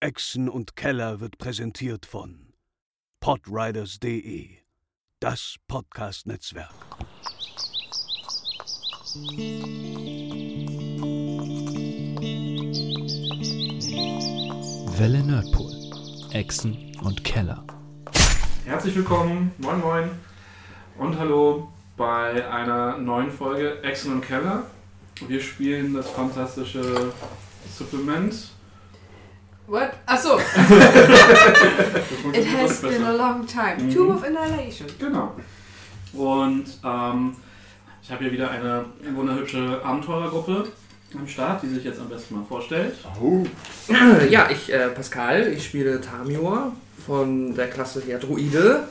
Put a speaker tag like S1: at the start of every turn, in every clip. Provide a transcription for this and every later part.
S1: Echsen und Keller wird präsentiert von podriders.de, das Podcast-Netzwerk.
S2: Welle Nerdpool. Echsen und Keller.
S3: Herzlich willkommen, moin moin und hallo bei einer neuen Folge Echsen und Keller. Wir spielen das fantastische Supplement.
S4: What? Achso,
S3: Das
S4: it
S3: funktioniert
S4: has
S3: auch besser.
S4: been a long time.
S3: Mhm.
S4: Tomb of Annihilation.
S3: Genau. Und ähm, ich habe hier wieder eine wunderhübsche Abenteurergruppe am Start, die sich jetzt am besten mal vorstellt.
S5: Ja, ich, äh, Pascal, ich spiele Tamior von der Klasse her Druide,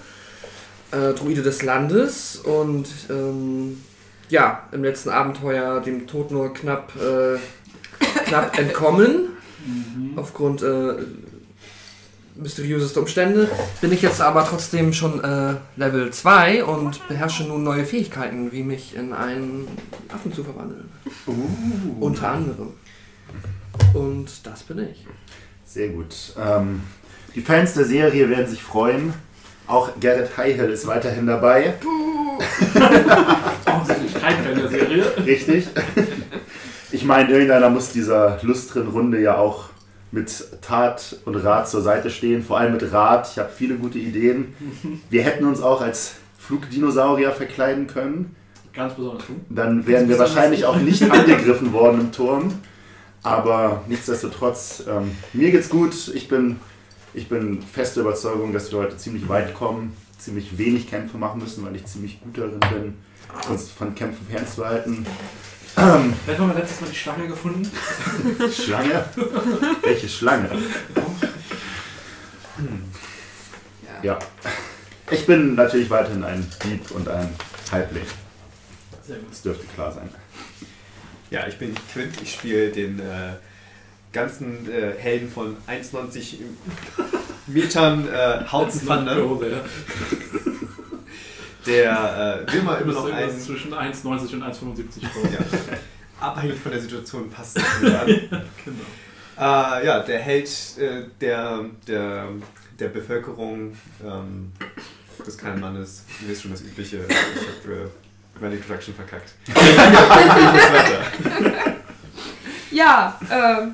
S5: äh, Druide des Landes und ähm, ja, im letzten Abenteuer dem Tod nur knapp, äh, knapp entkommen, aufgrund äh, mysteriösester Umstände. Bin ich jetzt aber trotzdem schon äh, Level 2 und beherrsche nun neue Fähigkeiten, wie mich in einen Affen zu verwandeln. Unter anderem. Und das bin ich.
S6: Sehr gut. Ähm, die Fans der Serie werden sich freuen. Auch Gerrit Heihel ist weiterhin dabei.
S3: Offensichtlich kein Fan der Serie.
S6: Richtig. Ich meine, irgendeiner muss dieser lustren Runde ja auch mit Tat und Rat zur Seite stehen. Vor allem mit Rat. Ich habe viele gute Ideen. Wir hätten uns auch als Flugdinosaurier verkleiden können.
S3: Ganz besonders du.
S6: Dann wären wir wahrscheinlich auch nicht angegriffen worden im Turm. Aber nichtsdestotrotz, ähm, mir geht's gut. Ich bin, ich bin feste Überzeugung, dass wir heute ziemlich weit kommen, ziemlich wenig Kämpfe machen müssen, weil ich ziemlich gut darin bin, uns von Kämpfen fernzuhalten.
S3: Vielleicht haben wir letztes Mal die Schlange gefunden.
S6: Schlange? Welche Schlange? Ja. Ich bin natürlich weiterhin ein Dieb und ein Halbling.
S3: Sehr gut.
S6: Das dürfte klar sein.
S7: Ja, ich bin Quint, ich spiele den äh, ganzen äh, Helden von 1,90 Metern äh, Houghton Thunder,
S3: Büroseher.
S7: der äh, will mal
S3: Du
S7: immer
S3: bist
S7: noch
S3: irgendwas
S7: einen,
S3: zwischen 1,90 und 1,75 Euro.
S7: Ja. abhängig von der Situation passt. Äh,
S3: Genau.
S7: ja, der Held äh, der, der, der Bevölkerung ähm, des kleinen Mannes, ihr wisst schon das Übliche, ich habe äh, meine Introduction verkackt. Ich muss weiter.
S4: Ja, ähm,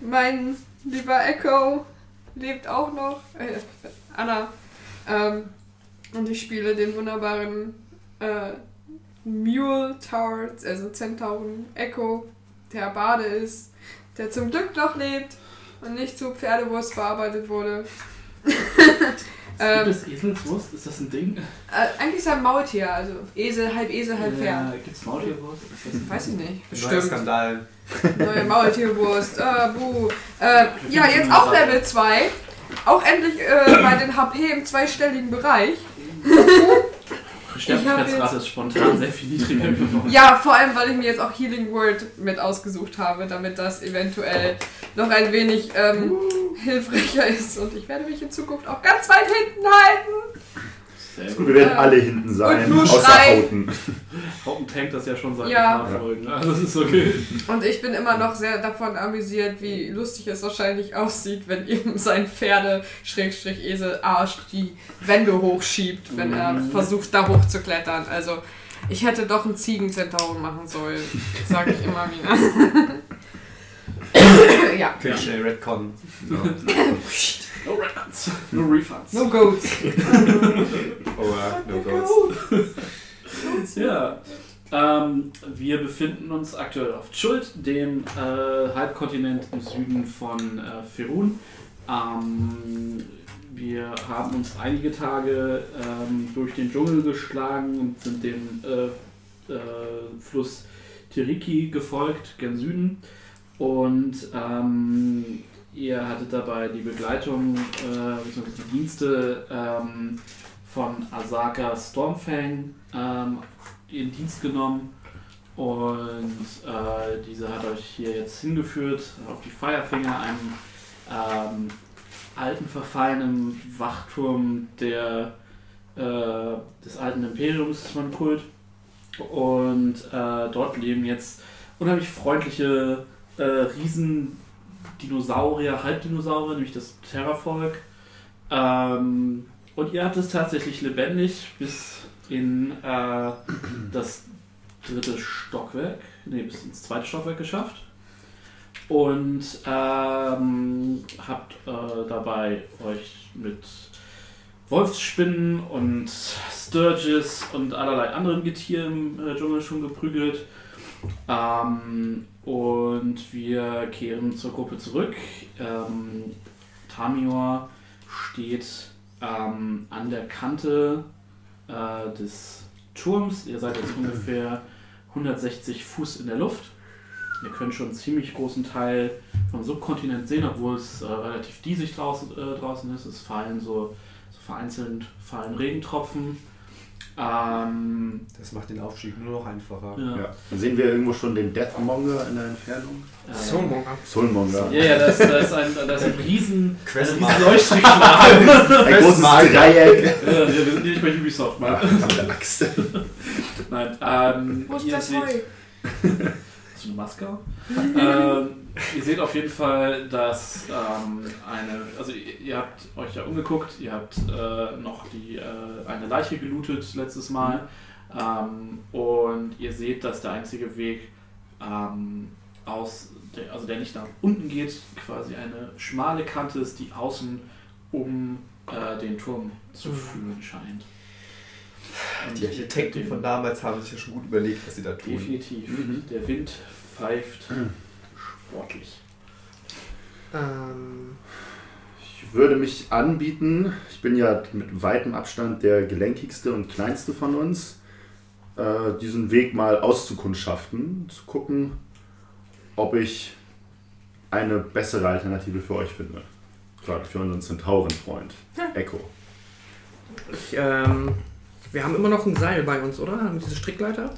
S4: mein lieber Echo lebt auch noch. Äh, Anna. Ähm, und ich spiele den wunderbaren äh, Mule Tower, also Zentauren Echo, der Bade ist, der zum Glück noch lebt und nicht zu Pferdewurst verarbeitet wurde.
S3: Gibt
S4: ähm,
S3: es Eselswurst? Ist halt das ein Ding?
S4: äh, eigentlich ist er ein Maultier, also Esel, halb Esel, halb Pferd.
S3: Gibt es Maultierwurst? Ist das ein-
S4: Weiß ich nicht.
S7: Neuer Skandal.
S4: Neue Maultierwurst. Äh, buh. Äh, ja, jetzt auch Level 2. Auch endlich äh, bei den HP im zweistelligen Bereich.
S3: Die Sterblichkeitsrate ist spontan sehr viel niedriger geworden.
S4: Ja, vor allem, weil ich mir jetzt auch Healing Word mit ausgesucht habe, damit das eventuell noch ein wenig ähm, hilfreicher ist. Und ich werde mich in Zukunft auch ganz weit hinten halten.
S3: Sehr
S6: Ist
S3: gut.
S6: gut, wir werden
S4: Ja.
S6: alle hinten sein,
S4: nur
S6: außer
S4: schreien.
S6: Hauten.
S3: Hoppen tankt das ja schon seit
S4: Ja.
S3: ein paar Folgen. Also das ist okay.
S4: Und ich bin immer noch sehr davon amüsiert, wie lustig es wahrscheinlich aussieht, wenn eben sein Pferde-Esel-Arsch die Wände hochschiebt, wenn er versucht, da hochzuklettern. Also, ich hätte doch einen Ziegenzentauren machen sollen, sage ich immer wieder. ja.
S7: Klingt schnell Redcon.
S3: No refunds. No refunds.
S4: No goats.
S7: Oh, äh, no goals.
S3: Ja. Ähm, wir befinden uns aktuell auf Chult, dem äh, Halbkontinent im Süden von äh, Ferun. Ähm, wir haben uns einige Tage ähm, durch den Dschungel geschlagen und sind dem äh, äh, Fluss Tiriki gefolgt, gen Süden. Und ähm, ihr hattet dabei die Begleitung, äh, beziehungsweise die Dienste ähm, von Asaka Stormfang ähm, in Dienst genommen und äh, diese hat euch hier jetzt hingeführt auf die Firefinger, einem ähm, alten, verfallenen Wachturm der, äh, des alten Imperiums, ist mein Kult. Und äh, dort leben jetzt unheimlich freundliche äh, Riesen, Dinosaurier, Halbdinosaurier, nämlich das Terravolk. Ähm, und ihr habt es tatsächlich lebendig bis in äh, das dritte Stockwerk, nee, bis ins zweite Stockwerk geschafft. Und ähm, habt äh, dabei euch mit Wolfsspinnen und Sturges und allerlei anderen Getieren im äh, Dschungel schon geprügelt. Ähm, und wir kehren zur Gruppe zurück. Ähm, Tamior steht ähm, an der Kante äh, des Turms. Ihr seid jetzt ungefähr 160 Fuß in der Luft. Ihr könnt schon einen ziemlich großen Teil vom Subkontinent sehen, obwohl es äh, relativ diesig draußen, äh, draußen ist. Es fallen so, so vereinzelt fallen Regentropfen. Ähm,
S7: Das macht den Aufstieg nur noch einfacher.
S3: ja.
S6: Ja. Dann sehen wir irgendwo schon den Deathmonger in der Entfernung.
S3: Äh,
S5: Soulmonger.
S6: Soulmonger.
S3: Ja, ja, da ist, da ist ein, da ist ein riesen, ein riesen
S7: Questmark.
S3: Leuchtreklame.
S6: Ein großes
S7: Questmark.
S6: Dreieck.
S3: ja, wir sind hier nicht bei Ubisoft, Mann.
S6: Mit der Axt.
S3: Nein, ähm,
S8: Wo ist
S3: ihr
S8: das
S3: seht-
S8: Heu?
S3: Hast du eine Maske? auf? ähm, ihr seht auf jeden Fall, dass ähm, eine, also ihr, ihr habt euch ja umgeguckt, ihr habt äh, noch die, äh, eine Leiche gelootet letztes Mal ähm, und ihr seht, dass der einzige Weg ähm, aus, der, also der nicht nach unten geht, quasi eine schmale Kante ist, die außen um äh, den Turm zu führen scheint. Und
S7: Mhm. Die Architekten
S3: den-
S7: von damals haben sich ja schon gut überlegt, was sie da tun.
S3: Definitiv. Der Wind pfeift sportlich.
S5: Ähm,
S6: Ich würde mich anbieten, ich bin ja mit weitem Abstand der gelenkigste und kleinste von uns, äh, diesen Weg mal auszukundschaften, zu gucken, ob ich eine bessere Alternative für euch finde. Gerade für unseren Zentaurenfreund,
S4: Hm.
S6: Echo.
S5: ich, ähm, wir haben immer noch ein Seil bei uns, oder? Haben wir diese Strickleiter?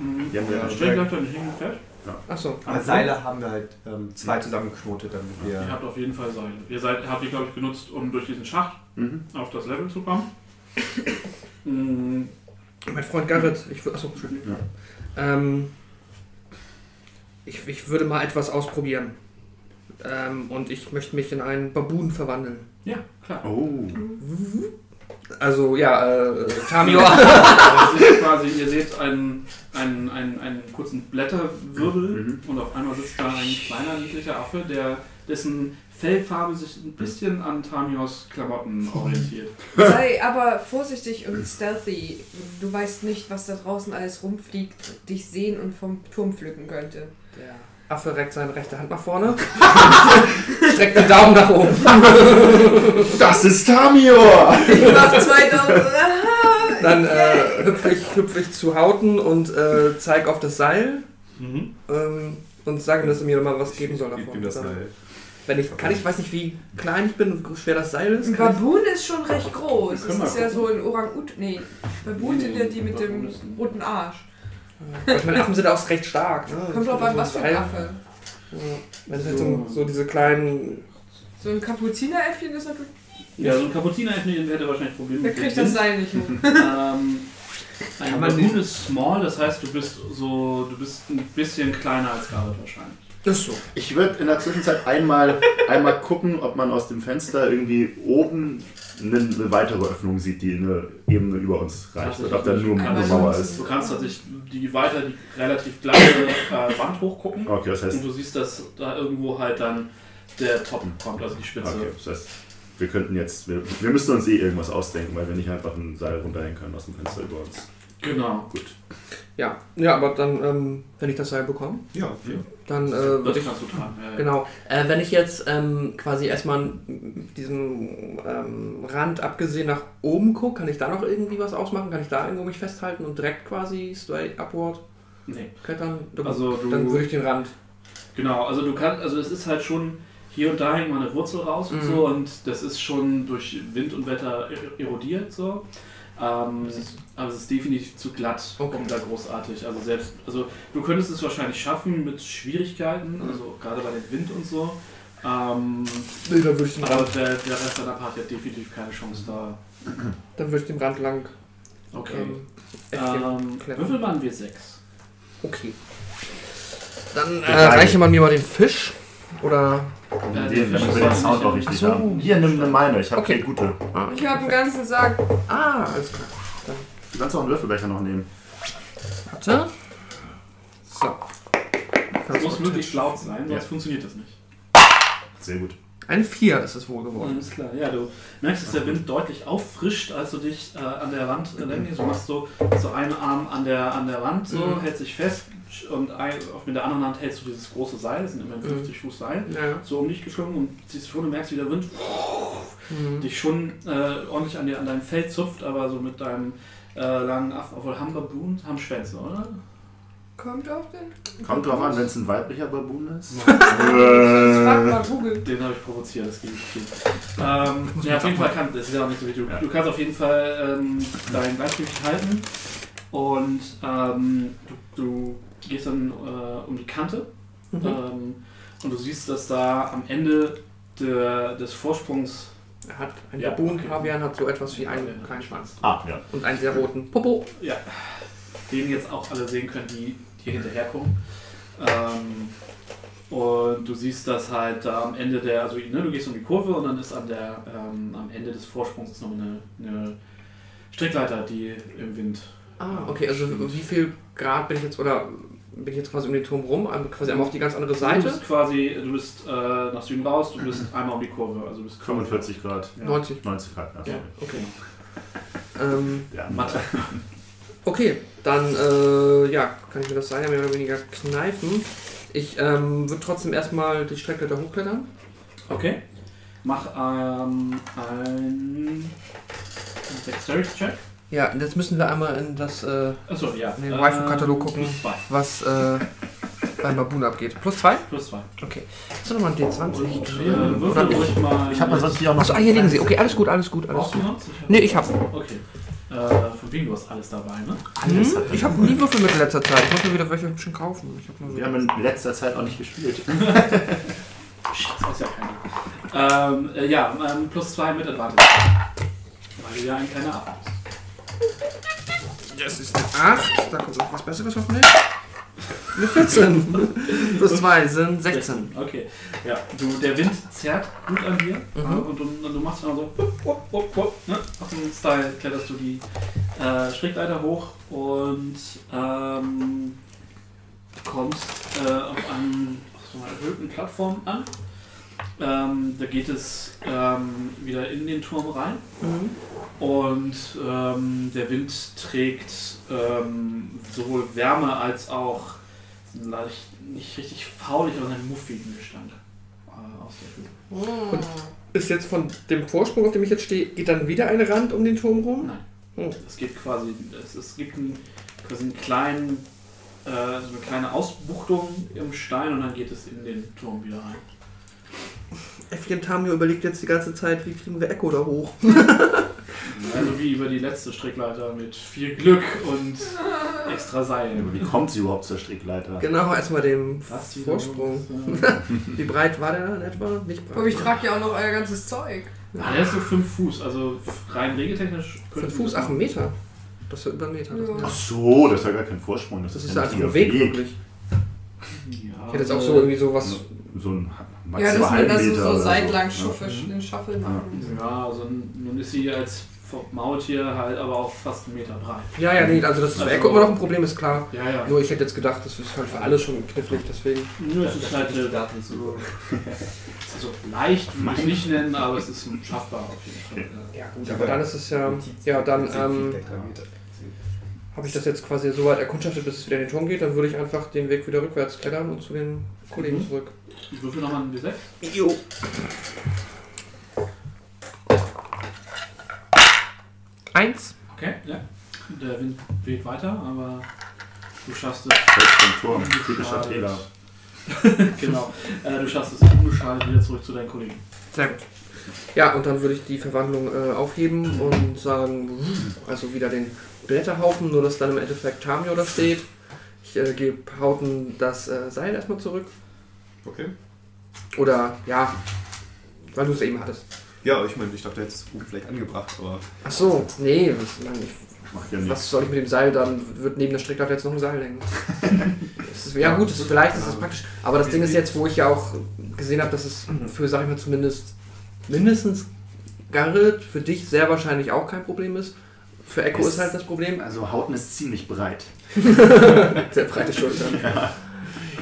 S3: Mhm.
S6: Die haben wir
S7: Ja,
S6: ja,
S3: Streckt euch dann hängen fest.
S5: Achso.
S7: Aber Ah, Seile haben wir halt ähm, zwei zusammengeknotet, damit wir.
S3: Ihr habt auf jeden Fall Seile. Ihr seid, habt die, glaube ich, genutzt, um durch diesen Schacht
S6: mhm.
S3: auf das Level zu kommen. Mhm.
S5: Mein Freund Garrett, ich, wür- achso, Entschuldigung.
S6: Ja.
S5: ähm, ich, ich würde mal etwas ausprobieren. Ähm, und ich möchte mich in einen Baboon verwandeln.
S3: Ja, klar.
S6: Oh,
S5: Also, ja, äh, Tamior.
S3: Das Also ist quasi, ihr seht einen, einen, einen, einen kurzen Blätterwirbel
S6: Mhm.
S3: und auf einmal sitzt da ein kleiner, niedlicher Affe, der, dessen Fellfarbe sich ein bisschen an Tamios Klamotten orientiert.
S8: Sei aber vorsichtig und stealthy. Du weißt nicht, was da draußen alles rumfliegt, dich sehen und vom Turm pflücken könnte.
S5: Der Affe reckt seine rechte Hand nach vorne, streckt den Daumen nach oben.
S6: das ist Tamior!
S8: Ich mach 2000.
S5: Dann äh, hüpfe ich, hüpf ich zu Hauten und äh, zeig auf das Seil ähm, und sage, dass er mir mal was geben soll
S7: Mhm. Ich
S5: davon.
S7: gebe das
S5: Dann-
S7: Seil.
S5: Wenn ich kann, ich weiß nicht, wie klein ich bin und wie schwer das Seil ist.
S8: Ein
S5: Kann
S8: Baboon ist schon recht groß.
S3: Wir
S8: Das
S3: können
S8: ist
S3: mal
S8: ja
S3: gucken.
S8: so ein Orang-Ut. Nee, Baboon
S3: Nee,
S8: sind ja die mit
S3: Baboon
S8: dem
S3: ist ein-
S8: roten Arsch.
S5: ich, Aber ich meine, Affen sind auch recht stark.
S6: Ah,
S5: Ne?
S8: Kommt drauf an, was für ein Affe.
S5: Ja, Wenn es halt so, so diese kleinen.
S8: So ein Kapuzineräffchen ist natürlich.
S3: Ja, so ein kapuziner hätte wahrscheinlich Probleme
S8: Der
S3: mit
S8: kriegt
S3: dem
S8: das Seil nicht hoch.
S3: Ähm, ein
S7: Kann man
S3: Baboon
S7: den-
S3: ist small, das heißt, du bist so, du bist ein bisschen kleiner als Garrett wahrscheinlich.
S5: Ist so.
S6: Ich würde in der Zwischenzeit einmal, einmal gucken, ob man aus dem Fenster irgendwie oben eine, eine weitere Öffnung sieht, die eine Ebene über uns reicht. Oder ob da nur eine
S8: Einmal
S6: Mauer
S8: sonst-
S6: ist.
S3: Du kannst tatsächlich die weiter die relativ gleiche äh, Wand hochgucken
S6: Okay, Oh, das heißt,
S3: und du siehst, dass da irgendwo halt dann der Top kommt, also die Spitze.
S6: okay, das heißt wir könnten jetzt, wir, wir müssten uns eh irgendwas ausdenken, weil wir nicht einfach ein Seil runterhängen können aus dem Fenster über uns.
S3: Genau.
S6: Gut.
S5: Ja, ja aber dann, ähm, wenn ich das Seil bekomme,
S7: Ja, ja.
S5: dann äh,
S3: das
S5: würde ich.
S3: kannst du tragen. Ja, ja.
S5: Genau. Äh, wenn ich jetzt ähm, quasi erstmal m- diesem ähm, Rand abgesehen nach oben gucke, kann ich da noch irgendwie was ausmachen? Kann ich da irgendwo mich festhalten und direkt quasi straight upward
S3: Nee.
S5: klettern? Dann,
S3: Also
S5: dann
S3: du,
S5: würde ich den Rand.
S3: genau, also du kannst, also es ist halt schon hier und da hängt mal eine Wurzel raus und
S5: Mhm.
S3: so und das ist schon durch Wind und Wetter er- erodiert so. Ähm, aber es ist definitiv zu glatt,
S5: Okay.
S3: um da großartig. Also selbst, also du könntest es wahrscheinlich schaffen mit Schwierigkeiten, also gerade bei dem Wind und so. Ähm,
S5: Nee, dann würde ich den
S3: aber
S5: Rand.
S3: der, der Rest deiner Party hat definitiv keine Chance da.
S5: Dann würde ich den Rand lang.
S3: Okay.
S5: Ähm,
S3: Ähm,
S5: Klettern.
S3: Würfel waren wir sechs.
S5: Okay. äh, Dann äh,
S6: Drei.
S5: reiche man mir mal den Fisch. Oder.
S3: Ja, die
S6: den, damit
S3: Fische
S6: wir den
S3: sollen
S6: Sound
S3: nicht
S6: auch
S3: in-
S6: richtig
S5: Ach so.
S6: haben. Hier, nimm eine meine, ich habe
S5: Okay.
S6: eine gute.
S5: Ah,
S8: Ich habe einen ganzen Sack.
S5: ah, alles klar.
S6: Du kannst auch einen Würfelbecher noch nehmen.
S5: Warte. So.
S3: Das muss wirklich laut sein, sonst funktioniert das nicht.
S6: Sehr gut.
S5: Ein 4 ist es wohl geworden.
S3: Alles klar, ja, du merkst, dass der Wind deutlich auffrischt, als du dich äh, an der Wand äh, längst- Du machst so, so einen Arm an der, an der Wand, so,
S5: Mhm.
S3: hältst dich fest und ein, auf- mit der anderen Hand hältst du dieses große Seil, das sind immerhin
S5: Mhm.
S3: 50 Fuß Seil,
S5: Ja.
S3: so um dich geschlungen und ziehst vor, du merkst, wie der Wind
S5: Mhm.
S3: dich schon äh, ordentlich an, dir, an deinem Fell zupft, aber so mit deinem äh, langen Affen, obwohl haben Baboon, haben Schwänze, oder?
S8: Kommt auf den.
S6: Kommt drauf an, wenn es ein weiblicher Baboon ist.
S8: Das fragt
S6: Äh,
S8: mal Google.
S3: Den habe ich provoziert, das ging nicht viel. Ähm,
S5: muss
S3: ja, auf
S5: mich
S3: jeden Fall kann, das ist ja auch nicht so wichtig. Du, du kannst auf jeden Fall ähm, dein Gleichgewicht halten und ähm, du, du gehst dann äh, um die Kante
S5: Mhm.
S3: ähm, und du siehst, dass da am Ende der, des Vorsprungs
S5: Er hat ein
S3: Ja,
S5: Baboon
S3: okay.
S5: Pavian hat so etwas wie einen kleinen Schwanz.
S6: ah, ja.
S5: Und einen sehr roten Popo.
S3: den jetzt auch alle sehen können, die hier hinterher gucken. Ähm, und du siehst, dass halt da am Ende der, also ne, du gehst um die Kurve und dann ist an der, ähm, am Ende des Vorsprungs ist noch eine, eine Strickleiter, die im Wind.
S5: Ah, okay, also wie viel Grad bin ich jetzt, oder bin ich jetzt quasi um den Turm rum, ähm, quasi einmal auf die ganz andere
S3: Du
S5: Seite?
S3: bist quasi, du bist äh, nach Süden raus, du bist einmal um die Kurve. Also du bist quasi-
S6: 45 Grad,
S3: Ja.
S5: 90.
S6: 90 Grad. Ja, sorry.
S3: Okay.
S5: Ähm,
S6: Ja.
S3: Mathe.
S5: okay, dann äh, ja, kann ich mir das Seil mehr oder weniger kneifen. Ich ähm, würde trotzdem erstmal die Strecke da hochklettern.
S3: Okay. Mach ähm, ein Dexterity-Check.
S5: Ja, jetzt müssen wir einmal in das, äh,
S3: Achso, ja.
S5: In den Waifu-Katalog
S3: Ähm,
S5: gucken.
S3: Plus zwei.
S5: was äh, beim Baboon abgeht. Plus 2?
S3: Plus zwei.
S5: Ist doch nochmal ein D20.
S3: Und, äh, würfel ruhig mal.
S6: Ich habe ansonsten hier auch noch.
S5: Achso, ah, hier liegen sie. Okay, alles gut, alles gut, alles gut.
S3: Ausgenutzt?
S5: Nee, ich hab.
S3: Okay. Äh, von wegen, du hast alles dabei, ne?
S5: Hm? Ich habe nie Würfel mit letzter Zeit. Ich muss mir wieder welche schon kaufen. Ich hab nur
S6: Wir haben in letzter Zeit auch nicht gespielt.
S3: Das ist ja keine. Ähm, äh, ja, ähm, plus zwei mit Advantage. Weil du ja ein kleiner Ab bist.
S5: Das ist eine 8. Da kommt noch was Besseres hoffentlich. Eine 14. Plus 2 sind 16.
S3: Okay. Ja, du, der Wind zerrt gut an dir. äh,
S5: Mhm.
S3: Und, du, und du machst dann so. Hup, hup, hup, hup, ne? Auf dem Style kletterst du die äh, Strickleiter hoch und ähm, kommst äh, auf, einem, auf so einer erhöhten Plattform an. Ähm, da geht es ähm, wieder in den Turm rein.
S5: Mhm.
S3: Und ähm, der Wind trägt ähm, sowohl Wärme als auch einen leicht, nicht richtig faulig, aber einen muffigen Gestank äh, aus der Höhle.
S5: Ist jetzt von dem Vorsprung, auf dem ich jetzt stehe, geht dann wieder ein Rand um den Turm rum?
S3: Oh, Nein.
S5: Hm.
S3: Es geht quasi, es, es gibt einen, quasi einen kleinen, äh, so eine kleine Ausbuchtung im Stein und dann geht es in den Turm wieder rein.
S5: Effie und Tamio überlegt jetzt die ganze Zeit, wie kriegen wir Echo da hoch?
S3: Also wie über die letzte Strickleiter mit viel Glück und extra
S6: Aber
S3: Seilen.
S6: Wie kommt sie überhaupt zur Strickleiter?
S5: Genau, erstmal dem
S3: Das wiederum
S5: Vorsprung.
S3: ist, äh,
S5: Wie breit war der in etwa? Nicht breit.
S8: Aber ich trage ja auch noch euer ganzes Zeug.
S3: Ah, der ist so 5 Fuß, also rein regeltechnisch könnten
S5: Fünf Fuß,
S3: wir-
S5: ach, ein Meter. Das ist ja über einen Meter. Das,
S8: Ja.
S5: sind ja-
S6: Ach so, das ist ja gar kein Vorsprung. Das,
S5: das
S6: ist
S5: ist
S6: ja
S5: ja
S6: nicht
S5: einfach
S6: ihr
S5: ein Weg, wirklich.
S3: Ja, also
S5: Ich hätte jetzt auch so irgendwie sowas.
S6: So ein
S8: ja,
S6: maximal
S8: dass man
S6: halben
S8: das so,
S6: Meter oder
S8: so seitlang
S6: so. ne? Mhm.
S8: schuffel, den Shuffle machen.
S3: Ja, also nun ist sie als Maultier halt aber auch fast einen Meter breit.
S5: Ja, ja, nee, also das ist für
S3: Also-
S5: Echo immer noch ein Problem, ist klar.
S3: Ja, ja.
S5: Nur ich hätte jetzt gedacht, das ist halt für alle schon knifflig, deswegen.
S3: Nur es ist halt äh, es ist so leicht, würde ich es nicht nennen, aber es ist schaffbar auf jeden Fall. ja.
S5: Ja, gut, aber dann ist es ja. Ja, dann ähm, habe ich das jetzt quasi so weit erkundschaftet, bis es wieder in den Turm geht. Dann würde ich einfach den Weg wieder rückwärts klettern und zu den Kollegen
S3: Mhm.
S5: zurück.
S3: Ich würfel nochmal einen B6.
S5: Jo. Eins.
S3: Okay, ja. Der Wind weht weiter, aber du schaffst es.
S6: Fällt vom Turm. Kritischer
S3: Schade.
S6: Fehler.
S3: genau. Äh, du schaffst es unbeschadet wieder zurück zu deinen Kollegen.
S5: Sehr gut. Ja, und dann würde ich die Verwandlung äh, aufheben und sagen, also wieder den Blätterhaufen, nur dass dann im Endeffekt Tamio da steht. Ich äh, gebe Hauten das äh, Seil erstmal zurück.
S7: Okay.
S5: Oder ja, weil du es eben hattest.
S7: Ja, ich meine, ich dachte, der hätte es gut vielleicht angebracht, aber
S5: Ach so, nee, was, Mann, ich,
S6: Macht ja nichts.
S5: was soll ich mit dem Seil dann? Wird neben der Strickleiter jetzt noch ein Seil hängen? Es ist, ja gut, es ist, vielleicht ist es praktisch. Aber das Ding ist jetzt, wo ich ja auch gesehen habe, dass es für, sag ich mal, zumindest mindestens Garrett für dich sehr wahrscheinlich auch kein Problem ist. Für Echo ist halt das Problem.
S6: Also Hauten ist ziemlich breit.
S5: Sehr breite Schultern.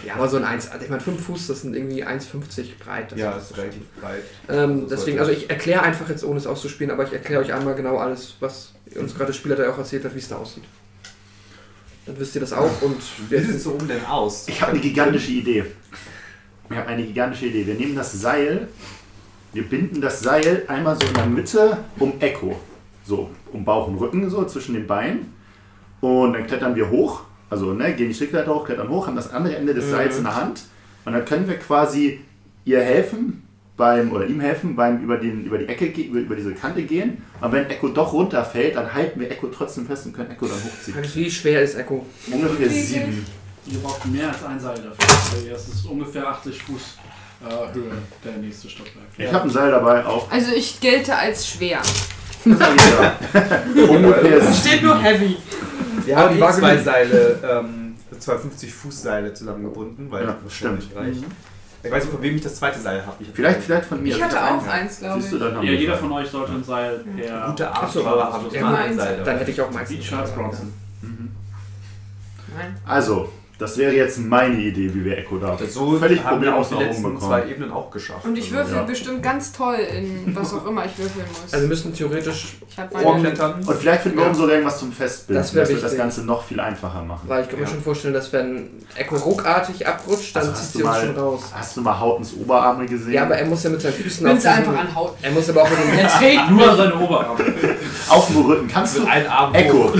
S5: Ja, aber so ein 1, ich meine 5 Fuß, das sind irgendwie 1,50 breit. Das
S7: Ja,
S5: ist
S7: ist relativ breit.
S5: Ähm,
S7: Das
S5: deswegen, also
S7: sollte-
S5: ich erkläre einfach jetzt, ohne es auszuspielen, aber ich erkläre euch einmal genau alles, was
S6: Mhm.
S5: uns gerade der Spieler da auch erzählt hat, wie es da aussieht. Dann wisst ihr das auch und
S7: Wie sieht so oben denn aus?
S6: Ich habe eine gigantische Idee. Ich habe eine gigantische Idee. Wir nehmen das Seil, wir binden das Seil einmal so in der Mitte um Echo. So, um Bauch und Rücken, so zwischen den Beinen. Und dann klettern wir hoch. Also, ne, gehen die Strickleiter hoch, klettern hoch, haben das andere Ende des Seils in der Hand. Und dann können wir quasi ihr helfen, beim, oder ihm helfen, beim über, den, über die Ecke, ge- über, über diese Kante gehen. Und wenn Echo doch runterfällt, dann halten wir Echo trotzdem fest und können Echo dann hochziehen.
S5: Frage ist, wie schwer ist Echo?
S6: Ungefähr sieben.
S3: Ihr braucht mehr als ein Seil dafür. Also, Das ist ungefähr 80 Fuß äh, Höhe, der nächste Stockwerk.
S6: Ich habe ein Seil dabei, auch.
S8: Also ich gelte als schwer.
S6: Ja. Ungefähr
S8: Steht nur heavy.
S7: Wir
S5: Aber
S7: haben
S5: die
S7: die
S5: Waage
S7: zwei
S5: mit-
S7: Seile, ähm, zwei 50 Fuß Seile zusammengebunden, weil
S6: Ja,
S7: das wahrscheinlich
S6: stimmt.
S7: reicht. Ich weiß nicht, von wem ich das zweite Seil habe. Ich hab-
S6: Vielleicht, vielleicht von mir.
S8: Ich hatte auch
S6: Ja.
S8: eins, glaube
S6: Siehst du,
S8: ich.
S6: dann haben
S3: Ja,
S6: wir
S3: jeder
S6: zwei.
S3: von euch sollte ein Seil per
S7: Gute Art,
S5: so,
S7: aber haben wir
S5: ja,
S7: mal ein
S8: meins.
S7: Seil.
S5: Dann hätte ich auch meistens.
S3: wie Charles Bronson.
S8: Nein.
S6: Also, das wäre jetzt meine Idee, wie wir Echo da.
S7: So
S6: Völlig
S7: haben wir auch
S6: problemlos
S7: die
S6: nach oben
S7: letzten
S6: bekommen.
S7: zwei Ebenen auch geschafft.
S8: Und ich würfel
S6: Ja.
S8: bestimmt ganz toll in was auch immer ich würfeln muss.
S5: Also wir müssen theoretisch,
S8: ich hab
S7: Also,
S8: meine,
S7: Vorklettern.
S6: Und vielleicht finden wir
S5: Ja.
S6: umso irgendwas zum Festbinden.
S5: Das wär
S6: wird das
S5: wichtig.
S6: Ganze noch viel einfacher machen.
S5: weil ich kann mir
S7: Ja.
S5: schon vorstellen, dass wenn Echo ruckartig abrutscht, dann
S6: Also hast
S5: zieht
S6: du
S5: sie uns
S6: mal-
S5: schon raus.
S6: Hast du mal Hautens Oberarme gesehen?
S5: Ja, aber er muss ja mit seinen Füßen
S8: Nimm's
S5: aufpassen.
S8: einfach an Haut.
S5: Er muss aber auch mit dem
S3: Nur seine Oberarme.
S6: Auf dem Rücken. Kannst du.
S7: Mit einem Arm hoch.
S6: Echo,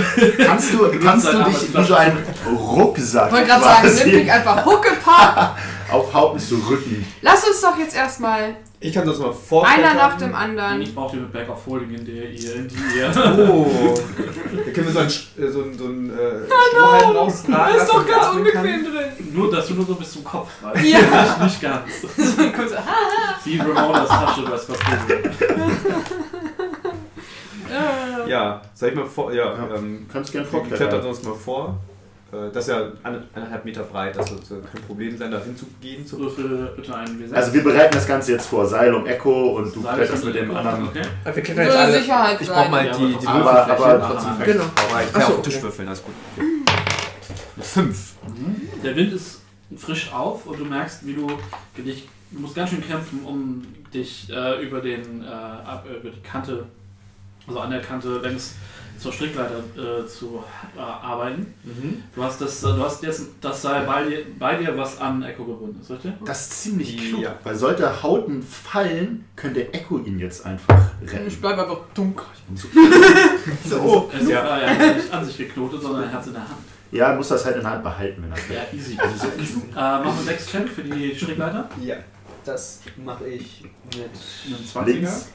S6: kannst du, kannst du
S3: seinen Arm
S6: dich
S3: als
S6: wie so ein Rucksack
S8: Ich wollte gerade sagen,
S6: quasi
S8: nimm mich einfach Huckepack.
S6: auf Hautens Rücken.
S8: Lass uns doch jetzt erstmal
S7: Ich kann das mal vorklettern.
S8: einer nach dem
S3: Ich
S8: anderen.
S3: brauche den Back of Holding, in der ihr, in die ihr.
S7: Oh. Da können wir so einen, Sch- äh, so einen, so einen äh, Strohhalm raustragen.
S8: Ah, ist
S7: dass
S8: doch
S7: wir
S8: ganz
S7: atmen
S8: unbequem drin.
S3: Nur, dass du nur so bis zum Kopf weißt.
S8: Ja.
S3: Nicht- Nicht ganz.
S8: So ein kurzer Ha.
S3: Wie Ramonas Tasche bei Scott Pilgrim.
S8: Äh.
S7: Kann. Ja, soll ich mal vor. Ja,
S6: Ja.
S7: ähm,
S6: Kannst gerne
S7: ich kletter
S6: vorklettern.
S7: sonst mal vor. Äh, Das ist ja eine- eineinhalb Meter breit, das wird äh, kein Problem sein, da hinzugehen. Zu
S3: Würfel bitte einen W6.
S6: Also, wir bereiten das Ganze jetzt vor. Seil um Echo und du
S3: Seil
S6: kletterst
S3: ist
S6: mit dem
S3: Echo,
S6: anderen.
S3: Okay.
S5: Ah, Wir klettern jetzt
S8: Würde
S5: alle.
S8: Sicherheit
S7: ich brauche
S8: sein.
S7: mal
S3: Ja,
S7: die,
S3: aber-
S7: die
S6: Aber,
S7: Würfelfläche.
S6: aber trotzdem fest.
S5: Genau.
S7: Aber ich kann
S5: Ach so,
S7: auf den Tisch
S5: okay.
S7: würfeln, alles gut. Eine Fünf.
S3: Der Wind ist frisch auf und du merkst, wie du dich, du musst ganz schön kämpfen, um dich äh, über den äh, ab, äh, über die Kante, also an der Kante längs zur Strickleiter äh, zu äh, arbeiten.
S7: Mhm.
S3: Du hast das, du hast jetzt das Seil bei dir, bei dir was an Echo gebunden ist, richtig?
S6: Das ist ziemlich klug,
S7: Ja.
S6: weil sollte Hauten fallen, könnte Echo ihn jetzt einfach
S8: Ich
S6: retten.
S8: bleib einfach dunkel.
S6: So.
S3: Es
S7: Ja.
S3: war ja nicht an sich geknotet, sondern er hat es in der Hand.
S6: Ja, er muss das halt in der Hand behalten, wenn er fällt.
S3: Ja, easy. Also, äh, machen wir 6 Check für die Strickleiter.
S7: Ja, Also, das mache ich mit.
S3: Einen 20er.
S6: Links.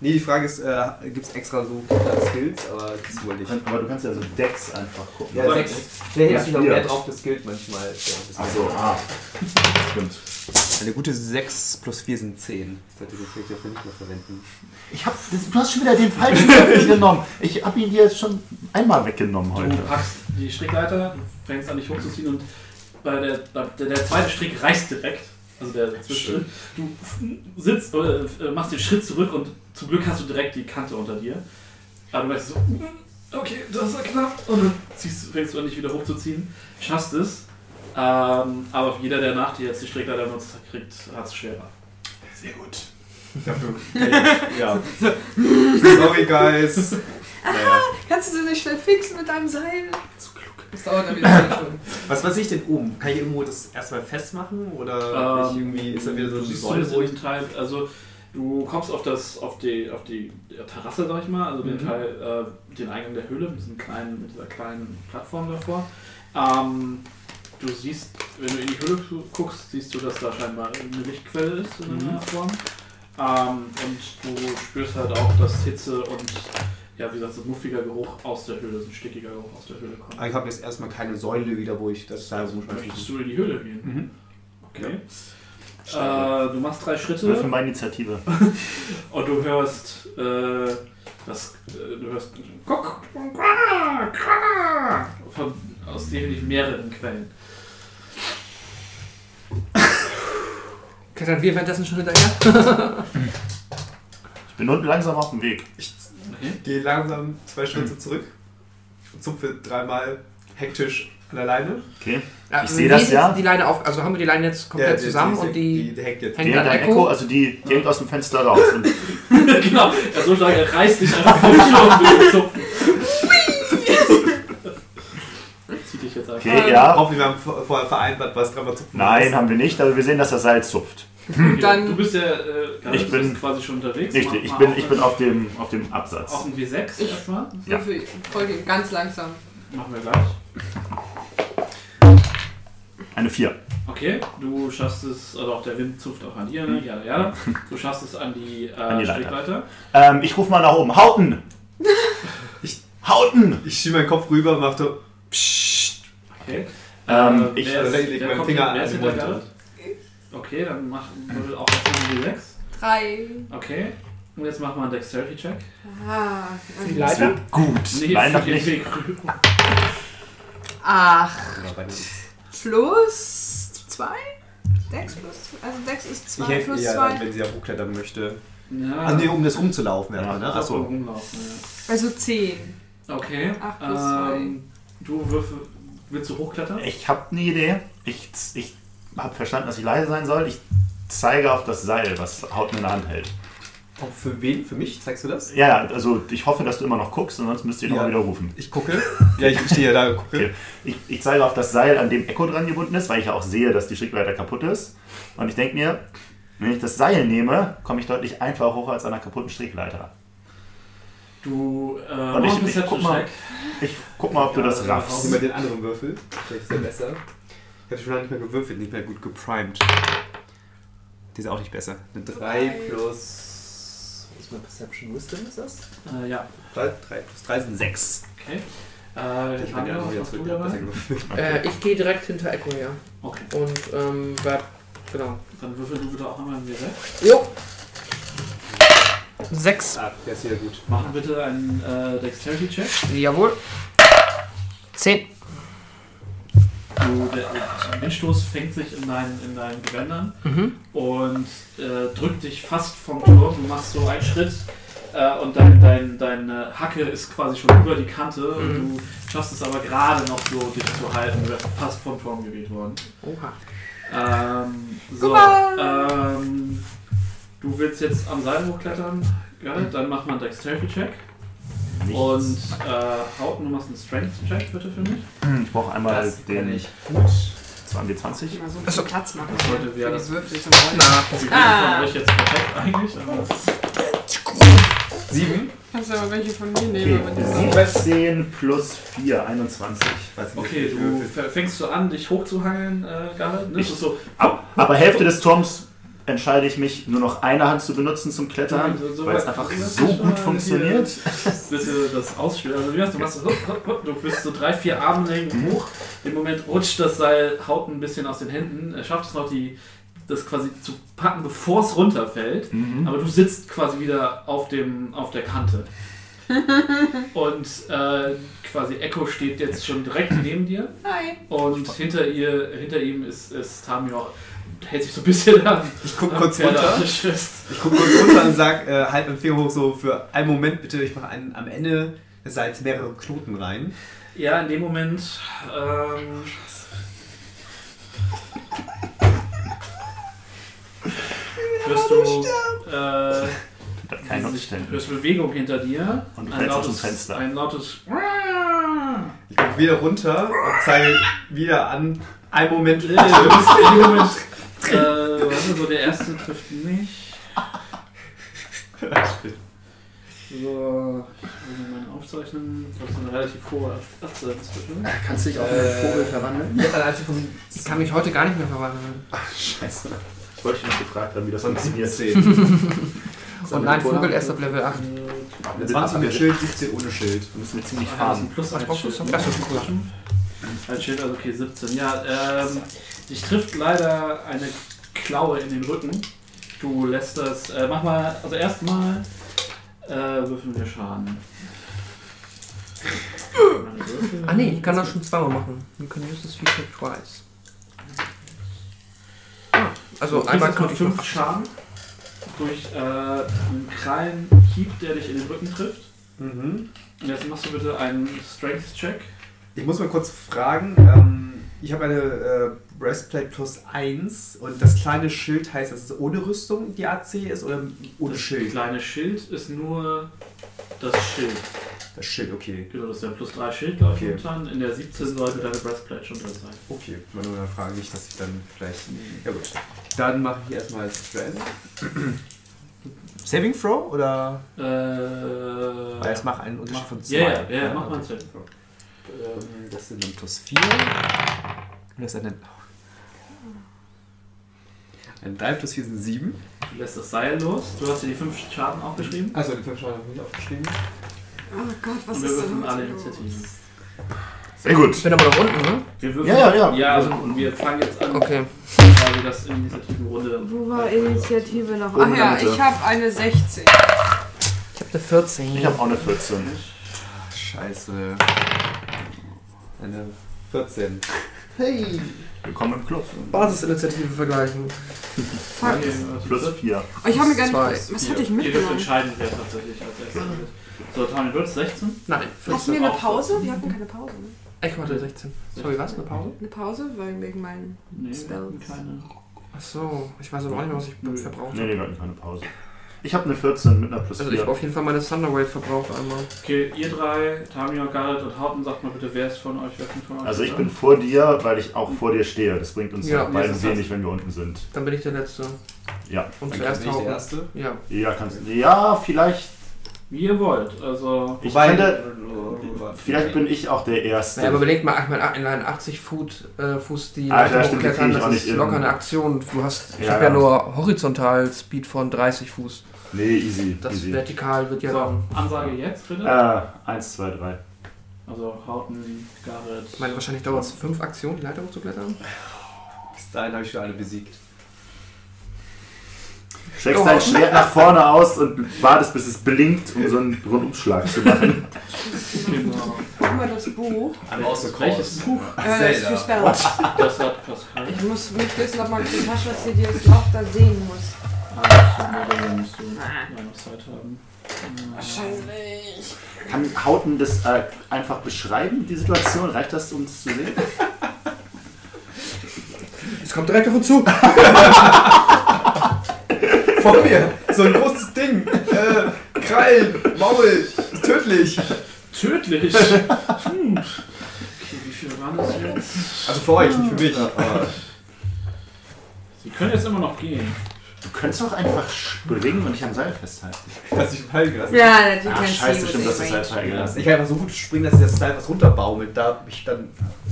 S7: Nee, die Frage ist, äh, gibt es extra so Skills, aber das wohl nicht.
S6: Aber du kannst ja so Decks einfach gucken.
S7: Ja,
S3: sechs.
S7: Nee, hier
S6: Das
S7: ist noch
S6: vier.
S7: mehr drauf geskillt manchmal. Ja, das
S6: Ach so, ah. Stimmt.
S7: Eine gute 6 plus 4 sind 10. Sollte ich vielleicht dafür nicht mehr verwenden.
S6: Ich hab, das, du hast schon wieder den falschen Würfel genommen. Ich hab ihn dir jetzt schon einmal weggenommen
S3: Du
S6: heute.
S3: packst die Strickleiter, fängst an, dich hochzuziehen und bei der, bei der, der zweite Strick reißt direkt. Also der Zwischenschritt. Du sitzt oder äh, machst den Schritt zurück und zum Glück hast du direkt die Kante unter dir. Aber du weißt so, "Mm, okay, das war knapp. Und dann ziehst, fängst du an, dich wieder hochzuziehen. Schaffst es. Ähm, aber jeder, der nach dir jetzt die Strickleiter benutzt, kriegt, hat es schwerer.
S6: Sehr gut.
S7: Dafür. ja. Sorry, guys. Äh, Naja.
S8: Kannst du sie nicht schnell fixen mit deinem Seil? Das dauert dann wieder zwei Stunden.
S7: Was weiß ich denn oben? Kann ich irgendwo das erstmal festmachen?
S3: Ähm,
S7: Oder ich irgendwie, ist da wieder so
S3: du
S7: eine
S3: siehst
S7: Säule,
S3: zumindest
S7: wo ich.
S3: den Teil, also du kommst auf das, auf die, auf die Terrasse, sag ich mal, also den
S7: Mhm.
S3: Teil, äh, den Eingang der Höhle mit, diesem kleinen, mit dieser kleinen Plattform davor. Ähm, du siehst, wenn du in die Höhle gu- guckst, siehst du, dass da scheinbar eine Lichtquelle ist in
S7: Mhm.
S3: irgendeiner Form. Ähm, und du spürst halt auch, dass Hitze und ja, wie gesagt, so ein muffiger Geruch aus der Höhle, so ein stickiger Geruch aus der Höhle kommt.
S7: Ah, Ich habe jetzt erstmal keine Säule wieder, wo ich das Seil
S3: Also möchtest du in die Höhle gehen?
S7: Mhm.
S3: Okay. Äh, du machst drei Schritte.
S6: Würfel mal Initiative.
S3: Und du hörst, äh, das, äh, du hörst Kuck, Kuck, Kuck, Kuck, von, aus sicherlich mehreren Quellen.
S5: Klettern wir währenddessen schon hinterher?
S6: Ich bin unten langsam auf dem Weg.
S7: Ich
S3: Okay.
S7: gehe langsam zwei Schritte zurück, zupfe dreimal hektisch an der Leine.
S6: Okay.
S5: Ja,
S6: Ich
S5: wir
S6: sehe das,
S5: setzen
S6: ja.
S5: Äh, Die Leine auf, also haben wir die Leine jetzt komplett zusammen und die.
S7: die hängt jetzt.
S5: hängt
S6: Der,
S5: an
S6: der
S5: Echo.
S6: Echo, also die direkt aus dem Fenster raus. Und
S3: genau, er so stark, er reißt dich einfach vom Schirm und will ihn zupfen. Zieh dich jetzt einfach.
S6: okay, ja.
S7: Hoffentlich, wir haben vor- vorher vereinbart, was dreimal zupfen
S6: Nein,
S7: ist.
S6: haben wir nicht, aber wir sehen, dass das Seil zupft.
S3: Okay,
S8: Dann-
S3: du bist ja äh, Carlos,
S6: Ich
S3: du
S6: bin-
S3: bist quasi schon unterwegs.
S6: Richtig,
S3: Mach
S6: ich
S3: mal
S6: bin,
S3: auf
S6: ich bin
S3: den-
S6: auf dem, auf dem
S3: Auf
S6: Absatz.
S3: dem W6
S8: Ich-
S3: erstmal.
S6: Ja.
S8: So viel- Folge ihm ganz langsam.
S3: Machen wir gleich.
S6: Eine 4.
S3: Okay, du schaffst es, also auch der Wind zupft auch an dir, ne? Ja, ja. Du schaffst es an die, äh,
S6: An die Leiter.
S3: Strickleiter.
S6: Ähm, ich rufe mal nach oben. Hauten!
S7: Ich-
S6: Hauten!
S7: Ich schiebe meinen Kopf rüber, mache so. Psst.
S3: Okay.
S6: Ähm,
S3: Äh,
S6: ich-
S3: wer ist-
S7: ich leg
S3: wer
S7: meinen
S3: kommt
S7: Finger
S3: hier?
S7: an
S3: Wer ist
S7: den
S3: hinter
S7: Monitor.
S3: Gerrit? Okay, dann mach würfel auch auf die W6.
S8: Drei.
S3: Okay. Und jetzt machen wir einen Dexterity-Check.
S8: Ah,
S5: Die
S8: okay.
S6: Das
S5: Leiter?
S6: wird gut. Nein,
S3: für
S6: noch
S3: den
S6: nicht.
S3: Weg rüber.
S8: Ach,
S7: Ja, bei den-
S8: plus zwei? Dex plus zwei? Also Dex ist
S7: Ich
S8: zwei
S7: helfe
S8: plus
S7: ihr dann,
S8: zwei.
S7: wenn sie auch hochklettern möchte.
S3: Ja.
S7: Ah, nee, um das rumzulaufen.
S6: Ja,
S7: erstmal, ne?
S3: Ach so.
S7: Achso.
S3: rumlaufen, ja.
S8: Also zehn.
S3: Okay.
S8: Acht plus zwei.
S3: ähm, du würfel, willst du hochklettern?
S6: Ich habe eine Idee. Ich, ich habe verstanden, dass ich leise sein soll. Ich zeige auf das Seil, was Hauten in der Hand hält.
S7: Auch für wen? Für mich? Zeigst du das?
S6: Ja, also ich hoffe, dass du immer noch guckst, ansonsten müsst ihr
S7: Ja.
S6: nochmal wieder rufen.
S7: Ich gucke. Ja, ich stehe ja da und gucke.
S6: Okay. Ich, ich zeige auf das Seil, an dem Echo dran gebunden ist, weil ich ja auch sehe, dass die Strickleiter kaputt ist. Und ich denke mir, wenn ich das Seil nehme, komme ich deutlich einfacher hoch als an einer kaputten Strickleiter.
S3: Du äh, mach
S6: ich-
S3: einen
S6: ich guck mal.
S3: Perception-Check.
S6: Ich guck mal, ob du
S3: Ja,
S6: das
S3: also
S7: Auch
S6: raffst.
S7: über den anderen Würfel. Vielleicht ist der besser. Ich habe schon lange nicht mehr gewürfelt, nicht mehr gut geprimed. Die ist auch nicht besser. Eine 3
S8: Drei.
S7: plus. Was ist meine Perception Wisdom ist das?
S3: Äh, ja,
S7: 3, plus 3 sind 6.
S3: okay. Äh,
S7: Ich
S3: ich
S7: bin ja noch wieder
S3: was
S7: zurück.
S3: du
S7: Ich hab besser
S3: dabei?
S7: gewürfelt.
S5: Äh, ich gehe direkt hinter Echo her.
S3: Okay,
S5: Und, ähm, bleib. Genau.
S3: dann würfel du bitte auch einmal ein W6.
S5: Jo! Sechs.
S7: Ah, der ist wieder gut.
S3: Machen bitte einen äh, Dexterity-Check.
S5: Jawohl. Zehn.
S3: Du, der, der Windstoß fängt sich in deinen, in deinen Gewändern
S5: Mhm.
S3: und äh, drückt dich fast vom Turm. Du machst so einen Schritt äh, und dein, dein, deine Hacke ist quasi schon über die Kante und
S5: Mhm.
S3: du schaffst es aber gerade noch so, dich zu halten. Du wärst fast vom Turm geweht worden.
S5: Oha.
S3: Ähm, so,
S8: Goodbye.
S3: ähm, du willst jetzt am Seil hochklettern, Gerrit, dann mach mal einen Dexterity-Check.
S6: Nichts.
S3: Und äh, haut nur mal einen Strength-Check bitte für mich.
S6: ich brauche einmal
S7: Das kann
S6: den
S7: ich gut.
S6: 2W20.
S8: Mal so ein bisschen Platz machen.
S3: Das sollte
S8: Für
S3: wir-
S8: die Würfel zum Rollen.
S3: Die
S8: Ah.
S3: von euch jetzt perfekt eigentlich. Aber
S7: 7.
S8: Kannst du aber welche von mir
S6: Okay,
S8: nehmen, wenn du willst.
S6: 17 plus 4, 21.
S3: okay, du f- fängst so an, dich hochzuhangeln, äh, Gerrit. Ne?
S6: Ich-
S3: Das ist so,
S6: Ab, aber Hälfte des Turms entscheide ich mich, nur noch eine Hand zu benutzen zum Klettern,
S3: So- so
S6: weil es
S3: weit-
S6: einfach
S3: so
S6: so
S3: weit-
S6: gut
S3: hier.
S6: funktioniert.
S3: bitte das ausspielen. Also, wie hast du, machst so, hopp, hopp, hopp. du bist so drei, vier Armlängen
S6: Mhm.
S3: hoch. Im Moment rutscht das Seil, haut ein bisschen aus den Händen. Er schafft es noch, die, das quasi zu packen, bevor es runterfällt.
S6: Mhm.
S3: Aber du sitzt quasi wieder auf, dem, auf der Kante. Und äh, quasi Echo steht jetzt schon direkt neben dir.
S8: Hi.
S3: Und hinter, ihr, hinter ihm ist, ist Tamio, hält sich so ein bisschen an.
S7: Ich guck
S3: an
S7: kurz
S3: Pferde
S7: runter.
S3: angeschwitzt.
S7: Ich guck kurz runter und sag, äh, halt meinen Finger hoch so für einen Moment bitte. Ich mache einen- am Ende des Seils mehrere Knoten rein.
S3: Ja, in dem Moment. Ähm, hörst du. Äh,
S6: Kein
S3: diese-
S6: Umständen.
S3: hörst Bewegung hinter dir.
S6: Und du fällst aus dem Fenster.
S3: Ein lautes.
S7: Ich guck wieder runter und zeige wieder an. Ein Moment.
S3: Nee, du bist in dem Moment. Äh, warte, so der erste trifft nicht. So, ich will meine Aufzeichnung. Das ist eine relativ hohe Absatzbestimmung.
S5: Kannst du dich
S7: auch in einen Vogel
S5: verwandeln? Ja, also vom- ich kann mich heute gar nicht mehr verwandeln.
S6: Scheiße. Ich wollte dich noch gefragt haben, wie das
S7: Von
S6: funktioniert.
S7: 17.
S5: Und nein, Vogel erst ab Level 8.
S6: Wir sind
S7: Eine 20 mit
S6: abgewickelt.
S7: Schild, 17 ohne Schild.
S6: Wir müssen wir ziemlich
S3: Ah, das ist ein
S6: fahren.
S3: Plus
S5: Was
S3: als
S5: brauchst du
S3: Schild.
S5: zum- Ach so, gut.
S3: Als Schild, also okay, 17. Ja, ähm, dich trifft leider eine Klaue in den Rücken. Du lässt das. Äh, mach mal, also erstmal äh, würfeln wir Schaden. Meine Würfel.
S5: Ah nee, ich kann das schon zweimal machen. You can use this feature twice. Ah, Also
S3: du kriegst
S5: einmal
S3: jetzt mal
S5: konnte ich noch
S3: fünf Schaden durch äh, einen krallen Hieb, der dich in den Rücken trifft.
S7: Mhm.
S3: Und jetzt machst du bitte einen Strength-Check.
S7: Ich muss mal kurz fragen. Ähm, ich habe eine äh, Breastplate plus 1 und das kleine Schild heißt, dass es ohne Rüstung die AC ist oder ohne
S3: das
S7: Schild?
S3: kleine Schild ist nur das Schild.
S7: Das Schild, okay.
S3: Genau, das ist ja plus 3 Schild, glaube ich,
S7: Okay.
S3: momentan. In der 17 sollte deine Breastplate schon drin sein.
S7: Okay, meine Mutter fragt nicht, dass ich dann vielleicht.
S3: Mhm.
S7: Ja gut. Dann mache ich erstmal Strength. Saving Throw oder?
S3: Äh,
S7: Weil es macht einen Unterschied von 2.
S3: Ja, ja, ja, mach mal einen Saving
S7: Ähm, das sind dann plus 4. Das ist eine. Ein 3 plus 4 sind 7.
S3: Du lässt das Seil los. Du hast dir die 5 Schaden aufgeschrieben.
S7: Also die 5 Schaden habe ich aufgeschrieben.
S8: Oh Gott, was
S3: Und wir
S8: ist
S3: würfeln
S8: denn
S3: alle
S8: heute
S3: Initiativen.
S8: los?
S6: Sehr gut.
S5: Ich bin aber noch unten, ne?
S3: Wir
S6: Ja, ja, ja.
S3: Ja, also, und wir fangen jetzt an,
S5: Okay.
S3: weil wir das in Initiativenrunde.
S4: Wo war Initiative noch?
S6: Oben
S4: Ach
S6: in
S8: Ach
S6: der
S4: ja.
S8: ja,
S6: Mitte.
S8: ich habe eine 16.
S5: Ich habe eine 14.
S6: Ich habe auch eine 14.
S7: Ach, scheiße. Eine 14.
S5: Hey!
S6: Willkommen im Club.
S5: Basisinitiative vergleichen.
S8: Fuck.
S3: Also
S6: Plus 4.
S8: Oh, ich habe mir gar nicht.
S5: Zwei,
S8: Was hatte ich
S3: Ihr dürft
S8: mitgenommen?
S3: entscheiden, wer tatsächlich als erstes wird. So, Tommy, du hast 16.
S5: Nein,
S8: Hatten
S5: 14.
S8: wir eine Pause? Wir hatten keine Pause. ne?
S5: Ich hatte 16. Sorry, was? Eine Pause?
S8: Eine Pause? Weil wegen meinen.
S3: Nee, wir hatten
S8: Spells.
S3: keine.
S5: Achso, ich weiß aber auch nicht mehr, was
S3: Nö.
S5: ich verbraucht
S6: Nee,
S5: habe.
S6: nee, wir hatten keine Pause. Ich habe eine 14 mit einer Plus
S5: Also ich habe
S6: 4.
S5: auf jeden Fall meine Thunderwave verbraucht einmal.
S3: Okay, ihr drei, Tamio, Garrett und Haupten, sagt mal bitte, wer ist von euch, wer kommt von euch?
S6: Also ich bin vor dir, weil ich auch vor dir stehe. Das bringt uns
S5: Ja,
S6: beiden
S7: das heißt-
S6: wenig, wenn wir unten sind.
S5: Dann bin ich der Letzte.
S6: Ja.
S5: Und
S6: Dann
S5: zuerst
S7: bin ich der
S5: Haufen.
S7: Erste.
S5: Ja.
S6: Ja, kannst, ja vielleicht.
S3: Wie ihr wollt, also.
S6: Ich
S7: Wobei-
S6: könnte, vielleicht bin ich auch der Erste.
S5: Naja, aber überleg mal, ich meine, allein 80 Foot, äh, Fuß die
S6: Alter,
S5: Leiter
S6: stimmt, die krieg ich auch
S5: das
S6: nicht
S5: ist
S6: in.
S5: locker eine Aktion. Du hast, ich
S6: Ja,
S5: habe ja
S6: ja.
S5: nur horizontal Speed von 30 Fuß.
S6: nee, easy.
S5: Das
S6: easy. Äh,
S5: vertikal wird ja
S3: So,
S5: dann.
S3: Ansage jetzt bitte.
S6: 1, 2, 3.
S3: Also Hauten, Garrett.
S5: Ich meine, wahrscheinlich dauert es fünf Aktionen, die Leiter hochzuklettern.
S7: Bis dahin habe ich schon alle besiegt.
S5: Oh.
S6: Streckst dein Schwert nach vorne aus und wartest, bis es blinkt, um so einen Rundumschlag zu machen.
S3: genau.
S8: Guck mal das Buch.
S7: I'm also
S3: Welches
S7: close.
S3: Buch?
S8: Äh, das ist für Spells.
S3: Das hat Pascal.
S4: Ich muss mich wissen, ob man die Tasche, dass sie dir das Loch da sehen muss.
S3: Ah, das ist so, musst du Line of Sight haben.
S4: Wahrscheinlich.
S6: Kann Hauten das äh, einfach beschreiben, die Situation? Reicht das, um es zu sehen?
S5: Es kommt direkt auf uns zu.
S7: Vor mir! So ein großes Ding! Äh, Krallen, Maul, tödlich!
S3: Tödlich! hm. Okay, wie viel waren das jetzt?
S7: Also für euch, nicht für mich. Aber
S3: Sie können jetzt immer noch gehen.
S6: Du könntest doch einfach springen und dich am Seil festhalten.
S7: dass ich im Fall gelassen
S4: Ja, natürlich
S6: Ach,
S4: kann
S6: scheiße, stimmt, dass das halt- Seil freigelassen
S7: Ich kann einfach so gut springen, dass ich das Teil was runterbaumelt, da ich dann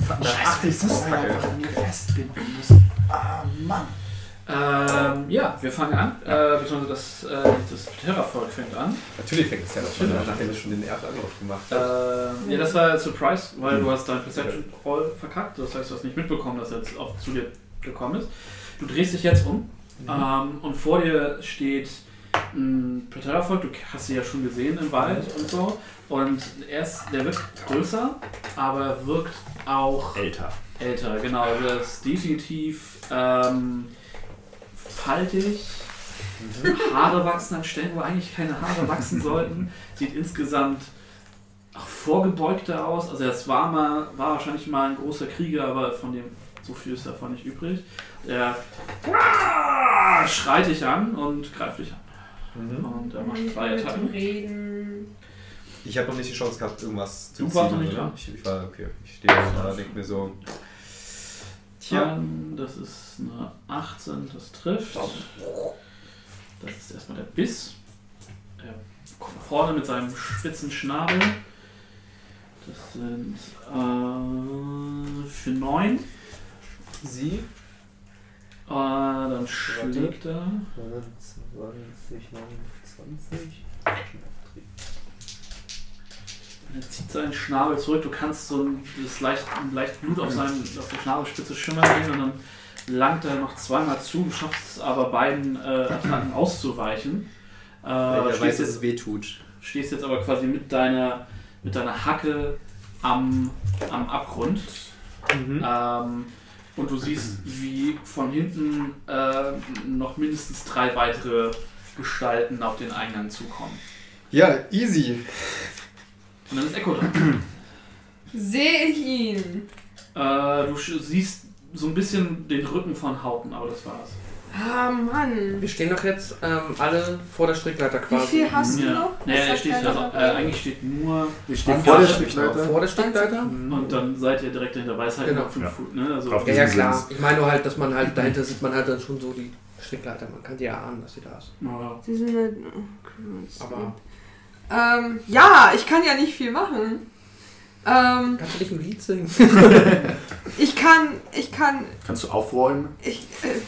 S6: Scheiße, ich muss einfach an mir festgenommen müssen. Ah, Mann.
S3: Ähm, ja, wir fangen an. Äh, beziehungsweise das, äh, das Terra-Volk fängt an.
S7: Natürlich fängt es ja noch schon an, nachdem ich schon den ersten Angriff gemacht
S3: Ähm,
S7: habe.
S3: ja, das war Surprise, weil du hast dein Perception-Roll verkackt. Das heißt, du hast nicht mitbekommen, dass er jetzt auf, zu dir gekommen ist. Du drehst dich jetzt um ähm, und vor dir steht ein Pterrafolk. Du hast sie ja schon gesehen im Wald und so. Und er ist, der wird größer, aber wirkt auch
S6: Älter.
S3: älter. Genau, der ist definitiv ähm, faltig. Haare wachsen an Stellen, wo eigentlich keine Haare wachsen sollten. Sieht insgesamt auch vorgebeugter aus. Also das war mal, war wahrscheinlich mal ein großer Krieger, aber von dem so viel ist davon nicht übrig. Er schreit dich an und greift dich an.
S7: Mhm.
S3: Und er macht drei Attacken.
S4: Reden.
S7: Ich habe noch nicht die Chance gehabt, irgendwas zu
S3: Du warst noch nicht
S7: oder?
S3: da.
S7: Ich, ich war, okay, ich stehe da, denke mir so. Tja,
S3: Dann, das ist eine 18, das trifft. Das ist erstmal der Biss. Er kommt vorne mit seinem spitzen Schnabel. Das sind äh, für 9. Äh,
S7: sie.
S3: Ah, dann schlägt er.
S7: 20, 29.
S3: Er zieht seinen Schnabel zurück. Du kannst so ein, das leicht, ein leicht Blut auf, seinem, auf der Schnabelspitze schimmern sehen und dann langt er noch zweimal zu und schafft es aber beiden äh, Attacken auszuweichen. Äh,
S7: Weil er
S3: stehst
S7: weiß, dass
S3: jetzt-
S7: Ah, es weh tut.
S3: stehst jetzt aber quasi mit deiner,
S7: Mhm.
S3: mit deiner Hacke am, am Abgrund. Ähm, und du siehst, wie von hinten äh, noch mindestens drei weitere Gestalten auf den Eingang zukommen.
S7: Ja, easy.
S3: Und dann ist Echo dran.
S8: Sehe ich ihn?
S3: Äh, du sch- siehst so ein bisschen den Rücken von Hauten, aber das war's.
S8: Ah, Mann.
S5: Wir stehen doch jetzt ähm, alle vor der Strickleiter
S8: Wie
S5: quasi.
S8: viel hast du
S3: Ja.
S8: noch?
S3: Naja,
S8: Was
S3: er
S8: sagt
S3: steht
S8: deine
S3: da, äh,
S8: Tabelle?
S3: eigentlich steht nur
S6: Ich
S5: Vor
S6: stehe vor der
S5: der-
S6: Strickleiter.
S5: Vor der Strickleiter?
S3: und dann seid ihr direkt dahinter, weil es halt
S5: Mhm. Genau.
S3: noch fünf
S6: Ja.
S3: Fuß, ne? Also
S6: Auf
S5: Ja,
S6: die-
S5: ja, klar. Ich meine nur halt, dass man halt dahinter sieht, man halt dann schon so die Strickleiter. Man kann die ja ahnen, dass sie da ist.
S3: ja.
S8: Sie sind halt. oh,
S5: Aber
S8: Gott. Ähm, ja, ich kann ja nicht viel machen. Ähm,
S5: kannst du nicht ein Lied singen?
S8: ich kann, ich kann,
S6: Kannst du aufräumen?
S8: ich, äh,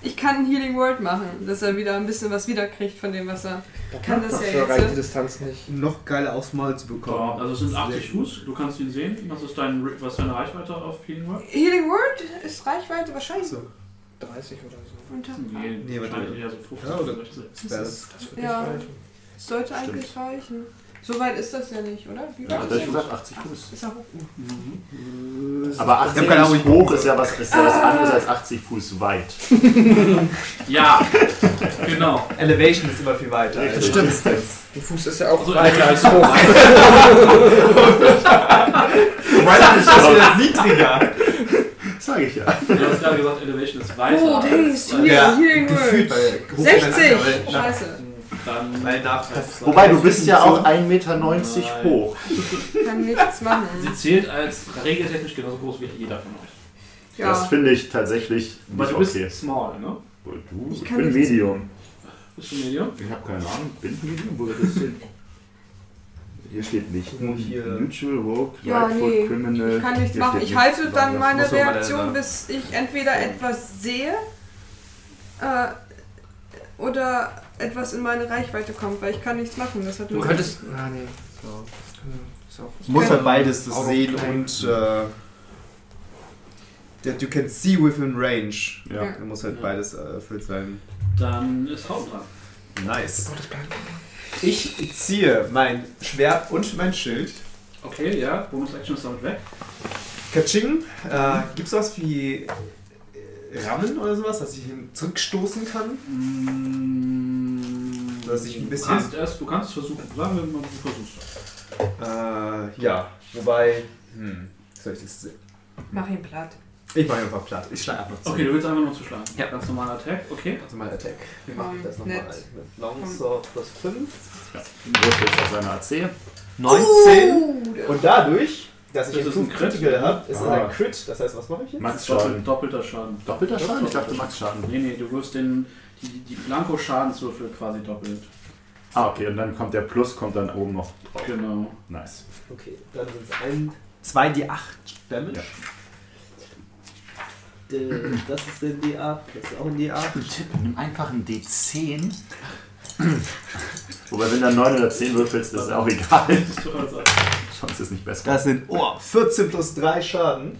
S8: ich kann Healing World machen, dass er wieder ein bisschen was wiederkriegt von dem, was er. kann das ja
S5: Dafür
S8: jetzt,
S5: reicht
S8: ne?
S5: die Distanz nicht.
S7: Um noch geiler aufs Maul zu
S3: Genau.
S7: bekommen.
S3: Also es sind 80
S7: Sehr gut.
S3: Fuß, du kannst ihn sehen. Was ist dein, Re- was ist deine Reichweite auf Healing World?
S8: Healing World ist Reichweite wahrscheinlich.
S7: So.
S5: 30 oder so.
S8: unter-
S7: Also, Nee, warte.
S3: wahrscheinlich eher so 15,
S7: Ja, oder-
S3: 16.
S7: Spell.
S5: Das wird
S8: Ja.
S5: nicht reichen.
S8: Sollte
S6: Stimmt.
S8: eigentlich reichen. So weit ist das ja nicht, oder? Wie
S6: Ja,
S8: weit
S6: hat
S8: ist
S6: er
S8: das?
S6: gesagt, 80 Fuß.
S8: Ist er hoch?
S3: Mhm.
S5: Äh,
S6: Aber 80
S7: Ich hab keine
S6: Fuß
S7: Ahnung.
S6: hoch ist ja was, ist ja was anderes als 80 Fuß weit.
S3: Ja, genau.
S7: Elevation ist immer viel weiter.
S6: Das
S7: Also-
S6: stimmt.
S5: Der Fuß ist ja auch
S3: Also,
S5: weiter als hoch.
S6: Wobei,
S7: Das ist ja niedriger.
S6: Sag ich ja.
S3: Du hast gerade gesagt, Elevation ist weiter.
S8: Oh, dang, ist
S3: Äh,
S8: Healing,
S7: Ja,
S8: Healing
S7: Gefühlt,
S8: World.
S7: weil hoch
S8: 60!
S7: Nach,
S8: Scheiße.
S3: Dann
S7: weil nach,
S6: Wobei, du bist ja auch 1,90 Meter
S3: Nein.
S6: hoch.
S8: Kann nichts
S3: Sie
S8: machen.
S3: zählt als regeltechnisch genauso groß wie jeder von euch.
S6: Das
S8: Ja.
S6: finde ich tatsächlich
S3: Weil
S6: nicht
S3: du
S6: okay.
S3: bist small, ne?
S6: Du,
S8: Ich
S6: ich
S8: kann
S6: bin
S8: nichts.
S6: Medium.
S3: Bist du Medium?
S6: Ich habe keine Ahnung. Bin Medium? Wo wird das hin? Hier steht nicht.
S7: Nur hier.
S6: Neutral, woke,
S8: Ja,
S6: rightful,
S8: nee.
S6: criminal.
S8: Ich kann nichts
S6: Hier
S8: machen.
S6: steht
S8: Ich halte
S6: nichts.
S8: dann meine
S7: muss man bei der-
S8: Reaktion, bis ich entweder etwas sehe äh, oder etwas in meine Reichweite kommt, weil ich kann nichts machen. Das hat
S5: Du
S8: nur-
S5: könntest. Ah, nee.
S7: So.
S5: Ist auch
S7: Muss halt beides, das
S5: Out of
S7: Sehen
S5: play.
S7: und. Äh, that you can see within range.
S6: Ja.
S7: Da muss halt beides äh, erfüllt sein.
S3: Dann ist Haut dran.
S7: Nice.
S5: Oh, das bleibt.
S7: Ich ziehe mein Schwert und mein Schild.
S3: Okay, ja, Bonus-Action ist damit weg.
S7: Katsching. Äh, gibt's sowas wie. äh, Rammen oder sowas, dass ich ihn zurückstoßen kann? Dass ich ein bisschen-
S3: Du kannst, erst, du kannst es versuchen. Sagen wir mal, du versuchst es.
S7: Äh, ja. Wobei. Hm. Soll ich das.
S4: Mach ihn platt.
S7: Ich mache ihn einfach platt. Ich schlage einfach zu.
S3: Okay, du willst einfach nur zuschlagen.
S7: Ja.
S3: Ganz normaler Attack, okay.
S7: Also mein Attack. Wir machen
S8: Komm,
S7: das nochmal.
S8: nett.
S7: Mit Longsword plus 5.
S6: Würfel jetzt auf seine AC.
S7: 19.
S8: Uh, der-
S7: Und dadurch, dass ich
S3: Das ist
S7: einen
S3: ein
S7: Critical
S3: Crit.
S7: habe, ist das
S6: Ah.
S7: ein Crit. Das heißt, was mache ich jetzt?
S6: Max
S3: Doppel,
S6: Schaden.
S3: doppelter Schaden.
S6: Doppelter Schaden? Ich dachte Max Schaden.
S3: Nee, nee, du wirst den, die, die Blanko-Schadenswürfel quasi doppelt.
S6: Ah, okay. Und dann kommt der Plus, kommt dann oben noch drauf.
S3: Genau.
S6: Nice.
S7: Okay, dann sind es ein. 2 die 8 Damage. Äh, Das ist ein D8, das ist auch ein D8.
S6: Tipp, nimm einfach einen D10. Wobei, wenn du dann 9 oder 10 würfelst, ist auch egal.
S3: Okay,
S6: Sonst ist nicht besser.
S7: Das sind oh, 14 plus 3 Schaden.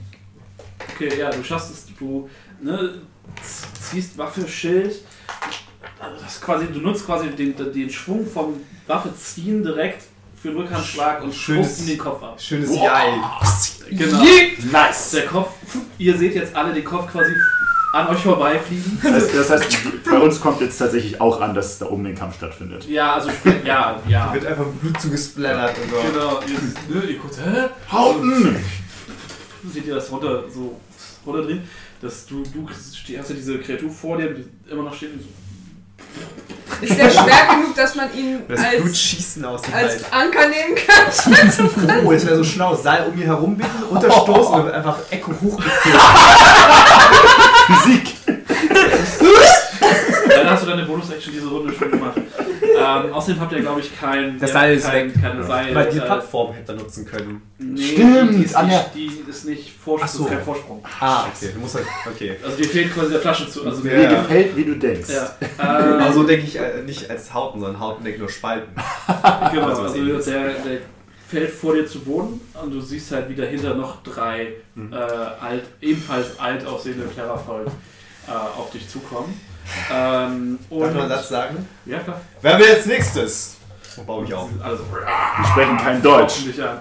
S3: ja, du schaffst es, du ne, z- ziehst Waffe, Schild. Also das quasi, du nutzt quasi den, den Schwung vom Waffe ziehen direkt für den Rückhandschlag und
S7: Schönes-
S3: schubst ihm den Kopf ab.
S7: Schönes
S6: Wow.
S3: Genau.
S6: Nice!
S3: Der Kopf, ihr seht jetzt alle den Kopf quasi an euch vorbeifliegen.
S6: Das, das heißt, bei uns kommt jetzt tatsächlich auch an, dass da oben den Kampf stattfindet.
S3: Ja, also, ja, ja.
S7: Wird einfach mit Blut zugesplattert und so.
S3: Genau, ihr, ne, ihr guckt, hä?
S6: Hauten!
S3: seht ihr das runter, so runterdrehen, dass du, du steh- hast ja diese Kreatur vor dir, die immer noch steht und so.
S8: Ist der schwer genug, dass man ihn
S7: Das Blut
S8: als,
S7: schießen aus dem Hals.
S8: als Anker nehmen kann?
S7: Oh, das wäre so schlau. Seil um ihr herum binden, unterstoßen und einfach Echo hochgezogen.
S6: Physik!
S3: Dann hast du deine Bonus-Action diese Runde schon gemacht. ähm, außerdem habt ihr, glaube ich, kein.
S7: Das
S3: ihr habt
S7: Seil ist
S3: kein,
S7: weg.
S3: Kein Seil.
S7: Weil die
S3: äh,
S7: Plattform hätte er nutzen können.
S3: nee,
S6: Stimmt,
S3: die ist
S6: an der-
S3: nicht, die ist nicht Vorsprung,
S7: Ach so.
S3: ist kein Vorsprung.
S7: Ah, okay. Du musst halt. Okay.
S3: Also dir fehlt quasi der Flaschenzug. Also
S7: Ja.
S6: Mir gefällt, wie du denkst.
S3: Ja,
S7: Aber
S3: ähm,
S7: so denke ich äh, nicht als Hauten, sondern Hauten denke ich nur Spalten.
S3: genau,
S7: also was
S3: also
S7: ähnliches.
S3: der, der fällt vor dir zu Boden und du siehst halt wie dahinter noch drei
S6: Mhm.
S3: äh, alt, ebenfalls alt aussehende Terrafall äh, auf dich zukommen. Ähm, und
S7: Darf man das sagen?
S3: Ja, klar.
S7: Wer will jetzt nächstes? Und baue mich auf.
S3: Also,
S6: Wir sprechen kein Deutsch.
S3: dich an.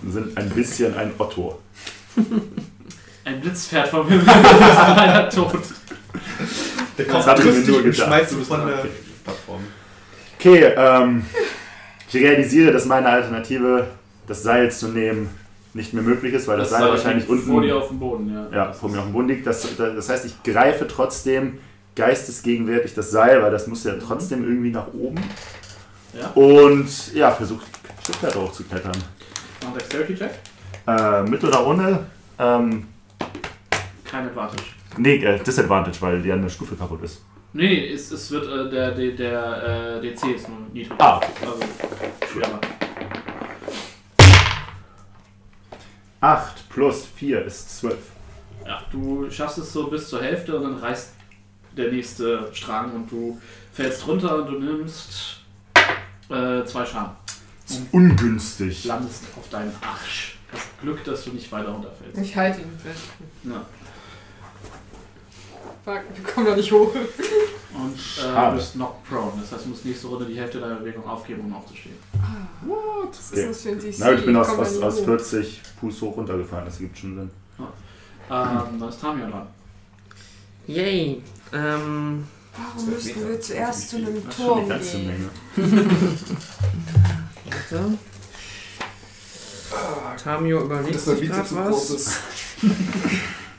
S6: Wir sind ein bisschen ein Otto.
S3: Ein Blitz fährt vom Himmel und ist leider tot.
S7: Der
S6: Das
S7: Kopf
S6: hab ich mir
S7: trifft dich
S6: nur
S7: und
S6: gedacht.
S7: schmeißt dich von der
S6: Okay.
S7: Plattform.
S6: Okay, ähm, ich realisiere, dass meine Alternative, das Seil zu nehmen, nicht mehr möglich ist, weil das, Seil
S3: sah
S6: wahrscheinlich
S3: vor
S6: unten
S3: dir auf dem Boden, ja.
S6: ja, vor mir auf dem Boden liegt. Das, das heißt, ich greife trotzdem geistesgegenwärtig das Seil, weil das muss ja trotzdem irgendwie nach oben.
S3: Mhm. Ja.
S6: Und ja, versuche Stuttgart hochzuklettern.
S3: Mach einen Dexterity-Check.
S6: Äh, mit oder ohne? Ähm,
S3: Keine Advantage.
S6: nee, äh, Disadvantage, weil die andere Stufe kaputt ist.
S3: Nee, nee, es, es wird äh, der, der, der äh, DC ist nur niedrig.
S6: Ah,
S3: Also, ja, aber
S6: 8 plus 4 ist 12.
S3: ja, du schaffst es so bis zur Hälfte und dann reißt der nächste Strang und du fällst runter und du nimmst äh, zwei Schaden.
S6: Das ist ungünstig.
S3: Landest auf deinen Arsch. Hast Glück, dass du nicht weiter runterfällst.
S8: Ich halte ihn fest.
S3: Ja.
S8: Fuck, wir kommen da nicht hoch.
S3: Und äh, du
S6: Schade.
S3: bist knock prone. Das heißt, du musst nächste Runde die Hälfte deiner Bewegung aufgeben, um aufzustehen.
S8: Was ist Ah, das für ein DC?
S6: Na, ich bin aus,
S8: komme da
S6: aus,
S8: nie
S6: aus
S8: hoch.
S6: 40 Fuß hoch runtergefahren, das gibt schon Sinn. Mhm.
S3: Ähm, dann ist Tamion dran.
S5: Yay. Ähm,
S4: Warum müssen wir zuerst zu einem
S3: Das ist
S4: Turm
S6: Eine ganze
S4: gehen?
S6: Menge.
S5: warte. Tamio überlegt
S7: Das ist
S5: sich
S7: viel
S5: grad
S7: zu
S5: was.
S7: großes.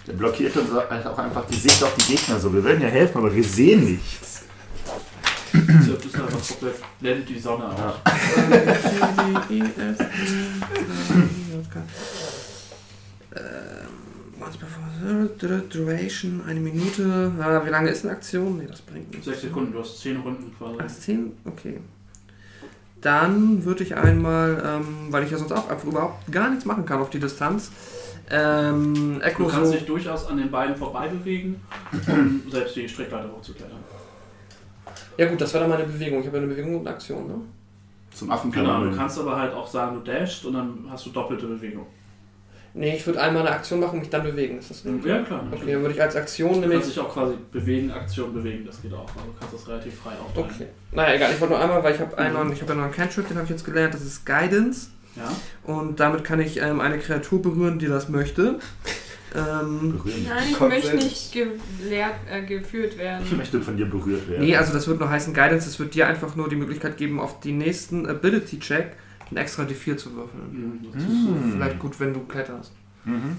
S6: Der blockiert uns halt auch einfach die Sicht auf die Gegner so. Wir werden ja helfen, aber wir sehen nichts.
S3: Deshalb bist du einfach komplett blendet die Sonne aus.
S6: Ja.
S5: Ähm, Warte, bevor. Duration, eine Minute. Ah, wie lange ist eine Aktion? Nee, das bringt nichts.
S3: Sechs Sekunden, du hast zehn Runden
S5: Ach,
S3: quasi.
S5: 10? Okay. Dann würde ich einmal, ähm, weil ich ja sonst auch einfach überhaupt gar nichts machen kann auf die Distanz, ähm, Echo
S3: Du kannst
S5: so.
S3: dich durchaus an den beiden vorbeibewegen, um selbst die Strickleiter hochzuklettern.
S5: Ja gut, das war dann meine Bewegung. Ich habe ja eine Bewegung und eine Aktion, ne?
S6: Zum Affen kann
S3: Genau,
S6: man-
S3: du kannst aber halt auch sagen, du dashst und dann hast du doppelte Bewegung.
S5: Nee, ich würde einmal eine Aktion machen und mich dann bewegen. Ist das nicht?
S3: Ja, klar.
S5: Mhm. Okay,
S3: natürlich.
S5: dann würde ich als Aktion
S3: Du kannst
S5: nämlich.
S3: dich auch quasi bewegen, Aktion bewegen, das geht auch. Also du kannst das relativ frei aufteilen.
S5: Okay. Naja, egal, ich wollte nur einmal, weil ich habe einmal, ich habe ja noch einen Cantrip, den habe ich jetzt gelernt, das ist Guidance.
S3: Ja?
S5: Und damit kann ich ähm, eine Kreatur berühren, die das möchte. Ähm,
S6: Berühren.
S8: Nein, ich
S7: Konzept.
S8: möchte nicht gelehrt, äh, geführt werden.
S6: Ich möchte von dir berührt werden.
S5: Nee, also das wird nur heißen Guidance, es wird dir einfach nur die Möglichkeit geben, auf den nächsten Ability-Check einen extra D4 zu würfeln.
S3: Mhm, das ist-
S6: Hm.
S5: Vielleicht gut, wenn du kletterst.
S6: Mhm.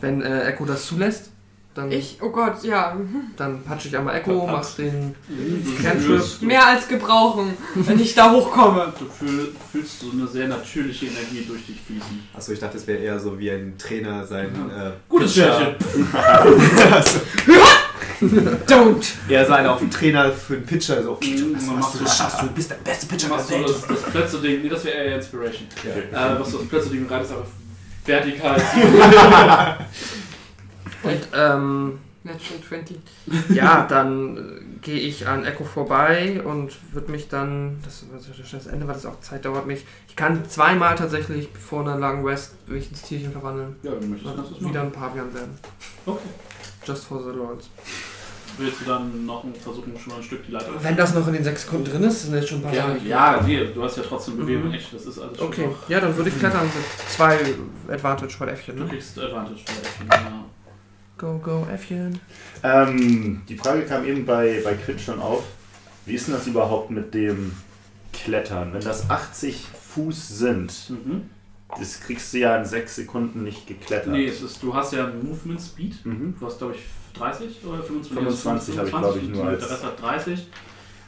S5: Wenn äh, Echo das zulässt, dann,
S8: Ich, oh Gott, ja.
S5: dann patsche ich einmal Echo, mach den.
S3: Mhm,
S5: Cantrip.
S3: du fühlst-
S8: Mehr als gebrauchen, wenn ich da hochkomme.
S3: Du fühl, fühlst so eine sehr natürliche Energie durch dich fließen.
S7: Achso, ich dachte, es wäre eher so wie ein Trainer sein. Äh,
S3: Gutes
S7: Pitcher.
S3: Schärchen.
S7: Also,
S8: Don't!
S7: eher sein auf den Trainer für einen Pitcher. Mhm, So.
S3: Was machst du?
S7: schaffst du, bist der beste Pitcher
S3: Machst du das, das Plötze-Ding, nee, das wäre eher Inspiration.
S7: Ja.
S3: Äh, was du das Plötze-Ding rein ist, aber vertikal.
S5: Und ähm,
S8: Natural 20.
S5: ja, dann äh, gehe ich an Echo vorbei und wird mich dann. Das, war so das Ende, weil das auch Zeit dauert, mich. Ich kann zweimal tatsächlich vor einer langen Rest mich ins Tierchen verwandeln.
S3: ja, wenn du möchtest, kannst du es
S5: Wieder
S3: machen.
S5: ein Pavian werden.
S3: Okay.
S5: Just for the Lords.
S3: Willst du dann noch einen- versuchen, schon mal ein Stück die Leiter
S5: Wenn das noch in den sechs Sekunden drin ist, sind jetzt schon ein paar
S3: Ja,
S5: Tage.
S3: ja, nee, du hast ja trotzdem Bewegung,
S5: Mhm.
S3: echt, das ist alles schon
S5: Okay,
S3: noch-
S5: ja, dann würde ich klettern mit zwei Advantage bei Äffchen,
S3: Du
S5: ne?
S3: kriegst Advantage vielleicht. Ja.
S5: Go, go, Äffchen.
S6: Ähm, die Frage kam eben bei, bei Quint schon auf. Wie ist denn das überhaupt mit dem Klettern? Wenn das 80 Fuß sind,
S3: Mhm.
S6: das kriegst du ja in 6 Sekunden nicht geklettert.
S3: Nee, es ist, du hast ja einen Movement Speed.
S6: Mhm.
S3: Du hast, glaube ich, 30 oder 25?
S6: 25 habe ich, glaube ich, nur als-
S3: Das hat 30.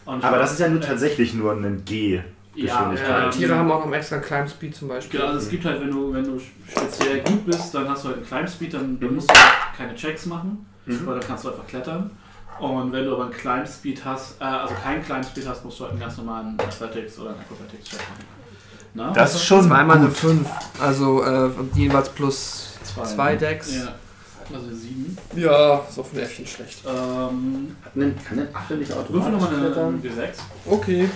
S3: Und
S6: Aber das ist ja nur tatsächlich nur ein G.
S3: Ja,
S5: Äh,
S6: Geschwindigkeit.
S3: ähm,
S5: Tiere haben auch noch einen extra Climb Speed zum Beispiel.
S3: Ja, also es gibt halt, wenn du, wenn du
S6: Mhm.
S3: speziell gut bist, dann hast du halt einen Climb-Speed, dann, dann musst du halt keine Checks machen,
S6: Mhm.
S3: weil dann kannst du einfach klettern. Und wenn du aber einen Climb-Speed hast, äh, also keinen Climb-Speed hast, musst du halt einen ganz normalen Athletics oder einen Acrobatics-Check machen. Na?
S6: Das ist schon
S5: Zweimal eine
S6: gut.
S5: 5, also äh, und jeweils plus
S3: Zwei.
S5: zwei Decks.
S3: Ja, also sieben.
S5: Ja, ist auf ein Äffchen schlecht.
S3: Ähm,
S6: Kann ein- Kann ein Affe nicht
S3: würfel
S6: automatisch
S3: nochmal eine
S6: klettern?
S3: W6.
S5: Okay.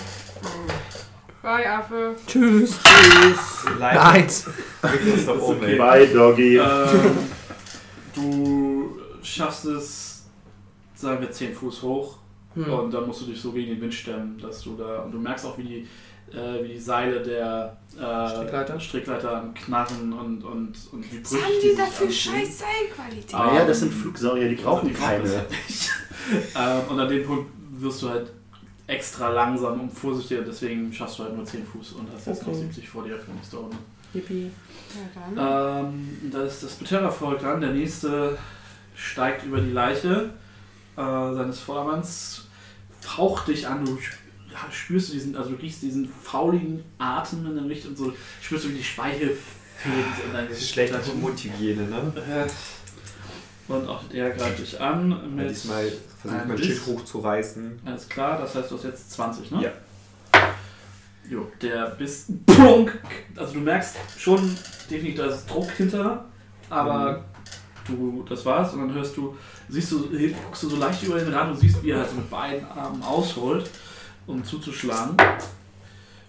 S8: Bye, Affe.
S5: Tschüss. Tschüss.
S7: Leider.
S5: Eins.
S7: Ist doch oben, ey.
S6: Bye, Doggy.
S3: Ähm, du schaffst es, sagen wir 10 Fuß hoch,
S5: Hm.
S3: Und dann musst du dich so gegen den Wind stemmen, dass du da. Und du merkst auch, wie die äh, wie die Seile der äh,
S5: Strickleiter?
S3: Strickleiter am Knarren und, und, und wie
S8: Was haben
S3: brüchig
S8: die
S3: sich
S8: da für
S3: anfühlen.
S8: scheiß Seilqualität?
S3: Ah.
S6: Naja, das sind Flugsaurier, die brauchen
S3: Die brauchen
S6: keine.
S3: das ja nicht. ähm, und an dem Punkt wirst du halt extra langsam und vorsichtiger, deswegen schaffst du halt nur 10 Fuß und hast jetzt noch
S5: Okay.
S3: 70 vor dir für nächste Runde.
S5: Yippie.
S8: Ja, dann.
S3: Ähm, da ist das Butera-Volk dran. Der nächste steigt über die Leiche äh, seines Vordermanns, faucht dich an. Du sp- spürst du diesen, also du riechst diesen fauligen Atem in deinem Licht und so spürst du, wie die Speichel fehlen. in deinem
S7: Das
S3: Gesicht.
S7: ist schlecht für Mundhygiene, ne?
S3: Äh, Und auch der greift dich an
S7: Weil
S3: mit.
S7: diesmal versucht
S3: ein
S7: mein
S3: Biss.
S7: Schild hochzureißen.
S3: Alles klar, das heißt, du hast jetzt 20, ne?
S7: Ja.
S3: Jo, der bist. Punk! Also, du merkst schon definitiv, da ist Druck hinter, aber
S7: Mhm.
S3: du, das war's. Und dann hörst du, siehst du, guckst du so leicht über den Rand und siehst, wie er halt so mit beiden Armen ausholt, um zuzuschlagen.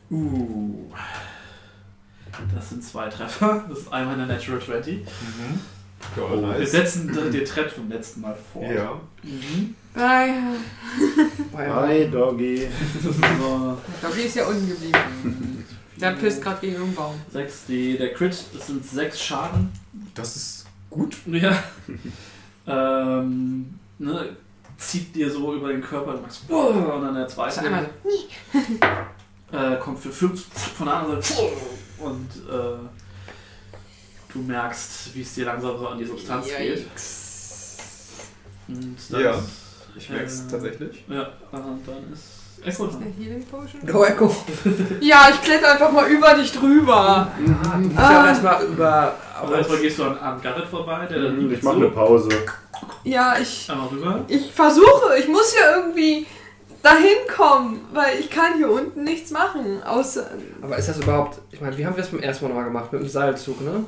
S3: Uh. Das sind zwei Treffer. Das ist einmal eine Natural 20.
S7: Mhm. Ja,
S6: Oh,
S3: Wir
S7: nice.
S3: setzen den Trend vom letzten Mal vor.
S7: Ja.
S3: Mhm.
S8: Ah, ja.
S6: Hi, Doggy.
S3: Das ist so.
S4: Doggy ist ja unten geblieben. Der pisst gerade gegen den Baum.
S3: 6, die, der Crit, das sind 6 Schaden.
S7: Das ist gut.
S3: Ja. ähm, ne, zieht dir so über den Körper, du machst "Uah", und dann der
S4: Also
S3: zweite
S4: einmal.
S3: äh, kommt für 5 von der anderen Seite "Uah", und äh, du merkst, wie es dir langsam so an die Substanz geht. Und dann
S7: Ja,
S3: ist,
S7: Ich merk's
S3: äh,
S7: tatsächlich.
S3: Ja, äh, dann ist Echo
S4: Eine
S3: dran.
S4: Healing Potion?
S5: Go Echo.
S4: Ja, ich kletter einfach mal über dich drüber.
S5: Ich darf erstmal über.
S3: Aber Also erstmal gehst du an, an Garrett vorbei, der da
S6: Mhm,
S3: liegt
S6: Ich mache
S3: so.
S6: eine Pause.
S4: Ja, ich,
S3: Einmal rüber.
S4: ich versuche, ich muss ja irgendwie dahin kommen, weil ich kann hier unten nichts machen, außer...
S5: Aber ist das überhaupt. Ich meine, wie haben wir das beim ersten Mal nochmal gemacht? Mit dem Seilzug, ne?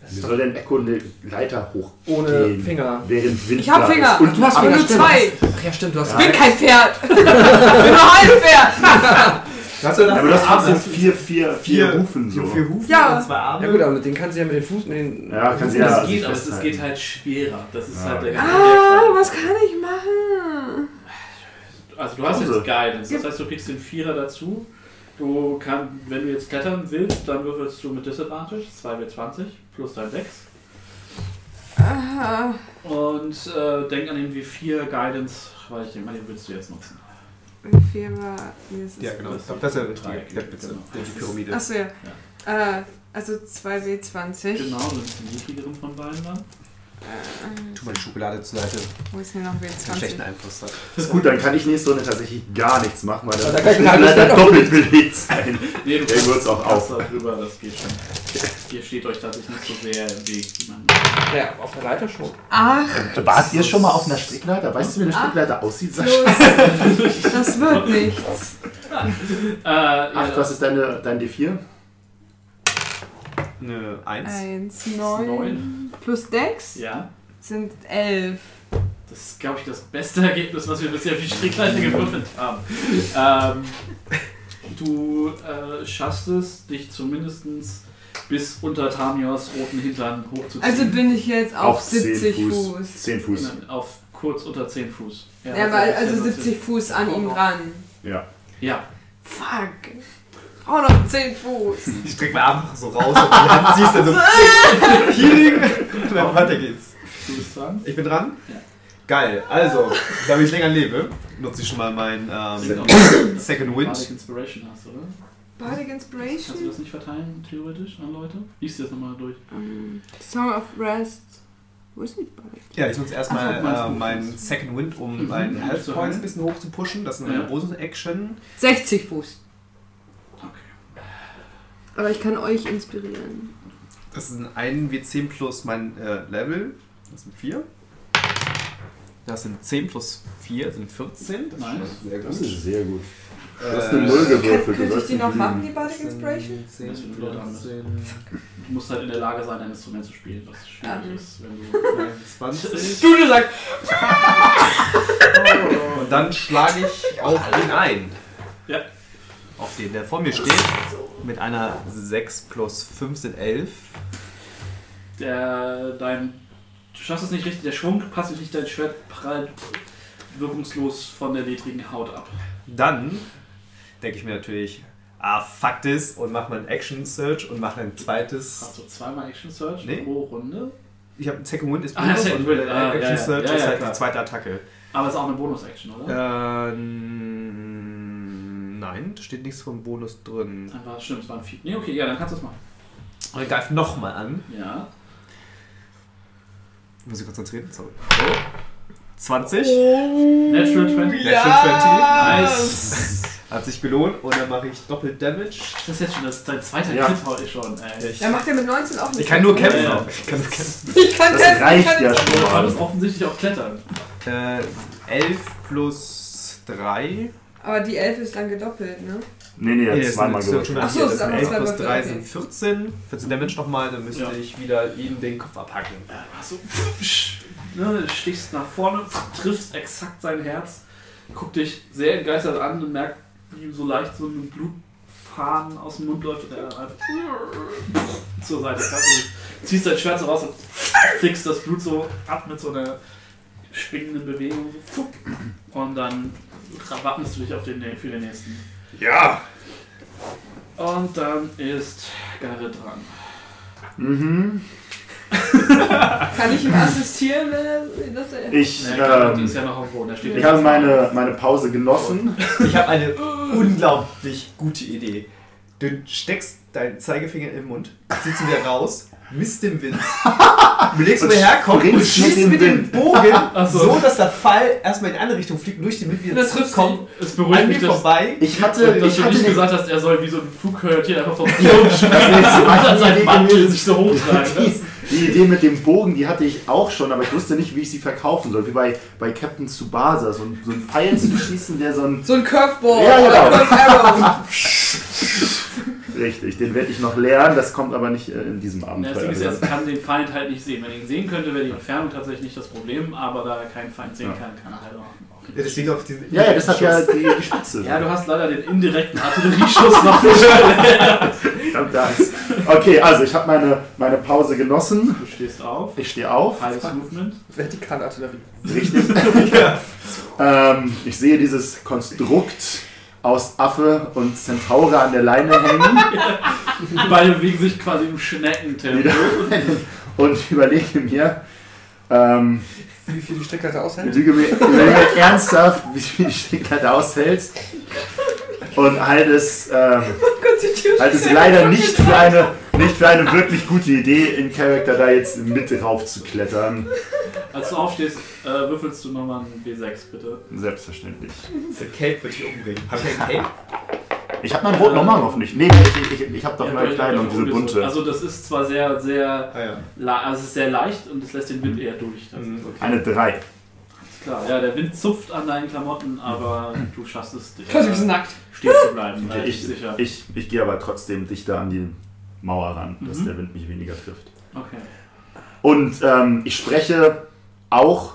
S5: Das
S6: Wie
S5: ist
S6: soll
S5: doch
S6: denn Echo eine Leiter hoch?
S5: ohne
S6: gehen?
S5: Finger.
S6: Während Wind
S4: Ich hab
S6: da
S4: Finger.
S6: Ist. Und
S5: Du hast
S4: Aber
S5: Finger,
S4: nur
S5: stimmt.
S4: zwei.
S5: Ach ja, stimmt, du hast
S4: Ich bin
S5: Finger.
S4: kein Pferd. ich bin nur halb Pferd.
S7: Hast du
S6: Ja, aber das
S7: Arm-
S6: sind
S3: Also
S6: vier, vier, vier, Rufen so.
S7: Vier Hufen
S4: Ja.
S7: und zwei Arme.
S5: Ja gut, aber mit denen kannst du ja mit den Fuß, mit den.
S6: Ja, kann sie
S3: Das
S6: ja. also sich
S3: geht, aber es es
S6: festhalten.
S3: geht halt schwerer. Das ist
S6: Ah,
S3: halt der
S6: okay.
S3: ganze
S4: Ah,
S3: Mehrfall.
S4: was kann ich machen?
S3: Also du hast
S6: Pause.
S3: jetzt Guidance, das heißt du kriegst den Vierer dazu. Du kann, wenn du jetzt klettern willst, dann würfelst du mit Disadvantage 2W20 plus dein Dex.
S4: Ah,
S3: Und äh, denk an den W4 Guidance, weil ich denke mal, den willst du jetzt nutzen.
S4: wie viel war... Nee, es ist-
S7: Ja, genau. Ich glaube, das ist der richtige.
S3: Dreieck,
S7: Ja, bitte.
S3: genau.
S7: Die Pyramide.
S4: Achso, ja. Äh, also 2W20.
S3: Genau, du nimmst den niedrigeren von beiden dann.
S4: Äh,
S7: Tu mal die Schokolade zur Seite.
S4: wo ist denn noch
S7: Einen schlechten
S4: W20?
S7: Einfluss hat.
S6: Ist gut, dann kann ich nächste Runde tatsächlich gar nichts machen, weil
S5: Aber da kann
S6: das
S5: ich
S6: wird
S5: gar nicht
S6: leider
S5: mehr
S6: doppelt belegt sein.
S3: Nee, du
S6: Der wird's auch
S3: kannst
S6: auf.
S3: da drüber, das geht schon. Ihr steht euch tatsächlich nicht so sehr im Weg. wie man-
S5: Ja, auf der Leiter schon.
S4: Ach,
S6: Wart ihr schon mal auf einer Strickleiter? Weißt du, wie eine Strickleiter aussieht, Sascha?
S4: das wird nichts.
S3: Äh, ja,
S6: Ach, was ist deine, dein D4?
S7: Eine Eins.
S4: Eins,
S3: das ist
S4: neun.
S3: neun.
S4: Plus Dex
S3: Ja.
S4: sind elf.
S3: Das ist, glaube ich, das beste Ergebnis, was wir bisher für die Strickleiter gewürfelt haben. Ähm, du äh, schaffst es, dich zumindest bis unter Tamios roten Hintern hochzuziehen.
S4: Also bin ich jetzt auf,
S6: 10
S4: 70 Fuß.
S6: 10 Fuß.
S3: Nein, auf kurz unter 10 Fuß.
S4: Ja, weil,
S3: ja,
S4: also
S3: ja,
S4: 70 Fuß an ihm dran.
S6: Ja.
S3: Ja,
S4: Fuck. Auch noch 10 Fuß.
S7: Ich streck meinen Arm einfach so raus und dann ziehst
S4: Also-
S7: du so. Healing. Und dann weiter geht's.
S3: du bist dran.
S7: Ich bin dran?
S3: Ja.
S7: Geil. Also, damit ich länger lebe, nutze ich schon mal mein
S3: Singt auch-
S7: ähm, Second
S3: Bardic
S7: Wind.
S3: Inspiration hast, oder?
S4: Bardic
S3: Kannst du
S4: Inspiration?
S3: das nicht verteilen, theoretisch, an Leute? Lies dir das nochmal durch.
S4: Ähm, Song of Rest. Wo ist denn Bardic?
S7: Ja, ich nutze
S3: Ach,
S7: erstmal
S3: meinst du,
S7: äh,
S3: du
S7: meinen
S3: nutzt-
S7: Second Wind, um
S3: Mhm,
S7: meinen
S3: um
S7: Health
S3: zu
S7: Points
S3: heilen.
S7: ein bisschen hoch zu pushen. Das ist
S3: Ja.
S7: eine Bonus-Action.
S4: 60 Fuß.
S3: Okay.
S4: Aber ich kann euch inspirieren.
S7: Das ist ein 1W10 plus mein äh, Level. Das sind 4. Das sind 10 plus 4, sind 14. Das
S3: Nice.
S7: ist schon mal sehr gut.
S6: Das ist sehr gut.
S7: äh,
S6: Du hast eine Null gewürfelt. du
S4: Könnte ich
S6: sollst
S4: die
S6: nicht
S4: noch machen,
S6: lügen.
S4: die Bardic Inspiration?
S7: 10,
S3: Das wird wieder
S7: 14,
S3: Du musst halt in der Lage sein, dein Instrument zu spielen, was schwierig
S4: Mhm.
S3: ist, wenn du.
S7: 20.
S4: Du sagst.
S7: Und dann schlage ich auf den ein.
S3: Ja.
S7: Auf den, der vor mir steht. Mit einer 6 plus 5 sind 11.
S3: der, dein, du schaffst es nicht richtig, der Schwung passt nicht, richtig, dein Schwert prallt wirkungslos von der ledrigen Haut ab.
S7: Dann denke ich mir natürlich, ah, fuck this, und mach mal einen Action-Search und mach ein zweites.
S3: Hast du zweimal Action Search
S7: Nee.
S3: pro Runde?
S7: Ich habe Second Wind ist
S3: Ah, das ist ja
S7: Bonus und
S3: cool.
S7: äh,
S3: Ah, ja, ja.
S7: Action-Search
S3: Ja, ja,
S7: ist halt
S3: klar.
S7: die zweite Attacke.
S3: Aber es ist auch eine Bonus-Action, oder?
S7: Äh, Ähm, nein, da steht nichts vom Bonus drin.
S3: Dann war es stimmt, es war ein Feed. Nee, okay, ja, dann kannst du es machen. Ah.
S7: Und er greift nochmal an.
S3: Ja.
S7: Muss ich konzentrieren? Sorry. So. 20.
S3: Oh. Natural 20.
S7: Natural 20.
S3: Nice.
S7: Hat sich gelohnt und dann mache ich doppelt Damage.
S3: Das ist jetzt schon das, dein zweiter
S6: Ja.
S3: Hit heute schon, ey.
S7: Ich,
S4: Ja, macht er mit 19 auch nicht.
S7: ich kann nur
S3: Ja,
S7: kämpfen.
S3: ja.
S7: Ich kann nur kämpfen.
S4: Ich kann
S6: Das reicht ja
S3: Du
S6: schon
S3: konntest
S6: mal.
S3: offensichtlich auch klettern.
S7: Äh, 11 plus 3.
S4: Aber die 11 ist dann gedoppelt, ne?
S6: Nee, nee, er hat
S7: das
S6: zweimal
S7: sind- das
S4: Ach
S6: gewürfelt.
S7: sind
S4: so,
S7: schon
S4: das
S7: mal
S4: sind
S7: 11
S4: zwei
S7: plus
S4: Würfel,
S7: 3
S4: okay.
S7: sind 14. 14 Damage nochmal, dann müsste
S3: Ja.
S7: ich wieder ihm den Kopf abhacken.
S3: Achso, ne, stichst nach vorne, triffst exakt sein Herz, guckt dich sehr entgeistert an und merkt, wie ihm so leicht so ein Blutfaden aus dem Mund läuft und er einfach zur Seite klappt und ziehst dein Schwert so raus und flickst das Blut so ab mit so einer schwingenden Bewegung und dann wappnest du dich auf den, nä- für den nächsten.
S6: Ja!
S3: Und dann ist Garrett dran.
S6: Mhm.
S4: Kann ich ihm assistieren, wenn er das er-
S6: Ich,
S3: Ne, Garrett
S6: ähm,
S3: ist ja noch auf dem Boden, der steht
S6: ich habe meine, meine Pause genossen.
S7: Ich habe eine unglaublich gute Idee. Du steckst deinen Zeigefinger im Mund, ziehst ihn wieder raus, misst den Wind, überlegst, wo
S6: Und
S7: er herkommt und
S6: springst mit
S7: schießt
S6: dem
S7: mit dem
S6: Wind.
S7: Bogen,
S3: Ach so.
S7: so dass der Fall erstmal in die andere Richtung fliegt, und durch den Wind wieder
S3: Das
S7: zurückkommt,
S3: Es
S7: an
S3: beruhigt
S7: mir
S3: mich, dass,
S7: vorbei.
S6: Ich hatte,
S3: dass
S6: ich
S3: du
S6: hatte
S3: nicht
S6: den
S3: gesagt hast, er soll wie so ein Flughörnchen einfach so auf die Ohren springen
S6: nächste
S3: und
S6: Mal
S3: dann
S6: die
S3: sein Mantel
S6: Idee.
S3: sich so ne? hochtragen.
S6: Die, die Idee mit dem Bogen, die hatte ich auch schon, aber ich wusste nicht, wie ich sie verkaufen soll. Wie bei, bei Captain Tsubasa, so, ein- so einen Pfeil zu schießen, der so ein...
S4: So ein Curveball
S6: Ja,
S4: oder
S6: genau.
S4: Curve Arrow.
S6: Richtig, den werde ich noch lernen, das kommt aber nicht äh, in diesem
S3: Ja, Das
S6: Abenteuer.
S3: Ding ist,
S6: Also,
S3: er kann den Feind halt nicht sehen. Wenn er ihn sehen könnte, wäre die Entfernung tatsächlich nicht das Problem, aber da er keinen Feind sehen
S6: Ja.
S3: kann, kann er halt auch.
S7: Ja, deswegen auch diese
S6: ja, ja, das hat ja die, die Spitze.
S3: Ja, du hast leider den indirekten Artillerieschuss noch nicht.
S6: Verdammt, da ist- Okay, also ich habe meine, meine Pause genossen.
S3: Du stehst auf,
S6: Ich stehe auf.
S3: halbes Movement.
S5: Vertikalartillerie.
S6: Richtig. ähm, ich sehe dieses Konstrukt aus Affe und Zentaure an der Leine hängen
S3: Die Beine bewegen sich quasi im Schneckentempo.
S6: und überlege mir, ähm,
S5: Wie viel die Strickleiter
S6: ich
S5: aushält?
S6: lüge mir, überlege mir ernsthaft, wie viel die Stickleiter aushält und halte es, ähm,
S4: Kurz die Tür
S6: halte Halt Also es leider nicht für, eine, nicht für eine wirklich gute Idee, in Character da jetzt mit rauf zu klettern.
S3: Als du aufstehst, äh, würfelst du nochmal einen W6, bitte.
S6: Selbstverständlich.
S7: Der Cape wird dich umbringen. Hab ich einen Cape?
S6: Ich habe meinen roten Umhang noch nicht. Nee, ich, ich, ich habe doch
S3: Ja,
S6: meine
S3: ich hab
S6: Kleidung,
S3: das
S6: diese
S3: umgesucht.
S6: bunte.
S3: Also das ist zwar sehr, sehr,
S7: Ah ja.
S3: la- also es ist sehr leicht und es lässt den Wind eher durch. Das
S7: Mhm, okay.
S6: Eine 3.
S3: ist klar. Ja, der Wind zupft an deinen Klamotten, aber du schaffst es, dich
S4: Kurz ein bisschen nackt.
S3: stehen zu bleiben.
S6: Okay,
S3: äh,
S6: ich-
S3: sicher.
S6: Ich, ich gehe aber trotzdem dichter an die Mauer ran, dass
S3: Mhm.
S6: der Wind mich weniger trifft.
S3: Okay.
S6: Und ähm, ich spreche auch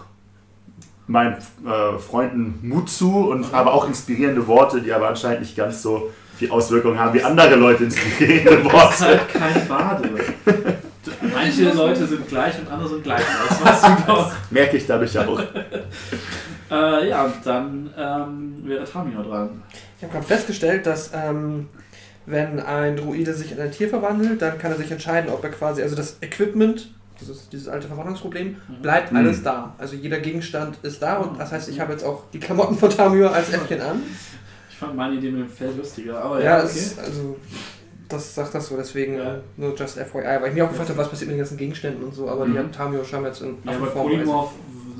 S6: meinen äh, Freunden Mut zu und aber auch inspirierende Worte, die aber anscheinend nicht ganz so die Auswirkungen haben wie andere Leute inspirierende
S3: Das ist
S6: Worte.
S3: halt kein Bade. Manche Leute sind gleich und andere sind gleich. Das weißt du doch.
S6: Merke ich dadurch ja auch.
S3: Äh, ja, und dann ähm, wäre Tamio dran.
S5: Ich habe gerade festgestellt, dass ähm, wenn ein Druide sich in ein Tier verwandelt, dann kann er sich entscheiden, ob er quasi, also das Equipment, das ist dieses alte Verwandlungsproblem, bleibt
S6: Mhm.
S5: alles da. Also jeder Gegenstand ist da und das heißt, ich habe jetzt auch die Klamotten von Tamio als Äffchen an.
S3: Ich fand meine Idee mit dem Fell lustiger, aber Oh,
S5: Ja,
S3: ja,
S5: es
S3: okay.
S5: ist, also das sagt das so, deswegen
S3: Ja.
S5: äh, nur just FYI, weil ich mir auch gefragt habe, was passiert mit den ganzen Gegenständen und so, aber die
S6: Mhm.
S5: hat Tamio scheinbar jetzt in
S3: Ja, bei
S5: Affenform.
S3: Polymorph,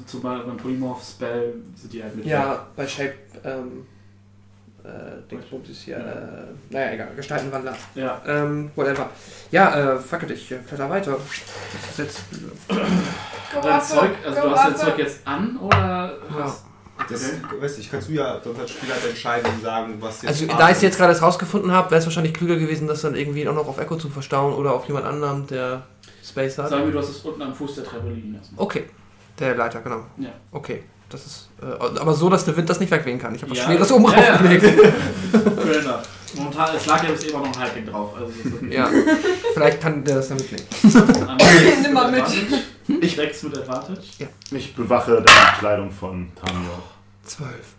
S3: zum Beispiel beim Polymorph-Spell sind die halt mit.
S5: Ja, bei Shape, ähm, äh, Dingsbums ist hier, äh, naja, egal, Gestaltenwandler.
S3: ja.
S5: Ähm, whatever. Ja, äh, fuck it, ich äh, kletter weiter. Das ist jetzt, äh,
S4: Go
S3: Dein
S4: Affe,
S3: Zeug, also
S4: go
S3: du hast dein
S4: Affe.
S3: Zeug jetzt an oder hast
S7: Das, weiß ich, kannst du ja sonst als Spieler halt entscheiden und sagen, was jetzt.
S5: also,
S7: Phase
S5: da ich es
S7: ist.
S5: jetzt gerade erst rausgefunden habe, wäre es wahrscheinlich klüger gewesen, das dann irgendwie auch noch auf Echo zu verstauen oder auf jemand anderem, der Space hat.
S3: Sagen wir, du hast es unten am Fuß der Treppe liegen lassen.
S5: Okay, der Leiter, genau.
S3: Ja.
S5: Okay, das ist, äh, aber so, dass der Wind das nicht wegwehen kann. Ich habe was
S3: Ja.
S5: Schweres oben
S3: Ja, ja.
S5: draufgelegt.
S3: Fair enough. Momentan, es lag ja bis eben noch ein Halbling drauf. Also es ist
S5: Ja. Vielleicht kann der das dann mitnehmen.
S3: ein
S4: Nimm mal mit.
S3: Ich wächst mit Advantage.
S6: Ich bewache deine Kleidung von Tamio.
S5: Zwölf.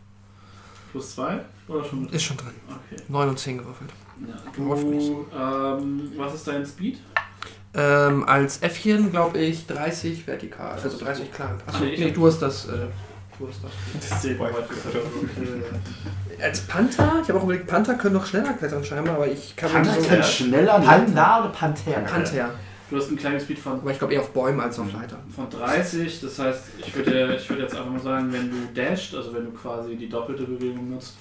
S3: Plus 2? Oder schon mit?
S5: Ist schon drin.
S3: Okay.
S5: 9 und 10 gewürfelt.
S3: Ja,
S5: Worauf nicht.
S3: du, ähm, was ist dein Speed?
S5: Ähm, als Äffchen, glaube ich, 30 vertikal. Also 30 klein. Achso,
S3: Ah, Nee, ich
S5: nee,
S3: hab-
S5: du hast das. Äh, du hast das.
S3: Das zählt
S7: Boah,
S3: weit
S7: ich-
S3: für
S5: Als Panther? Ich habe auch überlegt, Panther können noch schneller klettern scheinbar, aber ich kann
S6: Panther
S5: so...
S6: kann schneller
S9: Panther oder Panther?
S5: Panther.
S3: Du hast einen kleinen Speed von,
S5: Aber ich glaube eher auf Bäumen als
S3: Mhm.
S5: auf Leitern.
S3: von 30, das heißt, ich würde, ich würde jetzt einfach mal sagen, wenn du dasht, also wenn du quasi die doppelte Bewegung nutzt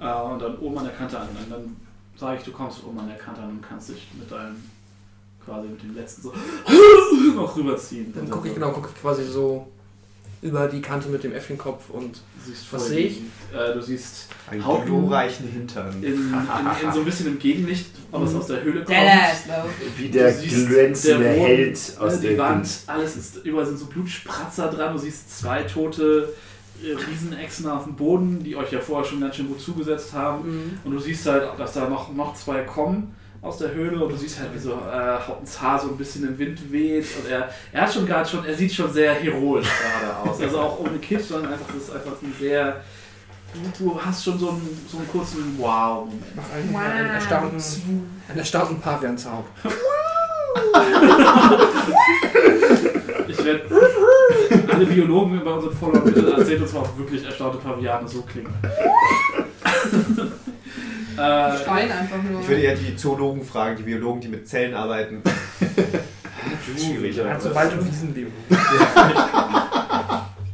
S3: äh, und dann oben an der Kante an, dann- dann sage ich, du kommst oben an der Kante an und kannst dich mit deinem, quasi mit dem letzten so noch rüberziehen. Also
S5: Dann gucke ich genau, gucke ich quasi so über die Kante mit dem Äffchenkopf und
S3: Siehst
S5: Was
S3: vor
S5: sehe
S3: dir- Äh, du siehst
S7: Einen
S3: Haut-
S7: glorreichen Hintern.
S3: in, in, in so ein bisschen im Gegenlicht, was
S5: Mhm.
S3: aus der Höhle kommt.
S6: Wie der
S3: Du siehst,
S6: glänzende
S3: der Boden,
S6: Held
S3: Äh,
S6: aus
S3: die
S6: der
S3: Wand, alles ist, überall sind so Blutspratzer dran. Du siehst zwei tote äh, Riesenechsen auf dem Boden, die euch ja vorher schon ganz schön gut zugesetzt haben. Und du siehst halt, dass da noch, noch zwei kommen aus der Höhle und du siehst halt, wie so äh, Hauptens Haar so ein bisschen im Wind weht. Und er, er hat schon gerade schon, er sieht schon sehr heroisch gerade aus. Also auch ohne Kitsch, sondern einfach, das ist einfach ein sehr. Du, du hast schon so einen, so einen kurzen Wow-Moment.
S5: mach einen, einen erstarrten, einen erstarrten Pavianzaub.
S3: Ich werde alle Biologen bei unseren Followern bitte erzählt uns mal, ob wirklich erstaunte Paviane so klingen. äh,
S8: Schreien einfach nur.
S7: Ich würde eher die Zoologen fragen, die Biologen, die mit Zellen arbeiten. Schwierig, aber
S5: Also
S7: das-
S5: Wald- und Wiesenleben.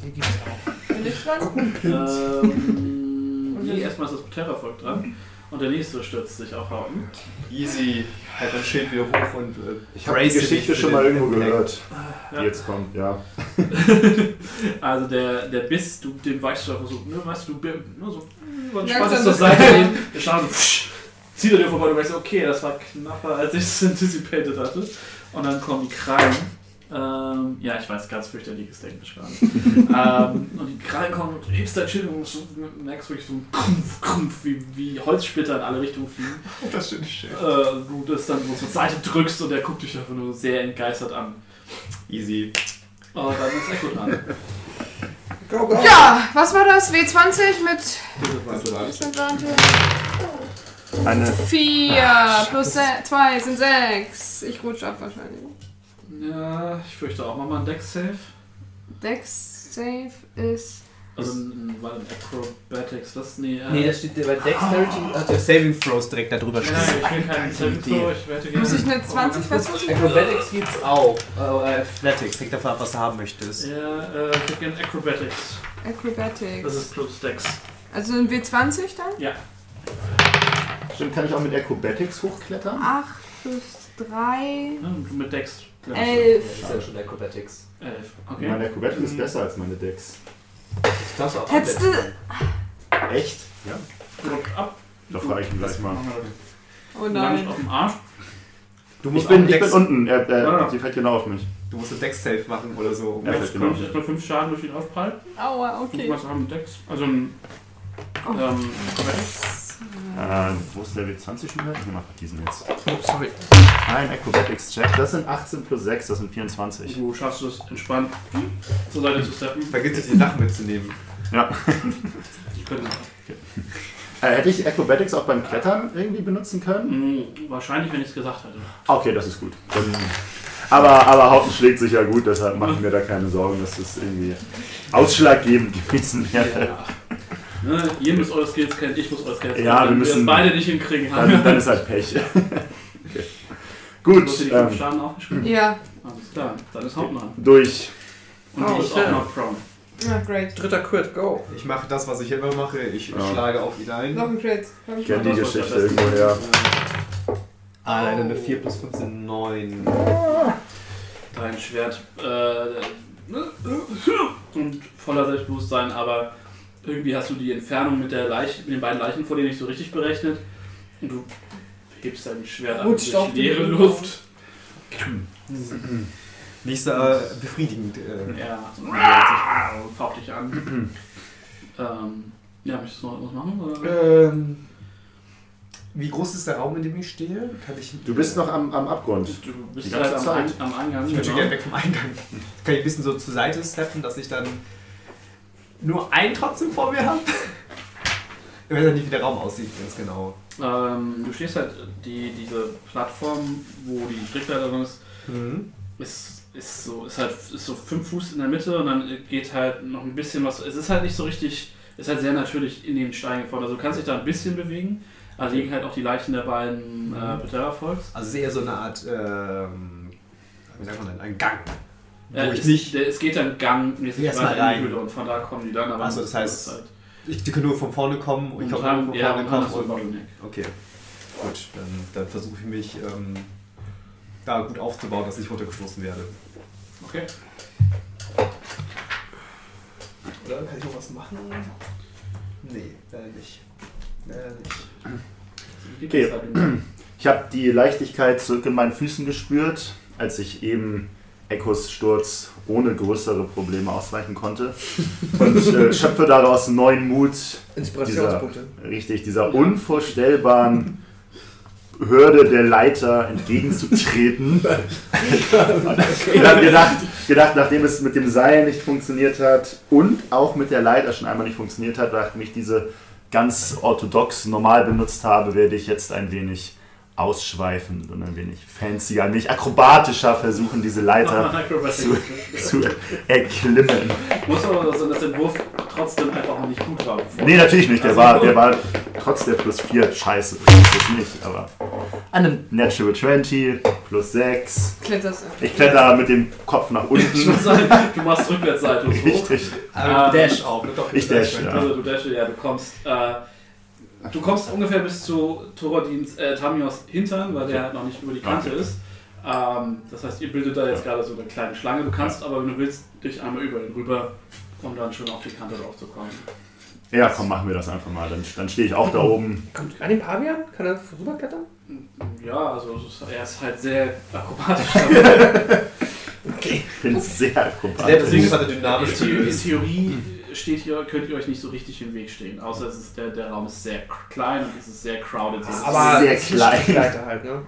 S5: Die gibt's auch.
S8: Bin ich dran?
S3: ähm, nee, erstmal ist das Terrorvolk dran. Und der nächste stürzt sich auf Hauten.
S7: Easy. Halt dein Schild wieder hoch und. Äh,
S6: Ich habe die Geschichte schon mal irgendwo gehört.
S3: Ja.
S6: Die jetzt kommt, ja.
S3: Also der, der Biss, du, dem weichst du einfach so, ne, weißt du, bi- ne, so, mm, und
S8: Merkst
S3: spannst
S8: du,
S3: zur
S8: dass-
S3: Seite hin, der Schaden psch, zieht er dir vorbei, du weißt, okay, das war knapper, als ich es anticipated hatte. Und dann kommen die Krallen. Ähm, ja, ich weiß, ganz fürchterliches Englisch gerade. ähm, und die Krallen kommen und du hebst dein Schild und so, merkst wirklich so ein Krumpf, Krumpf, wie, wie Holzsplitter in alle Richtungen fliegen.
S7: Das schöne Schild.
S3: Äh, du das dann so zur Seite drückst und der guckt dich einfach nur sehr entgeistert an.
S7: Easy.
S3: Und dann ist Echo dran.
S5: Go, go.
S4: Ja, was war das? W20 mit Disadvantage?
S6: Eine
S4: 4 plus 2 sind 6. Ich rutsche ab wahrscheinlich.
S3: Ja, ich fürchte auch mal mal ein Deck-Safe.
S4: Dex Save ist.
S3: Also ein, ein, warte, ein Acrobatics, was? Nee, äh,
S9: Nee, das steht bei Dexterity.
S7: Also Saving Throws direkt darüber
S3: nein, nein, ich will keinen Saving Throw, ich wette gerne.
S4: Muss ich eine 20 festlegen?
S9: Acrobatics gibt's auch. Äh, äh,
S7: Oh, Athletics, hängt davon ab, was du haben möchtest.
S3: Ja, äh, ich hätte gerne Acrobatics. Das
S4: Acrobatics.
S3: ist plus Dex.
S4: Also ein W20 dann?
S3: Ja.
S6: Stimmt, kann ich auch mit Acrobatics hochklettern?
S4: 8 plus 3.
S3: Ne, und mit Dex.
S9: das
S4: 11.
S9: ist ja schon Acrobatics.
S3: Elf.
S6: Okay.
S3: Okay.
S6: Meine Acrobatics ist besser als meine Dex.
S9: Das kannst du auch
S4: Hättest
S9: abwenden.
S4: du.
S6: Echt? Ja.
S3: Drückt ab.
S6: Da frage ich ihn gleich mal.
S4: Oh
S3: Langt
S4: nein.
S3: auf dem Arsch.
S7: Du
S6: Ich
S7: musst
S6: bin,
S7: auch
S6: ich bin
S7: Dex,
S6: unten. Er, er,
S3: Ah.
S6: Sie fällt genau auf mich.
S7: du musst einen Dex-Safe machen oder so. um
S6: Ja,
S7: das-
S3: Jetzt kommt erstmal 5 Schaden durch den Aufprall.
S4: Aua,
S3: Okay.
S4: okay.
S3: Was haben Dex? Also ein.
S4: Oh.
S3: Ähm, Acrobatics.
S6: Äh, wo ist der W20 schon wieder? Ich mach diesen jetzt.
S5: Oh, sorry.
S6: Ein Acrobatics-Check. Das sind 18 plus 6, das sind 24.
S3: Du schaffst es entspannt zur Seite zu steppen.
S7: Vergiss nicht, die Sachen mitzunehmen.
S3: Ich könnte-
S6: Äh, hätte ich Acrobatics auch beim Klettern irgendwie benutzen können?
S3: Hm, Wahrscheinlich, wenn ich es gesagt hätte.
S6: Okay, das ist gut. Dann, aber, aber Haupten schlägt sich ja gut, deshalb machen wir da keine Sorgen, dass das irgendwie ausschlaggebend gewesen wäre.
S3: Ja. Ne, ihr müsst eure Skills kennen, ich muss eure Skills kennen.
S6: Ja, wir
S3: Wenn
S6: müssen-
S3: es beide nicht hinkriegen
S6: Dann,
S3: haben.
S6: dann ist halt Pech. okay.
S3: Gut,
S6: Gut,
S3: Hast du die fünf
S6: ähm,
S3: Schaden aufgeschrieben?
S4: Ja.
S3: Alles klar, dann ist Hauptmann.
S6: durch.
S3: Und
S5: Oh,
S3: die ist
S5: schön.
S3: auch noch prone.
S4: Na, great.
S5: Dritter Crit, go.
S7: Ich mache das, was ich immer mache. Ich
S6: Ja.
S7: schlage auf ihn
S4: Noch
S7: ein.
S4: ein Crit. Noch ein
S6: Ich kenne
S4: Crit.
S6: die
S3: Das war's
S6: Geschichte
S3: am besten.
S6: irgendwo her.
S7: Ah, leider eine 4 plus 5 sind 9.
S3: Dein Schwert. ne? Äh, und voller Selbstbewusstsein, aber irgendwie hast du die Entfernung mit, der Leiche, mit den beiden Leichen vor dir nicht so richtig berechnet. Und du hebst dein Schwert ab
S4: Rutscht auf
S3: durch
S4: die
S3: die leere
S4: Bühne.
S3: Luft.
S7: Nicht so äh, befriedigend. Äh.
S3: Ja, so genau und faucht dich an. ähm, ja, möchtest du noch was machen? Oder?
S7: Ähm, wie groß ist der Raum, in dem ich stehe? Kann ich,
S6: Du bist noch am, am Abgrund.
S3: Du
S6: Die
S3: bist
S6: ganze
S3: halt am,
S6: Zeit.
S3: Ein- am Eingang.
S7: Ich möchte
S3: genau.
S7: gerne weg vom Eingang. Kann ich ein bisschen so zur Seite steppen, dass ich dann nur einen trotzdem vor mir habe? Ich weiß ja nicht, wie der Raum aussieht, ganz genau.
S3: Ähm, du stehst halt, die, diese Plattform, wo die Strickleiter drin ist,
S7: Mhm.
S3: ist, ist so, ist halt ist so fünf Fuß in der Mitte und dann geht halt noch ein bisschen was. Es ist halt nicht so richtig, ist halt sehr natürlich in den Stein gefordert. Also du kannst dich da ein bisschen bewegen. Da liegen halt auch die Leichen der beiden
S6: Mhm.
S3: äh, Beterra-Volks.
S7: Also es ist eher so eine Art, ähm, wie sagt man denn, ein Gang.
S3: Äh,
S7: wo ich
S3: es,
S7: nicht.
S3: der, es geht dann gangmäßig
S7: Erst mal
S3: weiter in die
S7: rein.
S3: Höhle und von da kommen die dann. Aber
S7: Ach so, das heißt,
S3: halt.
S7: Ich die kann nur von vorne kommen und ich
S3: Und
S7: glaube,
S3: dann,
S7: von
S3: ja,
S7: vorne
S3: und
S7: kommen
S3: dann so
S7: und-
S3: Bottleneck.
S7: Okay. Gut, dann, dann versuche ich mich ähm, da gut aufzubauen, dass ich runtergestoßen werde.
S3: Okay.
S7: Oder kann ich noch was machen? Nee, leider nicht. Leider nicht.
S6: Okay.
S3: halt
S6: Ich habe die Leichtigkeit zurück in meinen Füßen gespürt, als ich eben Echos Sturz ohne größere Probleme ausweichen konnte. Und äh, schöpfe daraus neuen Mut,
S5: Inspirationspunkte.
S6: richtig, dieser unvorstellbaren Hürde der Leiter entgegenzutreten. Ich habe gedacht, gedacht, nachdem es mit dem Seil nicht funktioniert hat und auch mit der Leiter schon einmal nicht funktioniert hat, nachdem ich diese ganz orthodox normal benutzt habe, werde ich jetzt ein wenig ausschweifend und ein wenig fancier, ein wenig akrobatischer versuchen, diese Leiter zu, zu erklimmen.
S3: Muss aber so, dass der Wurf trotzdem einfach noch nicht gut war.
S6: Nee, natürlich nicht. Der war, der war trotz der plus 4 scheiße. Das ist es nicht, aber. Eine Natural 20, plus 6.
S8: Kletterst du.
S6: Ich kletter mit dem Kopf nach unten.
S3: Sein, du machst Rückwärtsseite und so.
S6: Richtig.
S7: Aber
S3: Ähm,
S7: Dash auch, ne? Doch,
S6: Ich dash, ja.
S3: Also du Dash, ja, du kommst, äh, du kommst ungefähr bis zu Thorodins, äh, Tamios Hintern, weil der halt noch nicht über die Kante ist. Ähm, das heißt, ihr bildet da jetzt gerade so eine kleine Schlange. Du kannst aber, wenn du willst, dich einmal über ihn rüber, um dann schon auf die Kante drauf zu kommen.
S6: Ja, komm, machen wir das einfach mal. Dann, dann stehe ich auch da oben.
S5: Kommt an den Pavian? Kann er rüberklettern?
S3: Ja, also es ist- er ist halt sehr akrobatisch. dabei.
S6: Ich bin sehr
S7: Der deswegen
S6: akrobatisch.
S7: ist halt eine dynamische
S3: In Theorie, in Theorie steht hier, könnt ihr euch nicht so richtig im Weg stehen. Außer es ist, der, der Raum ist sehr klein und es ist sehr crowded. Es ist
S5: Aber
S6: sehr
S5: es ist ein
S6: klein.
S5: Strickleiter halt, ne?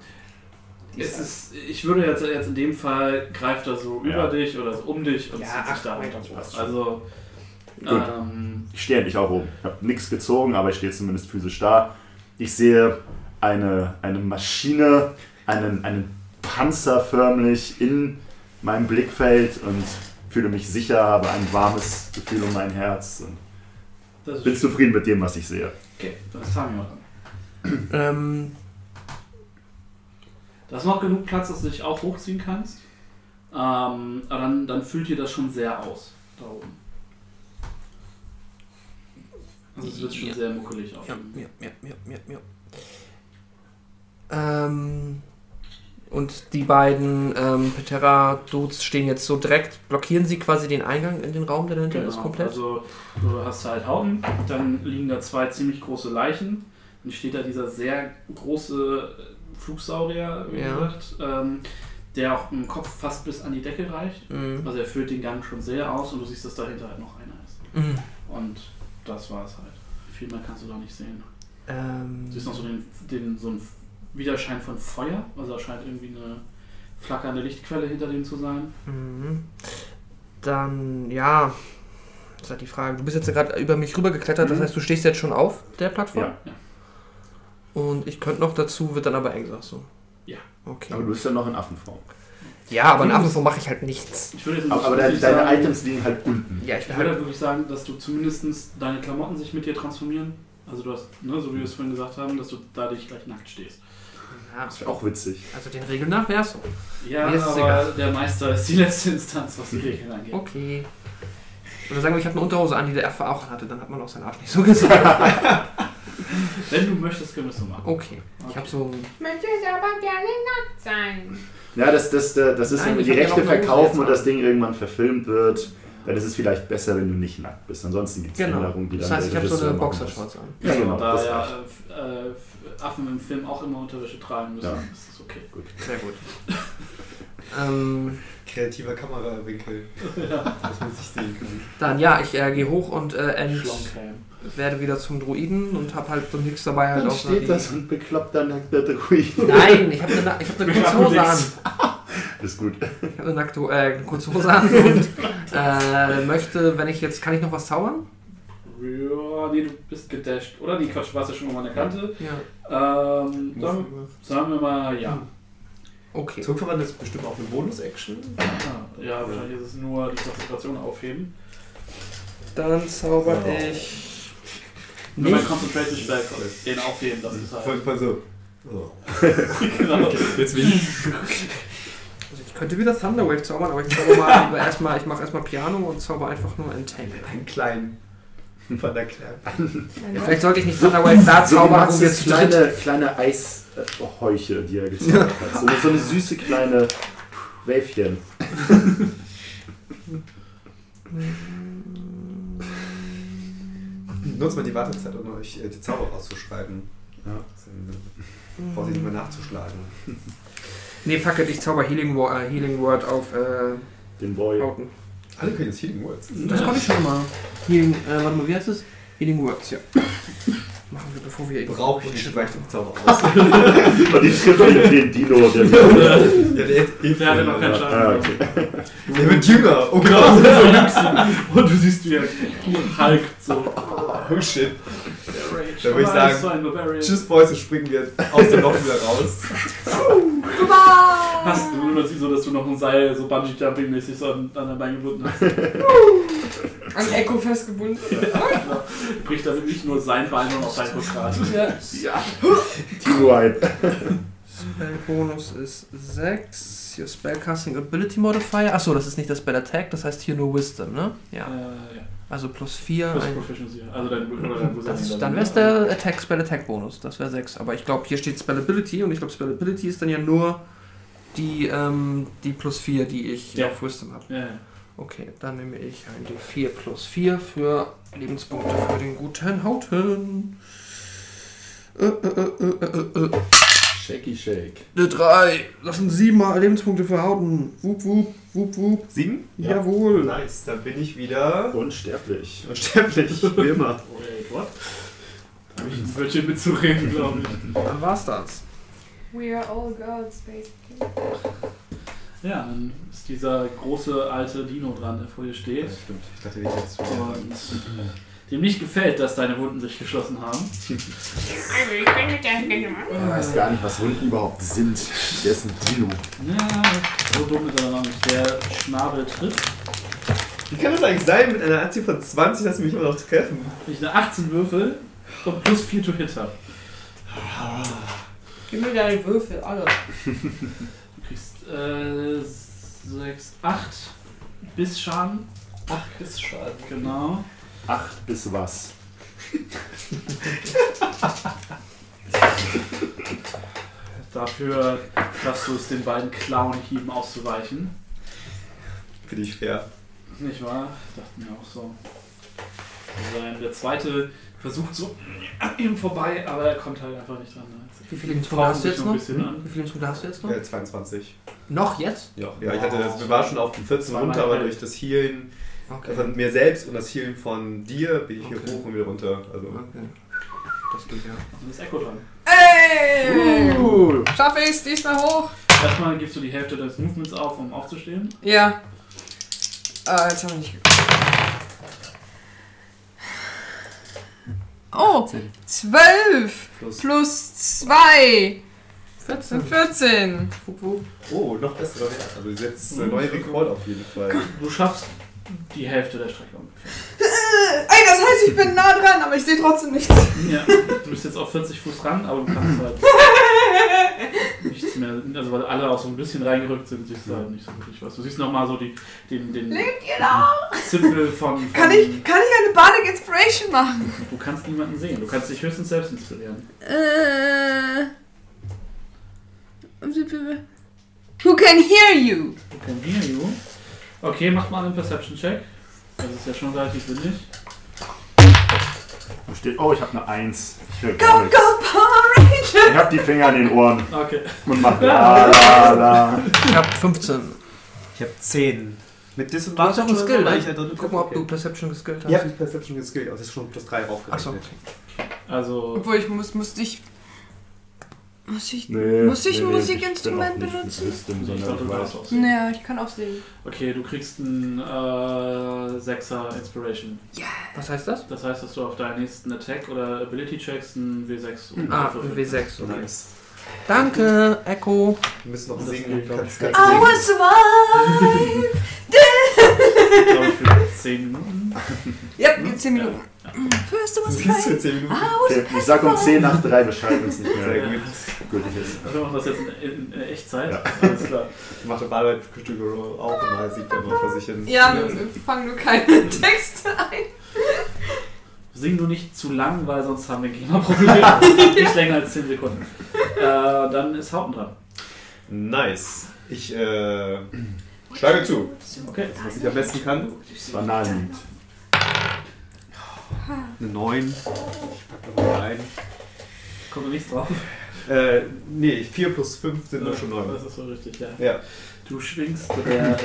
S3: Es ist, ich würde jetzt, jetzt in dem Fall, greift er so
S6: Ja.
S3: über dich oder so um dich und
S5: Ja,
S3: zieht
S5: ach,
S3: sich da
S5: Meter.
S3: runter.
S6: Passt schon.
S3: Also,
S6: Gut.
S3: ähm,
S6: Ich stehe endlich auch oben. Ich habe nichts gezogen, aber ich stehe zumindest physisch da. Ich sehe eine, eine Maschine, einen, einen Panzer förmlich in meinem Blickfeld und fühle mich sicher, habe ein warmes Gefühl um mein Herz und
S3: das ist
S6: bin zufrieden mit dem, was ich sehe.
S3: okay. Dann ist Tamio dran.
S5: Ähm,
S3: Da ist noch genug Platz, dass du dich auch hochziehen kannst. Ähm, aber dann, dann füllt dir das schon sehr aus, da oben. Also es wird schon
S5: Ja.
S3: sehr muckelig auf.
S5: ja,
S3: dem-
S5: ja, ja, ja, ja, ja. Ähm, und die beiden ähm, Petera-Dudes stehen jetzt so direkt, blockieren sie quasi den Eingang in den Raum, der dahinter ist,
S3: Genau,
S5: komplett?
S3: Also du hast halt Hauten, dann liegen da zwei ziemlich große Leichen, dann steht da dieser sehr große äh, Flugsaurier, wie
S5: Ja.
S3: gesagt, ähm, der auch im Kopf fast bis an die Decke reicht.
S5: Mhm.
S3: Also er füllt den Gang schon sehr aus und du siehst, dass dahinter halt noch einer ist.
S5: Mhm.
S3: Und das war es halt. Viel mehr kannst du da nicht sehen.
S5: Ähm,
S3: Du siehst noch so, den, den, so einen Widerschein von Feuer, also da scheint irgendwie eine flackernde Lichtquelle hinter dem zu sein.
S5: Mhm. Dann, ja. Das ist halt die Frage. Du bist jetzt gerade über mich rübergeklettert, das
S6: Mhm.
S5: heißt, du stehst jetzt schon auf der Plattform.
S6: Ja.
S5: Und ich könnte noch dazu, wird dann aber eng, sagst du.
S3: Ja.
S5: Okay.
S6: Aber du bist ja noch in Affenform.
S5: ja, aber in Affenform mache ich halt nichts.
S3: Ich würde jetzt
S6: Aber, aber deine,
S3: wirklich
S6: deine
S3: sagen-
S6: Items liegen halt unten.
S5: Ja, ich
S3: Ich
S5: will
S3: würde
S5: halt.
S3: halt wirklich sagen, dass du zumindest deine Klamotten sich mit dir transformieren. Also du hast, ne, so wie wir es vorhin gesagt haben, dass du dadurch gleich nackt stehst.
S5: Ja,
S6: Das wäre auch witzig.
S5: also den Regeln nach wär's.
S3: Ja,
S5: Mir ist es
S3: aber
S5: egal.
S3: der Meister ist die letzte Instanz, was die Regeln angeht.
S5: Okay. Oder sagen wir, ich habe eine Unterhose an, die der Affe auch hatte, dann hat man auch seinen Arsch nicht so gesagt.
S3: Wenn du möchtest, können wir es so machen.
S5: Okay. Ich habe so ein.
S8: Ich möchte jetzt aber gerne nackt sein.
S6: Ja, das, das, das, das ist,
S5: Nein,
S6: wenn wir
S5: ich
S6: die
S5: hab ja
S6: Rechte
S5: auch eine Hose
S6: verkaufen
S5: jetzt
S6: und
S5: an.
S6: das Ding irgendwann verfilmt wird, dann ist es vielleicht besser, wenn du nicht nackt bist. Ansonsten gibt es
S5: Genau.
S6: Änderungen, die
S5: Das
S6: dann
S5: heißt, ich
S6: der
S5: habe so
S6: Regisseur
S5: eine
S6: machen muss.
S5: Boxershorts an.
S6: Ja, genau.
S3: da
S6: Das
S3: ja
S6: reicht.
S3: äh, äh, Affen im Film auch immer Unterwäsche tragen müssen,
S6: Ja.
S3: ist es okay.
S5: Sehr gut. ähm,
S7: Kreativer Kamerawinkel. Dass man sich sehen kann.
S5: dann ja, ich äh, gehe hoch und äh, ent,
S3: Schlongcam.
S5: werde wieder zum Druiden und habe halt so nix dabei halt
S6: Dann
S5: auch
S6: steht das und bekloppter nackter Druid.
S5: Nein, ich habe eine, ich hab eine kurze Hose an.
S6: Ist gut.
S5: Ich habe eine nackte, äh, eine kurze Hose an und äh, möchte, wenn ich jetzt, kann ich noch was zaubern?
S3: Ja, nee, du bist gedasht. Oder? Nee, Quatsch, du warst ja schon mal an der Kante.
S5: Ja.
S3: Ähm, sagen, sagen wir mal, ja.
S5: Okay.
S7: Zugverwandt ist bestimmt auch eine Bonus-Action.
S3: Ah, Ja, wahrscheinlich ist es nur die Konzentration aufheben.
S5: Dann zauber
S7: Oh.
S5: ich.
S3: Nur mein
S5: Nicht.
S3: Concentration Spell kommt. Den aufheben, das ist
S7: Voll,
S3: halt.
S7: voll so. Oh.
S3: genau.
S7: Jetzt bin ich.
S5: Also ich könnte wieder Thunderwave zaubern, aber ich zauber mal lieber erstmal, ich mache erstmal Piano und zauber einfach nur Entangle.
S7: Einen kleinen. Von der Kleinen.
S5: Ja, vielleicht sollte ich nicht Thunderwave da
S6: So,
S5: zaubern,
S6: Max
S5: wo wir
S6: jetzt
S5: zu dritt
S6: kleine, kleine Eisheuche, die er gezaubert hat. So, so eine süße kleine Wäfchen.
S7: Nutzt mal die Wartezeit, um euch äh, die Zauber auszuschreiben.
S6: Ja.
S7: Braucht ihr nicht mehr nachzuschlagen.
S5: Nee, fuck it, ich zauber Healing, Wo- äh, Healing Word auf äh,
S6: Den Boy.
S5: Hauten.
S7: Alle können jetzt Healing Words.
S5: Das konnte ich schon mal. Healing, äh, warte mal, wie heißt das? Healing Words, ja. Machen wir, bevor wir
S7: Brauche ich nicht gleich den Zauber aus.
S6: Und ich trifft den, den Dino. Der,
S3: Äh,
S7: ja, der, ist eh
S3: Der hatte noch keinen Schaden.
S6: ah, okay.
S7: der wird jünger. Oh
S3: Genau,
S7: Gott.
S3: das ist so Luxi. Und du siehst, wie er halkt so.
S7: Oh shit.
S3: Der Rage.
S7: Da würde ich
S3: Aber es
S7: sagen,
S3: war ein Barbarian.
S7: Tschüss, Boys, und springen wir aus dem Loch wieder raus.
S3: Hast du nur siehst so, dass du noch ein Seil so Bungee-Jumping-mäßig so an, an deinem Bein gebunden hast.
S4: An Echo festgebunden.
S3: Bricht also nicht nur sein Bein, sondern auch sein Rückgrat.
S4: Ja.
S6: Dino ein.
S5: Spellbonus ist 6. Your Spellcasting Ability Modifier. Achso, das ist nicht das Spell Attack, das heißt hier nur Wisdom, ne?
S3: Äh,
S5: Ja.
S3: ja.
S5: Also plus 4.
S3: Plus Proficiency. Also dein oder dein
S5: Das,
S3: Wizarding-
S5: dann wär's der Attack, Spell Attack Bonus. Das wäre 6. Aber ich glaube, hier steht Spellability und ich glaube, Spellability ist dann ja nur die, ähm, die plus 4, die ich
S3: Ja.
S5: auf Wisdom habe.
S3: Ja, ja.
S5: Okay, dann nehme ich ein D4 plus 4 für Lebenspunkte für den guten Hauten. Äh, äh, äh, äh, äh, äh.
S6: Shaky Shake.
S5: Eine 3. Das sind 7 mal Lebenspunkte für Hauten. Wup, wup, wup, wup.
S7: Sieben?
S6: Ja.
S5: Jawohl.
S7: Nice, dann bin ich wieder
S6: Unsterblich.
S7: unsterblich.
S6: Wie immer.
S3: Wait, what? Da hab ich ein Wörtchen mitzureden, glaube ich.
S5: Dann war's das.
S4: We are all gods, basically.
S3: Ja, dann ist dieser große alte Dino dran, der vor dir steht.
S7: Ja, stimmt. Ich dachte, ich jetzt wieder.
S3: Und dem nicht gefällt, dass deine Wunden sich geschlossen haben.
S6: Er weiß gar nicht, was Hunden überhaupt sind. Der ist ein Dino.
S3: Ja, so dumm ist er noch nicht. Der Schnabel trifft.
S7: Wie kann das eigentlich sein mit einer Anziehung von 20, dass sie mich immer noch treffen?
S3: Ich eine 18 Würfel und plus 4 to hit hab.
S4: Gib mir deine Würfel, alle.
S3: Du kriegst äh, 6, 8 Bissschaden. 8 Bissschaden. Genau.
S6: Acht bis was.
S3: Dafür schaffst du es, den beiden Clown-Hieben auszuweichen.
S7: Finde ich fair.
S3: Nicht wahr? Dachte mir auch so. Sein. Der zweite versucht so an ihm vorbei, aber er kommt halt einfach nicht dran. ne?
S5: Wie viele Lebenspunkte
S3: Fauchen
S5: hast du
S3: sich noch
S5: jetzt
S3: ein
S5: noch?
S3: bisschen an.
S5: Wie viele Lebenspunkte hast du jetzt noch?
S7: Ja, 22.
S5: Noch jetzt?
S7: Ja, ja ich hatte das, wir waren schon auf den 14
S3: Zweimal
S7: runter, aber
S3: halb.
S7: durch das Healen
S5: Okay.
S7: von mir selbst und das Healen von dir bin ich
S5: Okay. Ah.
S7: hier hoch und wieder runter. Also,
S5: okay. Das geht ja.
S3: Und dann ist Echo dran.
S4: Ey! Schaffe ich's diesmal hoch?
S3: Erstmal gibst du die Hälfte des Movements auf, um aufzustehen.
S4: Ja. Ah, jetzt habe ich nicht geguckt. Oh, 12
S7: plus.
S4: plus 2 sind
S5: 14.
S4: 14.
S5: Wup, wup.
S7: Oh, noch besser. Also, du setzt einen neuen Rekord auf jeden Fall.
S3: Du schaffst die Hälfte der Strecke ungefähr.
S4: Ey, das heißt, ich bin nah dran, aber ich sehe trotzdem nichts.
S3: Ja, du bist jetzt auf 40 Fuß ran, aber du kannst halt nichts mehr. Also, weil alle auch so ein bisschen reingerückt sind, siehst du halt nicht so wirklich was. Du siehst nochmal so die, den, den
S4: Lebt ihr da?
S3: Zipfel von, von.
S4: Kann ich, kann ich eine Bardic Inspiration machen?
S3: Du kannst niemanden sehen. Du kannst dich höchstens selbst inspirieren.
S4: Äh. Who can hear you?
S3: You can hear you. Okay, mach mal einen Perception-Check. Das ist ja schon relativ windig.
S6: Da steht, oh, ich habe eine Eins. Ich höre
S4: Go,
S6: gar nichts.
S4: go, Power Ranger!
S6: Ich habe die Finger an den Ohren
S3: Okay.
S6: und mach la la la.
S5: Ich hab 15.
S7: Ich habe 10. Mit Dis und
S5: Du hast auch einen Skill,
S7: ne?
S5: ne?
S7: Ich ja drin
S5: Guck mal, ob du Perception geskillt hast.
S7: Ja, ich Perception geskill, aber das ist schon plus 3
S5: Achso.
S7: raufgerechnet.
S3: Also,
S4: Obwohl, ich muss, muss dich Muss ich,
S6: Nee,
S4: muss ich
S6: nee,
S4: ein
S6: nee,
S4: Musikinstrument
S6: ich bin auch nicht
S4: benutzen?
S6: System,
S3: Ich
S6: sondern
S3: glaube, du
S6: ich weiß.
S3: darfst auch singen.
S4: Naja, ich kann auch singen.
S3: Okay, du kriegst einen äh, 6er Inspiration.
S5: Was heißt das?
S3: Das heißt, dass du auf deinen nächsten Attack oder Ability checks einen W6 und
S5: Ah,
S3: Würfel.
S5: W6. Okay.
S7: Nice.
S5: Danke, Echo.
S7: Wir müssen noch
S3: Das
S7: singen.
S3: geht, glaub
S7: Kannst,
S3: ich.
S7: kannst
S4: I
S7: singen.
S4: will survive!
S3: Ich glaube, für 10 Minuten.
S4: Ja, yep, 10 Minuten. First I was
S7: Das kriegst du
S4: survive.
S7: in 10
S5: Ah.
S7: Minuten.
S4: I was
S6: Okay, ich sag um 10 nach 3 Bescheid, wenn es nicht
S7: Sehr
S6: mehr
S7: gut.
S6: gültig ist.
S3: Wir machen das jetzt in, in, in Echtzeit.
S6: Ja.
S3: Alles klar.
S7: Macht der Ballweit-Kategorie auch immer, sieht er mal vor sich hin.
S8: Ja, wir fangen nur keine Texte ein.
S3: Sing nur nicht zu lang, weil sonst haben wir Klimaprobleme. nicht länger als 10 Sekunden. Äh, dann ist Haupten dran.
S7: Nice. Ich äh, schlage zu,
S3: Okay.
S7: was ich am besten kann.
S6: Bananenlied.
S7: Eine 9. Ich packe noch mal ein.
S3: Kommt noch nichts drauf.
S7: Äh, nee, 4 plus 5 sind doch schon 9.
S3: Das ist so richtig, ja.
S7: Ja.
S3: Du schwingst, der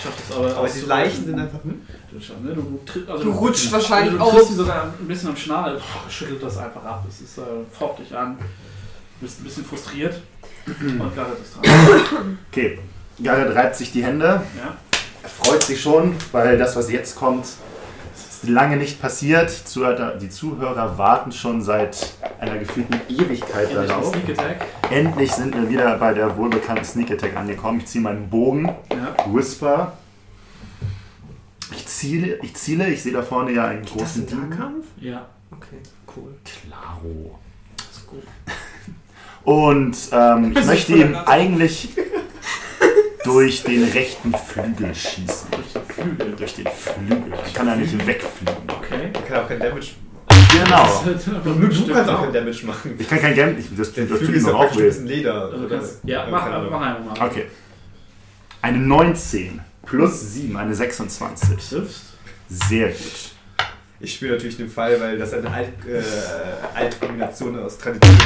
S3: schafft es aber
S7: Aber die
S3: auszuweichen.
S7: Leichen sind einfach. Hm?
S3: Du, scha- ne, du, tritt- also
S8: Du rutscht wahrscheinlich
S3: Du triffst
S8: auf.
S3: ihn sogar ein bisschen am Schnabel, Boah, schüttelt das einfach ab. Es ist, äh, faucht dich an. Du bist ein bisschen frustriert. Und Garrett ist dran.
S6: Okay, Garrett reibt sich die Hände.
S3: Ja.
S6: Er freut sich schon, weil das, was jetzt kommt, ist lange nicht passiert. Zuhörer, die Zuhörer warten schon seit einer gefühlten Ewigkeit
S3: Endlich ein
S6: darauf.
S3: Sneak Attack.
S6: Endlich sind wir wieder bei der wohlbekannten Sneak Attack angekommen. Ich ziehe meinen Bogen,
S3: Ja.
S6: Whisper. Ich ziele, ich ziele, ich sehe da vorne ja einen
S5: Das
S6: großen
S5: ist ein
S6: Diamant.
S5: Nahkampf?
S3: ja.
S5: Okay, cool.
S6: Klaro.
S5: Das ist gut.
S6: Und ähm, ich
S5: ist
S6: möchte
S5: voll
S6: ihm
S5: krass.
S6: eigentlich durch den rechten Flügel schießen.
S3: Durch den Flügel.
S6: Durch den Flügel. Ich kann da nicht wegfliegen.
S3: Okay.
S7: Man kann auch kein Damage
S6: Genau.
S3: Das ist halt
S7: machen. Du
S3: Stimmt
S7: kannst auch
S3: auch.
S7: kein Damage machen.
S6: Ich kann kein Gambling. Ich- Das
S7: Der
S6: tut das
S7: Flügel
S6: tut
S7: ist
S6: noch
S7: doch
S6: auch
S7: praktisch ein
S6: weh.
S7: bisschen Leder.
S3: Also du
S7: oder?
S3: kannst, ja,
S7: Keine
S3: mach,
S7: Ahnung.
S3: mach einmal mal.
S6: Okay. Eine 19 plus 7, eine 26.
S3: Triffst.
S6: Sehr gut.
S7: Ich spiele natürlich den Fall, weil das eine Alt, äh, Altkombination aus Tradition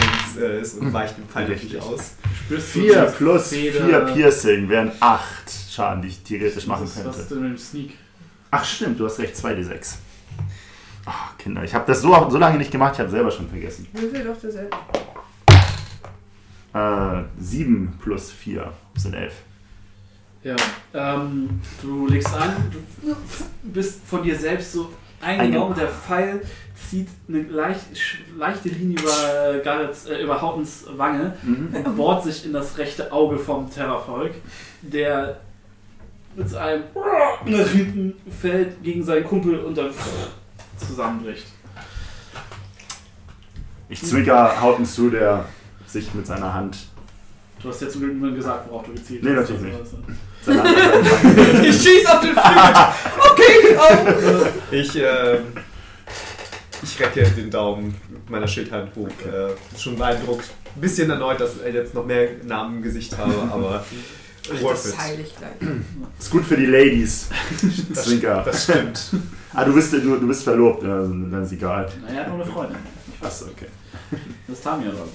S7: äh, ist und weicht den Fall
S6: Hm. Richtig.
S7: natürlich aus.
S3: Du spürst
S6: 4
S3: diese
S6: plus
S3: Feder.
S6: 4 Piercing wären 8 Schaden, die ich theoretisch machen
S3: Das ist- Was ist
S6: könnte.
S3: denn mit dem Sneak?
S6: Ach stimmt, du hast recht, 2d6. Ach, Ah, Kinder, ich habe das so, so lange nicht gemacht, ich habe selber schon vergessen.
S4: Würfel doch derselbe.
S6: Äh, 7 plus 4 sind 11.
S3: Ja, ähm, du legst an, du bist von dir selbst so eingenommen,
S6: Eingenommen.
S3: der Pfeil zieht eine leicht, sch- leichte Linie über, Garrets, äh, über Hautens Wange
S6: Ähm.
S3: und bohrt sich in das rechte Auge vom Terrorvolk, der mit einem nach hinten fällt gegen seinen Kumpel und dann zusammenbricht.
S6: Ich zwinker Hauten zu, der sich mit seiner Hand.
S3: Du hast ja zum Glück nur gesagt, worauf du gezielt
S6: Nee,
S3: hast.
S6: natürlich
S3: Also,
S6: Seine Hand mit seinem Bein-
S4: Ich schieß auf den Flügel. Okay, oh.
S7: Ich, äh, ich recke den Daumen meiner Schildhand hoch. Äh, schon beeindruckt. Ein bisschen erneut, dass ich jetzt noch mehr Namen im Gesicht habe, aber worth
S4: Das
S7: it.
S4: heile ich gleich.
S6: Ist gut für die Ladies. Zwinker.
S7: Das stimmt.
S6: Ah, du bist, du, du bist verlobt, ja, also dann ist egal.
S3: naja, er hat nur eine Freundin.
S6: Achso, okay.
S3: Das ist Tamia dran.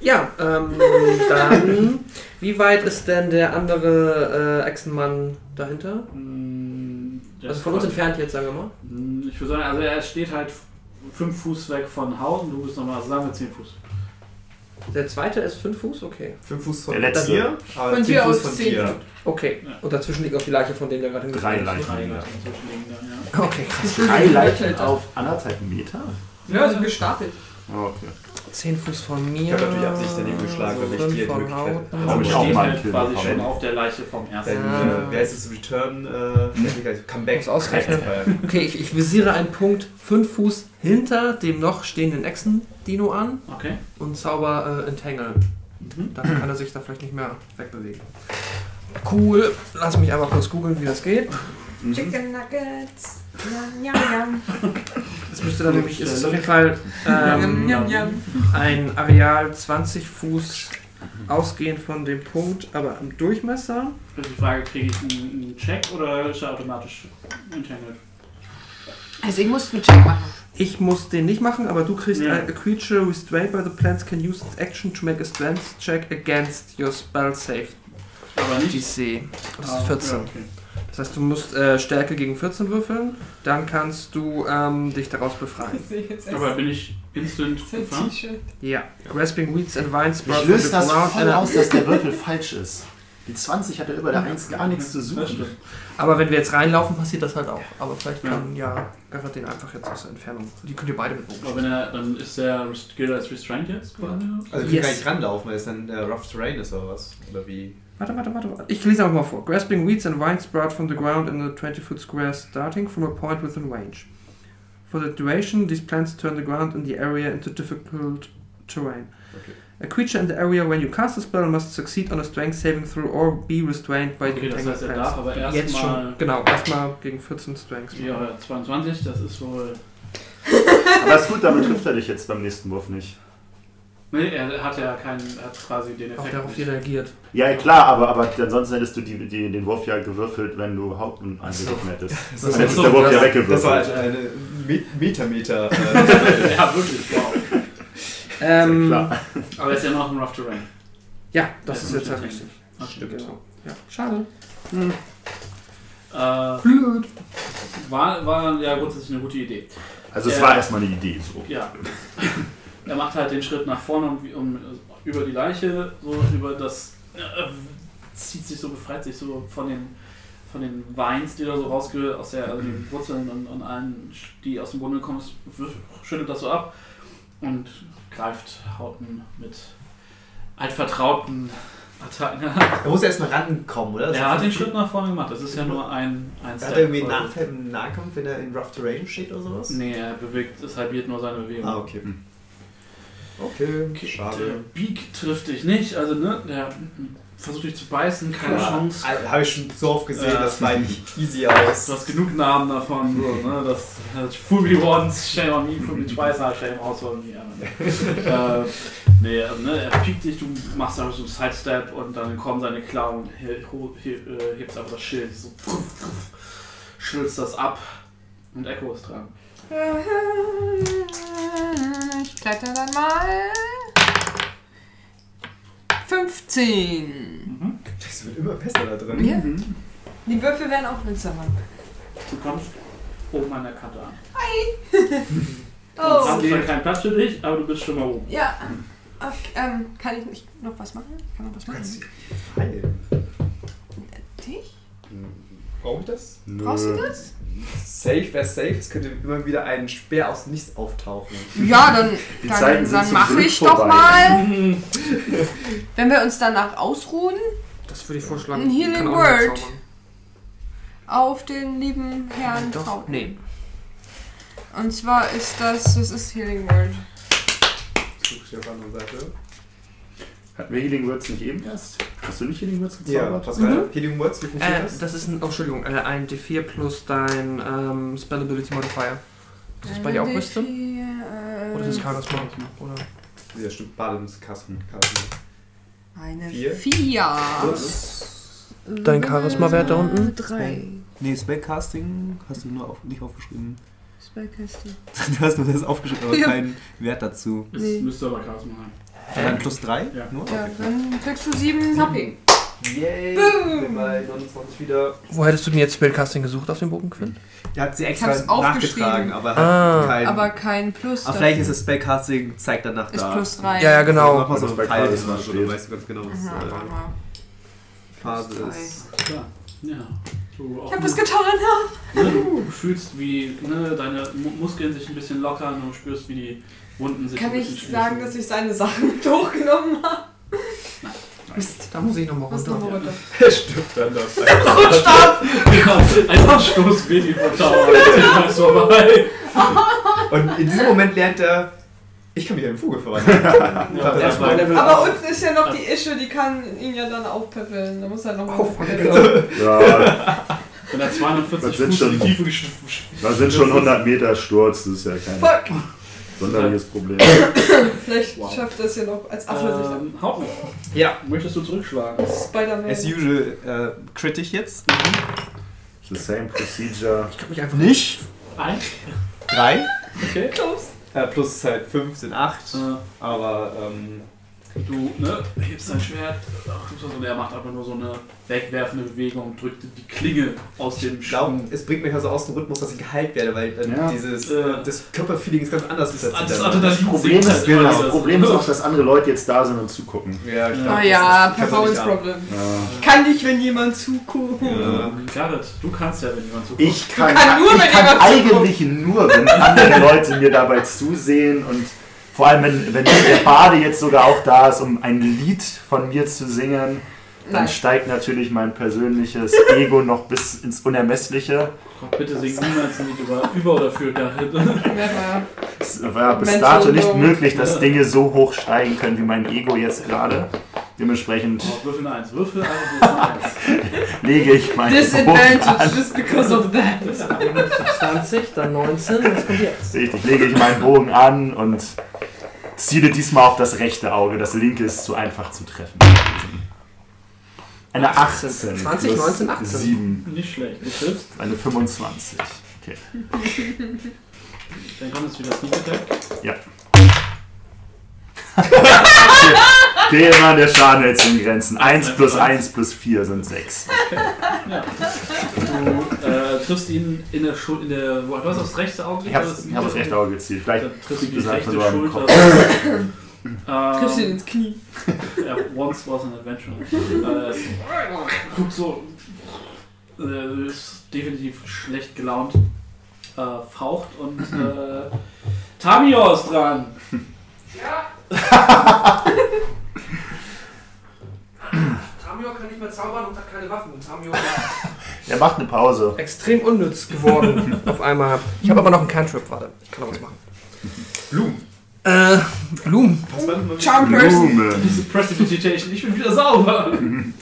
S5: Ja, ähm, dann. Wie weit ist denn der andere äh, Echsenmann dahinter?
S3: Mm, der
S5: Also
S3: ist
S5: von uns
S3: dran.
S5: entfernt jetzt, sagen wir mal.
S3: Hm, Ich würde sagen, also er steht halt 5 Fuß weg von Hauten, du bist nochmal, also sagen wir 10 Fuß.
S5: Der zweite ist 5 Fuß, okay.
S7: 5 Fuß von
S6: Der letzte.
S7: dir, aber
S4: Von
S7: zehn
S4: dir
S7: Fuß
S4: aus
S7: von
S4: zehn.
S7: dir.
S5: Okay.
S3: Ja.
S5: Und dazwischen liegt noch die Leiche von dem, der gerade
S6: Drei
S5: hingefallen ist.
S6: Leichen.
S3: Drei
S6: wieder.
S3: Meter inzwischen liegen da, ja.
S5: Okay, krass.
S6: Drei Leichen auf anderthalb Meter?
S4: Ja, also gestapelt.
S6: Oh, okay.
S5: 10 Fuß von mir.
S7: Ich habe natürlich absichtlich daneben geschlagen,
S5: so
S7: damit ich
S5: fünf
S7: dir die
S5: von
S7: Möglichkeit
S5: Haut.
S7: habe.
S6: Hab
S3: Also
S6: ich
S3: steht
S6: auch mal
S3: halt
S6: einen Kill
S3: quasi
S6: bekommen.
S3: schon auf der Leiche vom
S7: Dein,
S3: ersten.
S5: Ja.
S4: Ah.
S7: äh, wer ist jetzt Return?
S6: Hm.
S7: Äh, Comeback.
S5: Muss ausrechnen.
S7: Comeback.
S5: Okay, ich, ich visiere einen Punkt 5 Fuß hinter dem noch stehenden Echsen-Dino an
S3: Okay.
S5: und zauber äh, Entangle.
S3: Mhm.
S5: Dann kann er sich da vielleicht nicht mehr wegbewegen. Cool, lass mich einfach kurz googeln, wie das geht.
S4: Chicken Nuggets. Yum, yum, yum.
S5: Das müsste dann nämlich, ist es auf jeden Fall
S4: Yum,
S5: ähm,
S4: yum, yum.
S5: ein Areal 20 Fuß ausgehend von dem Punkt, aber im Durchmesser.
S3: Also die Frage, kriege ich einen einen Check oder ist er automatisch entangled?
S4: Also ich muss einen Check machen.
S5: Ich muss den nicht machen, aber du kriegst
S3: Ja.
S5: a, a creature restrained by the plants can use its action to make a strength check against your spell save
S3: Aber nicht.
S5: DC. Das
S3: Ah,
S5: ist 14.
S3: Ja, okay.
S5: Das Das heißt, du musst äh, Stärke gegen 14 würfeln, dann kannst du ähm, dich daraus befreien.
S4: Ich sehe jetzt erst
S3: Aber bin ich instant
S4: ein
S3: gefangen?
S4: T-Shirt.
S5: Ja. Grasping Weeds and Vines
S6: Ich löse das voll aus, dass der Würfel falsch ist. Die 20 hat er über der 1 gar nichts zu
S3: Das
S6: suchen.
S3: stimmt.
S5: Aber wenn wir jetzt reinlaufen, passiert das halt auch. Aber vielleicht kann ja Garrett den einfach jetzt aus der Entfernung. Die könnt ihr beide mit
S3: Aber
S5: oben.
S3: wenn er, dann ist der Skiller als Restrained jetzt quasi?
S7: Also ich
S5: Yes.
S7: yes. kann nicht ranlaufen, weil es dann äh, Rough Terrain ist oder was? Oder wie?
S5: Warte, warte, warte, warte. Ich lese einfach mal vor. Grasping Weeds and Vines sprout from the ground in a 20-foot square starting from a point within range. For the duration, these plants turn the ground in the area into difficult terrain.
S7: Okay.
S5: A creature in the area when you cast a spell must succeed on a strength saving throw or be restrained by the
S3: Okay, das heißt, er
S5: entangled
S3: darf
S5: plants.
S3: aber
S5: Jetzt schon,
S3: erstmal.
S5: genau, erstmal gegen 14 Strengths.
S3: Ja, 22, das ist wohl.
S6: Aber ist gut, damit trifft er dich jetzt beim nächsten Wurf nicht.
S3: Nee, er hat ja keinen, er hat quasi den
S5: Auch
S3: Effekt.
S5: darauf
S3: nicht.
S5: reagiert.
S6: Ja, klar, aber, aber ansonsten hättest du die, die, den Wurf ja gewürfelt, wenn du überhaupt einen angegriffen hättest.
S7: Das
S6: Und jetzt ist der Wurf ja weggewürfelt.
S7: Das war halt eine Me- Meter-Meter. Äh,
S3: ja, wirklich, wow.
S5: Ähm,
S6: klar.
S3: Aber er ist ja noch im Rough Terrain.
S5: Ja, das ist
S3: Ja,
S5: jetzt halt
S3: stimmt.
S5: richtig.
S7: Stimmt.
S5: Genau. Ja, schade.
S3: Äh,
S5: Blöd.
S3: war, war ja grundsätzlich eine gute Idee.
S6: Also es
S3: Äh,
S6: war erstmal eine Idee so.
S3: Ja. er macht halt den Schritt nach vorne, um, um über die Leiche, so über das. Äh, zieht sich so, befreit sich so von den von den Weins, die da so rausge aus der, also den Wurzeln und, und allen, die aus dem Boden kommen, schüttelt das so ab und greift Hauten mit altvertrauten Attacken.
S7: er muss erstmal rankommen, oder? Das
S3: er hat den
S7: heißt,
S3: Schritt nach vorne gemacht, das ist ja nur ein, ein
S7: Hat er irgendwie einen
S3: oder-
S7: Nachteil im Nahkampf, wenn er in Rough Terrain steht oder sowas?
S3: Nee, er bewegt, es halbiert nur seine Bewegung.
S7: Ah, okay.
S6: Hm.
S7: Okay,
S3: Okay,
S7: schade.
S3: Der Beak trifft dich nicht, also ne, der versucht dich zu beißen, keine Chance.
S7: Habe Ah, ich schon so oft gesehen,
S3: Ja.
S7: das sah nicht easy
S3: Du
S7: aus.
S3: hast genug Namen davon, so, ne? Das, das Fool me once, shame on me, fool me twice, ah, shame also on me. äh, nee, also, ne, er piekt dich, du machst einfach so einen Sidestep und dann kommen seine Klauen und he, ho, he, äh, hebst einfach das Schild, so schüttelst das ab und Echo ist dran.
S4: Ähm, Ich kletter dann mal. 15.
S7: Das wird immer besser da drin.
S4: Ja. Die Würfel werden auch winzer, Mann.
S3: Du kommst oben an der Kante an.
S4: Oh.
S3: Haben zwar keinen Platz für dich, aber du bist schon mal oben.
S4: Ja. Okay, ähm, kann ich nicht noch was machen? Ich Kann noch was
S7: Du kannst
S4: machen?
S7: sie heilen.
S4: Dich?
S7: Brauche ich das?
S6: Nö.
S4: Brauchst du
S5: Äh,
S4: das?
S7: Safe wäre safe. Es könnte immer wieder ein Speer aus dem Nichts auftauchen.
S4: Ja, dann,
S6: Die Zeiten
S4: dann,
S6: sind
S4: dann
S6: zum
S4: mache
S6: Glück
S4: ich doch
S6: vorbei.
S4: mal. Wenn wir uns danach ausruhen
S5: Das würde ich vorschlagen.
S4: Ein
S5: Ich
S4: Healing
S5: kann auch
S4: Word.
S5: nicht zaubern.
S4: auf den lieben Herrn
S5: Doch,
S4: Trauten.
S5: nee.
S4: Und zwar ist das, das ist Healing Word.
S7: Das Suche ich auf der anderen Seite.
S6: Hatten wir Healing Words nicht eben erst? Hast du nicht Healing Words
S7: Ja,
S6: gezaubert?
S7: Pascal.
S4: Mhm.
S7: Healing Words, wie
S5: Äh,
S7: funktioniert das?
S5: das ist ein, oh, Entschuldigung, äh, ein D4 plus dein ähm, Spellability Modifier. Ist das bei dir auch Wisdom?
S4: Äh,
S5: Oder ist das Charisma? Oder?
S7: Ja, stimmt. Badens, Kasten,
S4: Eine
S7: Vier.
S4: Vier.
S5: Dein Charisma-Wert da unten?
S4: Äh, Drei.
S7: Nee, Spellcasting hast du nur nicht aufgeschrieben.
S4: Spellcasting.
S7: Du hast nur das aufgeschrieben, aber
S4: Ja.
S7: keinen Wert dazu.
S3: Es
S4: Nee.
S3: müsste aber Charisma haben.
S7: Dann plus 3
S3: Ja.
S7: nur?
S4: Ja, dann kriegst du sieben HP.
S7: Yay! Boom. Bei 29 wieder.
S5: Wo hättest du denn jetzt Spellcasting gesucht auf dem Bogen, Quinn?
S7: Er hat sie
S4: Ich
S7: extra
S4: hab's aufgeschrieben.
S7: nachgetragen, aber hat
S5: Ah.
S7: kein.
S4: Aber
S7: Aber,
S4: kein Plus.
S7: vielleicht ist das Spellcasting, zeigt danach
S4: Ist
S7: da.
S4: plus drei.
S5: Ja, ja,
S7: Genau.
S5: genau.
S7: Nochmal so
S6: Wenn das
S7: ein
S6: bei
S7: Pfeil
S6: Charisma
S7: ist, dann
S6: steht.
S7: weißt du ganz genau, was
S4: Mhm, warte
S7: äh,
S4: mal.
S7: Phase
S4: Plus
S7: ist.
S3: Klar. Ja. Du
S4: Ich
S3: auch
S4: hab das getan.
S3: Ne, du fühlst, wie ne, deine Mu Muskeln sich ein bisschen lockern und du spürst, wie die Wunden sich
S4: Kann
S3: ein bisschen
S4: ich sagen, dass
S3: schließen.
S4: ich seine Sachen mit hochgenommen habe? Mist.
S5: Da muss ich nochmal
S4: Was
S5: runter.
S4: nochmal runter?
S7: Er stirbt dann da.
S3: Genau, Einfach Stoß Willi vom Tower. Das ist vorbei.
S7: Und in diesem Moment lernt er, ich kann mich in einen Vogel verwandeln.
S3: Ja, erstmal Level
S4: Aber unten ist ja noch die Ische, die kann ihn ja dann aufpäppeln. Da muss er
S7: Oh,
S4: noch aufpäppeln.
S6: Ja,
S3: Wenn er
S6: Das
S3: 240
S6: sind
S3: Fuß in die
S6: schon-
S3: Tiefe geschwungen
S6: das sind schon 100 Meter Sturz, das ist ja kein
S4: Fuck!
S6: sonderliches Problem.
S4: Vielleicht
S3: Wow.
S4: schafft er es ja noch als Affe sich dann.
S3: ähm, Haut noch.
S7: Ja.
S3: Möchtest du zurückschlagen?
S7: As
S4: Spider-Man.
S7: usual, äh, kritisch jetzt.
S6: The same procedure.
S5: Ich hab mich einfach
S7: Nicht.
S3: Ein?
S7: 3.
S3: Okay.
S4: Close.
S7: Äh, plus halt 5 sind 8.
S3: Äh,
S7: Aber ähm,
S3: Du ne, hebst dein Schwert ach, gibst das und er macht einfach nur so eine wegwerfende Bewegung und drückt die Klinge aus dem
S7: Ich glaube,
S3: Schlaum.
S7: es bringt mich also aus dem Rhythmus, dass ich geheilt werde, weil ähm,
S6: Ja.
S7: dieses
S3: Äh,
S7: das Körperfeeling ist ganz anders.
S3: Das,
S7: als
S3: das,
S7: dann.
S3: das, das
S6: Problem ist,
S3: immer
S6: das
S3: dieses-
S6: Problem ist auch, dass andere Leute jetzt da sind und zugucken.
S7: ja, ich glaub,
S3: Ah
S7: das
S4: ja,
S7: ist- kann man nicht
S4: Performance
S7: haben.
S4: Problem.
S6: Ja.
S4: Kann nicht, wenn jemand zuguckt.
S7: Ja.
S3: Garrett, du kannst ja, wenn jemand zuguckt.
S6: Ich kann,
S4: kann nur,
S6: ich
S4: wenn
S6: kann
S4: jemand
S6: eigentlich nur, wenn andere Leute mir dabei zusehen und vor allem, wenn, wenn der Bade jetzt sogar auch da ist, um ein Lied von mir zu singen, dann
S4: Nein.
S6: steigt natürlich mein persönliches Ego noch bis ins Unermessliche.
S3: Gott, bitte sing niemals ein Lied über, über oder für Garrett. Oh,
S4: Never.
S6: Es war bis
S4: Mental
S6: dato nicht
S4: load.
S6: möglich, dass Dinge so hoch steigen können wie mein Ego jetzt gerade. Dementsprechend
S3: Oh, Würfel eine Eins, Würfel eine Eins,
S6: lege ich mein Ego
S4: Disadvantage just because of that.
S9: 20, dann 19, was kommt jetzt?
S6: Richtig, lege ich meinen Bogen an und ziele diesmal auf das rechte Auge. Das linke ist zu einfach zu treffen. Eine 18.
S5: 20,
S6: plus
S5: 19, 18.
S6: 7,
S3: Nicht schlecht, du triffst.
S6: eine 25. Okay.
S3: Dann kommt jetzt wieder Sneak Attack.
S6: Okay, immer der Schaden hält sich in Grenzen. 1 plus 1 plus 4 sind 6.
S3: Ja. Du äh, triffst ihn in der Schulter, in der. wo- Du hast aufs rechte Auge
S6: Ich habe ich hab das rechte Auge gezielt. Vielleicht
S3: Dann triffst du
S6: kriegt
S3: die
S6: das einfach
S3: rechte
S6: so am
S3: Schulter.
S6: Kopf.
S3: Ähm,
S4: Triffst du ihn ins Knie.
S3: Ja, once was an adventure. Äh, es guckt so. Äh, ist definitiv schlecht gelaunt. Äh, faucht und. Äh, Tamio ist dran!
S5: Tamio kann nicht mehr zaubern und hat keine Waffen. Tamio
S6: Er macht eine Pause.
S5: extrem unnütz geworden auf einmal. Ich habe aber noch einen Cantrip, warte. Ich kann noch was machen.
S7: Blumen.
S5: Äh, Blumen.
S7: Pass mal, mal-
S4: Charm person.
S6: Blumen.
S3: Diese Prestidigitation, ich bin wieder sauber!
S5: Ähm,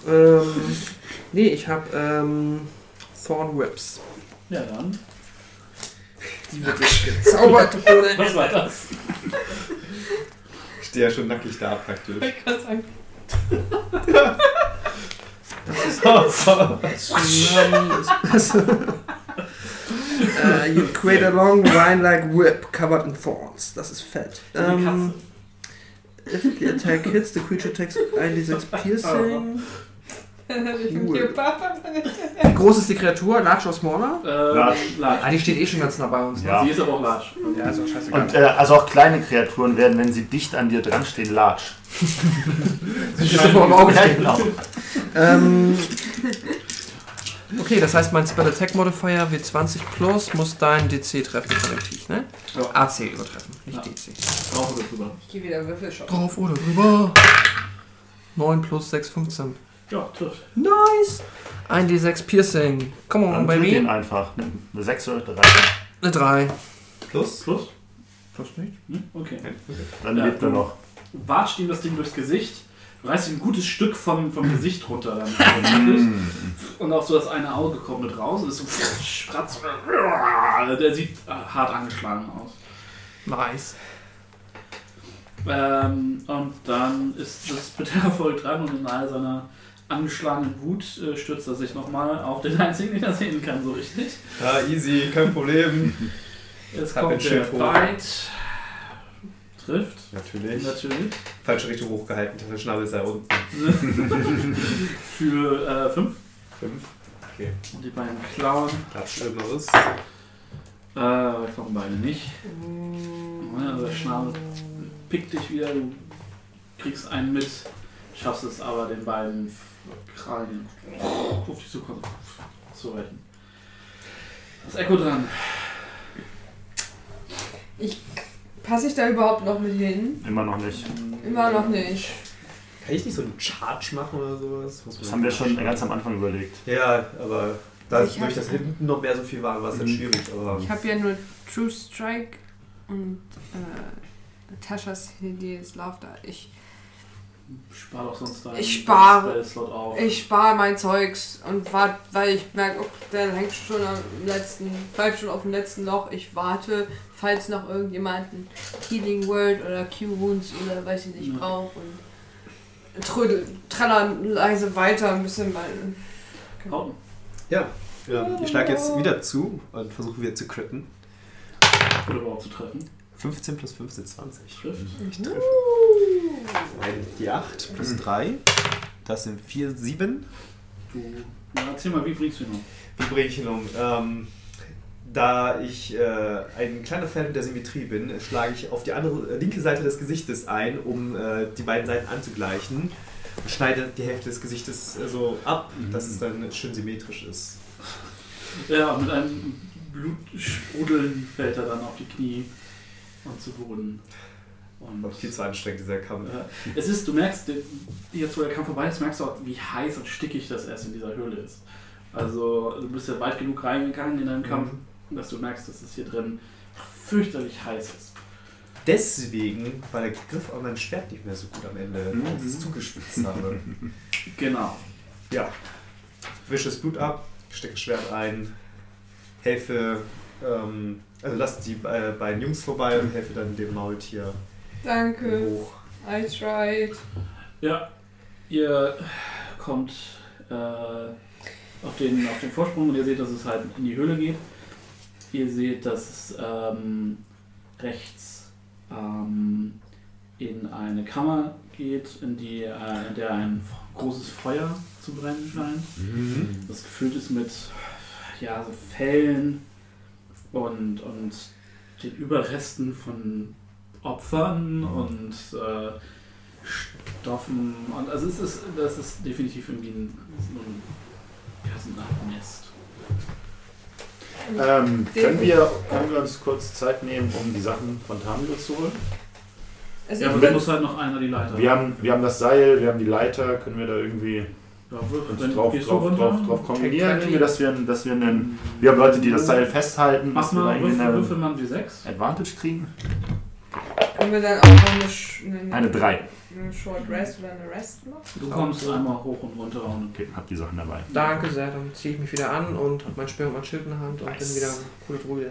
S5: nee, ich habe ähm, Thorn Whips.
S3: Ja, dann.
S5: Die wirklich gezaubert wurde.
S3: Was war das?
S7: Ich stehe ja schon nackig da praktisch.
S4: Ich kann sagen.
S5: Äh, you create a long vine-like whip covered in thorns. Das ist fett. Ähm, if the attack hits, the creature takes 1d6
S6: Oh.
S5: piercing.
S4: Ich bin
S5: Cool.
S4: hier Papa.
S5: Wie groß ist die Kreatur? Large or smaller?
S3: Äh, large.
S5: Ah, die steht eh schon ganz nah bei uns.
S6: Ja.
S3: Sie ist aber auch large.
S5: Ja, ist doch scheißegal.
S6: Und äh, also auch kleine Kreaturen werden, wenn sie dicht an dir dran stehen, large.
S5: Sie ist vor dem Auge
S6: Ja,
S5: stehen.
S6: genau.
S5: Ähm, okay, das heißt, mein Spell Attack Modifier W20 plus muss dein DC treffen von dem Viech, ne?
S3: Ja.
S5: AC übertreffen, nicht
S3: Ja.
S5: DC.
S3: Brauche das drüber.
S4: Ich geh wieder Würfel shoppen.
S5: Drauf oder rüber. 9 plus 6, 15.
S3: Ja, trifft.
S5: Nice! 1d6 Piercing. Come on,
S6: Dann tötet
S5: baby.
S6: ihn einfach. Eine 6 oder 3.
S5: Eine 3.
S7: Plus?
S3: Plus?
S5: Plus nicht.
S3: Hm? Okay.
S6: Dann
S3: Ja,
S6: lebt er
S3: du-
S6: noch.
S3: watscht ihm das Ding durchs Gesicht, reißt ihm ein gutes Stück vom, vom Gesicht runter. Dann und auch so das eine Auge kommt mit raus und ist so spratzt. Der sieht äh, hart angeschlagen aus.
S5: Nice.
S3: Ähm, und dann ist das Bittererfolg dran und in all seiner angeschlagenen Wut äh, stürzt er sich nochmal auf den einzigen, den er sehen kann, so richtig.
S7: Ja, easy, kein Problem.
S3: Jetzt
S7: Hab den
S3: kommt der
S7: Schild hoch.
S3: Bite. Trifft,
S7: Natürlich.
S3: natürlich.
S7: Falsche Richtung hochgehalten, der Schnabel sei unten.
S3: Für äh, fünf.
S7: Fünf. Okay.
S3: Und die beiden Klauen.
S7: Platz Schlimmeres.
S3: Äh, wir kommen beide nicht. Ja, also der Schnabel pickt dich wieder, du kriegst einen mit, schaffst es aber den beiden Krallen auf dich zu, kon- zu reichen. Das Echo dran.
S4: Passe ich da überhaupt noch mit hin?
S6: Immer noch nicht.
S4: Immer noch nicht.
S7: Kann ich nicht so einen Charge machen oder sowas? Muss man
S6: Das haben wir schon
S7: nachschauen.
S6: ganz am Anfang überlegt.
S7: Ja, aber dadurch,
S4: Ich hab-
S7: durch das hinten noch mehr so viel war, war es dann
S6: Mhm.
S7: schwierig. Aber
S4: Ich habe ja nur True Strike und äh, Natasha's Hideous Laughter. Ich,
S3: Spar doch sonst deinen
S4: Ich spare.
S3: Slot auf.
S4: ich spare mein Zeugs und warte, weil ich merke, oh, der hängt schon am letzten, bleibt schon auf dem letzten Loch. Ich warte, falls noch irgendjemanden Healing Word oder Q-Wounds oder weiß ich nicht
S3: Ja.
S4: braucht. Und trödel, traller leise weiter ein bisschen mein.
S3: Hauten.
S7: ähm, ich schlage jetzt wieder zu und versuche wieder zu critten.
S3: Oder überhaupt zu treffen.
S7: 15 plus 5 sind 20.
S4: Mhm.
S3: Trifft.
S7: Ich treffe. Die 8 plus 3, das sind 4, 7.
S3: Du. Na, erzähl mal, wie bringst du ihn um?
S7: Wie bringe ich ihn um? Ähm, da ich äh, ein kleiner Fan der Symmetrie bin, schlage ich auf die andere äh, linke Seite des Gesichtes ein, um äh, die beiden Seiten anzugleichen. Und schneide die Hälfte des Gesichtes äh, so ab, dass es dann schön symmetrisch ist.
S3: Ja, mit einem Blutsprudeln fällt er dann auf die Knie und zu Boden.
S7: War
S3: Und
S7: Viel zu anstrengend, dieser Kampf.
S3: Ja. Es ist, du merkst, jetzt wo der Kampf vorbei ist, merkst du auch, wie heiß und stickig das erst in dieser Höhle ist. Also, du bist ja weit genug reingegangen in deinen Kampf, dass du merkst, dass es hier drin fürchterlich heiß ist.
S7: Deswegen war der Griff an meinem Schwert nicht mehr so gut am Ende, als ich es zugespitzt habe.
S3: Genau.
S7: Ja. Wische das Blut ab, stecke das Schwert ein, helfe, ähm, also lasse die äh, beiden Jungs vorbei und helfe dann dem Maultier
S8: Danke.
S7: hoch.
S8: I tried.
S3: Ja, ihr kommt äh, auf, den, auf den Vorsprung und ihr seht, dass es halt in die Höhle geht. Ihr seht, dass es ähm, rechts ähm, in eine Kammer geht, in, die, äh, in der ein großes Feuer zu brennen scheint. Das gefüllt ist mit ja, so Fellen und, und den Überresten von Opfern und äh, Stoffen. Und, also es ist, das ist definitiv irgendwie ein, ein, ja, so eine Art Nest.
S6: Ähm, können, wir, können wir uns kurz Zeit nehmen, um die Sachen von Tamio zu holen?
S8: Also
S3: Ja,
S8: ich
S3: aber da
S8: würd-
S3: muss halt noch einer die Leiter.
S6: Wir haben, wir haben das Seil, wir haben die Leiter, können wir da irgendwie
S3: ja, wir-
S6: uns
S3: wenn,
S6: drauf,
S3: gehst du
S6: drauf,
S3: runter?
S6: drauf, drauf kombinieren?
S5: Exactly.
S6: Irgendwie, dass wir, dass wir einen, wir haben Leute, die das Seil festhalten,
S3: Mach
S6: dass wir da
S3: mal,
S6: irgendwie
S3: würfel,
S6: eine
S3: würfel mal die 6.
S6: Advantage kriegen.
S8: können wir dann auch noch eine, Sch- eine,
S6: Eine 3.
S8: eine Short Rest oder eine Rest machen?
S3: Du kommst einmal hoch und runter und
S6: Okay, hab die Sachen dabei.
S5: Danke sehr, dann ziehe ich mich wieder an und habe mein Speer und mein Schild in der Hand und bin wieder eine coole Druide.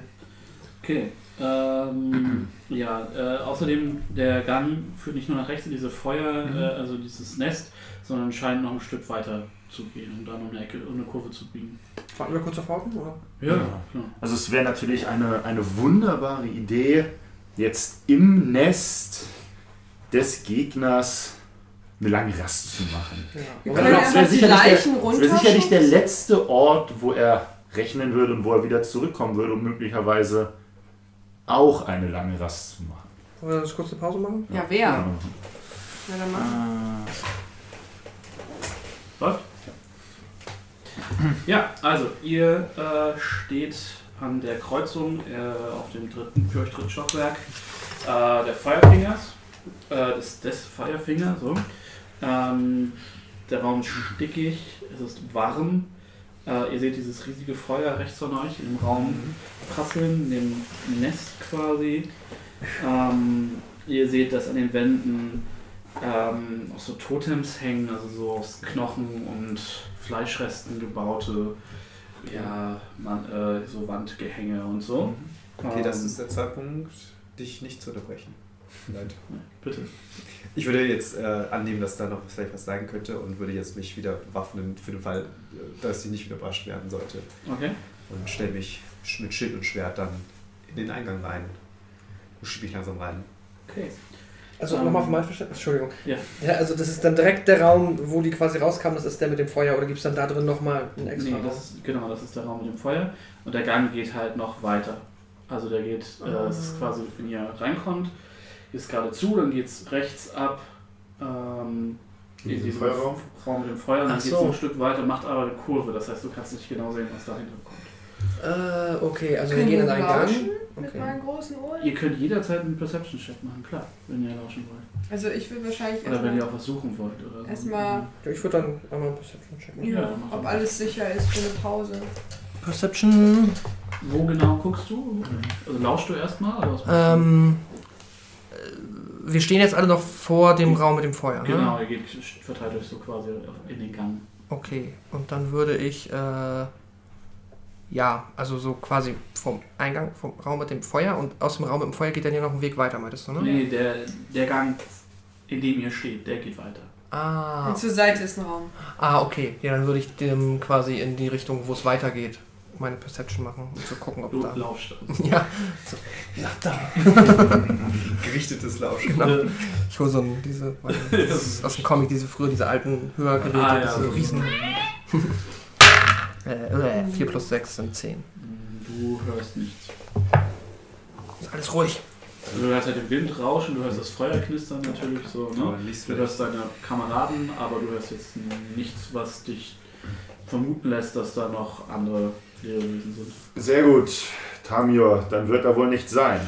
S3: Okay. Ähm, ja, äh, außerdem der Gang führt nicht nur nach rechts in diese Feuer, äh, also dieses Nest, sondern scheint noch ein Stück weiter zu gehen und dann um eine Ecke, um eine Kurve zu biegen.
S5: Warten wir kurz auf Haufen, oder?
S3: Ja, genau.
S6: Ja.
S3: klar.
S6: Also es wäre natürlich eine, eine wunderbare Idee, jetzt im Nest des Gegners eine lange Rast zu machen.
S5: Ja.
S8: Wir
S6: Also
S8: können
S6: das wär
S8: einfach die
S6: sicherlich der-
S8: Leichen
S6: Das wäre sicherlich
S8: runter.
S6: der letzte Ort, wo er rechnen würde und wo er wieder zurückkommen würde, um möglicherweise auch eine lange Rast zu machen.
S5: Wollen wir das kurz eine Pause machen?
S8: Ja, wer? Ja, dann
S6: Äh,
S8: machen.
S6: Ja.
S3: Läuft? Ja, also ihr äh, steht an der Kreuzung äh, auf dem dritten, für euch dritten Stockwerk äh, der Firefingers, äh, des, des Firefinger, so. Ähm, der Raum ist stickig, es ist warm. Äh, ihr seht dieses riesige Feuer rechts von euch im Raum
S7: Mhm.
S3: prasseln, in dem Nest quasi. Ähm, ihr seht, dass an den Wänden ähm, auch so Totems hängen, also so aus Knochen und Fleischresten gebaute, ja, man, äh, so Wandgehänge und so.
S7: Okay, das
S3: Ähm,
S7: ist der Zeitpunkt, dich nicht zu unterbrechen. Leid.
S3: Bitte.
S7: Ich würde jetzt äh, annehmen, dass da noch vielleicht was sein könnte und würde jetzt mich wieder bewaffnen für den Fall, äh, dass sie nicht überrascht werden sollte.
S3: Okay.
S7: Und stelle mich sch- mit Schild und Schwert dann in den Eingang rein. Und schiebe mich langsam rein.
S3: Okay.
S5: Also
S3: Ähm.
S5: nochmal für mein Verständnis. Entschuldigung.
S3: Ja.
S5: ja. Also das ist dann direkt der Raum, wo die quasi rauskamen, das ist der mit dem Feuer oder gibt es dann da drin nochmal einen extra
S3: Nee,
S5: Raum?
S3: das ist, genau, das ist der Raum mit dem Feuer. Und der Gang geht halt noch weiter. Also der geht,
S8: Oh.
S3: äh, es ist quasi, wenn ihr reinkommt, ist geradezu, dann geht es rechts ab. Ähm,
S6: In diesen Feuerraum?
S3: Raum mit dem Feuer, und
S5: Ach
S3: dann geht es
S5: so.
S3: ein Stück weiter, macht aber eine Kurve. Das heißt, du kannst nicht genau sehen, was dahinter kommt.
S5: Äh, okay, also
S8: Können
S5: wir gehen in
S8: wir
S5: einen Gang.
S8: lauschen? Mit
S5: Okay.
S8: meinen großen Ohren?
S3: Ihr könnt jederzeit einen Perception-Check machen, klar, wenn ihr lauschen wollt.
S8: Also ich will wahrscheinlich
S3: Oder wenn ihr
S8: erstmal,
S3: auch was suchen wollt. Oder so.
S8: erstmal
S5: Ja, ich würde dann einmal Perception checken.
S3: Ja,
S8: ja,
S3: mach doch
S8: ob
S3: mal.
S8: alles sicher ist für eine Pause.
S5: Perception.
S3: Wo genau guckst du? Also lauschst du erstmal? Oder was machst du?
S5: Ähm. äh, Wir stehen jetzt alle noch vor dem Raum mit dem Feuer. Ne?
S3: Genau, ihr geht, verteilt euch so quasi in den Gang.
S5: Okay, und dann würde ich, äh, ja, also so quasi vom Eingang, vom Raum mit dem Feuer und aus dem Raum mit dem Feuer geht dann ja noch ein Weg weiter, meintest du, ne?
S3: Nee, der, der Gang, in dem ihr steht, der geht weiter.
S5: Ah,
S8: Und zur Seite ist ein Raum.
S5: ah, okay. Ja, dann würde ich dem quasi in die Richtung, wo es weitergeht, meine Perception machen, um zu gucken, ob
S3: Du
S5: da.
S3: laufst.
S5: Ja, so, ja, da.
S7: Gerichtetes Lauschen.
S5: Genau. Ich hole so ein, diese, aus aus dem Comic, diese früher, diese alten Hörgeräte,
S3: Ah, ja.
S5: diese Riesen. äh, äh, 4 plus 6 sind 10.
S3: Du hörst nichts.
S5: Ist alles ruhig.
S3: Also du hörst halt den Wind rauschen, du hörst das Feuer knistern natürlich so, ne?
S7: Aber nicht
S3: Du hörst deine Kameraden, aber du hörst jetzt nichts, was dich vermuten lässt, dass da noch andere Lebewesen sind.
S6: Sehr gut, Tamio, dann wird er wohl nicht sein.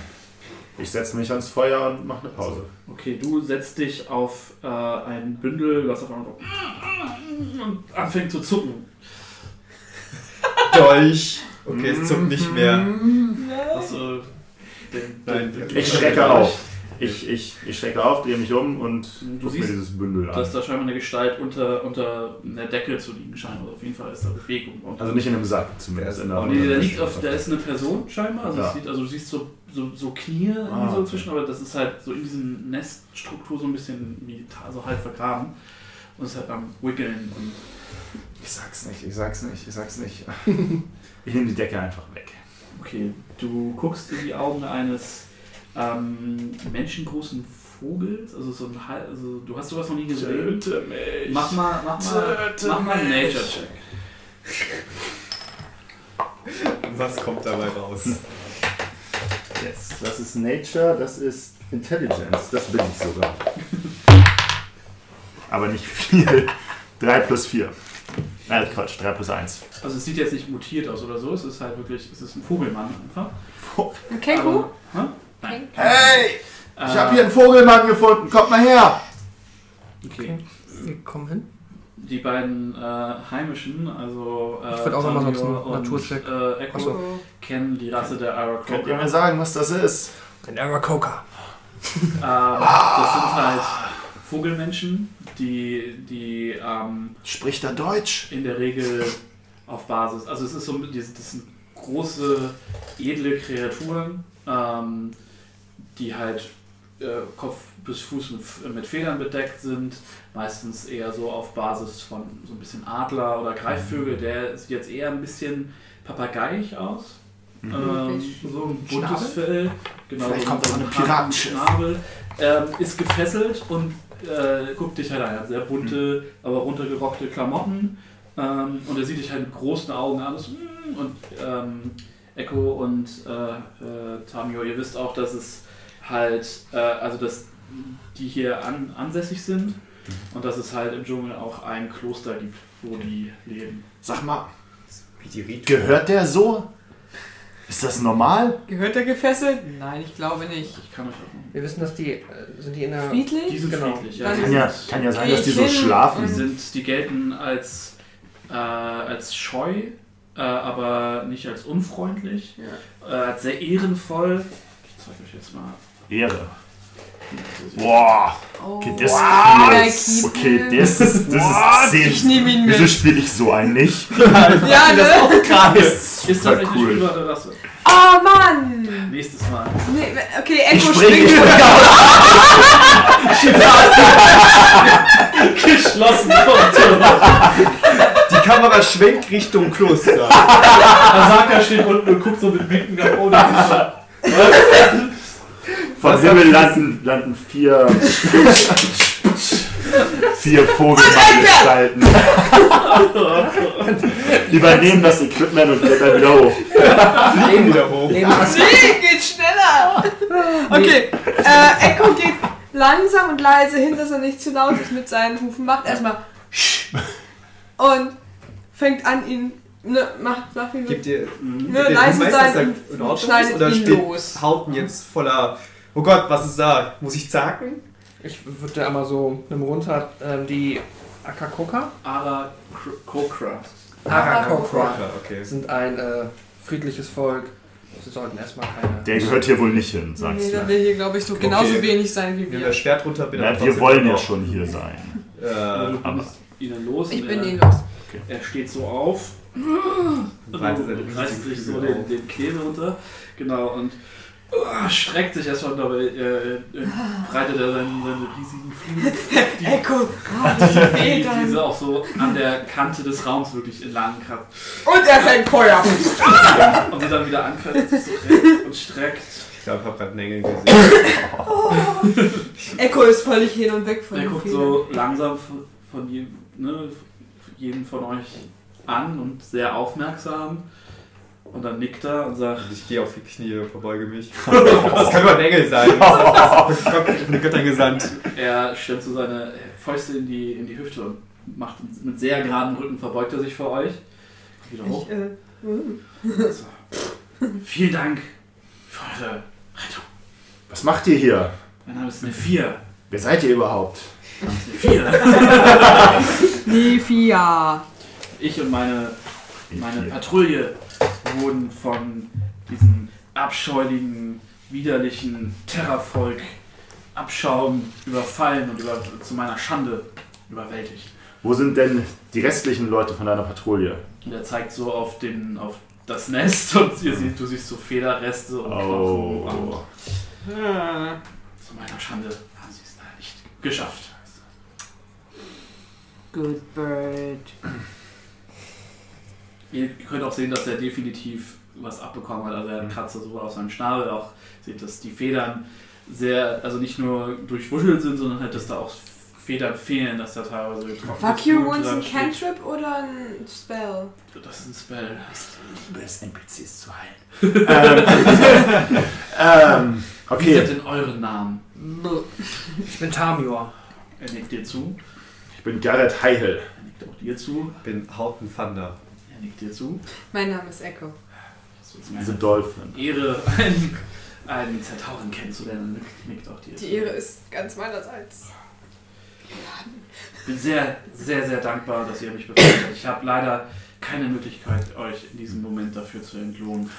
S6: Ich setze mich ans Feuer und mache eine Pause.
S3: Okay, du setzt dich auf äh, ein Bündel, du hast auf einmal so und anfängt zu zucken.
S7: Dolch. Okay, es zuckt nicht mehr.
S3: Hast du den,
S7: Nein,
S6: Ich schrecke auf. Ich, ich, ich schrecke auf, drehe mich um und
S3: Du
S6: gucke mir
S3: siehst,
S6: dieses Bündel
S3: dass
S6: an.
S3: da scheinbar eine Gestalt unter, unter einer Decke zu liegen scheint. Also auf jeden Fall ist da Bewegung. Und
S6: Also nicht in einem Sack, zumindest.
S7: Der ist-
S6: in einer-
S7: oh,
S3: Nee, da, liegt auf, da ist eine Person scheinbar. Also,
S6: Ja.
S3: es sieht, also du siehst so, so, so Knie
S6: Ah,
S3: so
S6: okay.
S3: inzwischen, aber das ist halt so in diesem Neststruktur so ein bisschen militar, so halb vergraben. Und ist halt am Wickeln. Und
S6: Ich sag's nicht, ich sag's nicht, ich sag's nicht. ich nehme die Decke einfach weg.
S3: okay, du guckst in die Augen eines ähm, menschengroßen Vogels. Also so ein halb, also du hast sowas noch nie gesehen.
S6: mich.
S3: Mach mal, mach mal,
S6: Töte
S3: mach mal einen
S6: mich.
S3: Nature-Check.
S7: Was kommt dabei raus?
S3: Yes.
S6: Das ist Nature, das ist Intelligence. Das bin ich sogar. Aber nicht viel. 3 plus 4. Nein, Quatsch, 3 plus 1.
S3: Also es sieht jetzt nicht mutiert aus oder so, es ist halt wirklich, es ist ein Vogelmann einfach.
S8: Ein Känguru?
S3: Aber- Hä? Nein.
S6: Hey! Ich
S3: Äh,
S6: habe hier einen Vogelmann gefunden, kommt mal her!
S3: Okay.
S5: Wir kommen hin.
S3: Die beiden äh, Heimischen, also äh,
S5: Ich würd auch noch mal
S3: Tamio
S5: so einen
S3: und,
S5: Naturcheck.
S3: Äh, Echo,
S5: Ach so.
S3: kennen die Rasse der
S6: Könnt ihr
S3: Aracrocra.
S6: mir sagen, was das ist?
S5: Ein Arakoka.
S3: Ähm, das sind halt Vogelmenschen, die, die ähm,
S6: Spricht er Deutsch?
S3: in der Regel auf Basis, also es ist so, ein- die, das sind große, edle Kreaturen, ähm, die halt äh, Kopf bis Fuß mit, F- mit Federn bedeckt sind, meistens eher so auf Basis von so ein bisschen Adler oder Greifvögel, der sieht jetzt eher ein bisschen papageiig aus. Ähm, so ein buntes Fell, genau,
S6: Vielleicht
S3: so
S6: kommt
S3: so
S6: das von einem
S3: harten
S6: Piratenschiff.
S3: Schnabel, ähm, ist gefesselt und äh, guckt dich halt an. Er hat sehr bunte,
S6: Mhm.
S3: aber runtergerockte Klamotten ähm, und er sieht dich halt mit großen Augen an. So, "Mm", Und ähm, Echo und äh, äh, Tamio, ihr wisst auch, dass es halt, äh, also dass die hier an, ansässig
S6: Mhm.
S3: sind und dass es halt im Dschungel auch ein Kloster gibt, wo die leben.
S6: Sag mal,
S7: Wie die Ritual.
S6: gehört der so? Ist das normal?
S4: Gehört der gefesselt? Nein, ich glaube nicht.
S3: Ich kann euch auch
S5: Wir wissen, dass die. Äh, sind die in der.
S3: Die
S4: Friedlich?
S3: sind
S5: Genau.
S3: friedlich, ja.
S4: Dann-
S6: Kann ja, kann ja sein, dass die so
S4: Ich bin-
S3: Die,
S6: schlafen.
S4: Mhm.
S3: sind, die gelten als, äh, als scheu, äh, aber nicht als unfreundlich, äh, als sehr ehrenvoll. Ich zeige euch jetzt mal.
S6: Ehre. Boah,
S4: Oh.
S6: okay, das
S4: Wow.
S6: ist Okay, das ist, das ist
S4: Ich
S6: 10.
S4: nehme ihn
S6: Wieso
S4: mit.
S6: spiele ich so einen nicht?
S4: Ja, ne?
S6: Krass.
S3: Ist
S6: Super
S3: tatsächlich cool.
S6: cool.
S3: spielbare Rasse.
S4: Oh Mann!
S3: Nächstes Mal.
S4: Nee, okay,
S6: Ich
S4: Echo
S6: springe, ich
S4: springt.
S6: springe
S3: Geschlossen. Und
S7: Die Kamera schwenkt Richtung Kloster.
S3: Asaka steht unten und guckt so mit Winken nach oben.
S6: Vom Himmel landen, landen vier. vier Vogelmann-Gestalten. Übernehmen das Equipment und klettern wieder hoch.
S7: Fliegen wieder hoch.
S5: Leben As
S4: Nee, geht schneller! Okay, äh, Echo geht langsam und leise hin, dass er nicht zu laut ist mit seinen Hufen. Macht erstmal Sch und fängt an, ihn. Ne, macht, macht ihn
S7: Gibt
S4: mit.
S7: ihr
S4: Ne,
S7: der
S4: leise
S7: Hinweis, dass
S4: sein
S7: er in
S4: und,
S7: Ordnung
S4: und
S7: ist,
S4: schneidet
S7: oder
S4: ihn
S7: steht-
S4: los.
S7: Hauten jetzt voller. Oh Gott, was ist da? Muss ich zacken?
S5: ich würde einmal so nimm runter ähm, die Akakoka.
S3: Ara Kokra.
S5: Arakokra.
S7: Ja, okay.
S5: Sind ein äh, friedliches Volk. Sie sollten erstmal keine.
S6: Der gehört hier wohl nicht hin,
S4: Nee,
S6: sagst
S4: da
S6: du.
S4: will hier, glaube ich, so genauso
S7: Okay.
S4: wenig sein wie
S7: Wenn
S4: wir.
S7: das Schwert runter Äh, bin,
S6: Ja,
S7: dann
S6: wir
S7: trotzdem
S6: wollen ja
S7: noch,
S6: schon hier sein.
S7: Äh,
S3: Also, Du bist ihnen los.
S4: Ich
S3: und
S4: bin
S3: er,
S4: ihn los.
S3: er steht so auf.
S7: breitet seine
S3: reißt sich so
S7: riesigen
S3: den,
S7: Flügel auf.
S3: den Klebe runter. Genau, und Oh, streckt sich erstmal und dabei äh, äh, breitet er seinen, seine riesigen Flügel, die,
S4: Echo, ah, die
S3: die, die
S4: Federn.
S3: diese auch so an der Kante des Raums wirklich entlang kratzt.
S4: Und er fängt Feuer.
S3: Und sie dann wieder anfällt sich so dreht und streckt.
S7: Ich glaube, ich habe gerade einen Engel gesehen.
S4: Oh. Echo ist völlig hin und weg von
S3: Er
S4: den
S3: guckt
S4: Federn.
S3: so langsam von, von jedem, ne, jeden von euch an und sehr aufmerksam. Und dann nickt er und sagt,
S7: Und Also ich gehe auf die Knie, verbeuge mich. Das kann doch ein Engel sein. Das ist Gott, eine Götter gesandt.
S3: Er stemmt so seine Fäuste in die, in die Hüfte und macht mit sehr geradem Rücken verbeugt er sich vor euch. Kommt Wieder hoch. Also,
S4: Ich, äh, mm.
S3: Vielen Dank für eure Rettung.
S6: Was macht ihr hier?
S3: Mein Name ist eine 4.
S6: Wer seid ihr überhaupt?
S3: Eine 4.
S4: Nifia.
S3: Ich und meine, meine
S6: Hier.
S3: Patrouille wurden von diesem abscheulichen, widerlichen Terrorvolk Abschaum überfallen und über, zu meiner Schande überwältigt.
S6: Wo sind denn die restlichen Leute von deiner Patrouille?
S3: Und er zeigt so auf den auf das Nest und ihr seht, du siehst so Federreste und Knochen. am-
S6: Oh.
S3: Zu meiner Schande haben sie es leider nicht geschafft.
S4: Good bird.
S3: Ihr könnt auch sehen, dass er definitiv was abbekommen hat. Also er
S6: Mhm.
S3: hat Kratzer sowohl auf seinem Schnabel, auch seht, dass die Federn sehr, also nicht nur durchwuschelt sind, sondern halt, dass da auch Federn fehlen, dass da teilweise getroffen
S4: War Cure Wounds ein
S3: dran steht.
S4: Cantrip oder ein Spell?
S3: Das ist ein Spell.
S6: Über das NPCs zu heilen. ähm, ähm,
S3: Wie sind
S6: okay,
S3: denn euren Namen?
S5: Ich bin Tamior.
S3: Er nickt dir zu.
S6: ich bin Gareth Heihel.
S3: Er nickt auch dir zu.
S7: Ich bin Haupten Thunder.
S3: Er nickt dir zu.
S4: Mein Name ist Echo.
S3: Das ist mir
S6: Diese
S3: eine
S6: Dolphin.
S3: Ehre, einen, einen Zertauren kennenzulernen. Er Nickt auch dir zu.
S8: Die Ehre ist ganz meinerseits.
S3: bin sehr, sehr, sehr dankbar, dass ihr mich befreit habt. Ich habe leider keine Möglichkeit, euch in diesem Moment dafür zu entlohnen.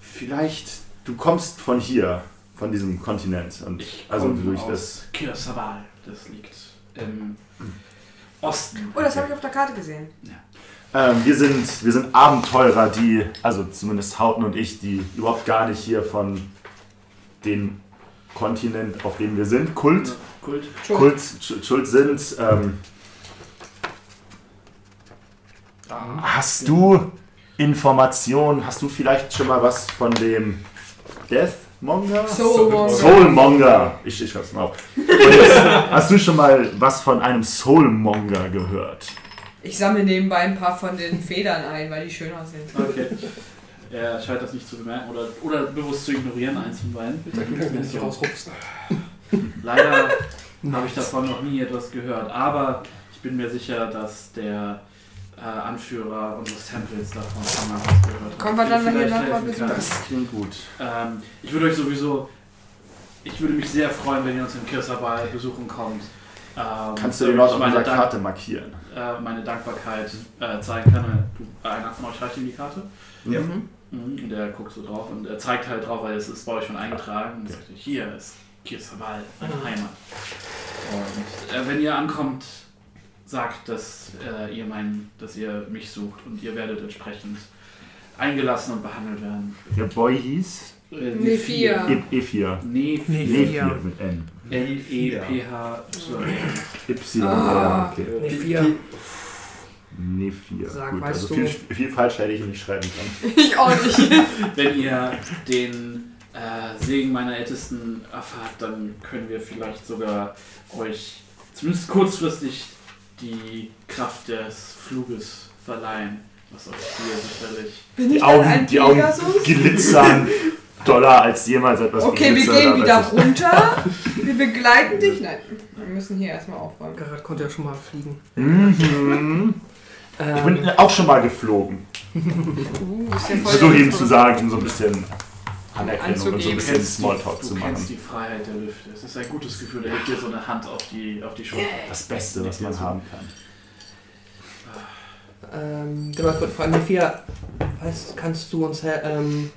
S6: Vielleicht, du kommst von hier, von diesem Kontinent. Und
S3: Ich
S6: also
S3: komme
S6: durch
S3: aus-
S6: das.
S3: Kir Sabal, das liegt im Osten.
S4: Oh, das habe ich auf der Karte gesehen.
S6: Ähm, wir, sind, wir sind Abenteurer, die, also zumindest Hauten und ich, die überhaupt gar nicht hier von dem Kontinent, auf dem wir sind, Kult,
S3: Kult.
S6: Kult, Sch- Schuld sind. Ähm,
S5: Ah.
S6: hast du Informationen? Hast du vielleicht schon mal was von dem Deathmonger?
S4: Soulmonger.
S6: Soulmonger. Ich, ich schreib's mal auf. Und jetzt, hast du schon mal was von einem Soulmonger gehört?
S4: Ich sammle nebenbei ein paar von den Federn ein, weil die schön aussehen.
S3: Okay. Er scheint das nicht zu bemerken oder, oder bewusst zu ignorieren, eins von beiden.
S5: Ich rausrupfen.
S3: Leider habe ich davon noch nie etwas gehört, aber ich bin mir sicher, dass der äh, Anführer unseres Tempels davon schon mal was gehört hat.
S4: Kommen wir dann mal hier
S3: Vielleicht
S4: nach mal
S3: helfen
S4: besuchen.
S3: kann.
S6: Das klingt gut.
S3: Ähm, ich würde euch sowieso, ich würde mich sehr freuen, wenn ihr uns im Kirsabal besuchen kommt. Ähm,
S6: Kannst du den Ort auf
S3: meine,
S6: dieser
S3: Dank-
S6: Karte markieren?
S3: äh, meine Dankbarkeit äh, zeigen kann. Du, äh, einer von euch reicht ihm die Karte.
S7: Ja.
S5: Mhm.
S3: Mhm, Und der guckt so drauf und er zeigt halt drauf, weil es ist bei euch schon eingetragen. Und sagt, hier ist Kirsabal, meine
S8: Mhm.
S3: Heimat. Und äh, wenn ihr ankommt, sagt, dass äh, ihr meinen, dass ihr mich sucht und ihr werdet entsprechend eingelassen und behandelt werden.
S6: Der Boy hieß
S3: Äh,
S8: Nee,
S3: Nephir.
S8: vier.
S6: E- Ephir.
S3: Nephir.
S6: Nephir mit N.
S7: E
S3: E N-E-P-H-Y.
S6: Y.
S4: Ah.
S6: ja, okay.
S5: Nee, vier.
S6: Nephir.
S5: Sag,
S6: gut,
S5: weißt
S6: also
S5: du-
S6: viel, viel falsch hätte ich nicht schreiben können.
S8: Ich auch nicht.
S3: Wenn ihr den äh, Segen meiner Ältesten erfahrt, dann können wir vielleicht sogar euch zumindest kurzfristig die Kraft des Fluges verleihen, was euch hier sicherlich
S4: Bin
S6: Die
S4: ich dann
S6: Augen,
S4: ein
S6: die Augen
S4: Pegasus?
S6: glitzern doller als jemals etwas
S4: Okay, wir
S6: geglitzert
S4: gehen
S6: hat,
S4: wieder
S6: als
S4: runter. Wir begleiten dich. Nein, wir müssen hier erstmal aufräumen.
S5: Gerhard konnte ja schon mal fliegen. Ähm,
S6: ich- Mhm. Ich bin auch schon mal geflogen.
S4: Uh, ist ja
S6: Ich
S4: voll
S6: versuche
S4: der
S6: ihm zu sagen, um so ein bisschen Anerkennung und so ein
S4: Anzugeben.
S6: bisschen
S3: die-
S6: Smalltalk
S3: du
S6: zu
S3: kennst
S6: machen.
S3: die Freiheit der Lüfte. Es ist ein gutes Gefühl, er legt dir so eine Hand auf die, auf die Schulter.
S6: Das Beste, was man haben kann.
S5: Ähm, genau, ich wollte fragen, Nefia, was kannst du uns hel- ähm,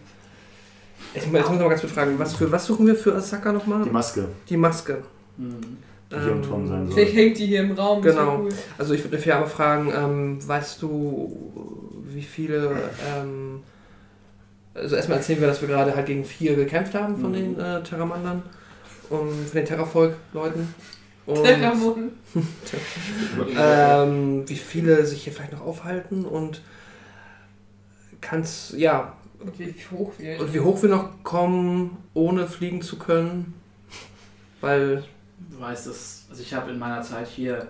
S5: ich, mu- jetzt muss ich mal ganz kurz fragen, was, für, was suchen wir für Asaka
S6: Die
S5: nochmal?
S6: Maske,
S5: Die Maske.
S3: Mhm.
S6: die hier
S5: Ähm,
S6: im Turm sein
S4: Vielleicht
S6: soll.
S4: hängt die hier im Raum. das wär
S5: Genau.
S4: Cool.
S5: Also ich würde Nefia aber fragen, ähm, weißt du, wie viele ähm, also erstmal erzählen wir, dass wir gerade halt gegen vier gekämpft haben
S6: Mhm.
S5: von den äh, Terramandern und von den Terrafolk-Leuten. Und
S4: Klettermoden.
S5: ähm, wie viele sich hier vielleicht noch aufhalten und kannst, ja,
S4: Und wie hoch wir.
S5: und wie hoch wir noch kommen, ohne fliegen zu können. Weil,
S3: Du weißt es, also ich habe in meiner Zeit hier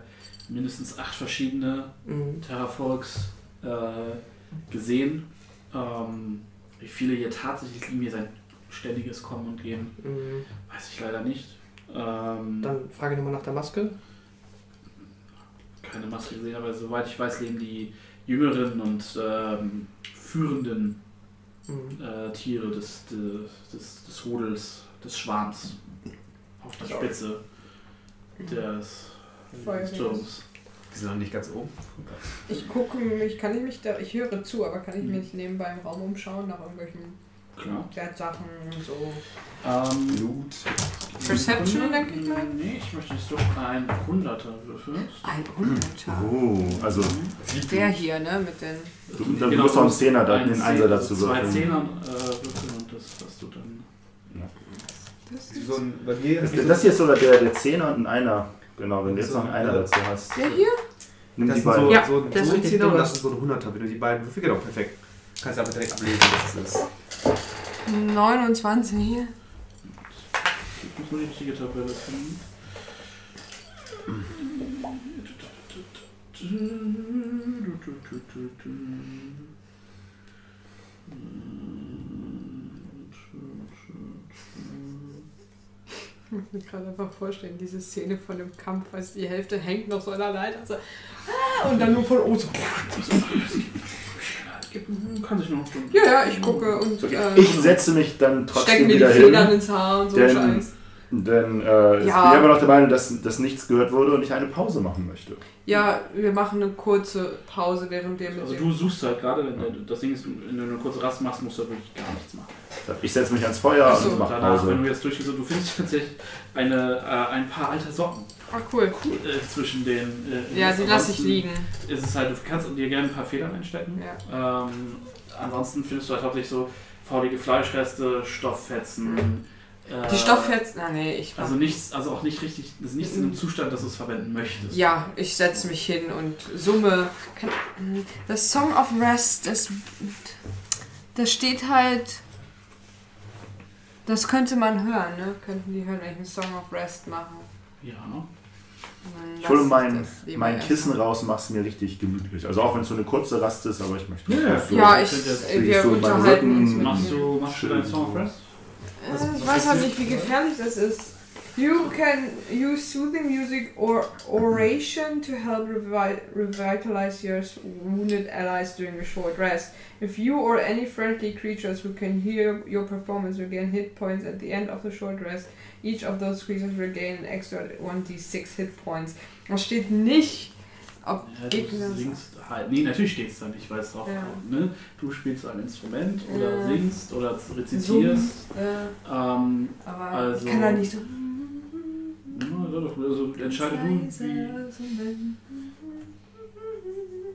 S3: mindestens acht verschiedene
S5: mh,
S3: Terrafolks äh, gesehen. Ähm, wie viele hier tatsächlich liegen, mir sein ständiges Kommen und Gehen,
S5: mh,
S3: weiß ich leider nicht. Ähm,
S5: mm, dann frage ich nochmal nach der Maske.
S3: keine Maske gesehen, aber soweit ich weiß, leben die jüngeren und ähm, führenden
S5: Mhm.
S3: äh, Tiere des, des, des, des Rudels, des Schwarms auf der
S4: Sorry.
S3: Spitze des,
S4: Voll
S3: des Turms.
S7: Wir sind noch nicht ganz oben.
S4: Ich gucke mich, kann ich mich da. Ich höre zu, aber kann ich mich nebenbei im Raum umschauen nach irgendwelchen
S3: Klar.
S4: Wertsachen und so.
S3: Ähm,
S7: Blut.
S4: Perception,
S3: Sekunde.
S4: denke ich mal.
S3: Nee, ich möchte, dass du ein Hunderter würfelst.
S10: Ein Hunderter.
S6: Oh, also
S3: Mhm.
S10: Der hier, ne, mit den...
S6: du, dann
S3: Genau,
S6: musst du auch einen Zehner, da, einen Einser dazu
S3: Zwei
S6: würfeln.
S3: Zehner äh, würfeln und das hast du dann.
S4: Das ist
S7: So ein, bei mir
S6: Das,
S7: wie so-
S6: das hier ist sogar der, der Zehner und ein Einer. Genau, wenn du jetzt
S7: So,
S6: noch einen Einer
S7: ja.
S6: dazu hast.
S4: der hier?
S6: Nimm
S7: Das
S6: die
S7: sind so,
S6: beiden.
S5: Ja,
S7: so,
S5: das genau ist
S7: so ein
S5: richtig,
S7: Zehner
S5: du
S7: und das
S5: hast-
S7: sind so ein Hunderter. Wenn du die beiden Würfel, genau, perfekt. Kannst du einfach direkt ablesen, was das ist.
S10: 29 hier.
S3: Ich muss nur die richtige Tabelle finden.
S4: Ich muss mir gerade einfach vorstellen, diese Szene von dem Kampf, als die Hälfte hängt noch so an der Leiter. So, ah, und dann nur von oben so.
S3: Kann sich noch.
S4: Ja, ja, ich gucke und äh,
S6: Ich setze mich dann
S4: stecke
S6: trotzdem
S4: mir die
S6: wieder
S4: Federn
S6: hin,
S4: ins Haar und so
S6: Denn-
S4: Scheiß.
S6: denn äh, ich
S4: Ja.
S6: bin immer noch der Meinung, dass, dass nichts gehört wurde und ich eine Pause machen möchte.
S4: Ja, wir machen eine kurze Pause, während wir mit
S3: Also
S4: dem-
S3: du suchst halt gerade, wenn der, das Ding ist, wenn du eine kurze Rast machst, musst du halt wirklich gar nichts machen.
S6: Ich setze mich ans Feuer
S4: Ach so,
S6: und mache
S3: Danach, wenn
S6: Pause.
S3: du jetzt durchgehst, du findest tatsächlich eine, äh, ein paar alte Socken
S4: Ah, cool.
S3: äh, zwischen den. Äh,
S4: Ja, die lasse ich
S3: ansonsten
S4: liegen.
S3: Ist es halt, du kannst dir gerne ein paar Federn einstecken.
S4: Ja.
S3: Ähm, ansonsten findest du halt hauptsächlich so faulige Fleischreste, Stofffetzen. Äh,
S4: Mhm. Die Stoffherzen. Ah, nee, ich mach.
S3: Also nichts, also auch nicht richtig, das ist nichts in einem Zustand, dass du es verwenden möchtest.
S4: Mhm. ja, ich setze mich hin und summe. Kann, das Song of Rest, das,
S10: Das steht halt... Das könnte man hören, ne? Könnten die hören, wenn ich einen Song of Rest mache.
S3: Ja. ne?
S10: Dann
S6: Ich hole
S10: lass uns
S6: mein,
S10: das lieber
S6: mein
S10: erst.
S6: Kissen raus und mache es mir richtig gemütlich. Also auch wenn es so eine kurze Rast ist, aber ich möchte
S3: Ja,
S6: so
S4: Ja, ich,
S3: Könnt ihr-
S4: wir
S6: so meine
S4: unterhalten uns
S6: Rücken-
S4: mit
S3: Machst
S4: ihm.
S3: du, machst du deinen Song of Rest?
S4: Äh, Ich weiß halt nicht, wie gefährlich das ist. You can use soothing music or oration to help revi revitalize your wounded allies during a short rest. If you or any friendly creatures who can hear your performance regain hit points at the end of the short rest, each of those creatures regain an extra 1d6 hit points. Das steht nicht.
S3: Ja,
S4: Geht
S3: du
S4: mir das
S3: singst halt. Nee, natürlich steht's da nicht, weil es drauf
S4: Ja.
S3: kommt. Ne? Du spielst ein Instrument oder
S4: Ja.
S3: singst oder rezitierst.
S4: Äh,
S3: Ähm,
S4: aber
S3: Also-
S4: ich kann da nicht so.
S3: na, ja, doch, also entscheide du, wie,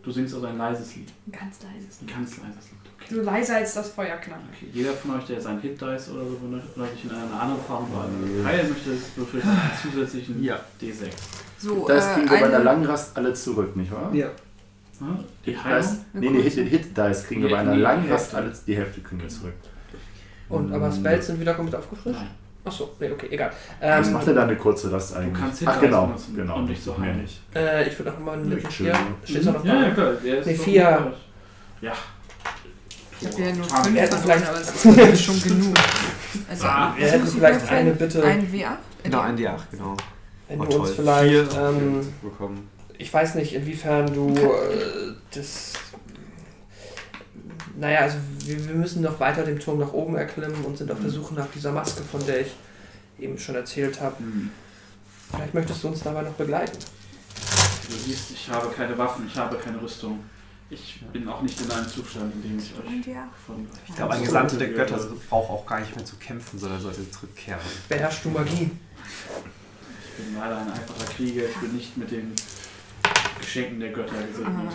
S3: du singst also ein leises Lied.
S4: Ganz leises.
S3: Ein ganz leises Lied. Okay.
S4: So leiser als das Feuerknall.
S3: Okay, jeder von euch, der jetzt einen Hit-Dice oder so benutzt oder sich in einer anderen Farbe heilen möchte, ist würfelt einen zusätzlichen
S7: Ja.
S3: D6.
S10: So,
S4: äh,
S6: Das kriegen wir bei
S10: eine-
S6: einer langen Rast alle zurück, nicht wahr?
S11: Ja.
S3: Ne? Die
S6: Das,
S3: Heilung.
S6: nee, nee, Hit, Hit Dice kriegen wir
S3: Nee,
S6: bei einer
S3: nee,
S6: langen
S3: die
S6: Rast
S3: Hälfte.
S6: alle, die Hälfte kriegen wir zurück.
S5: Und aber Spells sind wieder komplett aufgefrischt?
S3: Nein.
S5: Achso, nee, okay, egal.
S6: Was
S5: Ähm,
S6: macht denn da eine kurze Rast eigentlich?
S3: kannst Hit
S6: Ach
S3: Dice
S6: genau,
S3: benutzen,
S6: genau.
S3: um dich zu heilen.
S6: Mehr nicht.
S5: äh, ich würde auch mal
S6: Ja,
S5: mit
S6: schön.
S5: hier. Steht's auch noch
S3: ja,
S5: da?
S3: ja, klar. Der ist
S5: Nee,
S3: doch
S5: vier.
S3: gut. Ja.
S10: Ich habe ja nur
S3: Ah,
S10: fünf
S5: wir hätten
S10: verloren,
S5: vielleicht-
S10: aber das ist ja schon genug. Also,
S3: Ah,
S5: Wir hätten vielleicht eine Bitte,
S10: Ein W8?
S4: Äh,
S7: Genau, ein D8, genau.
S5: wenn
S7: Oh,
S5: du uns
S7: toll.
S5: vielleicht.
S7: Vier
S5: Ähm,
S7: bekommen.
S5: Ich weiß nicht, inwiefern du äh, das. Naja, also wir, wir müssen noch weiter den Turm nach oben erklimmen und sind auf der Suche nach dieser Maske, von der ich eben schon erzählt habe.
S3: Hm.
S5: Vielleicht möchtest du uns dabei noch begleiten.
S3: Du siehst, ich habe keine Waffen, ich habe keine Rüstung. Ich bin auch nicht in einem Zustand, in dem ich euch von. Also,
S7: Ich glaube, ein Gesandter der Götter braucht auch gar nicht mehr zu kämpfen, sondern sollte zurückkehren.
S5: Beherrschst du Magie?
S3: Ich bin leider ein einfacher Krieger, ich bin nicht mit den Geschenken der Götter gesegnet.
S10: Ah.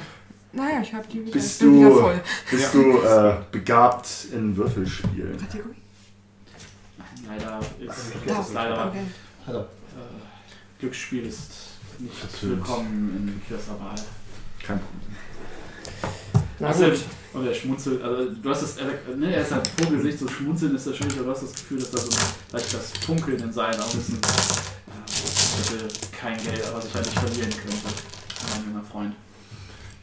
S4: Naja, ich habe die wieder,
S6: Bist
S4: bin wieder
S6: du-
S4: voll.
S6: Bist du äh, begabt in Würfelspielen?
S4: Kategorie?
S3: Leider ist
S7: Ja.
S3: ist leider.
S4: Okay.
S3: Äh, Glücksspiel ist nicht willkommen in Kirsaval.
S6: Kein Problem.
S9: Na
S3: Also,
S9: gut.
S3: und er schmunzelt, also du hast das, er- ne, er ist halt Vogelsicht, so schmunzeln ist das schön, aber du hast das Gefühl, dass da so leicht das Funkeln in seinen Augen ist. und, äh, Ich hätte kein Geld, was ich halt nicht verlieren könnte. Mein junger Freund.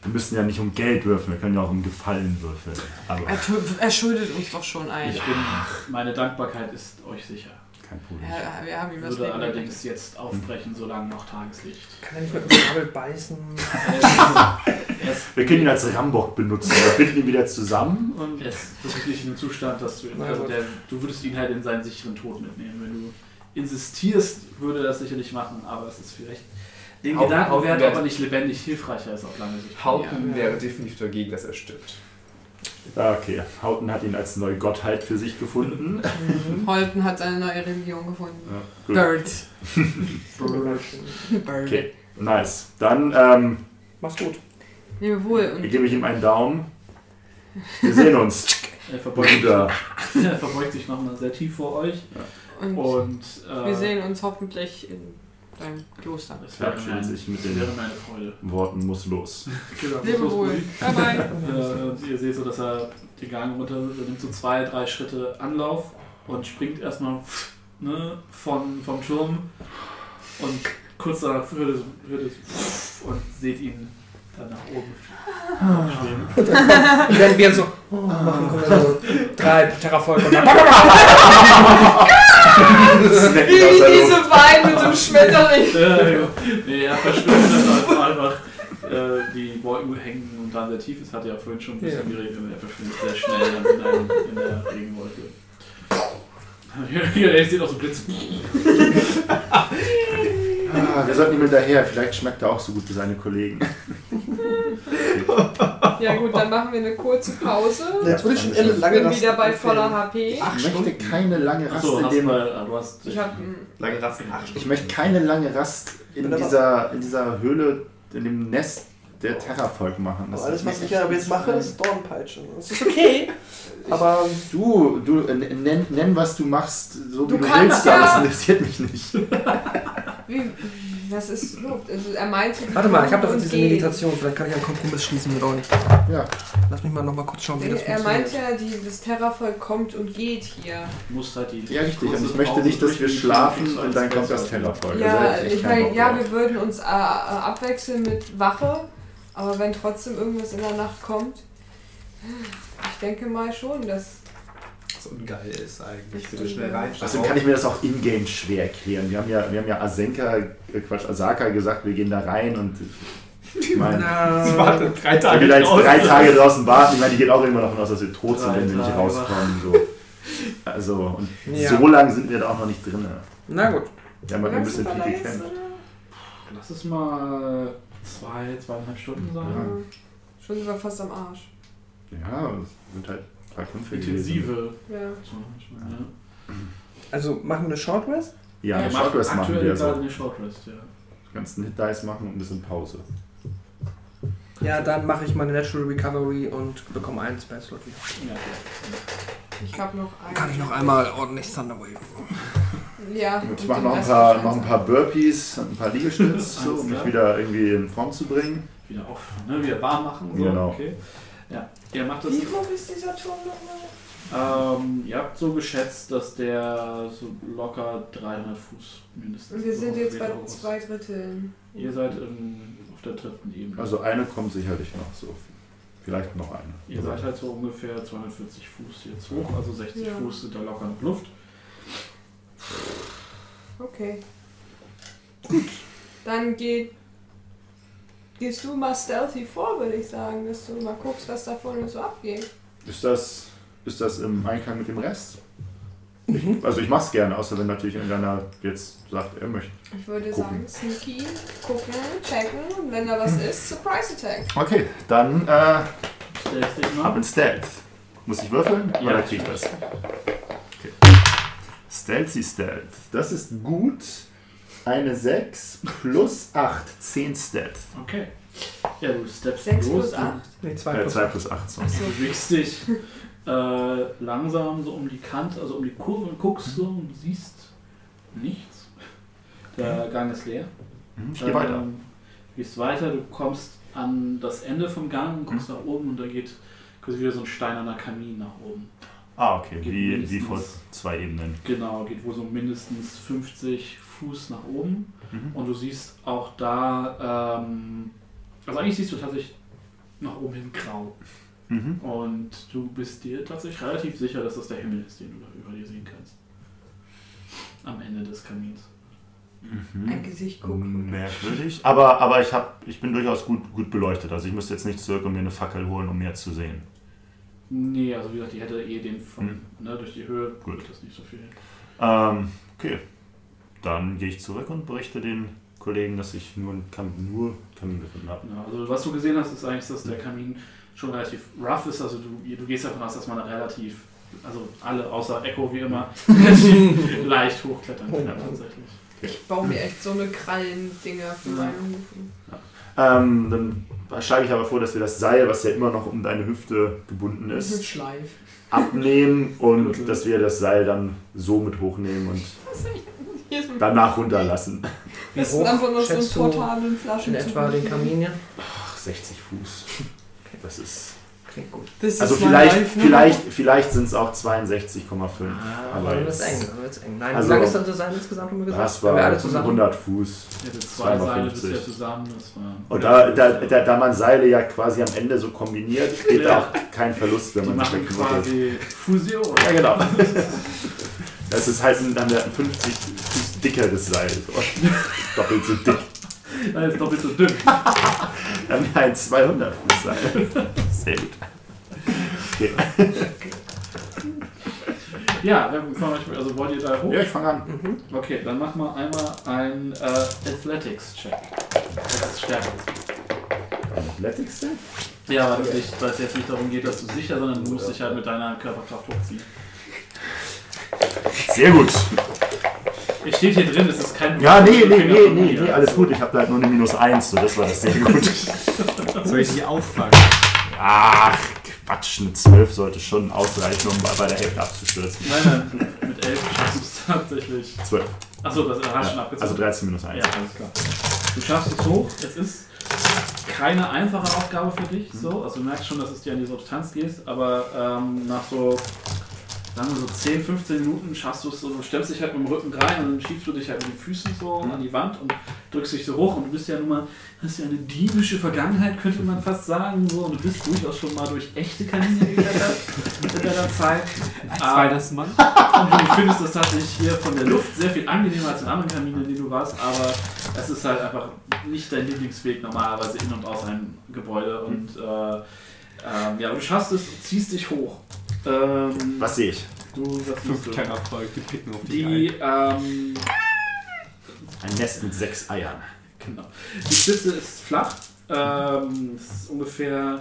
S6: Wir müssen ja nicht um Geld würfeln, wir können ja auch um Gefallen würfeln. Aber
S4: Er, tu- er schuldet uns doch schon ein.
S3: Ich bin, meine Dankbarkeit ist euch sicher.
S6: kein Problem.
S4: Ja, wir haben ihm was
S3: Würde
S4: Leben
S3: allerdings jetzt aufbrechen, solange noch Tageslicht.
S9: Kann er nicht mit dem Kabel beißen?
S3: Er ist- er ist-
S6: Wir können ihn als Rambock benutzen. Wir binden ihn wieder zusammen.
S3: Und er ist wirklich in einem Zustand, dass du,
S9: Na
S3: also
S9: gut.
S3: der, du würdest ihn halt in seinen sicheren Tod mitnehmen. Wenn du insistierst, würde er das sichergelegt machen, aber es ist vielleicht den
S7: Hau-
S3: Gedanken wert,
S7: Haufen-
S3: ob er nicht lebendig hilfreicher ist auf lange Sicht.
S7: Hauken wäre definitiv dagegen, dass er stirbt.
S6: Ah, Okay, Houghton hat ihn als neue Gottheit für sich gefunden.
S4: bringt. Holten hat seine neue Religion gefunden.
S6: Ja, gut.
S4: Bird. Bird.
S6: Okay. Nice. Dann ähm,
S9: Mach's gut.
S4: Lebe wohl und
S6: gebe ich ihm einen Daumen. Wir sehen uns.
S3: Er verbeugt,
S6: Bruder.
S3: sich- er verbeugt sich nochmal sehr tief vor euch.
S4: Und,
S3: Und äh,
S4: wir sehen uns hoffentlich in deinem Kloster.
S3: es wäre mir,
S6: Verabschieden
S3: ein,
S6: sich mit
S3: wäre
S6: den
S3: mir eine Freude.
S6: Worten muss los.
S4: Lebe wohl. Bye bye.
S3: Äh, ihr seht so, dass er den Gang runter er nimmt so zwei, drei Schritte Anlauf und springt erstmal ne, von, vom Turm und kurz danach hört es, hört es und seht ihn dann nach oben schweben.
S9: Und dann wir so, oh, machen wir so drei Terrafolge.
S4: Wie
S6: Snacken aus der Luft.
S9: also?
S4: diese Wein mit dem Schmetterling.
S3: Äh, ja. nee, er verschwindet also einfach. Äh, die Wolken hängen und dann sehr tief ist, hat er ja vorhin schon ein bisschen geregnet und er verschwindet sehr schnell dann in, einem, in der Regenwolke. Ja, er sieht auch so Blitz.
S6: Ah, wir sollten ihm hinterher. Vielleicht schmeckt er auch so gut wie seine Kollegen.
S4: Ja gut, dann machen wir eine kurze Pause.
S5: Jetzt würde ich schon eine lange
S4: Bin
S5: Rast
S4: wieder bei
S5: empfehlen.
S4: voller HP.
S6: Ich möchte keine lange Rast
S3: Achso,
S6: in
S3: hast du
S6: dem.
S3: mal. ah, Du hast
S4: Ich habe
S7: Lange Ratzen, acht Stunden.
S6: Ich möchte keine lange Rast in
S5: Bin aber-
S6: dieser, in dieser Höhle, in dem Nest der Terrafolk machen. Das
S5: Alles,
S6: ist
S5: was
S6: nicht-
S5: ich aber jetzt mache, ist Dornpeitsche. Das ist okay, aber
S6: Du, du, äh, nenn, nenn, was du machst, so
S4: Du
S6: wie du
S4: kannst
S6: willst, aber
S4: ja.
S6: das interessiert mich nicht.
S4: Wie, was ist überhaupt? Also er meinte. die
S9: Warte mal, ich habe doch
S4: kommen
S9: jetzt diese
S4: und gehen.
S9: Meditation. Vielleicht kann ich einen Kompromiss schließen mit euch.
S6: Ja.
S9: Lass mich mal nochmal kurz schauen, wie das
S4: Er meint
S9: funktioniert.
S4: ja, die, das Terravolk kommt und geht hier.
S3: musst halt die.
S6: Ja, richtig.
S3: kurze
S6: Und ich möchte
S3: Pause
S6: nicht, dass wir
S3: durch die
S6: schlafen
S3: Tür
S6: und dann kommt das
S3: Express-
S6: Terrafolk. Da
S4: Ja,
S6: hätte echt
S4: ich
S6: keinen
S4: meine,
S6: Bock
S4: ja,
S6: drauf.
S4: wir würden uns äh, äh, abwechseln mit Wache, aber wenn trotzdem irgendwas in der Nacht kommt, ich denke mal schon, dass.
S7: Was ungeil ist eigentlich.
S4: Das
S7: Bitte
S4: ist
S7: schnell
S4: ungeil.
S7: rein.
S6: Außerdem kann ich mir das auch in-game schwer erklären. Wir haben ja, wir haben ja Asenka, äh, Quatsch, Asaka gesagt, wir gehen da rein und ich meine,
S7: Ich
S9: Na,
S7: warte drei
S6: wenn
S7: Tage
S6: wir da jetzt
S7: draußen.
S6: drei Tage draußen warten, ich meine, die gehen auch irgendwann davon aus, dass wir tot sind,
S3: Drei
S6: wenn wir nicht
S3: Tage.
S6: rauskommen. So. Also, und
S9: Ja.
S6: so lange sind wir da auch noch nicht drin.
S9: na gut.
S6: Wir haben halt nur ein bisschen viel
S4: Ganz leise,
S6: gekämpft.
S4: oder?
S3: Lass es mal zwei, zweieinhalb Stunden sein.
S4: Ja. äh, Schon sind wir fast am Arsch.
S6: Ja, es sind halt drei Kämpfe gewesen.
S3: Intensive.
S4: Ja.
S3: So, ich meine,
S9: Also machen wir eine Short Rest?
S6: Ja,
S3: Ja,
S6: eine
S3: wir machen
S6: Shockwest machen
S3: aktuell
S6: wir
S3: gerade
S6: so.
S3: eine Shortrest, ja.
S6: Ganzen Hit-Dice machen und ein bisschen Pause.
S9: Ja, dann mache ich meine Natural Recovery und bekomme einen Space Slot wieder.
S3: ja.
S4: Ich habe noch einen.
S9: Kann ich noch einmal ordentlich Thunderwave?
S4: Ja.
S6: Gut, ich
S4: und
S6: mache
S4: den
S6: noch ein
S4: Rest
S6: paar,
S4: wahrscheinlich.
S6: noch ein paar Burpees, und ein paar Liegestütze, so,
S3: Alles
S6: um mich
S3: klar.
S6: wieder irgendwie in Form zu bringen.
S3: Wieder auf, ne? Wieder warm machen. So.
S6: Genau.
S3: Okay. Ja, der macht das.
S4: Wie hoch ist dieser Turm nochmal?
S3: Ähm, ihr habt so geschätzt, dass der so locker 300 Fuß mindestens.
S4: Und wir sind
S3: so
S4: jetzt bei
S3: hoch ist.
S4: zwei Dritteln.
S3: Ihr seid im, auf der dritten Ebene.
S6: Also eine kommt sicherlich noch so. Vielleicht noch eine. Also,
S3: Ihr seid halt so ungefähr 240 Fuß jetzt hoch, also 60
S4: Ja.
S3: Fuß sind da locker in Luft.
S4: Okay. Dann geht. Gehst du mal stealthy vor, würde ich sagen, dass du mal guckst, was da vorne so abgeht.
S3: halt-
S6: Ist das, ist das im Einklang mit dem Rest?
S5: Mhm.
S6: Ich, also ich mach's gerne, außer wenn natürlich irgendeiner jetzt sagt, er möchte.
S4: Ich würde
S6: Gucken. Hm.
S4: sagen, sneaky, gucken, checken und wenn da was ist, Surprise Attack.
S6: Okay, dann äh,
S3: Stellst dich
S6: ab
S3: mal.
S6: in Stealth. Muss ich würfeln?
S3: Hm? Ja.
S6: Ja, da krieg ich das. Okay. Stealthy Stealth. Das ist gut. Eine 6 plus 8, 10 Stealth.
S3: Okay. Ja, du steppst
S4: 6
S3: los.
S4: plus 8.
S9: Nee, zwei
S6: Äh,
S9: plus.
S6: 2 plus 8. Sorry.
S3: Du bewegst dich äh, langsam so um die Kante, also um die Kurve und guckst so und siehst nichts. Der Gang ist leer.
S6: Hm, Ich gehe weiter.
S3: Ähm, du gehst weiter, du kommst an das Ende vom Gang und
S6: Mhm.
S3: guckst nach oben und da geht quasi wieder so ein steinerner Kamin nach oben.
S6: Ah, okay.
S3: geht
S6: Wie, wie
S3: mindestens-
S6: vor zwei Ebenen.
S3: Genau, geht wohl so mindestens 50 Fuß nach oben.
S6: Mhm.
S3: Und du siehst auch da, ähm, also eigentlich siehst du tatsächlich nach oben hin grau.
S6: Mhm.
S3: Und du bist dir tatsächlich relativ sicher, dass das der Himmel ist, den du da über dir sehen kannst. Am Ende des Kamins.
S4: Ein
S6: Mhm.
S4: Gesicht gucken.
S6: Merkwürdig. Aber, aber ich, hab, ich bin durchaus gut, gut beleuchtet. Also ich müsste jetzt nicht zurück und mir eine Fackel holen, um mehr zu sehen.
S3: Nee, also wie gesagt, die hätte eh den von,
S6: Hm.
S3: ne, durch die Höhe
S6: Gut.
S3: wird das nicht so viel.
S6: Ähm, okay. Dann gehe ich zurück und berichte den Kollegen, dass ich nur einen Kam nur Kamin gefunden habe.
S3: Ja, also was du gesehen hast, ist eigentlich, dass der Kamin schon relativ rough ist. Also du, du gehst davon aus, dass man da relativ, also alle außer Echo wie immer, relativ leicht hochklettern kann tatsächlich.
S4: Ich baue mir echt so eine Krallen-Dinger für
S3: Ja.
S4: meine Hufen.
S6: Ähm, dann schlage ich aber vor, dass wir das Seil, was ja immer noch um deine Hüfte gebunden ist,
S5: Mhm.
S4: Schleif.
S6: abnehmen
S3: Okay.
S6: und dass wir das Seil dann so mit hochnehmen und
S8: Hier ist ein
S6: danach runterlassen.
S9: Wie
S8: Das sind einfach nur
S9: hoch
S8: so ein
S9: schätzt du
S8: Portal in Flaschen.
S9: in
S8: zu
S9: etwa den
S8: bieten.
S9: Kamin hier?
S6: Ach, 60 Fuß. Das ist.
S9: Klingt gut.
S4: Das
S6: also
S4: ist mein
S6: vielleicht,
S4: Life, ne?
S6: vielleicht, vielleicht sind es auch 62,5.
S9: Aber
S6: aber
S9: dann wird's
S6: jetzt-
S9: Ah, eng, dann wird's eng. Nein,
S6: Also-
S9: wie lang ist dann das sein insgesamt haben wir gesagt?
S6: Das
S9: Wenn wir
S6: war
S9: alle zusammen.
S6: 100 Fuß.
S3: Ich hätte zwei Seile bis
S6: 250.
S3: ja zusammen, das war.
S6: Und da, da, da, da man Seile ja quasi am Ende so kombiniert, geht
S3: Ja.
S6: auch kein Verlust, wenn
S3: die
S6: man es
S3: machen
S6: wegmuttelt.
S3: quasi Fusion.
S6: Ja, genau. Das ist halt ein, dann ein 50 Fuß dickeres Seil. So. Oh, Doppelt so dick.
S3: Das ist doppelt so dünn.
S6: Dann ein 200 Fuß Seil. Sehr gut. Okay.
S3: Ja, wir fangen euch- also wollt ihr da hoch?
S6: Ja, ich fange an.
S9: Mhm.
S3: Okay, dann mach mal einmal ein äh, Athletics-Check. Das ist stärker.
S6: Athletics Check?
S3: Ja, weil es nicht- weil es jetzt nicht darum geht, dass du sicher, sondern du musst dich halt mit deiner Körperkraft hochziehen.
S6: Sehr gut.
S3: Es steht hier drin, es ist kein
S6: Ja, nee, nee,
S3: Finger
S6: nee,
S3: von
S6: nee,
S3: mir.
S6: nee, alles gut. Ich habe da halt nur eine Minus 1, so das war das sehr gut.
S7: Soll ich dich auffangen?
S6: Ach, Quatsch, eine 12 sollte schon ausreichen, um bei- bei der Hälfte abzustürzen.
S3: Nein, nein, mit 11 schaffst du es tatsächlich.
S6: 12.
S3: Achso, das hast du schon
S6: Ja,
S3: abgezogen.
S6: also 13 minus 1.
S3: Ja, alles klar. Du schaffst es hoch. Es ist keine einfache Aufgabe für dich. So. Also du merkst schon, dass es dir an die Substanz gehst, aber ähm, nach so, sagen wir so 10, 15 Minuten schaffst du es so, du stemmst dich halt mit dem Rücken rein und dann schiebst du dich halt mit den Füßen so an die Wand und drückst dich so hoch und du bist ja nun mal, hast ja eine diebische Vergangenheit, könnte man fast sagen. So. Und du bist durchaus schon mal durch echte Kanäle geklettert in deiner Zeit. Ah,
S7: Weihnachtsmann?
S3: und du findest das tatsächlich hier von der Luft sehr viel angenehmer als in anderen Kaminen, in denen du warst, aber es ist halt einfach nicht dein Lieblingsweg normalerweise in und aus einem Gebäude. Und äh, ähm, ja, aber du schaffst es, ziehst dich hoch. Ähm,
S6: Was sehe ich?
S3: Du, was siehst
S7: Fünf
S3: du?
S7: kleiner Erfolg, die picken auf die,
S3: Die, ähm,
S6: Ein Nest mit sechs Eiern.
S3: genau. Die Spitze ist flach. Ähm, es ist ungefähr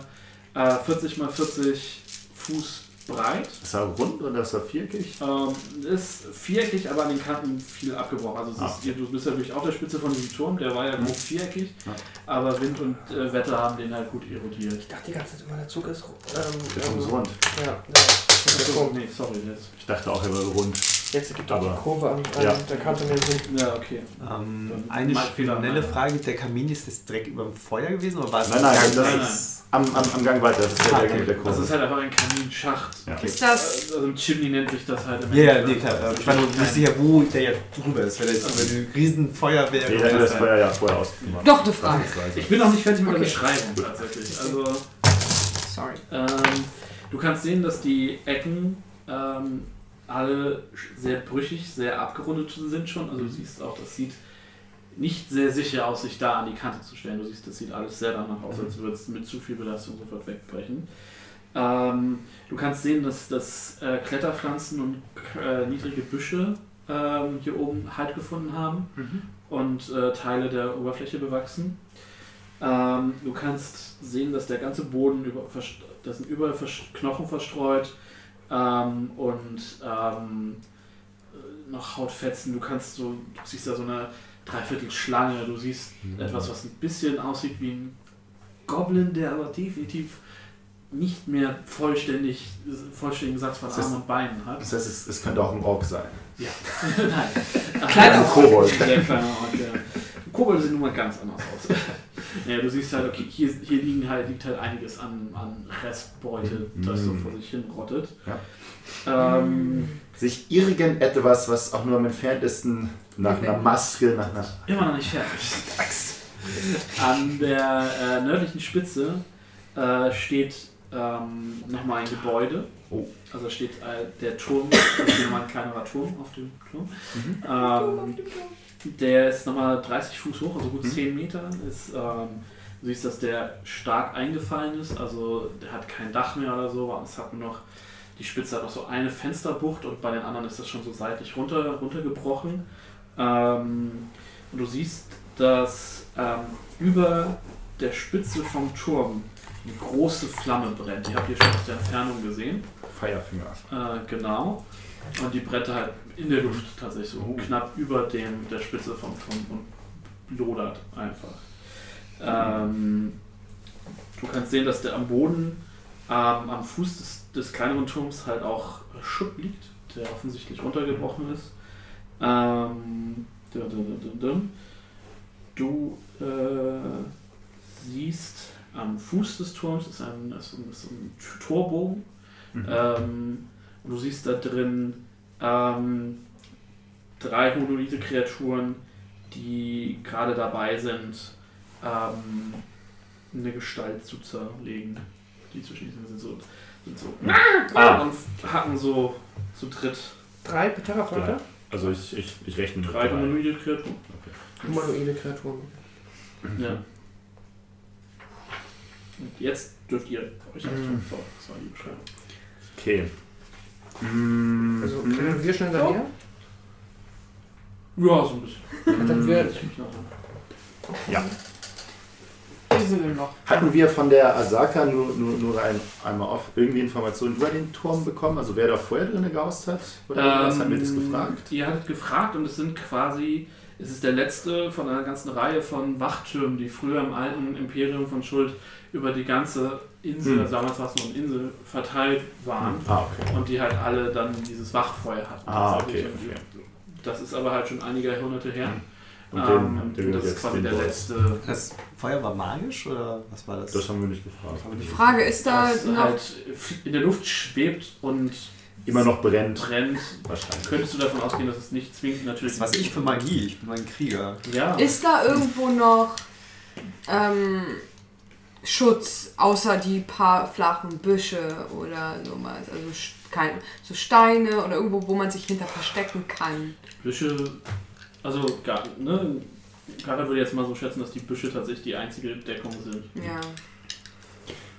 S3: äh, 40 mal 40 Fuß breit.
S6: Ist er rund oder ist er viereckig?
S3: Ähm, ist viereckig, aber an den Kanten viel abgebrochen. Also es
S6: Ah,
S3: ist, du bist ja wirklich auf der Spitze von diesem Turm, der war ja
S7: Hm.
S3: grob viereckig,
S6: Ja.
S3: aber Wind und äh, Wetter haben den halt gut erodiert.
S9: Ich dachte die ganze Zeit immer, der Zug ist. Ähm,
S6: Der Turm ist rund.
S9: Ja, ja.
S3: Ach
S9: Das
S3: so,
S9: ist
S3: Also, oh, nee, sorry, jetzt.
S6: Ich dachte auch, er wäre rund.
S9: Jetzt ergibt auch
S6: Aber-
S9: die Kurve an, an
S6: Ja.
S9: der Kante mehr Sinn.
S3: Ja, okay.
S7: Ähm, eine
S3: Mal Fehler,
S7: schnelle
S3: nein.
S7: Frage, der Kamin ist das direkt über dem Feuer gewesen oder war es
S6: Nein, nein,
S7: Gang?
S6: das
S3: nein,
S6: ist am, am, am Gang weiter. Das ist der,
S7: Ah,
S6: der Gang mit der
S3: Das ist
S6: Kurve.
S3: halt einfach ein Kaminschacht.
S6: Ja.
S4: Ist das
S3: Also ein Chimney nennt sich das halt im
S7: Ja, ja,
S3: Endeffekt.
S7: nee, klar.
S3: Also
S7: Ich war nur
S3: kein-
S7: nicht sicher, wo der jetzt drüber ist. Wenn er jetzt über die Riesenfeuer wäre.
S6: Nee, der hätte
S7: wäre
S6: das
S7: es
S6: Feuer ja vorher ausgemacht.
S4: doch eine Frage?
S6: Beispielsweise.
S3: Ich bin noch nicht fertig mit der
S4: Okay.
S3: Beschreibung tatsächlich. Also,
S9: Sorry.
S3: Ähm, du kannst sehen, dass die Ecken ähm, alle sch- sehr brüchig, sehr abgerundet sind schon. Also du siehst auch, das sieht nicht sehr sicher aus, sich da an die Kante zu stellen. Du siehst, das sieht alles sehr danach aus, als würde es mit zu viel Belastung sofort wegbrechen. Ähm, du kannst sehen, dass, dass äh, Kletterpflanzen und äh, niedrige Büsche ähm, hier oben Halt gefunden haben und äh, Teile der Oberfläche bewachsen. Ähm, du kannst sehen, dass der ganze Boden, über, vers- da sind überall vers Knochen verstreut ähm, und ähm, äh, noch Hautfetzen. Du kannst so, du siehst da so eine Dreiviertelschlange, du siehst etwas, was ein bisschen aussieht wie ein Goblin, der aber definitiv nicht mehr vollständig, vollständigen Satz von
S6: Das ist-
S3: Armen und Beinen hat.
S6: Das heißt, es, es könnte auch ein Ork sein.
S3: Ja. Nein.
S6: Kleiner
S3: Ähm,
S6: Ort. Kobold.
S3: Sehr kleiner Ort, ja. Kobold sehen nun mal ganz anders aus. Ja, du siehst halt, okay, hier, hier liegen halt, liegt halt einiges an, an Restbeute, das so
S6: Mhm.
S3: vor sich hin rottet.
S6: Ja.
S3: Ähm,
S6: Sich irgendetwas, was auch nur am entferntesten nach einer Maske, nach einer
S3: immer noch nicht fertig.
S6: Axt.
S3: An der äh, nördlichen Spitze äh, steht ähm, nochmal ein Gebäude.
S6: Oh.
S3: Also steht äh, der Turm, da steht nochmal ein kleinerer Turm auf dem Turm.
S6: Mhm.
S3: Ähm, der ist nochmal 30 Fuß hoch, also gut 10 Meter. Ist, ähm, du siehst, dass der stark eingefallen ist, also der hat kein Dach mehr oder so. Es hat nur noch, die Spitze hat noch so eine Fensterbucht und bei den anderen ist das schon so seitlich runter, runtergebrochen. Ähm, und du siehst, dass ähm, über der Spitze vom Turm eine große Flamme brennt. Die habt ihr schon aus der Entfernung gesehen.
S6: Feierfinger.
S3: Äh, genau. Und die Bretter halt in der Luft tatsächlich so
S6: Oh.
S3: knapp über dem der Spitze vom Turm und lodert einfach. Ähm, du kannst sehen, dass der am Boden ähm, am Fuß des, des kleineren Turms halt auch Schutt liegt, der offensichtlich runtergebrochen ist. Ähm, dun, dun, dun, dun, dun. Du äh, siehst am Fuß des Turms ist ein, ist ein, ist ein Torbogen
S6: Mhm.
S3: ähm, und du siehst da drin ähm, drei humanoide Kreaturen, die gerade dabei sind, ähm, eine Gestalt zu zerlegen. Die zwischen ihnen sind so, sind so
S6: Ah.
S3: und hacken so zu dritt.
S9: Drei Terrafleute?
S6: Also ich, ich, ich rechne mit
S3: Drei humanoide Kreaturen.
S9: Humanoide Kreaturen.
S3: Ja. Und jetzt dürft ihr euch
S6: Mhm.
S3: mhm. so, das war die Beschreibung.
S6: Okay. Mm,
S9: Also
S6: mm.
S9: können wir schon hinterher?
S3: Ja, so ein bisschen.
S9: Dann wir
S4: Wir sind im Loch.
S6: Hatten wir von der Asaka nur, nur, nur ein, einmal auf irgendwie Informationen über den Turm bekommen? Also wer da vorher drin gehaust hat? Oder was haben wir das
S3: Ähm,
S6: gefragt?
S3: Ihr hattet gefragt und es sind quasi, es ist der letzte von einer ganzen Reihe von Wachtürmen, die früher im alten Imperium von Schuld über die ganze Insel,
S6: Hm.
S3: also damals war es noch eine Insel, verteilt waren
S6: Ah, okay.
S3: und die halt alle dann dieses Wachtfeuer hatten.
S6: Ah,
S3: Also
S6: okay,
S3: die-
S6: okay.
S3: Das ist aber halt schon einige Jahrhunderte her.
S6: Und
S3: Ähm,
S6: den habt ihr
S3: das ist
S6: jetzt
S3: quasi
S6: den
S3: der
S6: Bolz.
S3: letzte.
S7: Das Feuer war magisch oder was war das?
S6: Das haben wir nicht gefragt.
S4: Die Frage ist da
S3: das
S4: noch.
S3: halt in der Luft schwebt und
S6: Immer noch brennt.
S3: brennt.
S6: Wahrscheinlich.
S3: Könntest du davon ausgehen, dass es nicht zwingend natürlich.
S7: Das was ich für Magie, ich bin ein Krieger.
S3: Ja.
S4: Ist da irgendwo noch ähm, Schutz, außer die paar flachen Büsche oder so mal? Also sch- kein, so Steine oder irgendwo, wo man sich hinter verstecken kann.
S3: Büsche, also Gar- ne, Kara würde jetzt mal so schätzen, dass die Büsche tatsächlich die einzige Deckung sind.
S4: Ja.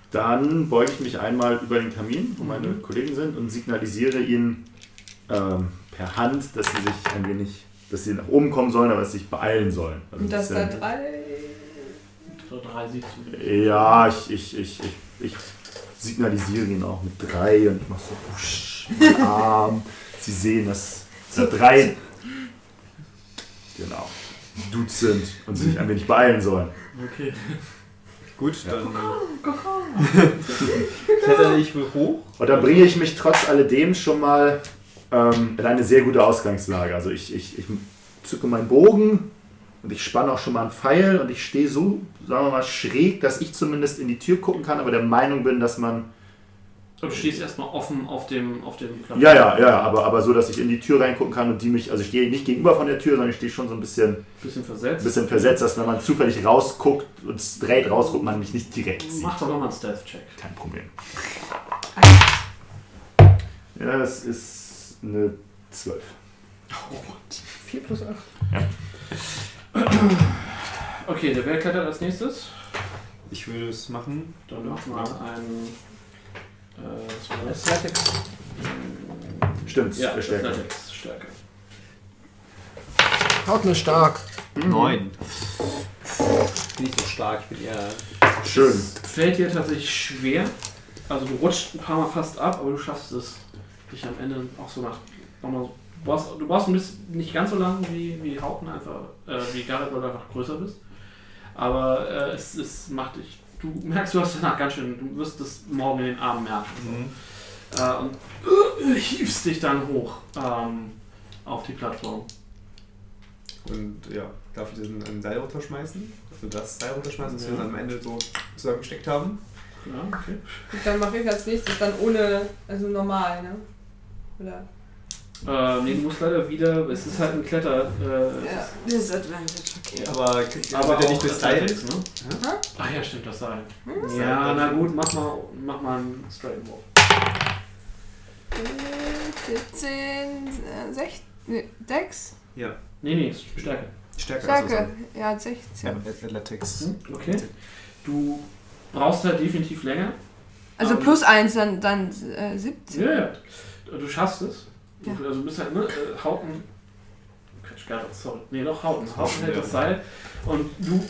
S6: Dann beuge ich mich einmal über den Kamin, wo meine
S3: Mhm.
S6: Kollegen sind, und signalisiere ihnen ähm, per Hand, dass sie sich ein wenig, dass sie nach oben kommen sollen, aber dass sie sich beeilen sollen. Also
S8: Und dass
S6: ein
S8: da
S6: bisschen-
S8: drei.
S3: So drei siehst du.
S6: Ja, ich, ich, ich, ich, ich signalisiere ihnen auch mit drei und ich mache so wusch, mit dem Arm. Sie sehen, dass da drei genau Dudes sind und sie sich ein wenig beeilen sollen.
S3: Okay.
S7: Gut,
S6: Ja.
S7: dann. Kletter ich hoch.
S6: Und dann bringe ich mich trotz alledem schon mal ähm, in eine sehr gute Ausgangslage. Also ich, ich, ich zücke meinen Bogen und ich spanne auch schon mal einen Pfeil und ich stehe so, sagen wir mal, schräg, dass ich zumindest in die Tür gucken kann, aber der Meinung bin, dass man
S3: Und du stehst erstmal offen auf dem auf dem Klavier.
S6: Ja, ja, ja, aber, aber so, dass ich in die Tür reingucken kann und die mich, also ich stehe nicht gegenüber von der Tür, sondern ich stehe schon so ein bisschen,
S3: Bisschen
S6: ein
S3: versetzt.
S6: bisschen versetzt, dass wenn man zufällig rausguckt und straight rausguckt, man mich nicht direkt sieht.
S3: Mach doch nochmal einen Stealth-Check.
S6: Kein Problem. Ja, das ist eine 12.
S9: 4 plus 8.
S3: Okay, der Bär klettert als nächstes.
S7: Ich würde es machen.
S3: Dann mach mal einen. Äh, was war das?
S9: Athletics.
S6: Stimmt's,
S3: Ja,
S6: Stärke.
S3: Athletics, Stärke.
S9: Haut nur stark.
S4: Mhm.
S7: Neun. Bin nicht so stark, ich bin eher.
S6: Schön.
S3: Fällt dir tatsächlich schwer. Also du rutscht ein paar Mal fast ab, aber du schaffst es, dich am Ende auch so nach. Nochmal, du, brauchst, du brauchst ein bisschen nicht ganz so lang wie, wie Haupten einfach, äh, wie Garrett, weil du einfach größer bist. Aber äh, es, es macht dich. Du du merkst, du hast danach ganz schön, du wirst es morgen in den Armen merken.
S7: Mhm.
S3: Äh, und hiefst dich dann hoch ähm, auf die Plattform.
S7: Und ja, darf ich diesen ein Seil runterschmeißen? Also das Seil runterschmeißen, das wir dann am Ende so zusammengesteckt haben.
S3: Ja, okay.
S4: Und dann mache ich als nächstes dann ohne, also normal, ne? Oder?
S3: Äh, nee, du musst leider wieder, es ist halt ein Kletter. Äh,
S4: Ja, Disadvantage, okay.
S7: Aber kriegt ihr
S3: Aber
S7: bitte
S3: auch
S7: nicht das Seil?
S3: Athletics, ne?
S4: Hä?
S3: Ach ja, stimmt, das Seil.
S7: Das Seil
S3: Ja,
S7: dann-
S3: na gut, mach mal, mach mal einen straighten Wurf.
S4: 17, äh, 6, nee, 6?
S7: Ja,
S3: Nee, nee, ist Stärke.
S7: stärker
S4: Stärke.
S7: als
S4: Ja,
S7: das Seil.
S4: 16.
S7: Ja, Athletics.
S3: Hm? Okay. Du brauchst halt definitiv länger.
S4: Also
S3: Ähm,
S4: plus 1, dann, dann äh, 17.
S3: Ja, ja. Du schaffst es. Du-
S4: Ja.
S3: Also du bist halt, ne, äh, Hauten. Quatsch, Garrett, sorry. Nee, doch, Hauten. Hauten
S7: Hauten,
S3: hält
S7: ja.
S3: das Seil. Und du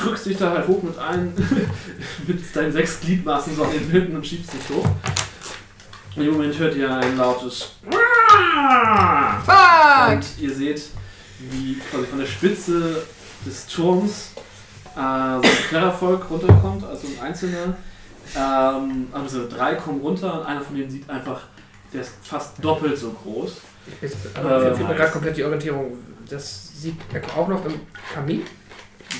S3: drückst dich da halt hoch mit allen, mit deinen sechs Gliedmaßen so an den Händen und schiebst dich hoch. Und im Moment hört ihr ein lautes.
S4: Fuck!
S3: Und ihr seht, wie quasi von der Spitze des Turms äh, so ein Klettervolk runterkommt, also ein einzelner. Ähm, also drei kommen runter und einer von denen sieht einfach, der ist fast doppelt so groß.
S9: Jetzt
S3: Äh,
S9: äh, fehlt mir
S3: nice.
S9: gerade komplett die Orientierung. Das sieht Echo auch noch im Kamin.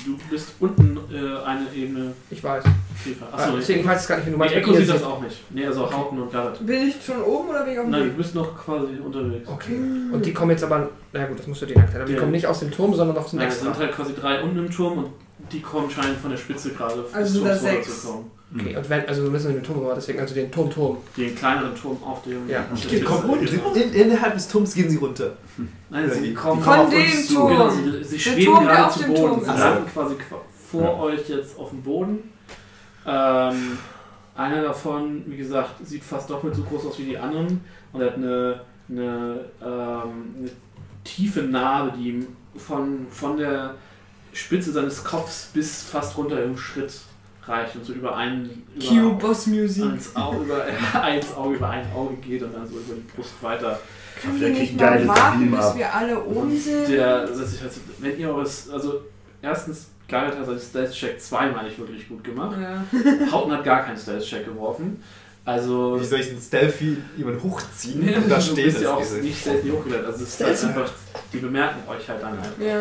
S3: Du bist unten äh, eine Ebene
S9: Ich weiß.
S3: tiefer.
S9: Ah,
S3: Achso,
S9: Deswegen
S3: nee,
S9: ich weiß es gar nicht, wenn du
S3: nee,
S9: meinst,
S3: Echo
S9: wenn ihr
S3: sieht das
S9: seht.
S3: auch nicht. Nee, also Hauten und Garrett.
S8: Bin ich schon oben oder bin ich auf dem
S3: Nein, du
S8: Weg?
S3: bist noch quasi unterwegs.
S9: Okay. Und die kommen jetzt aber. Na gut, das musst du dir erklären. Aber die
S3: Ja.
S9: kommen nicht aus dem Turm, sondern aus dem
S3: Nein, es sind
S9: extra.
S3: halt quasi drei unten im Turm und die kommen scheinen von der Spitze gerade des
S8: Also sind
S3: Turms
S8: da sechs.
S3: runterzukommen.
S9: Okay, und wenn, also wir müssen in den Turm rüber, deswegen also den Turm-Turm.
S3: Den kleineren Turm auf dem.
S9: Ja.
S3: auf der
S7: Die
S3: Spitze.
S7: kommen runter. In, innerhalb des Turms gehen sie runter.
S3: Nein,
S7: Ja,
S3: sie
S7: die-
S3: kommen
S7: die
S4: Von
S7: auf uns
S4: dem
S7: zu.
S3: Genau,
S4: Turm!
S3: sie, sie
S4: Der
S3: schweben
S4: Turm, der
S3: gerade
S4: auf
S3: zu
S4: dem
S3: Boden. Also
S4: Turm
S3: Sie
S7: ist.
S3: landen quasi qu- vor euch jetzt auf dem Boden. Ähm, einer davon, wie gesagt, sieht fast doppelt so groß aus wie die anderen und er hat eine, eine, ähm, eine tiefe Narbe, die ihm von, von der Spitze seines Kopfs bis fast runter im Schritt reicht und so über einen über,
S4: Boss Music.
S3: ans Auge, über, eins Auge über ein Auge geht und dann so über die Brust weiter.
S4: Können
S6: Der
S4: wir
S6: kriegt
S4: nicht mal
S6: geiles
S4: warten,
S6: Beam
S4: bis
S6: ab.
S4: wir alle oben sind?
S3: Der setzt sich halt, so- wenn ihr eures, also erstens, Garrett hat seinen Stealth-Check zweimal nicht wirklich gut gemacht.
S4: Ja.
S3: Houghton hat gar keinen Stealth-Check geworfen. Also,
S7: Wie soll ich einen Stealthy jemand hochziehen?
S3: Nee,
S7: und da
S3: du
S7: steht
S3: bist
S7: es.
S3: ja auch
S7: Esel.
S3: nicht stealthy hochgelernt. Also, es ist halt einfach, die bemerken euch halt dann halt.
S4: ja.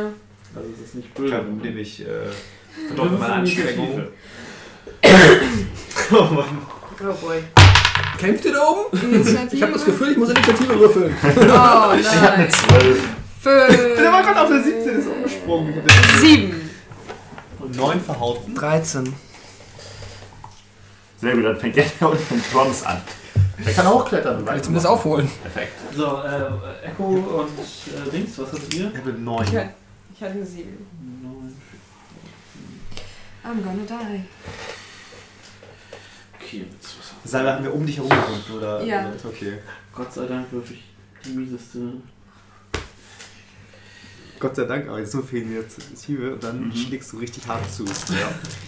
S3: Also, es ist nicht
S7: Klar,
S3: böse.
S7: dann nehme ich äh,
S3: Wir
S7: verdoppelte
S3: müssen
S7: meine
S3: in die
S7: Anstrengung.
S3: Tiefe.
S7: oh Mann.
S4: Oh boy.
S9: Kämpft ihr da oben?
S4: Initiative?
S9: Ich habe das Gefühl, ich muss Initiative würfeln.
S4: Oh nein.
S6: Ich habe eine 12.
S4: Fünf.
S7: Der war gerade auf der 17 ist umgesprungen.
S4: Sieben.
S7: Und 9 verhauten.
S9: 13.
S6: Sehr gut, dann fängt der da unten mit Bronze an. Der kann auch klettern.
S9: Kann ich zumindest aufholen.
S6: Perfekt.
S3: So, äh, Echo und äh, Dings, was hattet ihr?
S7: Ich habe 9.
S4: Ich hatte, ich hatte eine sieben. I'm gonna die.
S3: Okay, jetzt was haben
S7: Salve haben wir um dich herum geguckt, oder?
S4: Ja.
S7: Ist okay.
S3: wir? Gott sei Dank wirklich die mieseste.
S7: Gott sei Dank, aber jetzt nur fehlen jetzt Hiebe und dann schlägst du richtig hart zu.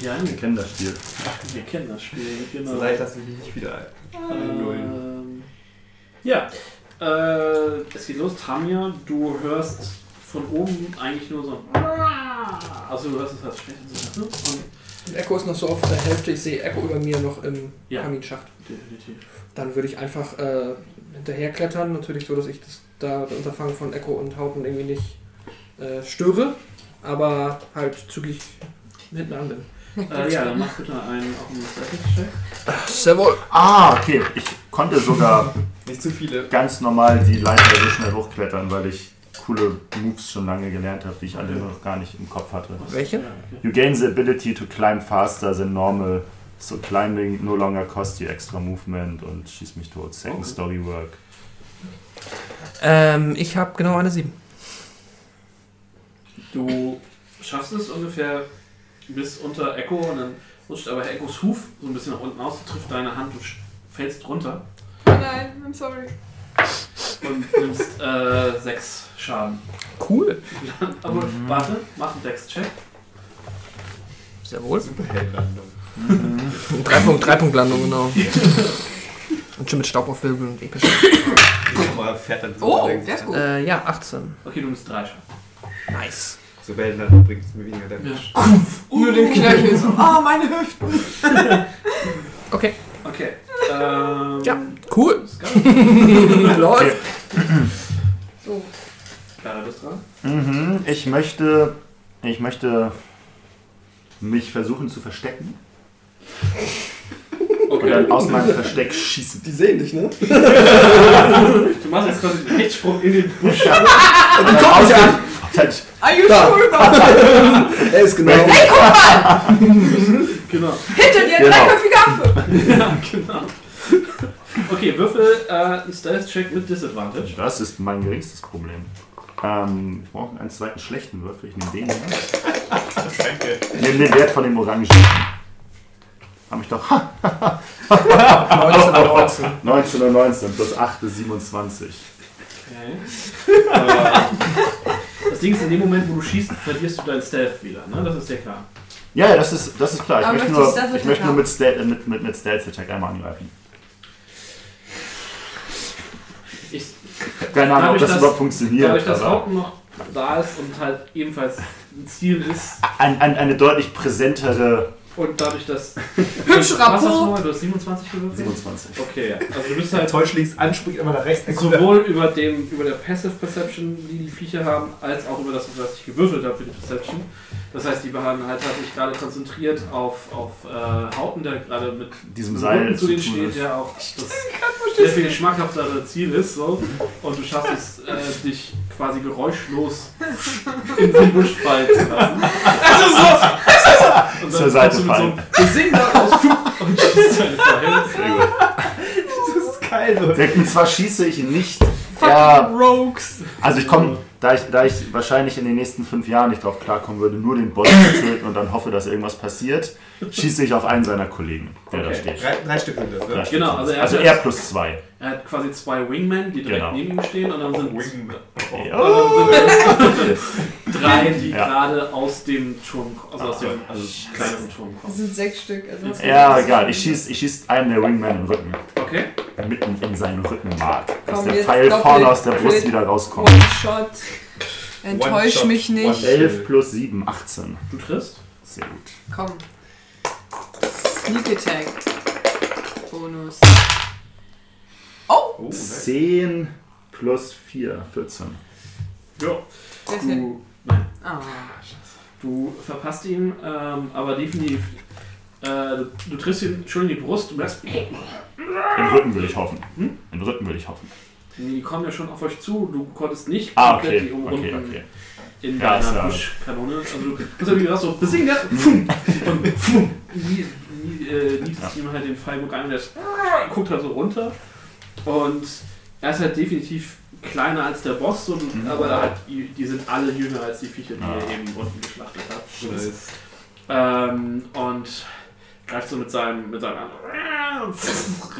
S3: Ja,
S6: Wir kennen das Spiel.
S3: wir kennen das Spiel, genau.
S7: So leicht lasse ich mich nicht wieder ein. Nullen.
S3: Ähm, ja, äh, es geht los. Tamia, du hörst von oben eigentlich nur so ein Also du hörst es halt sprechen. so, ne? Und
S9: Und Echo ist noch so auf der Hälfte. Ich sehe Echo über mir noch im
S3: Ja.
S9: Kaminschacht.
S3: definitiv.
S9: Dann würde ich einfach äh, hinterherklettern. Natürlich so, dass ich das da das Unterfangen von Echo und Hauten irgendwie nicht äh, störe. Aber halt zügig hinten an bin.
S3: Äh, ja, dann mach bitte einen auch einen Athletics-Check.
S9: Servus.
S6: Ah, okay. Ich konnte sogar
S7: Nicht zu viele.
S6: ganz normal die Leiter so schnell hochklettern, weil ich coole Moves schon lange gelernt habe, die ich alle noch gar nicht im Kopf hatte.
S9: Welche?
S3: Ja, okay.
S6: You gain the ability to climb faster than normal, so climbing no longer costs you extra movement und schieß mich tot. Second
S3: Okay.
S6: Story Work.
S9: Ähm, ich habe genau eine 7.
S3: Du schaffst es ungefähr bis unter Echo und dann rutscht aber Echos Huf so ein bisschen nach unten aus, trifft deine Hand und sch- fällst runter
S8: Oh nein, I'm sorry.
S3: und nimmst äh, sechs Schaden.
S9: Cool.
S3: Aber warte, mach einen Dex-Check.
S9: Sehr wohl.
S7: Superheldlandung.
S9: Drei Punkt, drei Punkt Landung, genau. Und schon mit Staub aufwirbeln und episch.
S7: Guck mal, fährt dann so.
S4: Oh,
S7: lang.
S4: der ist gut.
S9: Äh, ja, 18.
S3: Okay, du nimmst drei Schaden.
S9: Nice.
S7: So Wellen dann bringt es mir weniger Damage.
S4: Oh, Nur den Knöchel so. Ah, meine Hüften.
S3: Okay. Ähm,
S9: Ja. Cool.
S3: Scar, Clara,
S9: Läuft.
S3: bist dran.
S6: Mhm, ich möchte. Ich möchte mich versuchen zu verstecken und
S3: Okay.
S6: dann aus meinem Versteck schießen.
S5: Die sehen dich, ne?
S3: Du machst jetzt quasi den Hechtsprung in den Busch.
S6: Und dann aus dem- dann
S4: Are you
S5: Da.
S4: sure about
S5: Er ist genau.
S3: Genau.
S4: Hinter dir,
S6: Genau.
S4: dreiköpfige Affe.
S3: Ja, genau. Okay, würfel äh, einen Stealth-Check mit Disadvantage.
S6: Das ist mein geringstes Problem. Ähm, ich brauche einen zweiten schlechten Würfel. Ich nehme den. hier.
S7: Danke.
S6: Ich nehme den Wert von dem Orangen. Hab ich doch. Ha,
S5: 19 oder 19.
S6: 19 und 19 plus 8 ist 27.
S3: Okay. Äh, das Ding ist, in dem Moment, wo du schießt, verlierst du dein Stealth wieder. Ne? Das ist ja klar.
S6: Ja, ja, das ist, das ist klar. Ich
S4: Aber
S6: möchte
S4: möchtest du
S6: nur,
S4: Stealth
S6: ich möchte nur
S4: Attack
S6: mit, Stealth, äh, mit, mit, mit Stealth Attack einmal angreifen.
S3: Ich,
S6: Keine Ahnung, ob
S3: Dadurch,
S6: das
S3: dass-
S6: überhaupt funktioniert.
S3: dadurch, dass
S6: aber
S3: Hauken noch da ist und halt ebenfalls ein Ziel ist
S6: ein, ein, eine deutlich präsentere
S3: und dadurch, dass.
S4: Hübsch,
S3: Was hast du
S4: Rappo.
S3: nochmal? Du hast 27 gewürfelt?
S6: 27.
S3: Okay, ja. Also du bist
S7: Der
S3: halt
S7: Täuschlings anspringt immer nach rechts.
S3: Sowohl über, dem, über der Passive Perception, die die Viecher haben, als auch über das, was ich gewürfelt habe für die Perception. Das heißt, die behandeln halt hat sich gerade konzentriert auf, auf äh, Hauten, der gerade mit
S6: Diesem
S3: dem
S6: Seil
S3: Rücken zu denen
S6: tun
S3: steht,
S6: ist.
S3: der auch das sehr viel schmackhaftere Ziel ist. So. Und du schaffst es, äh, dich quasi geräuschlos in den Busch fallen zu lassen. Das ist Also so! Und
S6: Zur
S3: dann
S6: Seite
S3: kommst du mit so einem Gesingler aus und schießt halt vorher.
S6: Sehr gut.
S7: Das ist geil, Leute.
S6: Direkt, Und zwar schieße ich nicht. Ja,
S4: Rogues.
S6: also ich
S3: Hm.
S6: komme, da ich, da ich wahrscheinlich in den nächsten fünf Jahren nicht drauf klarkommen würde, nur den Boss zu töten und dann hoffe, dass irgendwas passiert, schieße ich auf einen seiner Kollegen, der da
S3: Okay.
S6: steht.
S7: Drei, drei Stück sind das,
S6: Da
S7: ne?
S6: steht
S3: Genau, also
S6: sonst.
S3: er-
S6: also er plus zwei.
S3: Er hat quasi zwei Wingmen, die direkt
S6: Genau.
S3: neben ihm stehen und dann sind
S7: Wing.
S6: Ja.
S3: Oh. drei, die
S6: Oh! Ja. Ah.
S3: gerade aus dem Turm, ko- also aus dem also kleinen Turm
S8: Das
S3: kommen.
S8: sind sechs Stück. Also was
S6: Ja, egal. Ich schieße ich schieß einem der Wingman im Rücken.
S3: Okay,
S6: Mitten in seinen Rückenmark. Dass
S4: Komm,
S6: der
S4: jetzt
S6: Pfeil
S4: doppelt.
S6: vorne aus der Brust
S4: Doppelt.
S6: wieder rauskommt.
S4: One-Shot. Enttäusch
S7: One-Shot,
S4: mich nicht.
S3: Oh.
S7: One-Shot.
S6: 11 plus 7, 18.
S3: du triffst.
S6: Sehr gut.
S4: Komm. Sneak Attack. Bonus.
S7: Oh,
S6: 10 plus 4, 14.
S3: Ja.
S4: Das ist
S6: Uh.
S4: ja-
S3: Du, nein,
S4: Ah.
S3: du verpasst ihm, ähm, aber definitiv. Äh, du, du triffst ihn schon in die Brust, du merkst,
S6: Im Rücken will ich hoffen. Hm? Im Rücken will ich hoffen.
S3: die kommen ja schon auf euch zu, du konntest nicht
S6: Ah,
S3: komplett
S6: okay.
S3: die
S6: Okay,
S3: umrunden
S6: okay.
S3: in
S6: Ja, ist Mhm.
S3: deiner
S6: ja-
S3: Buschkanone. Also du bist ja wie gesagt so ne? besingen, ja, pfum, und pfum, nie- nie- äh, nietest ihm halt den Pfeilbock an und der ist, guckt halt so runter. Und er ist halt definitiv kleiner als der Boss, so,
S6: Mhm.
S3: aber halt, die die sind alle jünger als die Viecher, die
S6: Ah.
S3: ihr eben unten geschlachtet habt.
S7: Nice.
S3: Ähm, und greift so mit seinem, mit seinem an,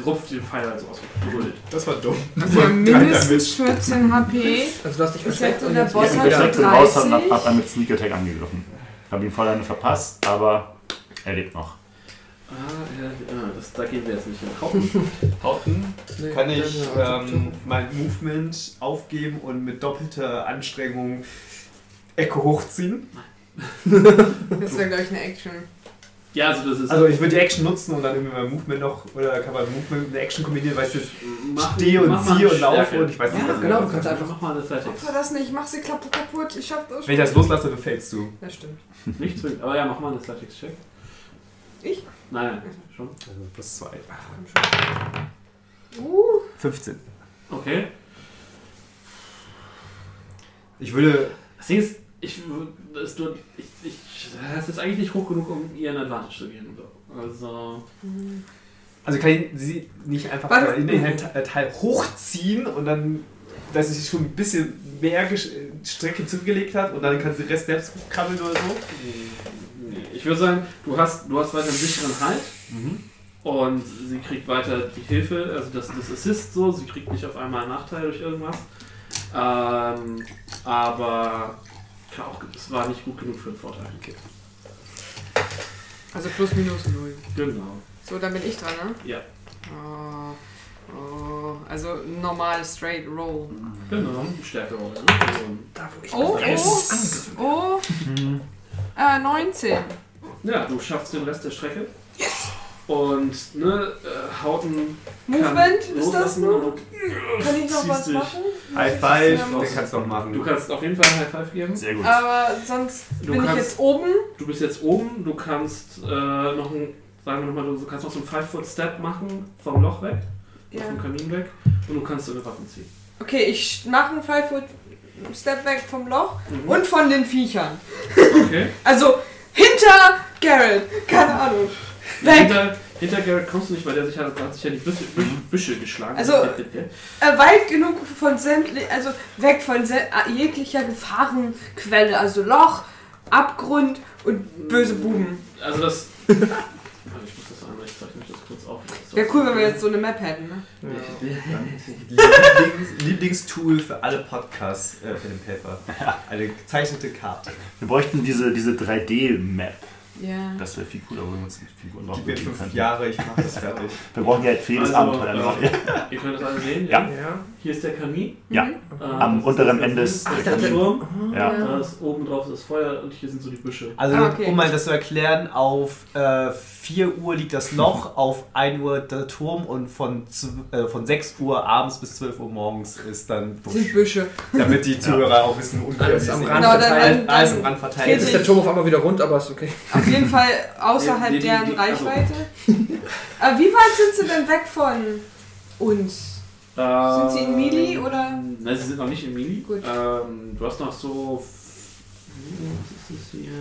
S3: rupft den Pfeil halt so aus. Geduldet.
S7: Das war dumm.
S4: Also mindestens 14 HP.
S9: Also du hast dich
S4: Ich
S9: versteckt
S4: hätte
S9: und
S4: der
S9: jetzt
S4: Boss
S6: Ich
S9: bist
S6: bin
S9: du wieder.
S4: hat-
S6: versteckt und raus und
S4: 30.
S6: hab, hab einen mit Sneak Attack angegriffen. Hab ihn voll eine verpasst, aber er lebt noch.
S3: Ah, ja, ja, das, da gehen wir jetzt nicht hin. Hauten.
S7: Hauten
S9: Nee,
S7: kann ich
S9: ja, ja,
S7: ähm, mein Movement aufgeben und mit doppelter Anstrengung Ecke hochziehen.
S4: Das wäre, glaube ich, eine Action.
S3: Ja, also das ist.
S7: Also ich würde die Action nutzen und dann irgendwie mein Movement noch, oder kann man Movement mit einer Action kombinieren, weil ich jetzt stehe und
S3: mach mal
S7: ziehe
S3: eine
S7: und laufe
S3: Stärke.
S7: und ich weiß nicht,
S9: Ja,
S7: was
S9: genau,
S7: ich
S9: du kannst
S7: mache.
S9: einfach.
S3: Mach mal eine Athletics.
S4: Opfer das nicht, mach sie kaputt, kaputt. Ich schaff das.
S7: Wenn ich das loslasse, dann fällst du.
S4: Das stimmt.
S3: Nicht zwingend, aber ja, mach mal einen Athletics-Check.
S4: Ich?
S3: Nein, nein, schon.
S7: Also plus 2.
S4: Uh,
S7: 15.
S3: Okay.
S7: Ich würde.
S3: Das Ding ist, ich, w- das, du, ich, ich, das ist eigentlich nicht hoch genug, um ihr einen Advantage zu geben. Also,
S7: Also kann ich sie nicht einfach
S4: Warte.
S7: in den Hand- äh, Teil hochziehen und dann, dass sie sich schon ein bisschen mehr Gesch- äh, Strecke zugelegt hat und dann kann sie den Rest selbst hochkrabbeln oder so.
S3: nee. ich würde sagen, du hast, du hast weiter einen sicheren Halt und sie kriegt weiter die Hilfe, also das, das Assist so, sie kriegt nicht auf einmal einen Nachteil durch irgendwas. Ähm, aber kann auch, es war nicht gut genug für einen Vorteil.
S4: also plus minus null.
S3: Genau.
S4: So, dann bin ich dran, ne?
S3: Ja.
S4: Oh, oh, Also normal straight roll.
S3: Genau, Stärke oder Also,
S9: Da, wo ich
S4: Oh,
S9: Yes.
S4: oh, oh. Äh, 19.
S3: Ja, du schaffst den Rest der Strecke. Yes! Und ne, äh, Hauten.
S4: Movement ist das nur?
S3: nur?
S4: Kann ich noch was machen?
S7: High Five,
S4: Ähm,
S7: den kannst du noch machen.
S3: Du kannst auf jeden Fall einen High Five geben.
S6: Sehr gut.
S4: Aber sonst
S3: Du
S4: bin ich
S3: kannst-
S4: jetzt oben.
S3: Du bist jetzt oben, du kannst äh, noch ein, sagen wir noch mal, du kannst noch so einen 5-Foot-Step machen vom Loch weg,
S4: Ja.
S3: vom Kamin weg und du kannst deine Waffen ziehen.
S4: Okay, ich mache einen 5 Foot Step weg vom Loch
S3: Mhm.
S4: und von den Viechern.
S3: Okay.
S4: Also hinter Garrett. Keine Ahnung. Weg.
S3: Hinter, hinter Garrett kommst du nicht, weil der sich ja, der hat sich ja die Büsche,
S6: Mhm.
S3: Büsche, Büsche geschlagen.
S4: Also- Äh, weit genug von sämtlich, also weg von sä- äh, jeglicher Gefahrenquelle. Also Loch, Abgrund und böse Buben.
S3: Also das. Warte, ich muss das einmal, ich zeichne mich das kurz auf.
S4: Wäre cool, wenn wir jetzt so eine Map hätten. Ne?
S7: Lieblings, Lieblingstool für alle Podcasts äh, für den Paper. Eine gezeichnete Karte.
S6: Wir bräuchten diese, diese 3D-Map.
S4: Ja.
S6: Das wäre viel cooler, wenn wir uns die Figuren noch
S7: Gib mir
S6: bewegen
S7: fünf
S6: könnten.
S7: Jahre, ich mache das fertig.
S6: Wir brauchen ja für jedes
S3: Also,
S6: Abenteuer noch.
S3: äh, Ihr könnt das alle sehen.
S6: Ja.
S9: Ja.
S3: Hier ist der Kamin.
S6: Ja.
S4: Mhm.
S3: Ähm,
S6: Am unteren Ende ist-
S3: der Turm.
S6: Ja.
S3: Da ist oben drauf das Feuer und hier sind so die Büsche.
S7: Also,
S4: Ah, okay.
S7: um mal das zu erklären, auf äh, 4 Uhr liegt das Loch, auf 1 Uhr der Turm und von, zw- äh, von 6 Uhr abends bis 12 Uhr morgens ist dann
S4: Sind
S7: Busch.
S4: Büsche.
S7: Damit die Zuhörer auch wissen, ungefähr
S9: Alles
S7: wie
S9: am
S7: es
S9: Rand
S7: ist.
S4: Genau, dann-
S7: Alles-
S4: dann-
S7: Alles am Rand verteilt.
S9: Jetzt ist der Turm auf einmal wieder rund, aber ist okay.
S4: Auf jeden Fall außerhalb
S3: Nee, die- die-
S4: deren
S3: die- also-
S4: Reichweite. Aber wie weit sind sie denn weg von uns?
S3: Sind
S4: sie in Mili, oder?
S3: Ähm, Nein, sie sind noch nicht in Mili.
S4: Gut.
S3: Ähm, du hast noch so. Was ist das hier?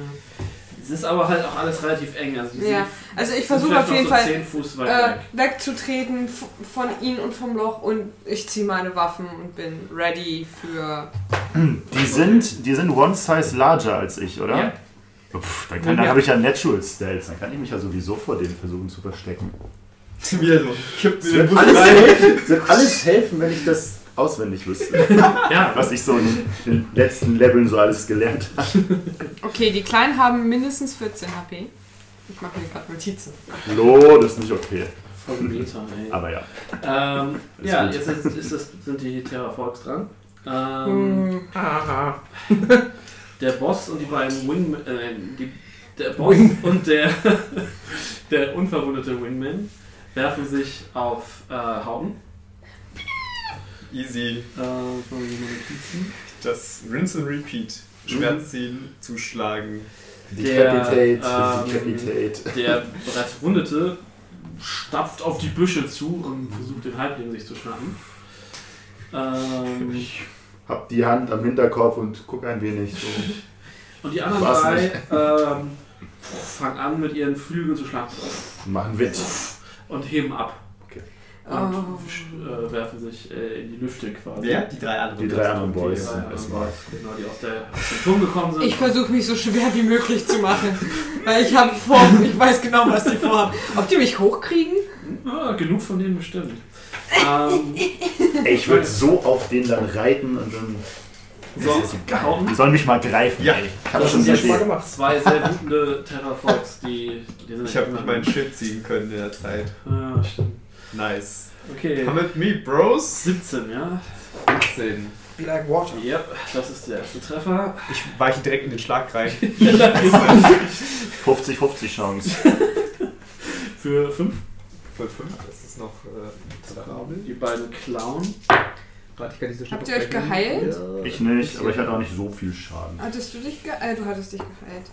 S3: Es ist aber halt auch alles relativ eng. Also die
S4: Ja,
S3: sind-
S4: also ich
S3: sind
S4: versuche
S3: vielleicht
S4: auf jeden
S3: noch so
S4: Fall
S3: 10 Fuß weit
S4: äh,
S3: weg.
S4: wegzutreten f- von ihnen und vom Loch und ich ziehe meine Waffen und bin ready für.
S6: Die sind, die sind one size larger als ich, oder?
S3: Ja.
S6: Pff, dann kann- dann habe ich ja Natural Stealth. Dann kann ich mich ja sowieso vor denen versuchen zu verstecken.
S7: Wieder so. Kippt
S6: Es
S7: mir
S6: wird
S7: den Busch
S6: alles
S7: rein.
S6: helfen, es wird alles helfen, wenn ich das auswendig wüsste.
S3: Ja,
S6: Was ich so in den letzten Leveln so alles gelernt habe.
S4: Okay, die Kleinen haben mindestens 14 HP. Ich mache mir gerade Notizen.
S6: No, das ist nicht okay.
S3: voll Meter, ey.
S6: Aber ja.
S3: Ähm,
S6: Alles
S3: ja,
S6: gut.
S3: jetzt ist, ist das, sind die Terraforks dran. Ähm,
S4: Hm.
S9: Haha.
S3: Der Boss und die beiden Wing, äh, die, der Boss und der, der unverwundete Wingman werfen sich auf äh, Hauben.
S7: Easy.
S3: Äh, von den Notizen.
S7: Das Rinse and Repeat. Schwert ziehen, zuschlagen.
S3: Der, ähm,
S6: decapitate.
S3: der bereits Wundete stapft auf die Büsche zu und versucht den Halbling sich zu schnappen. Ähm,
S6: Hab die Hand am Hinterkopf und guck ein wenig. So.
S3: und die anderen
S6: War's
S3: drei
S6: nicht.
S3: ähm, fangen an mit ihren Flügeln zu schlagen
S6: Machen Witz.
S3: und heben ab und
S4: Oh.
S3: äh, werfen sich äh, in die Lüfte quasi.
S7: Wer? Die drei anderen.
S6: Die drei anderen
S3: Die
S6: Boys
S3: drei
S6: sind
S3: anderen
S6: erstmal.
S3: Boys, genau, die aus, der, aus dem Turm gekommen sind.
S4: Ich versuche mich so schwer wie möglich zu machen, weil ich habe vor, ich weiß genau, was die vorhaben. Ob die mich hochkriegen?
S3: Ah, genug von denen bestimmt. ähm,
S6: Ey, ich würde so auf den dann reiten und dann.
S3: so,
S6: Das ist so
S3: Hauben.
S6: Die sollen mich mal greifen.
S7: Ja.
S6: ey. Ich hab
S9: Das
S6: schon
S9: ist
S3: sehr
S9: ja schon mal
S6: gesehen.
S9: gemacht.
S3: Zwei sehr wütende Terraforks, die, die sind
S7: Ich habe nicht
S3: echt-
S7: meinen Schild ziehen können in der Zeit.
S3: Ah, stimmt.
S7: Nice.
S3: Okay.
S7: Come at me, Bros.
S3: 17, ja?
S7: 17.
S9: Be like water.
S3: Yep, das ist der erste Treffer.
S7: Ich weiche direkt in den Schlag rein.
S6: 50-50 Chance.
S3: Für 5.
S7: Voll 5, das ist noch äh,
S3: Die beiden Clown.
S7: Warte, ich kann nicht so schnell
S4: Habt ihr euch geheilt?
S6: Ich nicht, aber ich hatte auch nicht so viel Schaden.
S4: Hattest du dich ge äh, Du hattest dich geheilt.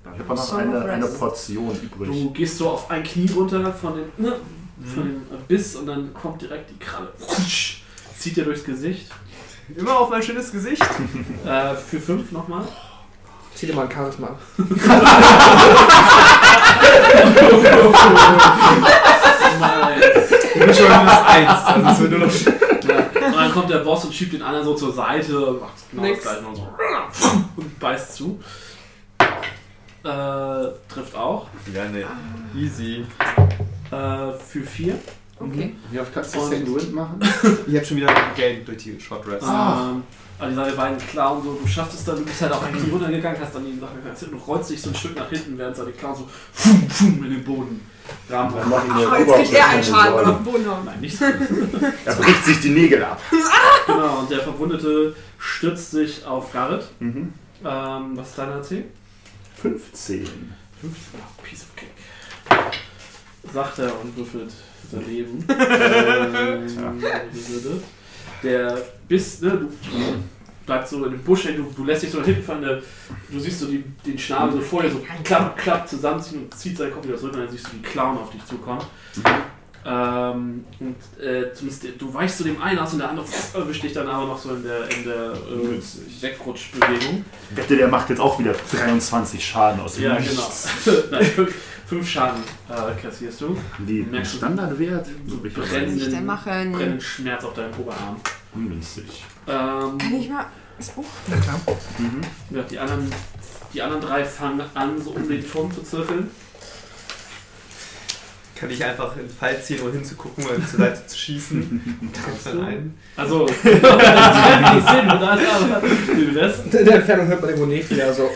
S6: Ich habe noch
S4: Song
S6: eine,
S4: of
S6: eine
S4: Rest.
S6: Portion übrig.
S3: Du gehst so auf ein Knie runter von dem, ne, von
S7: Hm.
S3: dem Biss und dann kommt direkt die Kralle. Wutsch, Zieht dir durchs Gesicht.
S7: Immer auf mein schönes Gesicht.
S3: Äh, für 5 nochmal.
S9: Zieh dir mal ein Charisma ab.
S3: Nice.
S7: Ich bin schon minus 1. Also es wird nur noch
S3: Und dann kommt der Boss und schiebt den anderen so zur Seite und macht genau
S4: Nix.
S3: das Gleiche und, so. und beißt zu. Äh, trifft auch.
S7: Ja, ne. Easy.
S3: Äh, für Mhm. 4.
S4: Okay.
S6: Wie oft kannst
S3: du Second
S6: Wind machen?
S7: Ich hab schon wieder gegained durch die Short Rest.
S3: Ähm, also deine beiden Clown so, du schaffst es dann, du bist halt auch eigentlich halt runtergegangen, hast dann die Sache, du rollst dich so ein Stück nach hinten, während seine Clown so fum, fum in den Boden
S6: Rahmen und mach ihm eine
S4: Ach, Ah, jetzt kriegt er einen
S6: Oberfläche
S4: Schaden, weil er auf
S6: Säule.
S4: den Boden hauen.
S3: Nein, nichts.
S6: Er bricht sich die Nägel ab.
S3: genau, und der Verwundete stürzt sich auf Garrett.
S6: Mhm.
S3: Ähm, was ist dein AC?
S6: 15.
S3: 15. Ach, piece of cake. Sagt er und würfelt daneben. ähm, würfelt. der bist, ne, du bleibst so in dem Busch, hängen, du, du lässt dich so nach hinten fallen, der, du siehst so die, den Schnabel so vorher so klapp, klapp zusammenziehen und zieht seinen Kopf wieder zurück und dann siehst du die Clown auf dich zukommen. Ähm, und äh, zumindest der- du weichst zu dem einen aus und der andere erwischt dich dann aber noch so in der, in der äh, Wegrutschbewegung.
S6: Wette, der macht jetzt auch wieder 23 Schaden aus dem
S3: Ja, genau.
S6: Nichts.
S3: Nein, fünf, fünf Schaden äh, kassierst du.
S6: Die
S3: Merkst du-
S6: Standardwert? So ich
S4: Was kann
S3: Brennenden-
S4: ich denn machen?
S3: Brennenden Schmerz auf deinem Oberarm.
S6: Ungünstig.
S3: Ähm,
S4: Kann ich mal das Buch?
S6: Mhm.
S3: ja, die, anderen, die anderen drei fangen an, so um den Turm zu zirkeln.
S7: Kann ich einfach in den Fall ziehen, ohne hinzugucken und zur Seite zu schießen. Und Kannst dann ein.
S3: Also, das hat nicht Sinn, da ist aber den Rest.
S9: In der Entfernung hört man irgendwo Nefia so.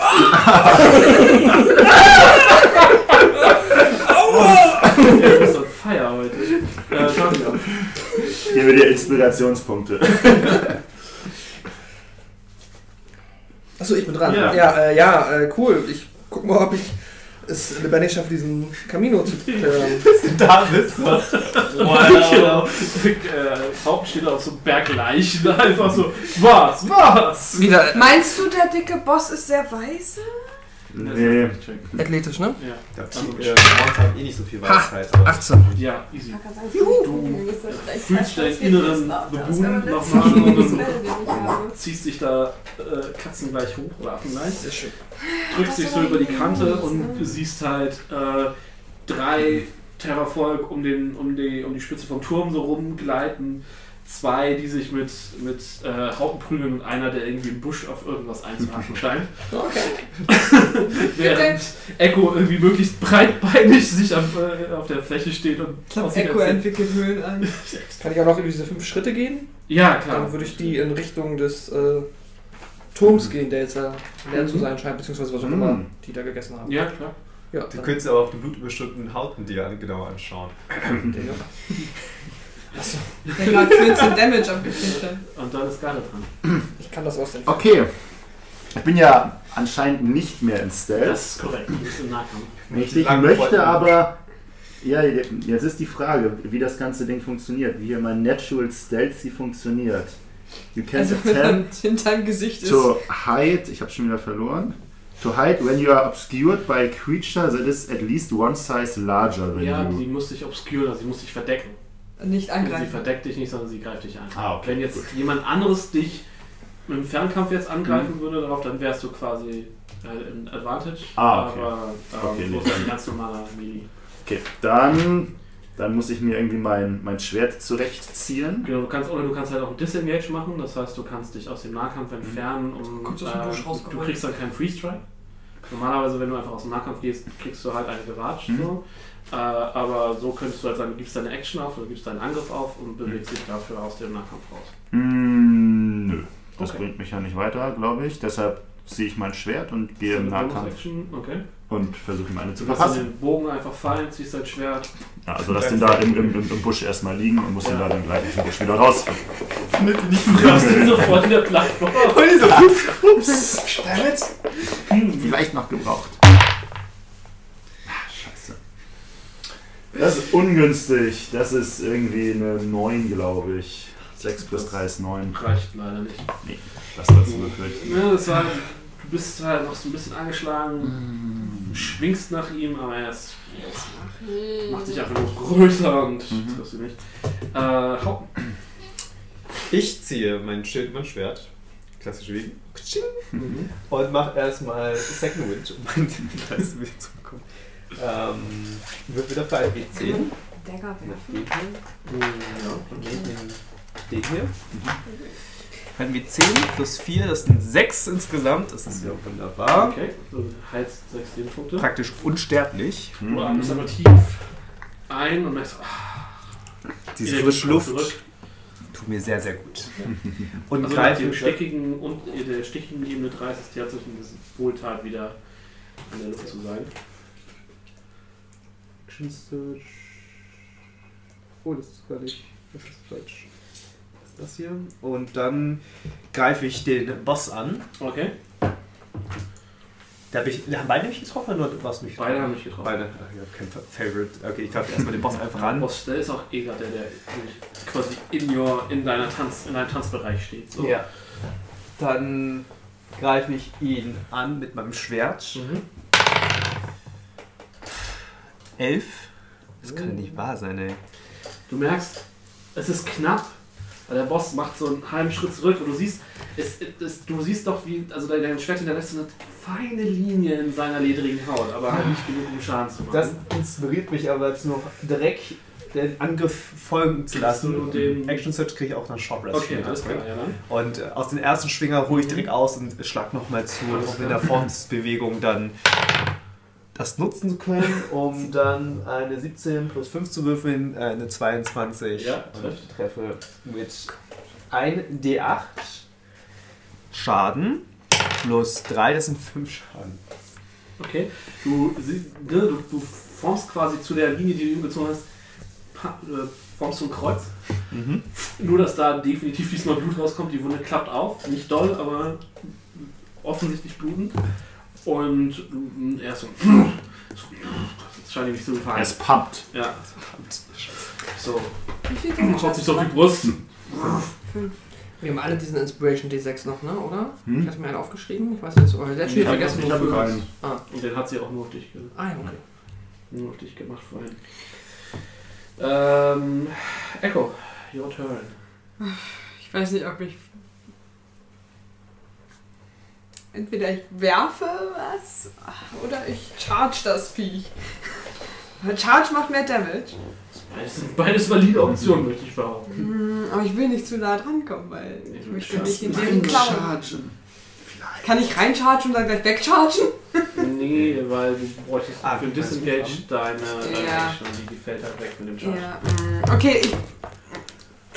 S3: Der ist on fire heute. Äh, schaffen wir.
S6: Geben wir dir Inspirationspunkte.
S9: Achso, ich bin dran.
S3: Ja.
S9: Ja, äh, ja äh, cool. Ich guck mal, ob ich es lebendig schaffe, diesen Camino zu äh, klettern.
S7: Da bist du.
S3: Wow. genau. Äh, Haupt steht auf so einem Berg Leichen. Einfach so, was, was?
S9: Wieder
S4: Meinst du, der dicke Boss ist sehr weiß?
S6: Nee.
S9: athletisch, ne?
S3: Ja,
S7: Da zieht äh, Monster haben eh nicht so viel Weisheit. aber-
S9: 18.
S3: ja, easy.
S4: Ich kann sagen,
S3: Du fühlst deinen inneren Beboon nochmal und ziehst dich da äh, katzengleich hoch oder affengleich,
S9: Sehr schön.
S3: drückst dich so über die Kante und siehst halt äh, drei Terrafolk um, den, um, die, um die Spitze vom Turm so rumgleiten, zwei, die sich mit, mit äh, Hauten prügeln und einer, der irgendwie im Busch auf irgendwas einzuhaken scheint.
S9: Oh, Okay.
S3: Während Echo irgendwie möglichst breitbeinig sich auf, äh, auf der Fläche steht und aus sich
S4: Echo
S3: erzählt.
S4: entwickelt Höhlen
S9: Kann ich auch noch über diese fünf Schritte gehen?
S3: Ja, klar.
S9: Dann würde ich die in Richtung des äh,
S3: Mhm.
S9: Turms gehen, der jetzt ja leer zu sein scheint, beziehungsweise was auch
S6: Mhm.
S9: immer die da gegessen haben.
S3: Ja, klar.
S9: Ja,
S7: Du
S9: dann,
S7: könntest aber auch die blutüberströmten Hauten dir an- genau anschauen.
S9: ja.
S4: Der hat 14 Damage abgekriegt.
S3: Und dann ist Garde dran.
S9: Ich kann das aus dem
S6: Okay. Ich bin ja anscheinend nicht mehr in Stealth.
S3: Das ist korrekt. Du bist im Nahkampf.
S6: Richtig,
S7: Lang-
S6: möchte aber. Ja, jetzt ist die Frage, wie das ganze Ding funktioniert, wie hier mein Natural Stealthy funktioniert. You can
S4: Also wenn er
S6: attempt
S4: hinter deinem Gesicht ist.
S6: to hide, ich habe schon wieder verloren. To hide when you are obscured by a creature that is at least one size larger than
S3: Ja,
S6: you.
S3: sie muss dich obscuren, also sie muss dich verdecken.
S4: Nicht
S3: Sie
S4: angreifen.
S3: verdeckt dich nicht, sondern sie greift dich an.
S6: Ah, okay,
S3: Wenn jetzt jemand anderes dich mit dem Fernkampf jetzt
S6: Mhm.
S3: angreifen würde darauf, dann wärst du quasi äh, im Advantage.
S6: Ah, okay.
S3: Aber ähm,
S6: Okay,
S3: du
S6: nee.
S3: bist ein ganz normaler Melee.
S6: Okay, dann, dann muss ich mir irgendwie mein, mein Schwert zurechtziehen.
S3: Genau, du kannst, oder du kannst halt auch ein Disengage machen, das heißt, du kannst dich aus dem Nahkampf
S6: Mhm.
S3: entfernen und
S4: kommst aus dem Busch
S3: du
S4: rausgeholt.
S3: kriegst dann keinen Free Strike. Normalerweise, wenn du einfach aus dem Nahkampf gehst, kriegst du halt eine Gewatsch.
S6: Mhm.
S3: So. Äh, aber so könntest du halt sagen, du gibst deine Action auf oder gibst deinen Angriff auf
S6: Mhm.
S3: und bewegst dich dafür aus dem Nahkampf raus.
S6: Hm, nö, das
S3: Okay.
S6: bringt mich ja nicht weiter, glaube ich. Deshalb ziehe ich mein Schwert und gehe
S3: Ist
S6: im
S3: eine
S6: Nahkampf
S3: Bonus-Action, Okay.
S6: und versuche ihm eine zu
S3: Du lässt
S6: verpassen.
S3: den Bogen einfach fallen, ziehst dein Schwert.
S6: Ja, also lass den da im, im, im, im Busch erstmal liegen und muss den da dann gleich aus dem Busch wieder raus.
S3: Du hast ihn sofort in der Plattform.
S6: Oh, Ups, Stamets? Hm, vielleicht noch gebraucht. Ah, scheiße. Das ist ungünstig. Das ist irgendwie eine 9, glaube ich. 6 plus 3 ist 9.
S3: Reicht leider nicht.
S6: Das war zu befürchten.
S3: Ne, das war, du bist halt noch so ein bisschen angeschlagen,
S6: Hm.
S3: schwingst nach ihm, aber er ist, er ist- macht sich einfach nur größer und
S7: Mhm.
S3: triffst ihn nicht. Äh, hau-
S7: Ich ziehe mein Schild und mein Schwert. Klassisch wiegen. Ktsching. Und mache erstmal Second Wind, um meinen Geist wieder zu bekommen. Ähm, wird wieder bei W10.
S4: Dagger werfen.
S7: Den
S3: hm,
S7: hier. Den hier. Hatten wir 10 plus 4, das sind 6 insgesamt. Das ist ja wunderbar.
S3: okay, so heizt sechs Lebenspunkte.
S7: Praktisch unsterblich.
S3: Du
S6: Hm.
S3: atmest aber tief ein und merkst, ah,
S7: Diese
S3: wieder
S7: frische
S3: kommt
S7: Luft
S3: zurück.
S7: tut mir sehr, sehr gut. Und
S3: Also nach
S7: greife
S3: dem
S7: im Steck.
S3: stickigen und äh, der stickigen Ebene 3 ist die tatsächlich eine Wohltat wieder in der Luft zu sein.
S5: Action Search. Oh, das ist gar nicht. Das ist falsch.
S7: Das hier. Und dann greife ich den Boss an.
S3: Okay.
S7: Da hab ich, haben beide mich getroffen oder nur was mich
S3: Beide haben mich getroffen.
S7: Beide. Ach, ich habe kein Fa- Favorite. Okay, ich greife erstmal den Boss einfach an.
S3: Boss, der ist auch eh gerade der, der quasi in, your, in, deiner Tanz, in deinem Tanzbereich steht. So.
S7: Ja. Dann greife ich ihn an mit meinem Schwert.
S5: Mhm.
S7: Elf. Das kann nicht wahr sein, ey.
S3: Du merkst, es ist knapp, weil der Boss macht so einen halben Schritt zurück und du siehst, es, es, du siehst doch, wie, also dein, dein Schwert hinterlässt so eine feine Linie in seiner ledrigen Haut, aber halt nicht genug, um Schaden zu machen.
S7: Ah. Das inspiriert mich aber jetzt noch direkt den Angriff folgen zu lassen.
S3: Kriegst du den-
S7: Action Search kriege ich auch einen Short Rest.
S3: okay, alles klar, ja dann.
S7: Und äh, aus dem ersten Schwinger ruhe ich direkt aus und schlag nochmal zu, um in der Formsbewegung dann das nutzen zu können, um dann eine 17 plus 5 zu würfeln, äh, eine 22.
S3: Ja,
S7: und
S3: trifft.
S7: ich treffe mit 1 D8 Schaden plus 3, das sind 5 Schaden.
S3: Okay, du, sie- ne, du, du formst quasi zu der Linie, die du gezogen hast, pa- äh, formst so ein Kreuz. Nur, dass da definitiv diesmal Blut rauskommt. Die Wunde klappt auf. Nicht doll, aber offensichtlich blutend. Und mm, er ist so. Das scheint ihm nicht zu gefallen.
S6: Es pumpt.
S3: Ja. So.
S4: Wie viel
S3: Schaut sich so auf die Brust.
S9: Wir haben alle diesen Inspiration D6 noch, ne? oder?
S6: Hm?
S9: Ich hatte mir einen aufgeschrieben. Ich weiß nicht, aber der Typ
S3: hab-
S9: vergessen,
S3: ich hab
S9: wofür-
S3: keinen.
S6: Ein-
S3: Und den hat sie auch nur auf dich, ge-
S9: Ah, ja, okay.
S3: nur auf dich gemacht vorhin. Ähm, Echo, your turn.
S4: Ich weiß nicht, ob ich. Entweder ich werfe was oder ich charge das Viech. Weil Charge macht mehr Damage.
S3: Beides sind beides valide Optionen, möchte ich behaupten.
S4: Hm, Aber ich will nicht zu nah dran kommen, weil ich möchte nicht in
S3: Nein,
S4: den klauen. Kann ich reinchargen und dann gleich wegchargen?
S3: Nee, weil du bräuchtest
S7: Ah,
S3: für
S7: du meinst
S3: Disengage deine, deine
S4: Ja.
S3: Action, die, die fällt halt weg mit dem Charge.
S4: Ja. mm, Okay, ich.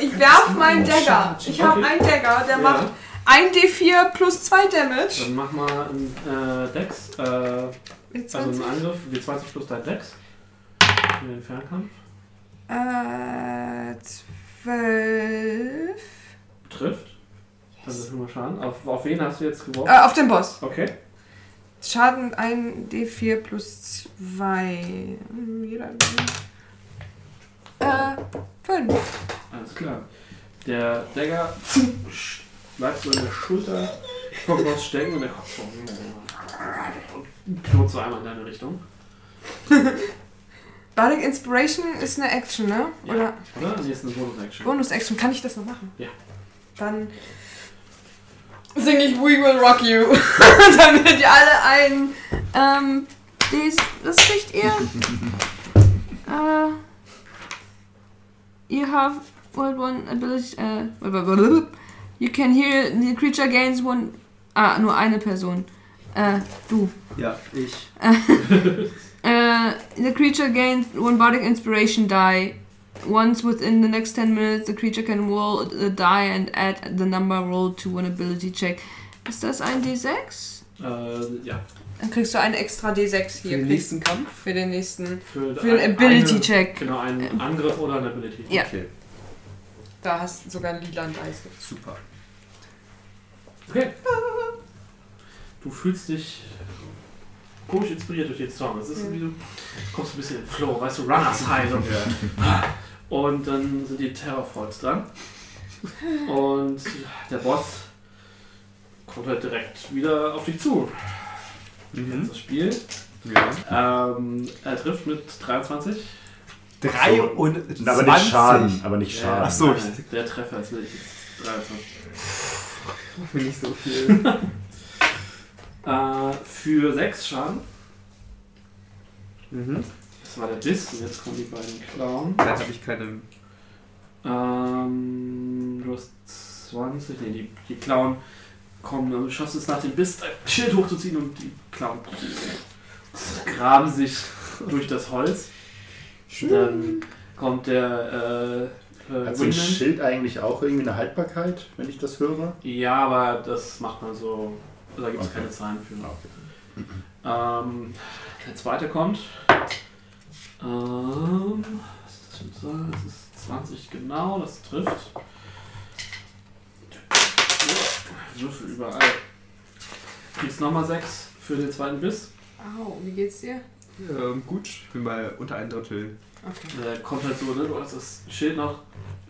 S4: Ich werf meinen Dagger. Ich habe
S3: Okay.
S4: einen Dagger, der
S3: Ja. Also
S4: macht 1d4 plus 2 Damage.
S3: Dann mach mal einen äh, Dex, äh, also
S4: Mit
S3: einen
S4: 20.
S3: Angriff, W20 plus dein Dex. Für den Fernkampf.
S4: Äh, 12.
S3: Trifft. Also schon mal Schaden. Auf, auf wen hast du jetzt geworfen?
S4: Äh, auf den Boss.
S3: Okay.
S4: Schaden 1 D4 plus 2. Jeder. Äh, 5.
S3: Alles klar. Der Dagger bleibt so in der Schulter, kommt raus stecken und der Kopf Oh, so. und knurrt so einmal in deine Richtung.
S4: Bardic Inspiration ist eine Action, ne?
S3: Ja.
S4: Oder
S3: Oder? Nee, ist eine Bonus-Action.
S4: Bonus-Action. Kann ich das noch machen?
S3: Ja.
S4: Dann singe ich We Will Rock You. Damit ihr alle ein. Ähm, dies, das kriegt ihr. äh, you have World One Ability. Äh, blablabla. you can hear the creature gains one. Ah, nur eine Person. Äh, du.
S7: Ja, ich.
S4: Uh, the creature gains one bardic inspiration die. Once within the next 10 minutes, the creature can roll a die and add the number rolled to one ability check. Ist das ein D6?
S3: Äh, ja.
S4: Dann kriegst du einen extra D6
S7: Für
S4: hier. kriegst-
S7: den nächsten Kampf?
S4: Für den nächsten.
S3: Für,
S4: Für den
S3: ein-
S4: Ability
S3: eine-
S4: Check. Ähm.
S3: Genau, einen Angriff oder eine Ability.
S4: Ja.
S7: Okay,
S4: Da hast du sogar einen lilan Eis.
S7: super.
S3: Okay. Du fühlst dich komisch inspiriert durch den Song. Es ist
S4: Mhm.
S3: irgendwie, du kommst ein bisschen in den Flow, weißt du, Runners High. So. Und dann sind die Terrorfolds dran. Und der Boss kommt halt direkt wieder auf dich zu.
S7: Mhm.
S3: Kennst Das Spiel.
S7: Ja.
S3: Ähm, er trifft mit 23.
S7: Drei
S6: So.
S7: und
S6: Aber
S7: 20.
S6: nicht Schaden, aber nicht Schaden.
S7: Ach so.
S3: Nein, der Treffer ist wirklich jetzt 23.
S5: Bin nicht so viel.
S3: Äh, für 6 Schaden.
S7: Mhm.
S3: Das war der Biss. Und jetzt kommen die beiden Clown.
S7: Dann habe ich keine.
S3: Ähm, du hast 20. Ne, die, die Clown kommen. Also du schaffst es nach dem Biss, dein Schild hochzuziehen und die Clown graben sich durch das Holz. Dann kommt der äh, äh,
S6: Hat so ein
S3: Windman.
S6: Schild eigentlich auch irgendwie eine Haltbarkeit, wenn ich das höre?
S3: Ja, aber das macht man so. Da gibt es
S6: Okay. Ah,
S3: keine Zahlen für.
S6: Okay.
S3: Ähm, der zweite kommt. Äh, Ähm, was ist das für ein Zahl? Das ist 20 genau, das trifft. Ja, Würfel überall. Du kriegst nochmal 6 für den zweiten Biss.
S4: Au, wie geht's dir?
S7: Ähm, gut, ich bin bei unter ein Drittel.
S4: Okay.
S3: Äh, kommt halt so, ne? Du hast das Schild noch.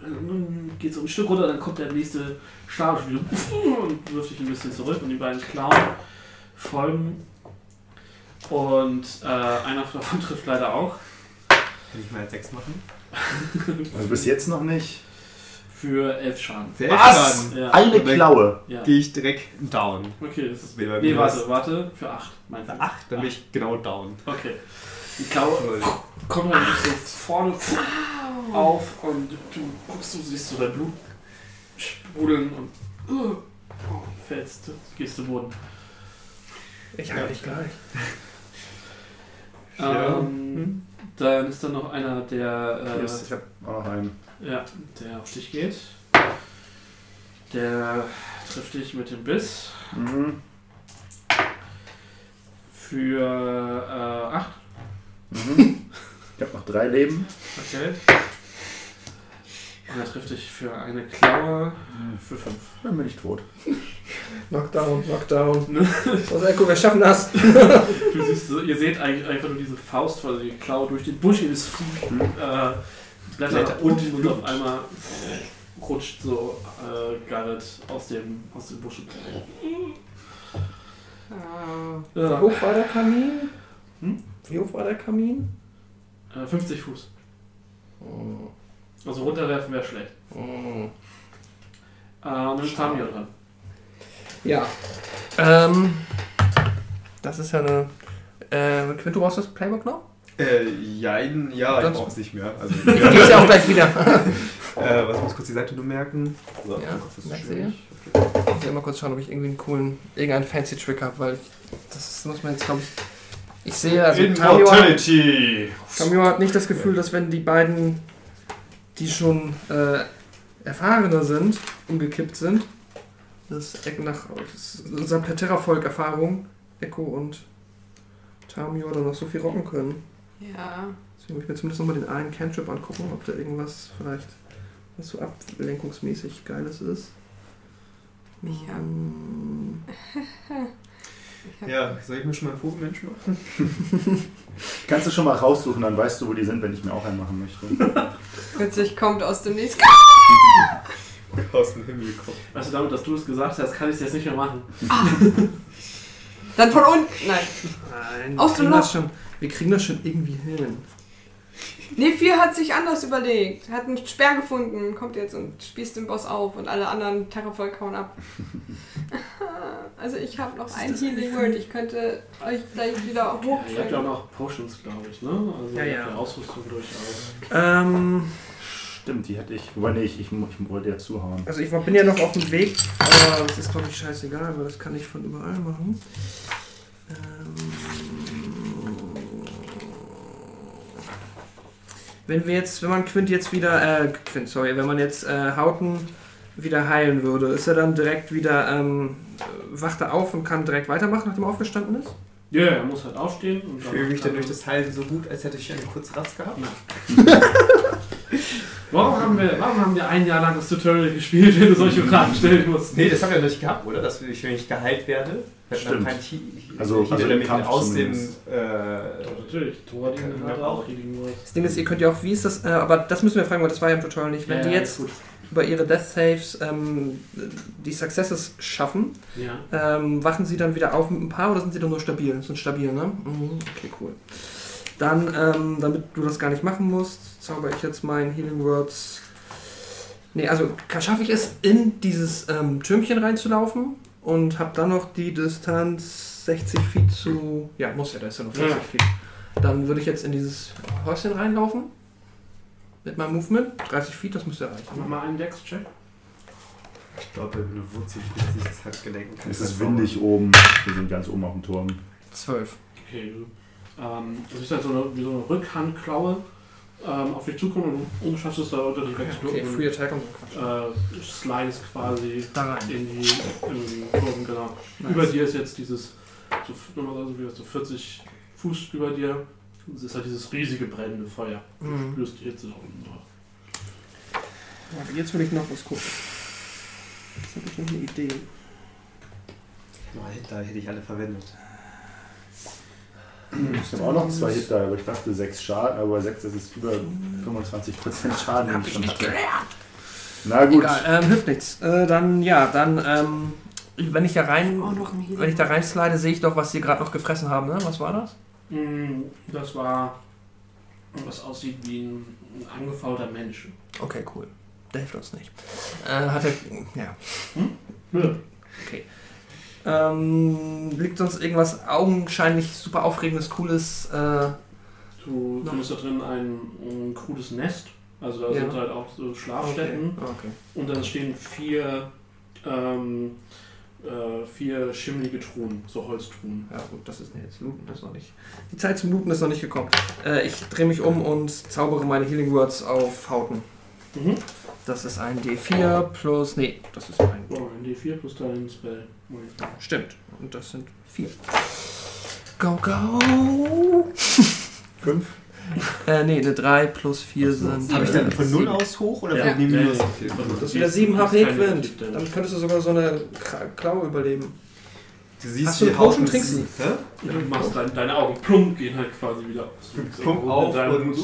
S3: äh, Nun Geht so ein Stück runter, dann kommt der nächste Stab und wieder und wirft dich ein bisschen zurück und die beiden Clown folgen. Und äh, einer davon trifft leider auch.
S7: Kann ich mal sechs machen?
S6: Also bis jetzt noch nicht.
S3: Für 11 Schaden.
S7: Was?
S3: Ja,
S6: Eine
S7: Weg.
S6: Klaue.
S3: ja.
S7: Gehe ich direkt down.
S3: Okay, das ist.
S7: Wie bei
S3: Nee,
S7: mir
S3: warte, warte. Für 8, meinst du?
S7: Acht, dann bin ich genau down.
S3: Okay. Die Klaue
S7: Null.
S3: kommt halt so vorne auf und du guckst, du siehst so dein Blut sprudeln und uh, fällst, gehst zu Boden.
S5: Ich hab dich gleich.
S7: Ja.
S3: Ähm, dann ist dann noch einer, der,
S6: Yes,
S3: äh,
S6: ich habe auch noch einen.
S3: ja, der auf dich geht. Der trifft dich mit dem Biss
S6: Mhm.
S3: für äh, 8.
S6: Mhm. Ich habe noch drei Leben.
S3: Okay. Und er trifft dich für eine Klaue für 5.
S6: Dann bin ich tot.
S5: Knockdown, Knockdown.
S3: Ne?
S5: Was, Echo, wir schaffen das.
S3: Du siehst so, ihr seht eigentlich einfach nur diese Faust, weil die Klaue durch den Busch ihres Fuß äh, Blätter nach
S7: Blätter
S3: unten und
S7: Blut.
S3: auf einmal rutscht so äh, Garrett aus dem, aus dem Busch.
S4: Ah.
S5: Wie
S3: Ja.
S5: hoch war der Kamin?
S3: Hm?
S5: Wie hoch war der Kamin?
S3: Äh, 50 Fuß.
S5: Oh.
S3: Also runterwerfen wäre schlecht.
S5: Oh.
S3: Äh, dann ist Tamio dran.
S5: Ja. Ähm, das ist ja eine. Äh, Quint, du brauchst das Playbook noch?
S7: Äh, jein, ja, ich
S5: Sonst-
S7: brauch's nicht mehr. Also,
S5: Die ist ja auch gleich wieder.
S7: äh, was muss kurz die Seite nur merken? So,
S5: Ja,
S7: das ist
S5: merkst du
S7: schwierig.
S5: Ich will mal kurz schauen, ob ich irgendwie einen coolen, irgendeinen fancy Trick habe, weil ich, das muss man jetzt, glaube ich. Ich sehe, also Tamio hat,
S7: Immortality!
S5: Tamio hat nicht das Gefühl, dass wenn die beiden, die schon äh, erfahrener sind, umgekippt sind, das Eck nach das ist unser Platerra-Volk-Erfahrung, Echo und Tamio da noch so viel rocken können.
S4: Ja.
S5: Deswegen will ich mir zumindest nochmal den einen Cantrip angucken, ob da irgendwas vielleicht was so ablenkungsmäßig Geiles ist.
S4: Ich hab-
S5: Mm.
S4: Ich hab-
S7: Ja, soll ich mir schon mal einen Fotomensch machen?
S6: Kannst du schon mal raussuchen, dann weißt du, wo die sind, wenn ich mir auch einen machen möchte.
S4: Plötzlich kommt aus dem nächsten.
S7: Aus dem Himmel gekommen.
S3: Also damit, dass du es gesagt hast, kann ich es jetzt nicht mehr machen.
S4: Dann von unten. Nein.
S5: Nein, wir
S4: Aus dem
S5: kriegen,
S4: Loch.
S5: das schon, wir kriegen das schon irgendwie hin.
S4: Nefir hat sich anders überlegt. Hat einen Sperr gefunden, kommt jetzt und spießt den Boss auf und alle anderen Terrafolk hauen ab. also ich habe noch ein Healing Word. Ich könnte euch vielleicht wieder
S3: Ja, ihr habt ja auch
S4: hochbringen.
S3: noch Potions, glaube ich, ne? Also
S5: Ja,
S3: ihr
S5: ja.
S3: habt ja Ausrüstung durchaus.
S5: Ähm,
S6: Stimmt, die hätte ich. Wobei, nee, ich, ich, mu- ich wollte ja zuhauen.
S5: also ich war- bin ja noch auf dem Weg, aber das ist glaube ich scheißegal, weil das kann ich von überall machen. Ähm, wenn wir jetzt, wenn man Quint jetzt wieder, äh, Quint, sorry, wenn man jetzt äh, Hauten wieder heilen würde, ist er dann direkt wieder, ähm, wacht er auf und kann direkt weitermachen, nachdem er aufgestanden ist?
S3: Ja, ja, er muss halt aufstehen und
S7: Ich
S3: dann.
S7: fühle mich dann durch das Heilen so gut, als hätte ich einen Kurzratz gehabt.
S3: Warum haben, wir, warum haben wir ein Jahr lang das Tutorial gespielt, wenn du solche Fragen stellen musst?
S7: Mhm. Nee, das haben wir noch nicht gehabt, oder? Dass ich, wenn ich geheilt werde, hat man
S6: Stimmt.
S7: kein Heal.
S6: Also- also
S7: oder
S6: im
S7: mich
S6: Kampf
S7: aus dem.
S6: zumindest.
S7: Äh,
S3: Doch, natürlich. Thoradin
S7: Ja,
S3: hat
S7: auch.
S3: auch Healing Words.
S5: Das Ding ist, ihr könnt ja auch, wie ist das, äh, aber das müssen wir fragen, weil das war ja im Tutorial nicht. Wenn die jetzt
S3: Gut.
S5: über ihre Death Saves ähm, die Successes schaffen,
S3: Ja.
S5: ähm, wachen sie dann wieder auf mit ein paar oder sind sie dann nur stabil? Sind stabil, ne? Mhm, okay, cool. Dann, ähm, damit du das gar nicht machen musst, zauber ich jetzt mein Healing Words. Ne, also ka- schaffe ich es, in dieses ähm, Türmchen reinzulaufen und habe dann noch die Distanz 60 Feet zu. Ja, muss ja, da ist ja noch 60
S3: Ja.
S5: Feet. Dann würde ich jetzt in dieses Häuschen reinlaufen. Mit meinem Movement. 30 Feet, das müsste ne? erreichen.
S3: Mach mal einen Dex-Check.
S7: ich glaube, wenn du Wurzel spitzt, sich das Handgelenk. und kannst
S6: Es ist
S7: dann
S6: windig oben. Wir sind ganz oben auf dem Turm.
S5: 12.
S3: Okay, du. Ähm, das ist halt so eine, wie so eine Rückhandklaue ähm, auf dich zukommen und du umschaffst es da unter dich
S5: Okay,
S3: wegzuducken.
S5: Free Attack und so Quatsch.
S3: äh, slides quasi
S5: Da rein.
S3: in die, in die Kurven, genau. Über dir ist jetzt dieses, so, nochmal so wie das, so 40 Fuß über dir, Es ist halt dieses riesige brennende Feuer.
S5: Mhm.
S3: Spürst du jetzt oh, da unten drauf.
S5: Warte, Jetzt will ich noch was gucken. Jetzt habe ich noch eine Idee.
S7: Oh, Hitler hätte ich alle verwendet.
S6: Ich habe auch noch zwei Hit da, aber ich dachte 6 Schaden, aber 6 das ist über 25% Schaden. den ich schon hatte. Na gut,
S5: Egal, ähm, hilft nichts. Äh, dann, ja, dann, ähm, wenn ich da rein, wenn ich da reinslide, sehe ich doch, was die gerade noch gefressen haben, ne? Was war das?
S3: Mm, Das war, was aussieht wie ein, ein angefaulter Mensch.
S5: Okay, cool. Der hilft uns nicht. Äh, hat er, ja.
S3: Ja.
S5: Ähm, liegt sonst irgendwas augenscheinlich super aufregendes, cooles, äh,
S3: Du findest da drin ein, mm, krudes Nest. Also da
S5: Ja.
S3: sind halt auch so Schlafstätten.
S5: Okay.
S3: Und dann stehen vier, ähm, äh, vier schimmelige Truhen, so Holztruhen.
S5: Ja gut, das ist nee, jetzt Looten ist noch nicht. Die Zeit zum Looten ist noch nicht gekommen. Äh, ich drehe mich um und zaubere meine Healing Words auf Hauten.
S3: Mhm.
S5: Das ist ein D4 plus. Nee, das ist ein.
S3: Oh, ein D4 plus dein Spell. Moment.
S5: Stimmt. Und das sind vier. Go, go!
S7: Fünf?
S5: Äh, nee, eine 3 plus 4 sind.
S7: Habe ich dann von
S5: null
S7: null aus hoch
S3: Also
S7: oder
S12: Ja.
S7: von dem minus?
S3: Okay.
S5: Das ist wieder 7 HP Quint. Damit könntest du sogar so eine Kra- Klaue überleben.
S7: Du siehst,
S5: Hast du
S7: wie
S5: eine Potion
S7: Haufen- ne?
S5: trinkst
S7: Hä?
S3: Du machst dein, deine Augen plump, gehen halt quasi wieder auf.
S7: Pump auf
S3: Dein-
S7: und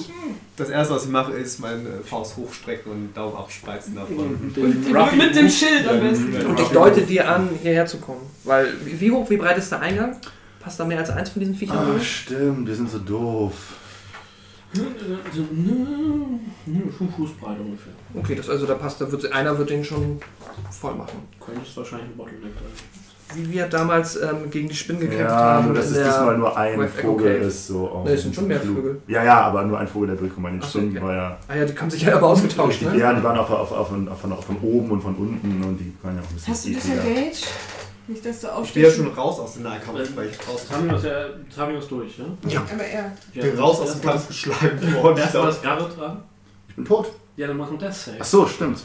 S7: das erste, was ich mache, ist meine äh, Faust hochstrecken und Daumen abspreizen davon.
S3: und den Ruffy-
S12: Mit dem Schild am besten.
S5: Mhm. Und ich deute dir an, hierher zu kommen. Weil, wie wie hoch, wie breit ist der Eingang? Passt da mehr als eins von diesen Viechern
S6: ah,
S5: durch?
S6: stimmt, wir sind so doof.
S3: Schuh Fußbreit ungefähr.
S5: Okay, das also da passt, da wird einer wird den schon voll machen.
S3: Könntest wahrscheinlich ein Bottleneck sein.
S5: Wie wir damals ähm, gegen die Spinnen gekämpft
S6: Ja,
S5: haben.
S6: nur dass
S5: in
S6: es
S5: der-
S6: diesmal nur ein
S5: Wave Echo
S6: Vogel
S5: Cave.
S6: ist. So oh, auf
S5: Ne, es sind schon mehr
S6: dem Flug.
S5: Vögel.
S6: Ja, ja, aber nur ein Vogel, der durchkommt. Meine
S5: Ach so,
S6: Stimmen
S5: okay.
S6: war ja.
S5: Ah ja, die haben sich ja aber ausgetauscht,
S6: Die,
S5: ne?
S6: ja, die waren auch, auf, auf, auf, von, von oben und von unten und die waren ja auch ein bisschen
S4: Hast du das
S6: ekliger.
S4: engaged? Nicht, dass du
S7: Ich bin ja
S4: aufstehst.
S7: schon raus aus dem Nahkampf, weil ich raus
S3: Tamios, ja, Tamios durch, ne? ja?
S4: Aber er.
S7: Ich bin raus aus dem Kampf geschlagen worden. Ich
S3: Erstmal
S7: glaub,
S3: das Garret dran.
S6: Ich bin tot.
S3: Ja, dann machen wir das Save.
S6: Ach so, stimmt.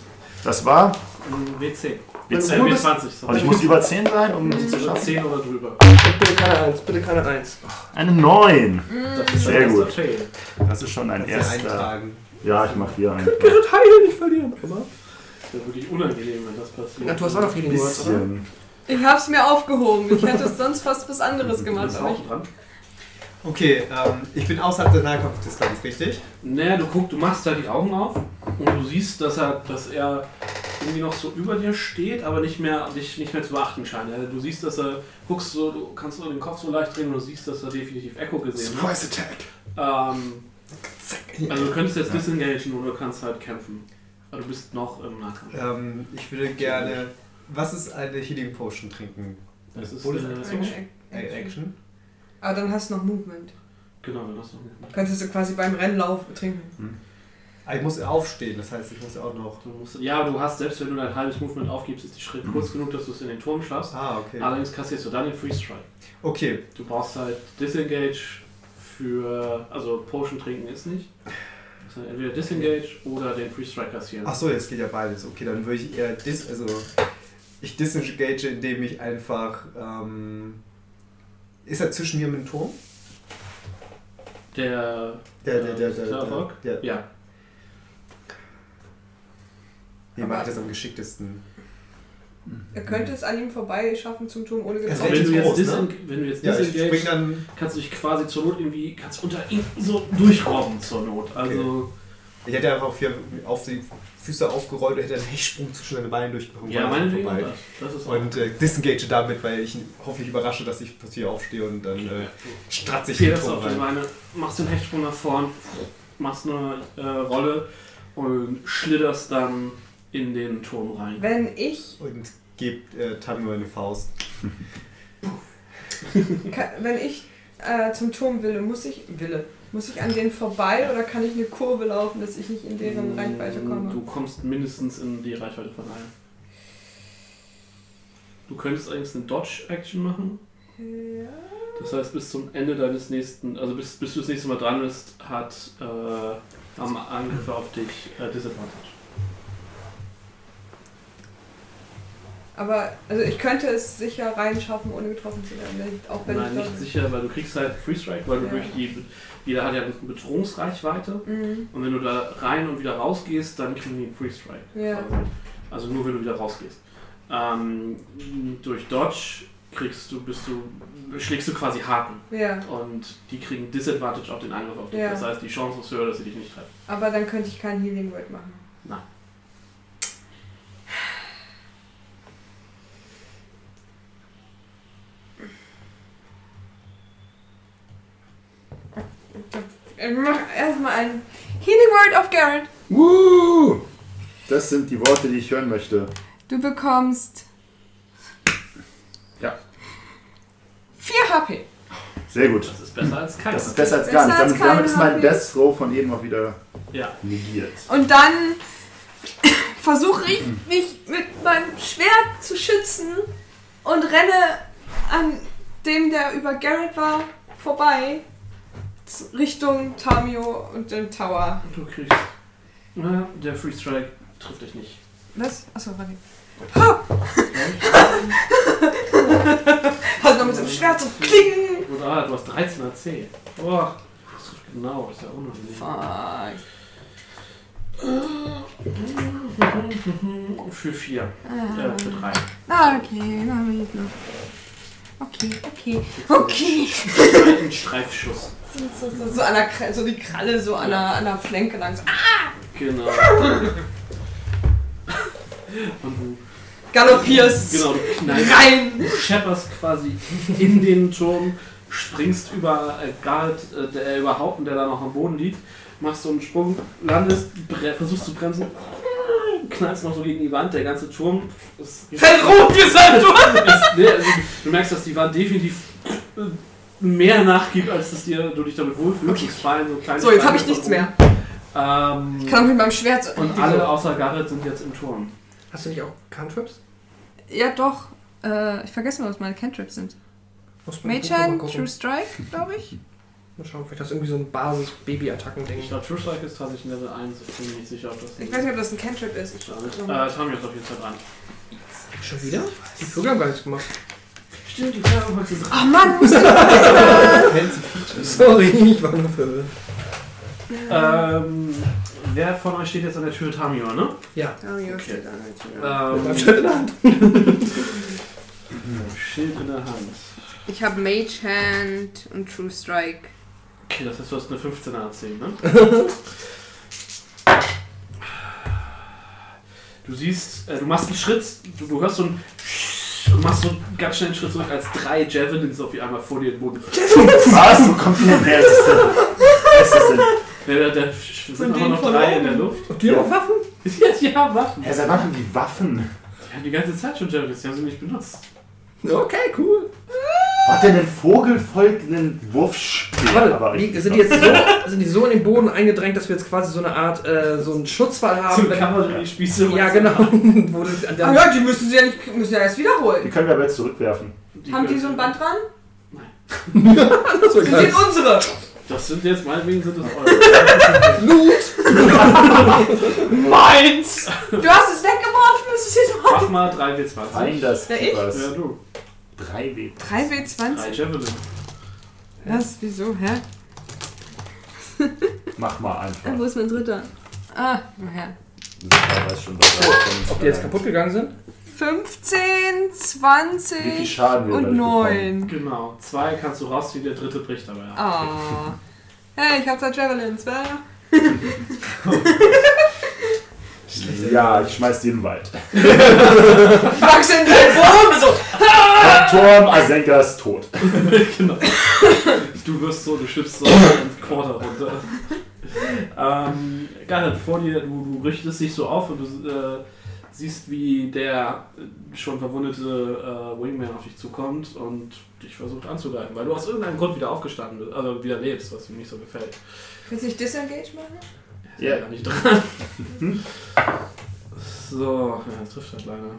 S6: Das war.
S3: Ein WC.
S6: Wenn du
S3: WC,
S6: cool bist-
S3: W20.
S6: Und ich
S3: sorry.
S6: muss über 10 sein, um das zu
S3: Oder
S6: schaffen.
S3: 10 oder drüber.
S5: Bitte keine Eins, bitte keine Eins.
S6: Eine 9.
S4: Mm.
S3: Das ist
S6: Sehr
S3: ein
S6: gut.
S3: erster Fail.
S6: Das ist schon ein
S7: kannst du ja
S6: erster.
S7: eintragen.
S6: Ja, ich mach hier einen.
S5: Gerrit Heil, nicht verlieren. Aber
S3: Das wäre wirklich unangenehm, wenn das passiert.
S5: ja, du hast auch noch Healing Words, oder?
S6: Bisschen.
S12: Ich hab's mir aufgehoben. Ich hätte sonst fast was anderes gemacht.
S3: Bist du
S12: Aber ich
S3: auch dran?
S7: Okay, ähm, ich bin außerhalb der Nahkampfdistanz, richtig?
S3: Naja, du guckst, du machst da die Augen auf und du siehst, dass er, dass er irgendwie noch so über dir steht, aber nicht mehr, dich nicht mehr zu beachten scheint. Also du siehst, dass er, guckst so, du kannst so den Kopf so leicht drehen und du siehst, dass er definitiv Echo gesehen hat.
S6: Surprise Attack.
S3: Ähm, also du könntest jetzt disengagen oder du kannst halt kämpfen. Aber du bist noch im Nahkampf.
S7: Ähm, ich würde gerne. Was ist eine Healing Potion trinken?
S3: Das ist
S7: Bonus-
S3: äh,
S7: Action?
S4: Eine
S7: Äh, Action?
S4: Aber dann hast du noch Movement.
S3: Genau, dann hast du noch nicht gemacht.
S4: Könntest du quasi beim Rennlauf trinken.
S7: Ah, ich muss aufstehen, das heißt, ich muss auch noch.
S3: Du musst, ja, du hast, selbst wenn du dein halbes Movement aufgibst, ist die Schritt kurz genug, dass du es in den Turm schaffst.
S7: Ah, okay.
S3: Allerdings kassierst du dann den Free Strike.
S7: Okay,
S3: Du brauchst halt Disengage für. Also Potion trinken ist nicht. Du musst halt entweder Disengage oder den Free Strike kassieren.
S7: Achso, jetzt geht ja beides. Okay, dann würde ich eher dis, also ich disengage, indem ich einfach. Ähm, ist er zwischen mir und dem Turm?
S3: Der.
S7: Der, der, der,
S3: Äh,
S7: der, der, der,
S3: Starhawk? Ja.
S7: Nee, mache ich das am geschicktesten.
S4: Er könnte es an ihm vorbei schaffen zum Turm ohne
S7: Das
S3: Aber
S7: wär
S4: getroffen.
S3: wenn,
S7: jetzt
S3: du jetzt
S7: groß, ne?
S3: disen- wenn du jetzt
S7: Ja, ich spring
S3: disengage,
S7: dann.
S3: kannst du dich quasi zur Not irgendwie. Kannst unter ihm so durchrobben zur Not. Also.
S7: Ich hätte einfach auf, hier auf die Füße aufgerollt und hätte einen Hechtsprung zwischen deine Beine durchgekommen.
S3: Ja, meinetwegen.
S7: vorbei.
S3: Das, das ist auch.
S7: Und äh, disengage damit, weil ich ihn hoffentlich überrasche, dass ich plötzlich aufstehe und dann äh, stratze ich
S3: Geh
S7: in den
S3: das auf
S7: Turm
S3: die
S7: rein.
S3: Beine, machst den Hechtsprung nach vorn, machst eine äh, Rolle und schlitterst dann in den Turm rein.
S4: Wenn ich,
S7: Und gebe äh, Tamio eine Faust.
S4: ka- wenn ich äh, zum Turm wille, muss ich, wille, muss ich an denen vorbei oder kann ich eine Kurve laufen, dass ich nicht in deren Reichweite komme?
S3: Du kommst mindestens in die Reichweite von einem. Du könntest eigentlich eine Dodge-Action machen.
S4: Ja.
S3: Das heißt, bis zum Ende deines nächsten, also bis, bis du das nächste Mal dran bist, hat äh, am Angriff auf dich äh, Disadvantage.
S4: Aber also ich könnte es sicher reinschaffen, ohne getroffen zu werden. Auch wenn
S3: Nein,
S4: ich
S3: nicht sicher, weil du kriegst halt Free Strike, weil du
S4: Ja.
S3: durch die. Jeder hat ja eine Bedrohungsreichweite.
S4: Mhm.
S3: Und wenn du da rein und wieder rausgehst, dann kriegen die einen Free Strike.
S4: Ja.
S3: Also nur wenn du wieder rausgehst. Ähm, durch Dodge kriegst du, bist du, schlägst du quasi Haken.
S4: Ja,
S3: Und die kriegen Disadvantage auf den Angriff auf dich.
S4: Ja.
S3: Das heißt, die Chance ist höher, dass sie dich nicht treffen.
S4: aber dann könnte ich kein Healing Word machen.
S3: Nein.
S4: Ich mach erstmal ein Healing Word auf Garrett.
S6: Woo! Das sind die Worte, die ich hören möchte.
S4: Du bekommst.
S6: Ja.
S4: 4 HP.
S6: Sehr gut.
S3: Das ist besser als keiner.
S6: Das ist besser als
S4: Besser
S6: gar nichts.
S4: als
S6: Damit, damit
S4: keine
S6: ist mein
S4: Hobby.
S6: Death Row von eben auch wieder
S3: Ja.
S6: negiert.
S4: Und dann versuche ich mich mit meinem Schwert zu schützen und renne an dem, der über Garrett war, vorbei. z- Richtung Tamio und dem Tower.
S3: Du kriegst. Na, der Free Strike trifft dich nicht.
S4: Was? Achso, warte. Ha! Hat noch Also mit dem Schwert so klingen.
S3: Und, ah, du hast 13 AC. Boah. Das trifft genau, ist ja unangenehm.
S4: Fuck.
S3: Für 4.
S4: Ah,
S3: Äh, für 3.
S4: ah, okay. Na, bin ich noch. Okay, okay, okay.
S3: Ein Streifschuss.
S4: So, so, so, an der, Kra- so die Kralle so an der, an der Flanke lang. So, ah,
S3: Genau. Und du
S4: galoppierst
S3: Genau, du knallst,
S4: rein.
S3: du schepperst quasi in den Turm, springst über äh, Garrett, äh, der über Haupten, der da noch am Boden liegt, machst so einen Sprung, landest, bre versuchst zu bremsen, knallst noch so gegen die Wand, der ganze Turm ist...
S4: Fällt rot, wir sind du.
S3: ist nee, also, du merkst, dass die Wand definitiv äh, mehr nachgibt, als dass dir, du dich damit wohlfühlst. Es fallen so, kleine
S4: So, jetzt
S3: Steine
S4: habe ich
S3: von
S4: nichts
S3: oben.
S4: mehr.
S3: Ähm,
S4: Ich kann auch mit meinem Schwert so.
S3: und alle außer Garrett sind jetzt im Turm.
S5: Hast du nicht auch Cantrips?
S4: Ja, doch. Äh, ich vergesse mal, was meine Cantrips sind.
S5: Muss man
S4: Mage-Hand,
S5: mal gucken.
S4: True Strike, glaube ich.
S5: Mal schauen, vielleicht hast du irgendwie so ein
S3: Ich
S5: Basis-Baby-Attacken-Ding.
S3: glaube, True Strike ist tatsächlich Level 1. Ich bin mir nicht sicher, ob das.
S4: Ich weiß nicht, ob das ein Cantrip ist.
S3: Äh,
S4: Ich
S3: Tommy ist auf jeden Fall dran.
S5: Schon wieder? Die Vögel haben gar nichts gemacht.
S3: Stimmt, die Feuerbox ist
S4: Ach Mann, musst du
S5: Sorry, ich war nur verwirrt.
S3: Ähm, wer von euch steht jetzt an der Tür? Tamio, ne?
S5: Ja.
S4: Tamio
S3: steht
S4: steht da natürlich.
S5: Mit meinem
S3: Ähm,
S5: Schritt in der Hand.
S3: Schild in der Hand.
S4: Ich habe Mage Hand und True Strike.
S3: Okay, das heißt, du hast eine 15er AC, ne? du siehst, äh, du machst einen Schritt, du, du hörst so ein und machst so einen ganz schnellen Schritt zurück, als drei Javelins auf einmal vor dir im Boden.
S6: Was? Wo kommt die denn her? Was ist das denn? Was ist das denn?
S3: Da, da, da sind aber
S5: denen
S3: noch
S5: von
S3: drei in
S5: oben.
S3: der Luft.
S5: Und die haben auch Waffen?
S3: Ja, die haben Waffen.
S6: Herr, seit wann haben die Waffen?
S3: Die haben die ganze Zeit schon Javelins, die haben sie nicht benutzt.
S5: Okay, cool.
S6: Hat denn ein Vogelvolk einen Wurfstil?
S5: Warte, wie,
S6: ne?
S5: sind die jetzt so, sind die so in den Boden eingedrängt, dass wir jetzt quasi so eine Art, äh, so einen Schutzwall haben?
S3: Zum
S5: Wenn,
S3: Kavallerie-Spieße.
S5: ja, genau. Wo das,
S4: Ah
S5: an der,
S4: ja, die müssen sie ja nicht, müssen ja erst
S6: Die
S4: wiederholen.
S6: können wir aber jetzt zurückwerfen.
S4: Haben die
S3: können-
S4: so ein Band dran?
S5: das war
S4: Das sind
S5: geil.
S4: jetzt unsere.
S3: Das sind jetzt meinetwegen sind das eure.
S6: Meins!
S4: Du hast es weggeworfen, es ist jetzt auf.
S3: Mach mal 3W20.
S6: Fein das
S4: Ja, ich?
S3: Ja, du.
S6: 3 W.
S4: 3W20?
S3: Drei Javelin.
S4: Was? Wieso? Hä?
S6: Mach mal
S4: Ah,
S6: einfach.
S4: Wo ist mein dritter? Ah, naja.
S6: Ich weiß schon, was da
S5: Ob die jetzt kaputt gegangen sind?
S4: 15,
S6: Wie viel
S4: 20
S6: Schaden wir
S4: und
S6: dadurch bekommen?
S4: 9.
S3: Genau. Zwei kannst du rausziehen, der dritte bricht dabei ab.
S4: Ah. Hey, ich hab
S13: halt
S4: zwei Javelins, wer?
S6: Ja, ich schmeiß die in den Wald.
S4: Wachs in den Boden! So.
S6: Turm, Asenka ist tot.
S3: genau. Du wirst so, du schippst so ein Quarter runter. ähm, Gareth, vor dir, du, du richtest dich so auf und du äh, siehst, wie der äh, schon verwundete äh, Wingman auf dich zukommt und dich versucht anzugreifen, weil du aus irgendeinem Grund wieder aufgestanden bist, also wieder lebst, was ihm nicht so gefällt.
S4: Willst du nicht Disengage machen?
S3: Ist ja
S6: Ja.
S3: gar nicht dran. so, ja, das trifft halt leider.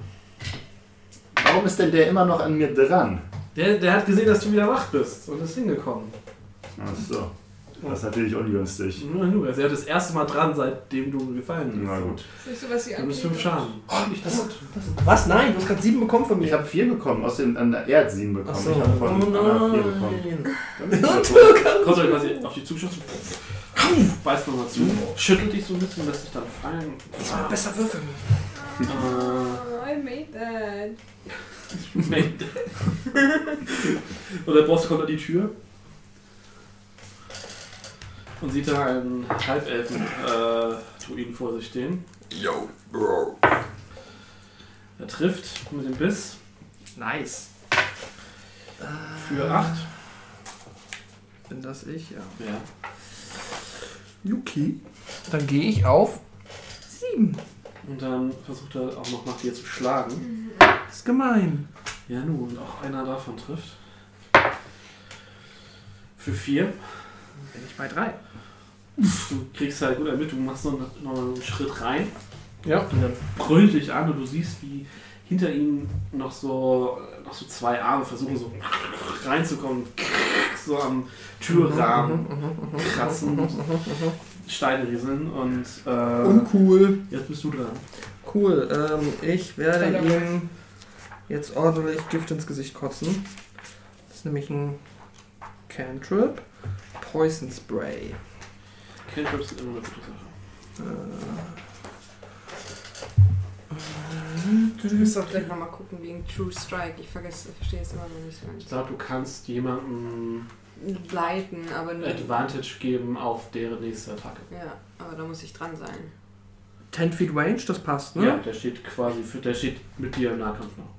S6: Warum ist denn der immer noch an mir dran?
S3: Der, der hat gesehen, dass du wieder wach bist und ist hingekommen.
S6: Achso. Das ist natürlich ungünstig.
S3: Nur genug. Also, ihr habt das erste Mal dran, seitdem du gefallen bist.
S6: Na gut.
S4: Ist nicht so, was sie
S3: Du bist fünf Schaden.
S5: Das, das, was? Nein, du hast gerade sieben bekommen von mir.
S6: Ich habe vier bekommen, äh, aus dem an der Erd sieben bekommen.
S5: Achso.
S6: Ich habe von
S5: Oh
S6: Anna vier bekommen.
S5: nein.
S6: Dann bin ich wieder tot.
S3: Kommst du quasi auf die Zugeschossen, beißt nochmal zu, schüttelt dich so ein bisschen, lässt dich dann fallen.
S5: Diesmal besser würfeln.
S3: Äh,
S4: Oh, I made that.
S3: nee. Und der Boss kommt an die Tür und sieht da einen Halbelfen-Druiden vor sich stehen.
S14: Yo, Bro.
S3: Er trifft mit dem Biss
S5: Nice.
S3: für 8.
S5: Äh, Bin das ich? Ja.
S3: Ja.
S5: Yuki. Dann gehe ich auf sieben.
S3: Und dann versucht er auch noch nach dir zu schlagen.
S5: Das ist gemein.
S3: Ja, nun, und auch einer davon trifft. Für 4.
S5: Bin ich bei drei.
S3: Du kriegst halt gut mit, du machst noch noch einen Schritt rein.
S5: Ja.
S3: Und er brüllt dich an und du siehst, wie hinter ihm noch so, noch so zwei Arme versuchen, so reinzukommen, so am Türrahmen
S5: Mhm,
S3: kratzen, Steine rieseln und äh,
S5: Uncool.
S3: jetzt bist du dran.
S5: Cool. Ähm, ich werde
S4: Verdammt.
S5: ihm jetzt ordentlich Gift ins Gesicht kotzen. Das ist nämlich ein Cantrip. Poison Spray. Äh,
S3: Cantrips sind immer eine gute Sache.
S13: Du musst auch gleich nochmal gucken wegen True Strike. Ich vergesse, verstehe es immer noch nicht so
S3: Ich
S13: ganz.
S3: glaube, du kannst jemandem
S13: Leiten, aber nur.
S3: Advantage geben auf deren nächste Attacke.
S13: Ja, aber da muss ich dran sein.
S5: 10 Feet Range, das passt, ne?
S3: Ja, der steht quasi, für, der steht mit dir im Nahkampf noch.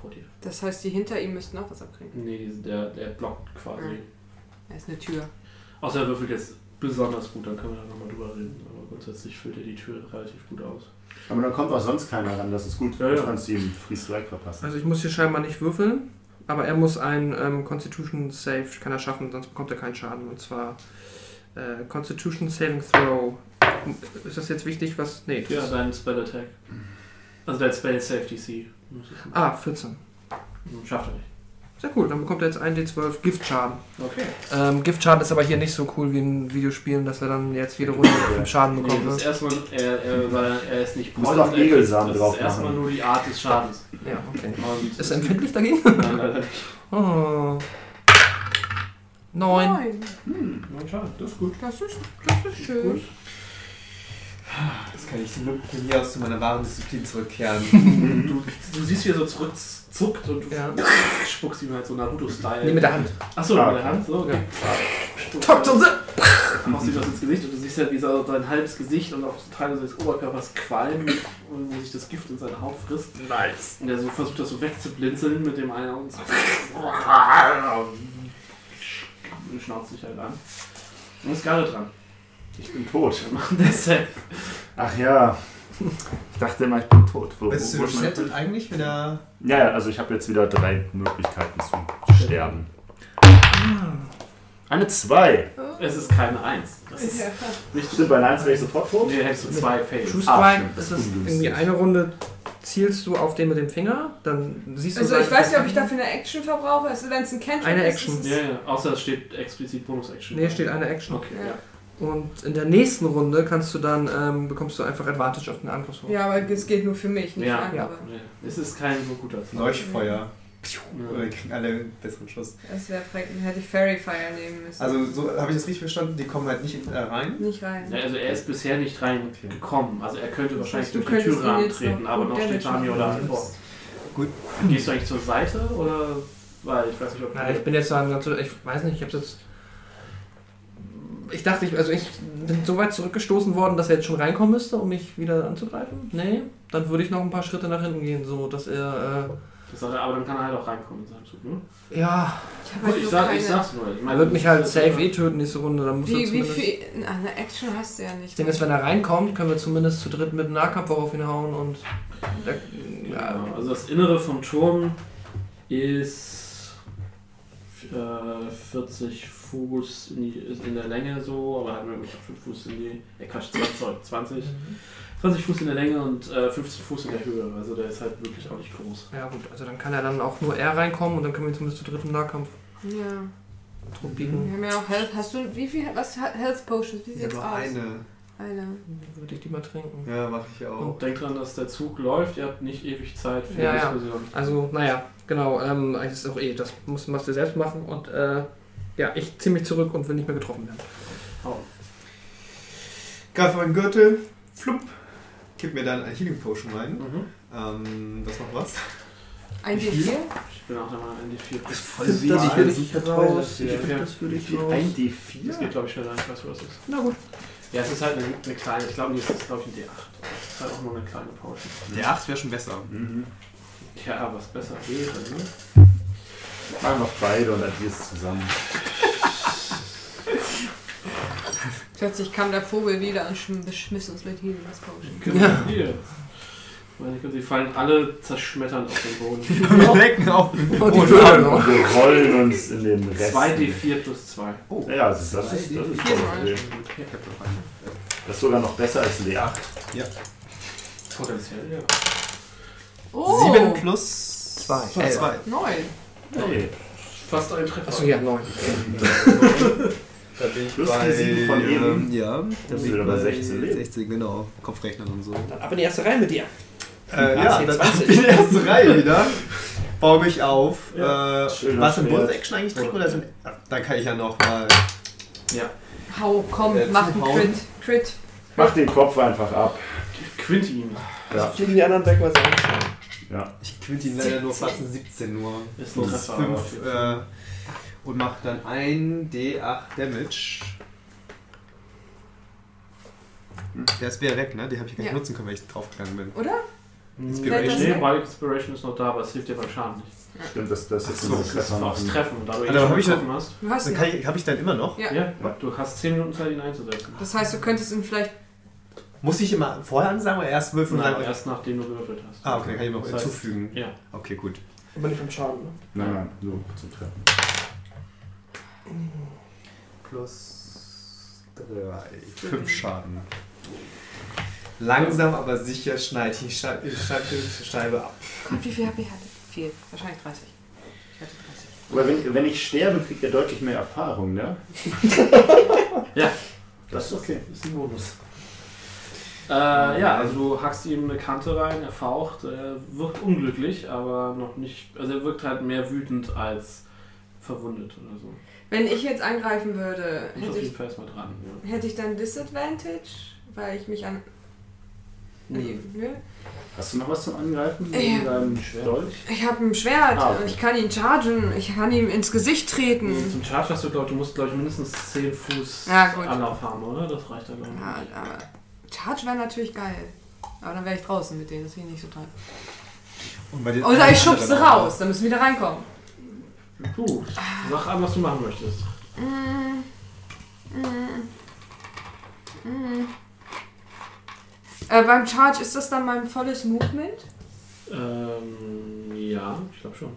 S3: Vor dir.
S13: Das heißt, die hinter ihm müssten auch was abkriegen.
S3: Nee, die- der, der blockt quasi.
S13: Mhm. Er ist eine Tür.
S3: Außer er würfelt jetzt besonders gut, dann können wir da nochmal drüber reden. Aber grundsätzlich füllt er die Tür relativ gut aus.
S6: Aber dann kommt auch sonst keiner ran, das ist gut.
S3: Ja, ja.
S6: Du kannst ihm Free Strike verpassen.
S5: Also ich muss hier scheinbar nicht würfeln, aber er muss ein ähm, Constitution Save, kann er schaffen, sonst bekommt er keinen Schaden. Und zwar äh, Constitution Saving Throw. Ist das jetzt wichtig, was... Nee. das
S3: Ja,
S5: ist-
S3: dein Spell Attack. Also dein Spell Save DC.
S5: ah, 14.
S3: Schafft er nicht.
S5: Sehr cool, dann bekommt er jetzt 1d12 Giftschaden.
S3: Okay.
S5: Ähm, Giftschaden ist aber hier nicht so cool wie in Videospielen, dass er dann jetzt jede Runde 5 Schaden
S3: Nee,
S5: bekommt.
S3: das ist
S5: Ne?
S3: erstmal, er, er, weil er ist nicht
S6: Du musst
S3: poisoned, er
S6: noch
S3: kriegt-
S6: Egelsamen
S3: Das
S6: drauf
S3: ist erstmal
S6: machen.
S3: nur die Art des Schadens.
S5: Ja, okay.
S3: Und
S5: Ist er empfindlich dagegen?
S3: Nein, leider nicht.
S5: Oh. 9.
S3: Nein, schade, das ist gut.
S13: Das ist, das ist schön.
S3: Gut.
S7: Das kann ich zum Glück von hier aus zu meiner wahren Disziplin zurückkehren.
S3: Du, du siehst, wie er so zurückzuckt und du
S5: Ja.
S3: spuckst ihm halt so Naruto-Style.
S5: Nee, mit der Hand.
S3: Achso, mit der Hand, so, Ah, okay.
S5: Top zum Sinn!
S3: machst du das ins Gesicht und du siehst ja, wie so sein halbes Gesicht und auch Teile seines Oberkörpers qualmen und wo sich das Gift in seine Haut frisst. Nice. Und er so versucht das so wegzublinzeln mit dem einen Auge und so. Und schnauzt sich halt an. Und ist gerade dran.
S6: Ich bin tot.
S3: Deshalb.
S6: Ach ja. Ich dachte immer, ich bin tot. Wo,
S7: Bist du
S6: wo ist mein-
S7: resettet eigentlich, wenn er.
S6: Ja, ja, also ich habe jetzt wieder drei Möglichkeiten zu sterben.
S3: Ah.
S6: Eine zwei.
S3: Es ist keine Eins. Das ist
S4: Ja.
S6: Stimmt,
S3: richtig.
S6: bei einer eins wäre ich sofort tot.
S3: Nee, hättest du zwei Fails.
S5: True
S6: Ah,
S5: Strike,
S6: stimmt,
S5: das
S6: das
S5: ist
S6: ist ungünstig.
S5: irgendwie eine Runde zielst du auf den mit dem Finger, dann siehst du
S4: Also
S5: seinen-
S4: ich weiß nicht, ob ich dafür eine Action verbrauche. Also wenn es ein Cantrip
S5: Eine
S4: ist,
S5: Action.
S4: ist
S3: Ja,
S4: es
S3: ja. Außer es steht explizit Bonus-Action.
S5: Nee, steht eine Action.
S3: Okay, ja.
S13: Ja.
S5: Und in der nächsten Runde kannst du dann, ähm, bekommst du einfach Advantage auf den Angriffswurf.
S4: ja, aber es geht nur für mich, nicht
S3: Ja.
S4: für andere.
S3: Nee, Es ist kein so guter Zauber.
S7: Leuchtfeuer.
S3: Ja.
S7: Oder kriegen alle einen besseren Schuss.
S4: Das wäre prägend. Hätte ich Fairy Fire nehmen müssen.
S7: Also, so habe ich das richtig verstanden, die kommen halt nicht in, äh, rein.
S4: nicht rein.
S3: Ja, also er ist bisher nicht reingekommen. Also er könnte
S4: Das
S3: wahrscheinlich
S4: heißt, du
S3: durch die
S4: könntest
S3: Tür
S4: ihn jetzt
S3: antreten,
S4: noch
S3: aber
S4: gut
S3: noch steht
S4: damage
S3: Tamio da
S4: machen.
S3: vor.
S7: Gut.
S3: Gehst du eigentlich zur Seite oder? Weil ich weiß nicht, ob
S5: Na, ich bin jetzt dann ganz, ich weiß nicht, ich hab's jetzt. Ich dachte, ich, also ich bin so weit zurückgestoßen worden, dass er jetzt schon reinkommen müsste, um mich wieder anzugreifen. Nee, dann würde ich noch ein paar Schritte nach hinten gehen, so dass er,
S3: das hat er, aber dann kann er halt auch reinkommen in seinem Zug, ne?
S5: äh, ja,
S4: ich habe
S3: Gut,
S4: halt
S3: ich,
S4: nur
S3: sag,
S4: keine...
S3: ich sag's nur. Ich
S5: er wird mich halt
S3: das-
S5: safe eh töten nächste Runde, dann muss er
S13: Wie, wie
S5: zumindest.
S13: viel. na, Eine Action hast du ja
S5: Ich
S13: nicht.
S5: denke, dass wenn er reinkommt, können wir zumindest zu dritt mit dem Nahkampf auch auf ihn hauen und. Der, eh- ja,
S3: Ja, also das Innere vom Turm ist äh, 40 Fuß in, die, ist in der Länge so, aber halt wirklich 5 Fuß in die, äh Quatsch, 20, sorry, 20, 20 Fuß in der Länge und äh, 15 Fuß in der Höhe. Also der ist halt wirklich auch nicht groß.
S5: ja, gut, also dann kann er dann auch nur er reinkommen und dann können wir zumindest zu dritt im Nahkampf.
S13: Ja.
S9: Tropiken.
S13: Mhm.
S4: Wir haben ja auch Health. Hast du, wie viel, was, Health Potions? Wie
S7: Ich
S4: sieht's
S7: habe
S4: aus?
S7: eine.
S4: Eine.
S9: Würde ich die mal trinken.
S7: Ja, mache ich auch.
S3: Denkt dran, dass der Zug läuft, ihr habt nicht ewig Zeit für
S9: Ja, ja.
S3: Diskussion.
S9: Also, naja, genau. Ähm, das ist auch eh, das musst, musst du selbst machen. Und äh, ja, ich ziehe mich zurück und will nicht mehr getroffen werden.
S3: Oh,
S7: Greife meinen Gürtel, flupp, kipp mir dann eine Healing Potion rein.
S3: mhm.
S7: Ähm, das noch was?
S4: Ein D4?
S3: Ich bin auch nochmal ein D4.
S6: voll
S9: Das würde Also, ich raus.
S3: hier.
S9: Das würde ich raus.
S6: äh, Ein
S3: Das geht,
S6: D4?
S3: glaube ich, schneller. Ich weiß, wo das ist.
S9: Na gut.
S3: Ja, es ist halt eine, eine kleine. Ich glaube, die ist, glaube ich, ein D8. Das ist halt auch nur eine kleine Potion.
S7: Der 8 wäre schon besser.
S6: Mhm.
S3: Ja, was besser wäre, ne?
S6: Machen noch beide und addierst zusammen.
S4: Plötzlich kam der Vogel wieder und schm- beschmiss uns mit Healing Potions.
S3: Ja. Hier. Meine Güte, Sie fallen alle zerschmetternd auf den Boden.
S7: Wir lecken auf den
S9: Und Oh, die
S7: Boden.
S9: Vögel
S3: Oh.
S9: noch.
S6: Und wir rollen uns in den Rest.
S3: 2D4 plus 2.
S7: Oh,
S6: Ja, das ist, das ist, das ist,
S4: Zwei D4
S6: schon okay.
S3: Okay.
S7: ich hab noch eine.
S6: das ist sogar noch besser als D8.
S3: Potenziell, ja.
S4: Oh!
S7: 7 plus 2.
S9: Elf.
S4: Neun.
S6: Hey,
S3: Fast ein Treffer.
S9: Achso, ja, neun.
S7: Da bin ich
S6: Plus die
S7: bei,
S6: sieben von eben.
S7: ähm, ja, da
S6: Das
S7: bin
S6: wäre
S7: ich
S6: bei 16 Leben.
S7: 16, genau. Kopfrechnen und so.
S9: Dann ab in die erste Reihe mit dir.
S7: Äh,
S9: Ah,
S7: ja,
S9: zehn,
S7: dann
S9: zwanzig.
S7: bin ich erste Reihe wieder. Baue mich auf. äh,
S6: Schöner
S7: was im
S6: Schwert.
S7: Bonus-Action eigentlich trinken oder sind. Dann kann ich ja nochmal.
S4: Hau, komm,
S7: Äh,
S4: mach einen
S7: zuhauen.
S4: Crit. Crit.
S6: mach den Kopf einfach ab.
S3: Quintin
S6: Ja,
S9: Fliegen die anderen weg, weil sie Angst haben.
S6: ja.
S7: Ich quinte ihn leider nur fast um 17 nur.
S3: ist ein
S7: Plus
S3: Treffer. aber auf
S7: 5.
S3: jeden Fall.
S7: Um Äh, und mache dann 1 D8 Damage. Der ist wieder weg, ne? Den habe ich gar nicht
S4: Ja.
S7: nutzen können, weil ich draufgegangen bin.
S4: Fällt das
S3: Nee,
S4: weg?
S3: Body Inspiration ist noch da, aber es hilft dir beim Schaden nicht.
S6: Stimmt, das, das ist
S3: So,
S6: so,
S3: das ist
S6: Treffer
S3: aufs
S6: machen.
S3: Treffen. Und da du
S7: Aber
S3: ihn schon
S7: Also, hab ich
S3: getroffen hast.
S4: Du hast
S7: Dann
S4: ihn.
S7: Also kann ich, habe ich dann immer noch?
S4: Ja.
S3: Ja. Du hast 10 Minuten Zeit, ihn einzusetzen.
S4: Das heißt, du könntest ihn vielleicht.
S7: Muss ich immer vorher ansagen oder erst würfeln und
S3: Nein,
S7: dann.
S3: erst nachdem du gewürfelt hast.
S7: Ah, okay, dann kann ich mir auch
S3: Das heißt-
S7: hinzufügen.
S3: Ja.
S7: Okay, gut.
S9: Aber nicht vom Schaden. Ne?
S6: Nein, nein, nur zum Treffen.
S7: Plus 3. 5 Schaden. Langsam, aber sicher schneide ich Schei- äh, schneid die Scheibe ab.
S4: Gott, wie viel HP hatte? Viel. Wahrscheinlich 30. Ich hatte 30.
S6: Aber wenn, wenn ich sterbe, kriegt er deutlich mehr Erfahrung, ne?
S3: Ja.
S6: Das ist okay.
S3: Das ist ein Bonus. Äh, ja, also du hackst ihm eine Kante rein, er faucht, er wirkt unglücklich, aber noch nicht. Also er wirkt halt mehr wütend als verwundet oder so.
S4: Wenn ich jetzt angreifen würde,
S3: Muss auf
S4: hätte
S3: jeden
S4: ich,
S3: Fall erstmal dran. Ja.
S4: hätte ich dann Disadvantage, weil ich mich an. Also, ne? Nee. Nö.
S6: Hast du noch was zum Angreifen?
S4: Ja.
S6: Mit deinem
S3: Schwert.
S6: Dolch?
S4: Ich habe ein Schwert,
S6: Ah, okay.
S4: ich kann ihn chargen, ich kann ihm ins Gesicht
S3: Nee,
S4: treten.
S3: Zum Charge hast du, glaube du musst, glaube ich, mindestens 10 Fuß
S4: Mhm. Ja, gut.
S3: Anlauf haben, oder? Das reicht ja, glaube ich.
S4: Ja, aber Charge wäre natürlich geil. Aber dann wäre ich draußen mit denen, das finde ich nicht so toll.
S7: Und bei den
S4: Oder ich
S7: anderen
S4: schubse
S7: dann auch.
S4: raus, dann müssen wir wieder reinkommen.
S3: Gut, sag an, was du machen möchtest.
S4: Äh, beim Charge ist das dann mein volles Movement?
S3: Ähm, ja, ich glaube schon.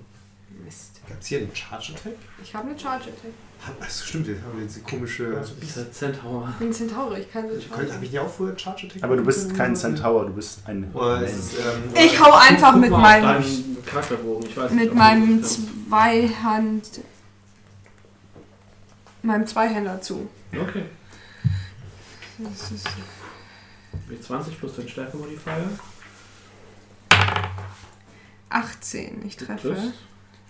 S4: Mist.
S7: Gab's hier einen Charge Attack?
S4: Ich habe eine Charge Attack.
S7: Hab- Achso, stimmt, jetzt haben wir diese komische.
S3: Du bist der Centaur.
S4: Ich bin Centaure, ich kann so
S7: Habe
S4: chargen.
S7: ich nicht auch vorher Charge Attack?
S6: Aber du bist kein Centaur, du bist ein.
S7: Oder ist es, ähm,
S4: Ich hau einfach
S3: Guck
S4: mit
S3: mal auf
S4: meinem
S3: deinen Charakterbogen, ich weiß nicht,
S4: mit
S3: ob du
S4: meinem
S3: das kannst.
S4: Zweihand. meinem Zweihänder zu.
S3: Okay.
S4: Das ist
S3: W20 plus dein Stärke-Modifier.
S4: 18, ich treffe.
S3: Plus.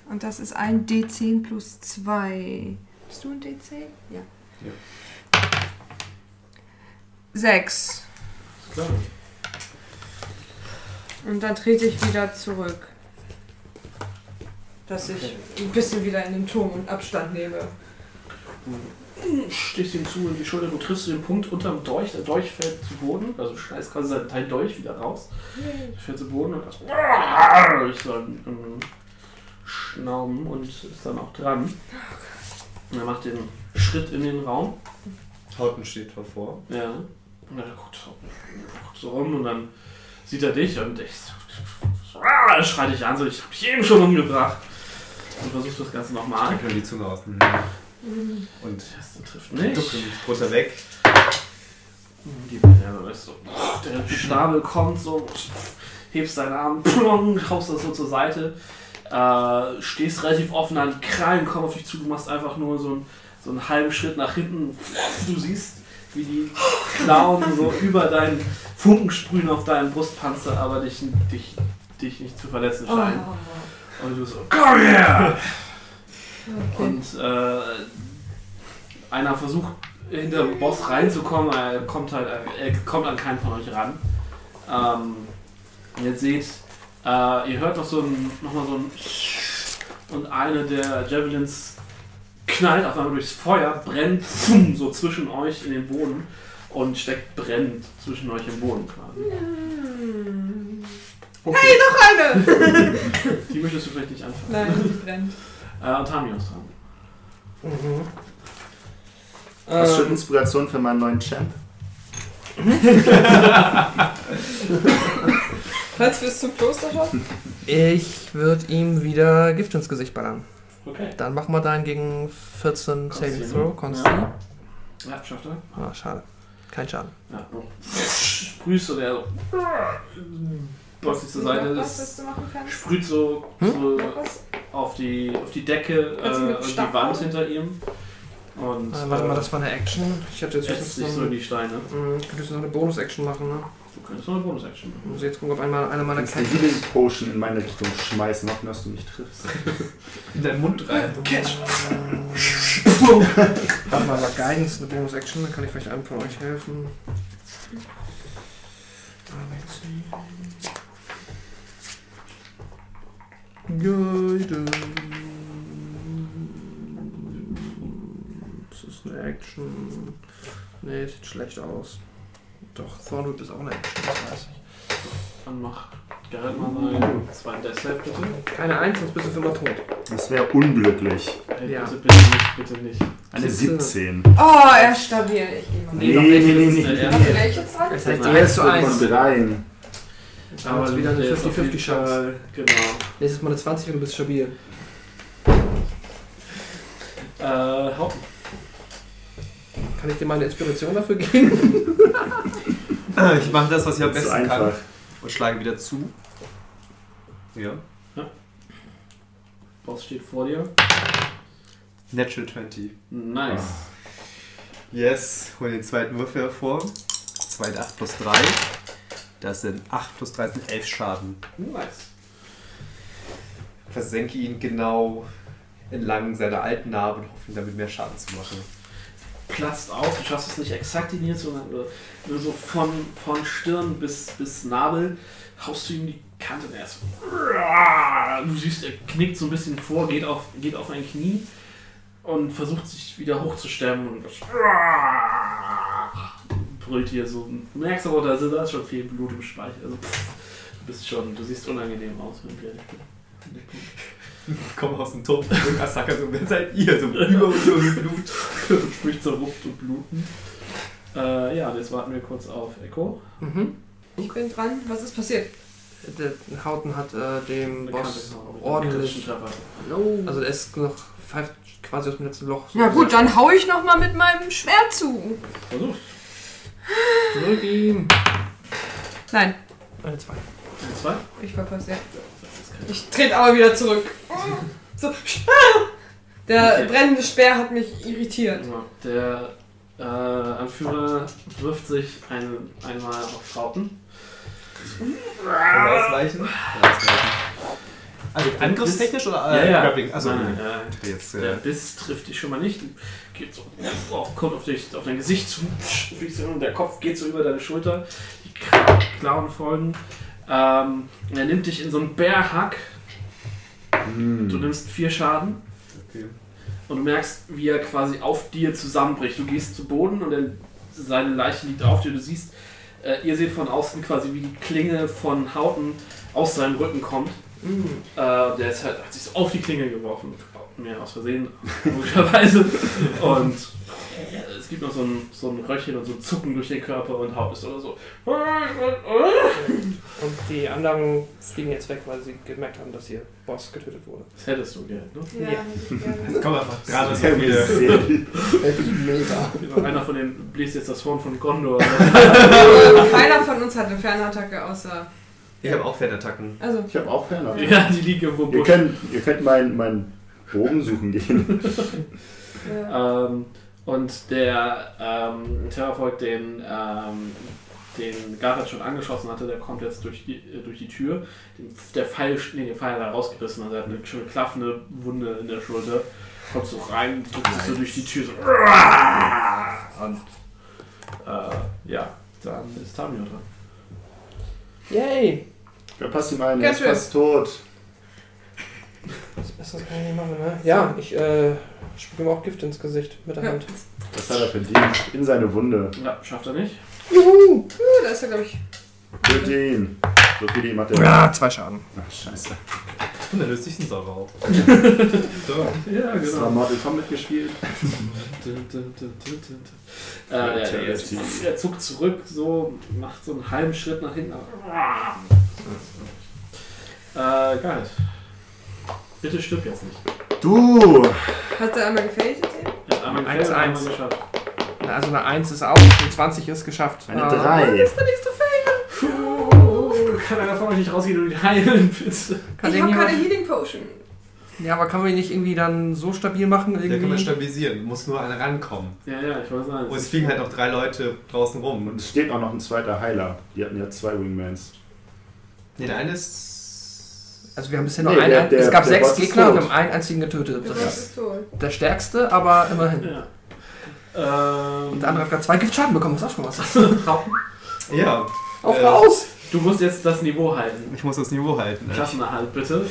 S4: Und das ist ein D10 plus 2. Bist du ein D10? Ja.
S7: Ja.
S4: 6.
S3: Ist klar.
S4: Und dann trete ich wieder zurück. Dass ich ein bisschen wieder in den Turm und Abstand nehme.
S3: stichst ihm Hm, zu in die Schulter, du triffst den Punkt unterm Dolch, der Dolch fällt zu Boden, also du schneidest quasi seinen Teil Dolch wieder raus, fällt zu Boden und das durch so ein ähm, Schnauben und ist dann auch dran.
S4: Oh
S3: Und er macht den Schritt in den Raum.
S7: Tauten steht davor.
S3: Ja. Und er guckt so, guckt so rum und dann sieht er dich und ich so, ah, schreit dich an, so ich hab dich eben schon umgebracht. Und versucht das Ganze nochmal.
S7: Pack mir die Zunge aus. Mhm. Und
S3: Der erste trifft
S7: ducke
S3: nicht.
S7: mich runter weg.
S3: Die Bewerber ist so, oh, der Schnabel kommt so, hebst deinen Arm, plong, haust das so zur Seite. Äh, stehst relativ offen an, die Krallen kommen auf dich zu, du machst einfach nur so, ein, so einen halben Schritt nach hinten. Du siehst, wie die Klauen so über deinen Funken sprühen auf deinen Brustpanzer, aber dich, dich, dich nicht zu verletzen scheinen. Und du so, komm her! Und äh, einer versucht hinter den Boss reinzukommen, aber er kommt halt, er kommt an keinen von euch ran. Ähm, jetzt seht, äh, ihr hört noch so ein, nochmal so ein und eine der Javelins knallt auf einmal durchs Feuer, brennt zum, so zwischen euch in den Boden und steckt brennend zwischen euch im Boden quasi.
S15: Hey, noch eine!
S3: Die möchtest du vielleicht nicht anfangen.
S15: Nein, die brennt.
S3: Äh, und Tamios dran.
S6: Hast du schon
S5: Ähm,
S6: Inspiration für meinen neuen Champ?
S15: Falls wir es zum Kloster schaffen?
S5: ich würde ihm wieder Gift ins Gesicht ballern.
S3: Okay.
S5: Dann machen wir deinen gegen 14 Saving
S3: Consti.
S5: Throw. Consti.
S3: Ja, schafft er.
S5: Ah, schade. Kein Schaden.
S3: Ja. Sprühst und er so. Bäumt sich zur Seite.
S15: Noch was,
S3: Das
S15: was du machen kannst?
S3: sprüht so,
S5: Hm?
S3: so
S15: Noch was?
S3: auf, die, auf die Decke
S15: Kannst du
S3: äh,
S15: mit
S3: und die
S15: Stab
S3: Wand
S15: machen?
S3: hinter ihm. Und.
S5: Äh, warte mal, das war eine Action. Ich hatte jetzt
S3: Jetzt
S5: höchstens
S3: sich so
S5: noch,
S3: in die Steine.
S5: mh, ich könnte jetzt noch eine Bonus-Action machen, ne?
S3: Du könntest noch eine Bonus-Action machen.
S5: Muss ich jetzt gucken, ob einmal einer meiner
S6: Kannst eine
S5: Catches.
S6: Healing Potion in meine Richtung schmeißen, hoffen, dass du mich triffst.
S7: In deinen Mund rein.
S3: Äh, Catch!
S5: Warte mal, war Guidance eine Bonus-Action? Dann kann ich vielleicht einem von euch helfen. Guidance. Das ist eine Action. Nee, sieht schlecht aus. Doch, Thornwood ist auch eine Action, das weiß ich.
S3: Dann mach Gerrit mal seinen zweiten Death Save bitte.
S5: Keine Eins, sonst bist du für immer tot.
S6: Das wäre unglücklich.
S3: Hey,
S5: Ja.
S3: Bitte, bitte nicht, bitte nicht.
S6: Eine
S5: Siebzehn.
S6: 17.
S15: Oh, er ist stabil. Ich gehe mal.
S6: Nee,
S3: noch
S6: nee,
S3: nicht, das
S6: nee,
S3: ist
S6: nee.
S3: der
S15: Hast
S3: erste.
S15: du welche zwei?
S5: Das
S3: heißt,
S5: heißt,
S3: du
S5: du
S3: wärst
S5: wärst du eins.
S6: Von dreien.
S5: Aber es ist wieder eine
S3: der ist auf jeden
S5: 50-50 Chance.
S3: Fall- Genau.
S5: Nächstes Mal eine 20 und du bist stabil.
S3: Äh, Haupt.
S5: Kann ich dir mal eine Inspiration dafür geben?
S7: Äh, Ich mache das, was ich am
S6: Das ist
S7: besten kann
S6: einfach.
S7: und schlage wieder zu. Ja.
S3: Boss steht vor dir.
S7: Natural 20.
S3: Nice.
S7: Yes, hol den zweiten Würfel hervor. 2 und 8 plus 3. Das sind 8 plus 3 sind 11 Schaden.
S3: Nice.
S7: Versenke ihn genau entlang seiner alten Narbe und hoffe, damit mehr Schaden zu machen.
S3: Platzt auf, du schaffst es nicht exakt in hier, sondern nur- nur so von, von Stirn bis, bis Nabel haust du ihm die Kante in den Erst. Du siehst, er knickt so ein bisschen vor, geht auf, geht auf ein Knie und versucht sich wieder hochzustemmen und brüllt hier so. Du merkst aber, da ist da ist schon viel Blut im Speicher. Also, pff, du bist schon, du siehst unangenehm aus, wenn ich ehrlich bin.
S7: Komm aus dem Topf und Asaka so, wer seid ihr? So über und über mit Blut.
S3: Sprich zerrupft und bluten. Äh, ja, und jetzt warten wir kurz auf Echo.
S5: Mhm.
S4: Ich bin dran. Was ist passiert?
S5: Der Hauten hat äh, dem Boss ordentlich.
S3: Treffer.
S4: No.
S5: Also er ist noch pfeift quasi aus dem letzten Loch.
S4: Na gut, dann hau ich nochmal mit meinem Schwert zu.
S3: Versucht.
S5: Drück ihm.
S4: Nein,
S5: Eine zwei.
S3: Ein, zwei.
S4: ich verpasse. Ja.
S3: Das ist kein
S4: Ich trete aber wieder zurück. So. Der
S3: Okay.
S4: brennende Speer hat mich irritiert.
S3: Ja, Der äh, Anführer wirft sich ein, einmal auf Rauten.
S7: Da ist Leichen. Da ist Leichen. Also angriffstechnisch oder äh, Grappling? Also,
S3: nein, nein, nein.
S7: jetzt.
S3: Der
S7: Äh,
S3: Biss trifft dich schon mal nicht. Geht so, oh, kommt auf, dich, auf dein Gesicht zu. fliegst hin und Der Kopf geht so über deine Schulter. Die Kla- Klauen folgen. Ähm, und er nimmt dich in so einen Bärhack. Du nimmst vier Schaden.
S7: Hm. Okay.
S3: Und du merkst, wie er quasi auf dir zusammenbricht. Du gehst zu Boden und er, seine Leiche liegt auf dir. Du siehst, äh, ihr seht von außen quasi, wie die Klinge von Hauten aus seinem Rücken kommt.
S5: Mhm.
S3: Äh, der ist halt, hat sich so auf die Klinge geworfen. Mehr aus Versehen, logischerweise. Und äh, es gibt noch so ein, so ein Röcheln und so ein Zucken durch den Körper und Haut ist oder so.
S5: Und die anderen fliegen jetzt weg, weil sie gemerkt haben, dass ihr Boss getötet wurde.
S3: Das hättest du gern, ne?
S15: Ja,
S5: Ja.
S15: hätte ich gerne.
S7: jetzt kommen einfach gerade so
S6: Sehr gut,
S7: viele.
S6: sehr gut.
S5: Mega.
S3: Einer von denen bläst jetzt das Horn von Gondor.
S4: Keiner von uns hat eine Fernattacke außer
S7: Ich habe auch Fernattacken.
S16: Also,
S6: Ich habe auch Ferner.
S3: Ja, die liegen irgendwo im
S6: Ihr
S3: Busch.
S6: könnt, ihr könnt meinen mein Bogen suchen gehen.
S16: ja.
S3: Ähm, und der ähm, Terrorfolg, den, ähm, den Gareth schon angeschossen hatte, der kommt jetzt durch die, äh, durch die Tür. Den- Der Pfeil, nee, den Pfeil hat er rausgerissen, also er hat eine schöne klaffende Wunde in der Schulter. Kommt so rein, drückt sich so durch die Tür so. Und äh, ja, dann ist Tamio dran.
S5: Yay!
S6: Verpasst ihm einen, er
S4: Ganz
S6: ist fast tot.
S5: Das Beste das kann ich nicht machen, ne? Ja, ich äh, spucke ihm auch Gift ins Gesicht mit der
S4: Ja.
S5: Hand.
S6: Das hat er verdient. In seine Wunde.
S3: Ja, schafft er nicht.
S5: Juhu!
S4: Uh, da ist er, glaube ich.
S6: Tötet ihn. So viel ihm hat er.
S5: Ja, zwei Schaden.
S6: Ach, scheiße.
S7: Und dann löst sich ein Sauber auf.
S3: Ja, genau.
S6: Hast du mal Mortal Kombat gespielt?
S3: Dun, dun, dun, dun, dun, dun. Äh, ja, er, zuckt- er zuckt zurück, so macht so einen halben Schritt nach hinten. Äh, geil. Bitte stirb jetzt nicht.
S6: Du!
S4: Hast du einmal gefällt jetzt eben?
S3: Er hat einmal
S5: Eins,
S3: gefällt, einmal
S5: eins.
S3: geschafft.
S5: Na, Also eine 1 ist auch, eine 20 ist geschafft.
S6: Eine
S5: Ah.
S6: drei.
S4: Da nächste Fail.
S3: Puh, kann einer von euch nicht rausgehen und ihn heilen, bitte?
S5: Kann
S4: ich
S5: den
S4: habe
S5: jemand-
S4: keine Healing Potion.
S5: Ja, aber kann man ihn nicht irgendwie dann so stabil machen?
S7: Der kann man
S5: Irgendwie?
S7: stabilisieren, muss nur einer rankommen.
S3: Ja, ja, ich wollte sagen.
S7: Und es fliegen halt noch drei Leute draußen rum.
S6: Und
S7: Und
S6: es steht auch noch ein zweiter Heiler. Die hatten ja zwei Wingmans.
S7: nee, der eine ist.
S5: Also wir haben bisher
S6: Nee,
S5: nur einen.
S6: der- der-
S5: es gab
S6: der
S5: sechs
S6: Boss ist
S5: Gegner und wir
S6: tot.
S5: haben einen einzigen getötet.
S4: Du
S5: Das
S4: warst
S5: ist
S4: es tot.
S5: der stärkste, aber immerhin.
S3: Ja. Ähm,
S5: Und der andere hat gerade zwei Giftschaden bekommen, was auch schon was. ist.
S7: Ja.
S5: Auf
S7: Äh,
S5: raus!
S3: Du musst jetzt das Niveau halten.
S7: Ich muss das Niveau halten. ne?
S3: Klassenerhalt, bitte.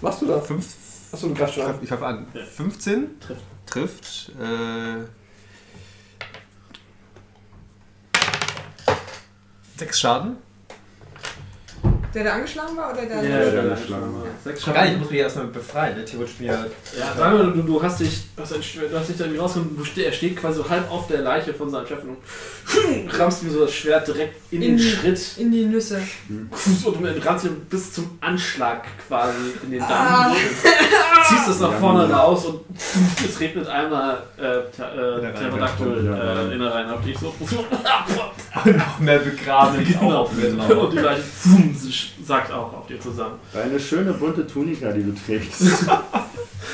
S5: Was machst du da?
S7: Fünf,
S5: Achso, du greifst
S7: ich
S5: schon an.
S7: hab- ich hab an.
S3: Ja.
S7: 15
S3: Trifft.
S7: trifft. Äh, sechs Schaden.
S4: Der, der angeschlagen war oder der?
S3: Ja,
S6: ja,
S3: dann
S6: ja,
S3: schlagen wir.
S6: ja.
S3: Sechs
S7: Egal, ich
S3: Schaden.
S7: muss mich erstmal befreien. Ne? Theoretisch bin ich ja.
S3: Ja, sag mal, du, du hast dich, du hast dich, du hast dich da irgendwie rausgekommen, du ste er steht quasi so halb auf der Leiche von seinem Chef und rammst ihm so das Schwert direkt in,
S4: In
S3: den
S4: die-
S3: Schritt
S4: In die Nüsse.
S3: und rammst ihm bis zum Anschlag quasi in den Damm.
S4: Ah.
S3: Ziehst es nach
S6: Ja.
S3: vorne raus und es regnet einmal äh, Ter- äh,
S7: Innereien.
S3: Pterodactyl
S6: Ja.
S3: äh, innerein auf dich so.
S7: Und noch mehr begraben. geht
S3: Genau.
S7: auch mit drauf.
S3: Und die Leiche pfum, sackt auch auf dir zusammen.
S6: Deine schöne bunte Tunika, die du trägst. Da haben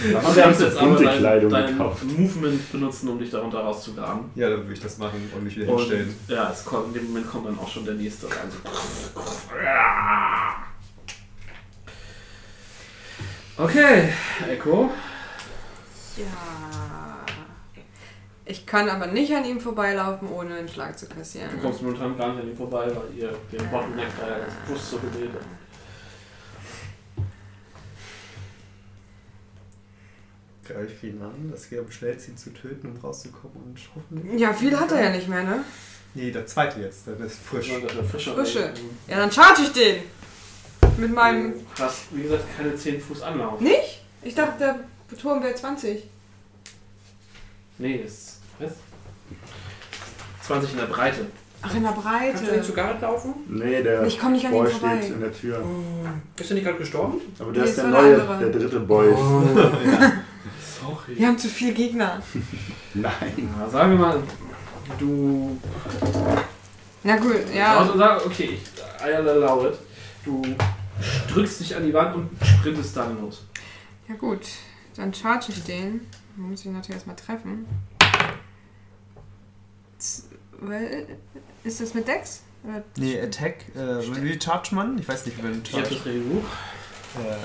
S3: Du
S6: wir uns
S3: kannst
S6: jetzt
S3: jetzt aber
S6: bunte
S3: dein,
S6: Kleidung
S3: dein
S6: gekauft.
S3: Movement benutzen, um dich darunter rauszugraben.
S7: Ja, dann würde ich das machen und mich wieder
S3: Und,
S7: hinstellen.
S3: ja, es kommt, in dem Moment kommt dann auch schon der nächste rein. So. Okay, Echo.
S4: Ja. Ich kann aber nicht an ihm vorbeilaufen, ohne einen Schlag zu kassieren.
S3: Du kommst momentan gar nicht an ihm vorbei, weil ihr den Bottleneck da als Brust so gewählt habt.
S7: Greife ich ihn an, das geht am schnellsten ihn zu töten, um rauszukommen und hoffentlich.
S4: Ja, viel hat er ja nicht mehr, ne?
S7: Nee, der zweite jetzt, der ist frisch.
S3: Sondern dass er frischer
S4: Frische.
S3: wird.
S4: Ja, dann charge ich den. Mit meinem.
S3: Du hast, wie gesagt, keine 10 Fuß Anlauf.
S4: Nicht? Ich dachte, der Turm wäre 20.
S3: Nee, ist. Was? 20 in der Breite.
S4: Ach, in der
S5: Kannst du nicht
S4: Breite.
S5: zu Garrett laufen?
S6: Nee, der
S4: Ich komme nicht an ihm
S6: Boy steht
S4: vorbei.
S6: in der Tür.
S5: Bist du Hm, nicht gerade gestorben?
S6: Aber der
S4: Nee,
S6: ist
S4: es
S6: der
S4: war der
S6: neue,
S4: andere.
S6: der dritte Boy.
S5: Oh.
S3: Sorry.
S4: Wir haben zu viele Gegner.
S6: Nein.
S3: Na, sagen wir mal, du
S4: Na gut, ja.
S3: Also sag, okay, ich I allow it. Du drückst dich an die Wand und sprintest dann los.
S4: Ja gut. Dann charge ich den. Dann muss ich ihn natürlich erstmal treffen. Z- weil- Ist das mit Dex? Oder-
S7: Nee, Attack, äh, Recharge Man? Ich weiß nicht, wie man
S3: Ich habe das Regelbuch.
S7: Äh,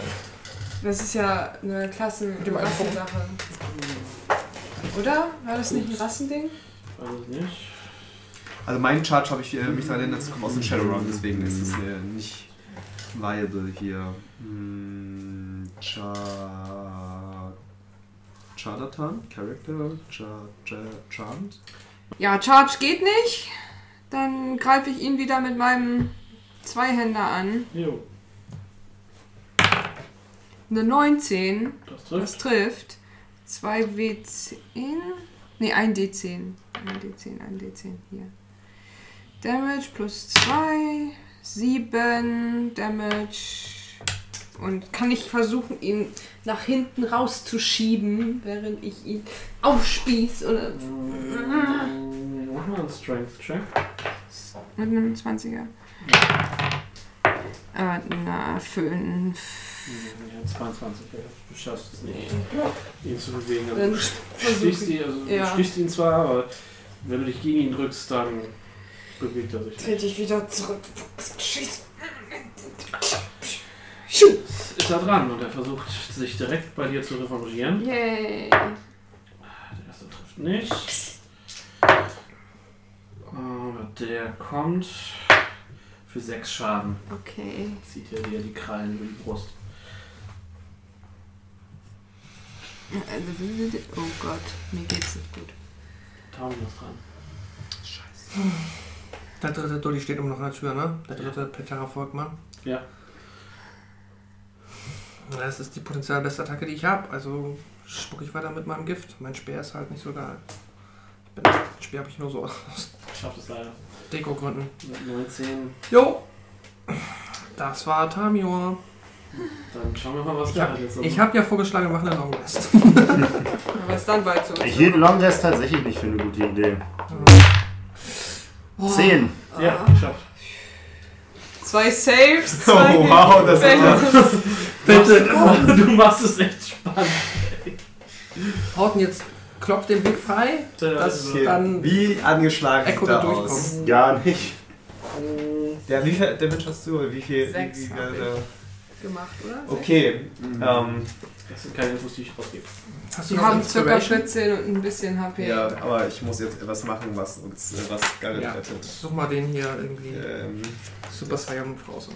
S4: Das ist ja eine Klassen-
S5: Mit dem Eindruck.
S4: Rassensache. Oder? War das nicht ein Rassending?
S3: Weiß ich nicht.
S7: also mein Charge habe ich äh, mich daran erinnert, das kommt aus dem Shadowrun, deswegen ist es äh, nicht viable hier. Hm, Char... Charlatan? Character? Char... Char... Charmed?
S4: Ja, Charge geht nicht. Dann greife ich ihn wieder mit meinem Zweihänder an.
S3: Jo,
S4: Eine 19,
S3: das trifft.
S4: das trifft. 2 W10. Ne, 1 D10. 1 D10, 1 D10 hier. Damage plus 2, 7 Damage. Und kann ich versuchen, ihn nach hinten rauszuschieben, während ich ihn aufspieß
S3: Äh,
S4: oder
S3: Mm, Mach mal einen Strength-Check.
S4: mit einem 20er. Äh, na, fünf.
S3: Ja, 22, ja. du schaffst es nicht, ihn zu bewegen. Aber
S17: Dann
S3: du
S17: versuch
S3: stichst, ihn, also,
S17: ja.
S3: du stichst ihn zwar, aber wenn du dich gegen ihn drückst, dann bewegt er sich.
S17: Dreh dich wieder zurück. Schieß.
S3: Jetzt ist er dran und er versucht, sich direkt bei dir zu revanchieren.
S17: Yay.
S3: Der erste trifft nicht. Aber der kommt für 6 Schaden.
S17: Okay.
S3: Zieht er dir die Krallen über die Brust.
S4: Oh Gott, mir geht's nicht gut.
S3: Taumel ist dran.
S5: Der dritte Dolly steht immer noch an der Tür, ne? Der dritte Petara Volkmann.
S3: Ja.
S5: Na, Das ist die potenziell beste Attacke, die ich habe. Also spuck ich weiter mit meinem Gift. Mein Speer ist halt nicht so geil. Ich bin- Den Speer habe ich nur so aus
S3: Schafft es leider.
S5: Deko-Gründen.
S3: Mit 19.
S5: Jo! Das war Tamior.
S3: Dann schauen wir mal, was
S5: Ich
S3: da
S5: habe
S3: ist.
S5: hab ja vorgeschlagen, wir machen einen Long Rest.
S4: Aber ist ne? dann weit zu uns?
S6: Ich hielt Long Rest tatsächlich nicht für eine gute Idee.
S4: Oh.
S6: Zehn.
S3: Ja,
S5: Ah.
S3: geschafft.
S4: Zwei Saves,
S7: Oh,
S4: zwei
S7: wow, das ist ja-
S4: Saves.
S3: Bitte. Du machst es echt spannend.
S5: Horten jetzt klopft den Weg frei.
S3: Also,
S5: Das-
S7: Okay.
S5: Dann-
S7: wie angeschlagen
S5: Echo
S7: sieht
S5: da
S7: er aus?
S5: durchkommen.
S6: Gar nicht.
S7: Ja, wie viel Damage hast du? Wie viel?
S4: Sechs
S7: wie, wie,
S4: hab
S7: äh,
S4: Gemacht, oder?
S7: okay, ähm,
S3: Das sind keine Infos, die ich rausgebe.
S5: Hast
S4: Wir
S5: noch
S4: haben ca.
S5: Inspiration?
S4: 14 und ein bisschen HP.
S7: ja, aber ich muss jetzt etwas machen, was uns äh, was Garrett
S5: Ja.
S7: rettet.
S5: Such mal den hier irgendwie.
S7: Ähm,
S5: Super Saiyan raus.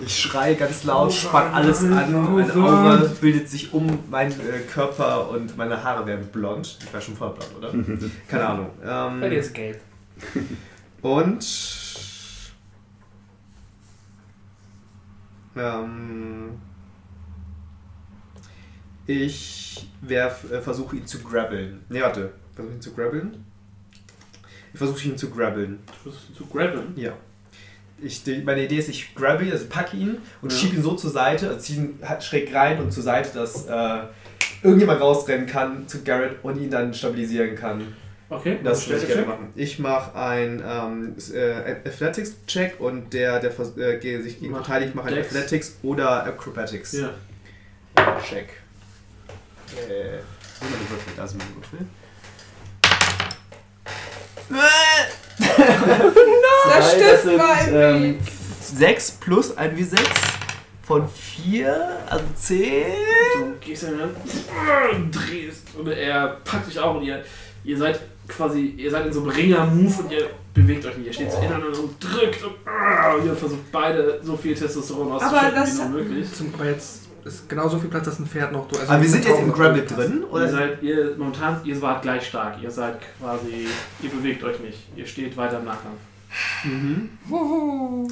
S7: ich schreie ganz laut, spann alles an, eine Aura bildet sich um meinen äh, Körper und meine Haare werden blond. Ich war schon vorher blond, oder? Keine Ahnung. Ähm,
S5: gelb.
S3: Hm.
S7: Und. Ähm, ich werf, äh, versuche ihn zu grabbeln. Ne, warte. Versuche ihn zu grabbeln. Ich versuche ihn zu grabbeln.
S3: Du versuchst zu grabben.
S7: Ja. Ich, die, meine Idee ist, ich grabbe ihn, also packe ihn und
S3: Ja.
S7: schiebe ihn so zur Seite, also ziehe ihn halt schräg rein und zur Seite, dass äh, irgendjemand rausrennen kann zu Garrett und ihn dann stabilisieren kann.
S3: Okay,
S7: Das würde ich gerne
S3: Check.
S7: machen. Ich mache einen ähm, s- äh, Athletics-Check und der, der vers- äh, ge- sich gegen
S3: Macht
S7: verteidigt, macht einen
S3: Dex.
S7: Athletics- oder Acrobatics-Check.
S3: Ja.
S7: Äh, wo sind meine Würfel? Da sind meine Würfel.
S4: Der
S7: Zwei,
S4: Stift
S7: das
S4: war
S7: sind,
S4: im
S7: ähm, 6 plus 1 wie 6 von 4, also 10.
S3: Du gehst an ihn ran, drehst und er packt dich auch und ihr, ihr seid quasi, ihr seid in so einem Ringer-Move und ihr bewegt euch nicht. Ihr steht so ineinander und drückt und, ah, und ihr versucht beide so viel Testosteron auszuschütten wie
S4: das-
S3: nur möglich.
S5: Zum, aber jetzt ist genauso viel Platz, dass ein Pferd noch also durch.
S7: Aber wir sind jetzt im Grabble
S5: Gravel
S7: drin,
S3: Oder ihr
S7: oder?
S3: seid, ihr momentan, ihr wart gleich stark. Ihr seid quasi, ihr bewegt euch nicht. Ihr steht weiter im Nachkampf.
S7: Mhm.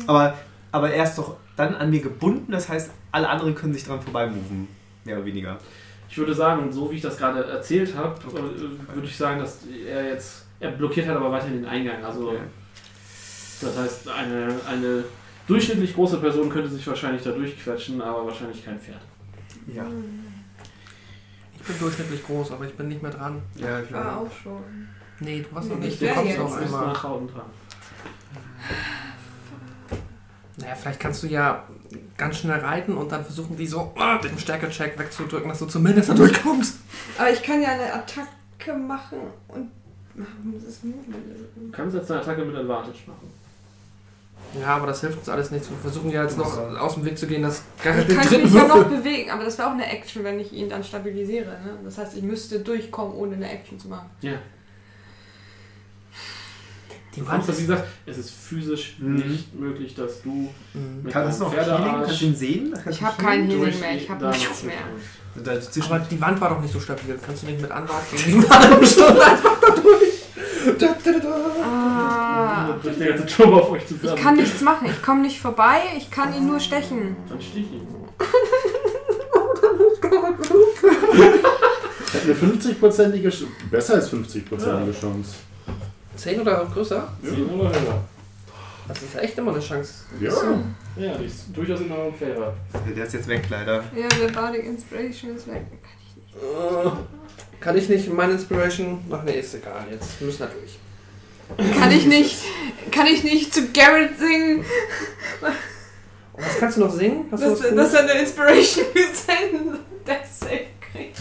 S7: Aber, aber er ist doch dann an mir gebunden, das heißt, alle anderen können sich dran vorbeimoven. Mehr oder weniger.
S3: Ich würde sagen, so wie ich das gerade erzählt habe, äh, würde ich sagen, dass er jetzt, er blockiert hat aber weiterhin den Eingang. Also,
S7: Okay.
S3: das heißt, eine, eine durchschnittlich große Person könnte sich wahrscheinlich da durchquetschen, aber wahrscheinlich kein Pferd.
S7: Ja.
S5: Ich bin durchschnittlich groß, aber ich bin nicht mehr dran.
S7: Ja, ich
S4: War auch schon.
S5: Nee, du warst noch
S4: Nee,
S5: nicht.
S4: ich
S5: Du
S4: wär
S5: kommst
S4: jetzt
S5: noch
S3: Du bist
S5: einmal.
S3: nach Hauten dran.
S5: Naja, vielleicht kannst du ja ganz schnell reiten und dann versuchen, die so ah, mit dem Stärke-Check wegzudrücken, dass du zumindest da durchkommst.
S17: Aber ich kann ja eine Attacke machen und. Das ist Movement.
S3: Du kannst jetzt eine Attacke mit Advantage machen.
S5: Ja, aber das hilft uns alles nichts. Wir versuchen ja jetzt noch aus dem Weg zu gehen, dass Garrett
S17: Ich
S5: den
S17: kann
S5: dritten
S17: mich ja noch
S5: Würfel...
S17: bewegen, aber das wäre auch eine Action, wenn ich ihn dann stabilisiere. Ne? Das heißt, ich müsste durchkommen, ohne eine Action zu machen.
S3: Ja.
S5: Die
S3: Du kannst,
S5: Wand
S3: das, wie
S5: ist...
S3: gesagt, es ist physisch
S7: Mhm.
S3: nicht möglich, dass du
S5: Mhm.
S3: mit
S7: Kannst du noch
S3: einem
S7: Healing?
S3: Pferdearsch
S7: Kannst du ihn sehen? Also,
S4: Ich habe keinen
S3: durch
S4: Healing mehr,
S3: die
S4: ich habe
S3: Dame
S4: nichts mehr.
S3: durchkommst.
S5: Aber
S7: Dazwischen.
S5: die Wand war doch nicht so stabil. Kannst du nicht mit anlaufen? Die halbe Stunde einfach da durch. Da, da, da, da.
S4: Ah.
S3: Durch die ganze Turm auf euch zusammen.
S4: Ich kann nichts machen, ich komme nicht vorbei, ich kann ihn nur stechen.
S3: Dann stich ihn.
S6: Ich hätte eine 50-prozentige, Sch- besser als 50-prozentige Chance.
S5: Zehn oder größer?
S3: Zehn oder höher.
S5: Das ist echt immer eine Chance.
S6: Ja.
S3: Ja, die ist durchaus in eurem Favor.
S7: Der ist jetzt weg, leider.
S17: Ja, der Bardic Inspiration ist weg. Kann ich nicht.
S5: Äh, Kann ich nicht meine Inspiration? Ach nee, ist egal. Jetzt müssen wir durch.
S4: Kann ich nicht, kann ich nicht zu Garrett singen,
S5: Was kannst du noch singen? Hast
S4: dass,
S5: du was
S4: dass er eine Inspiration für seinen Death Save kriegt.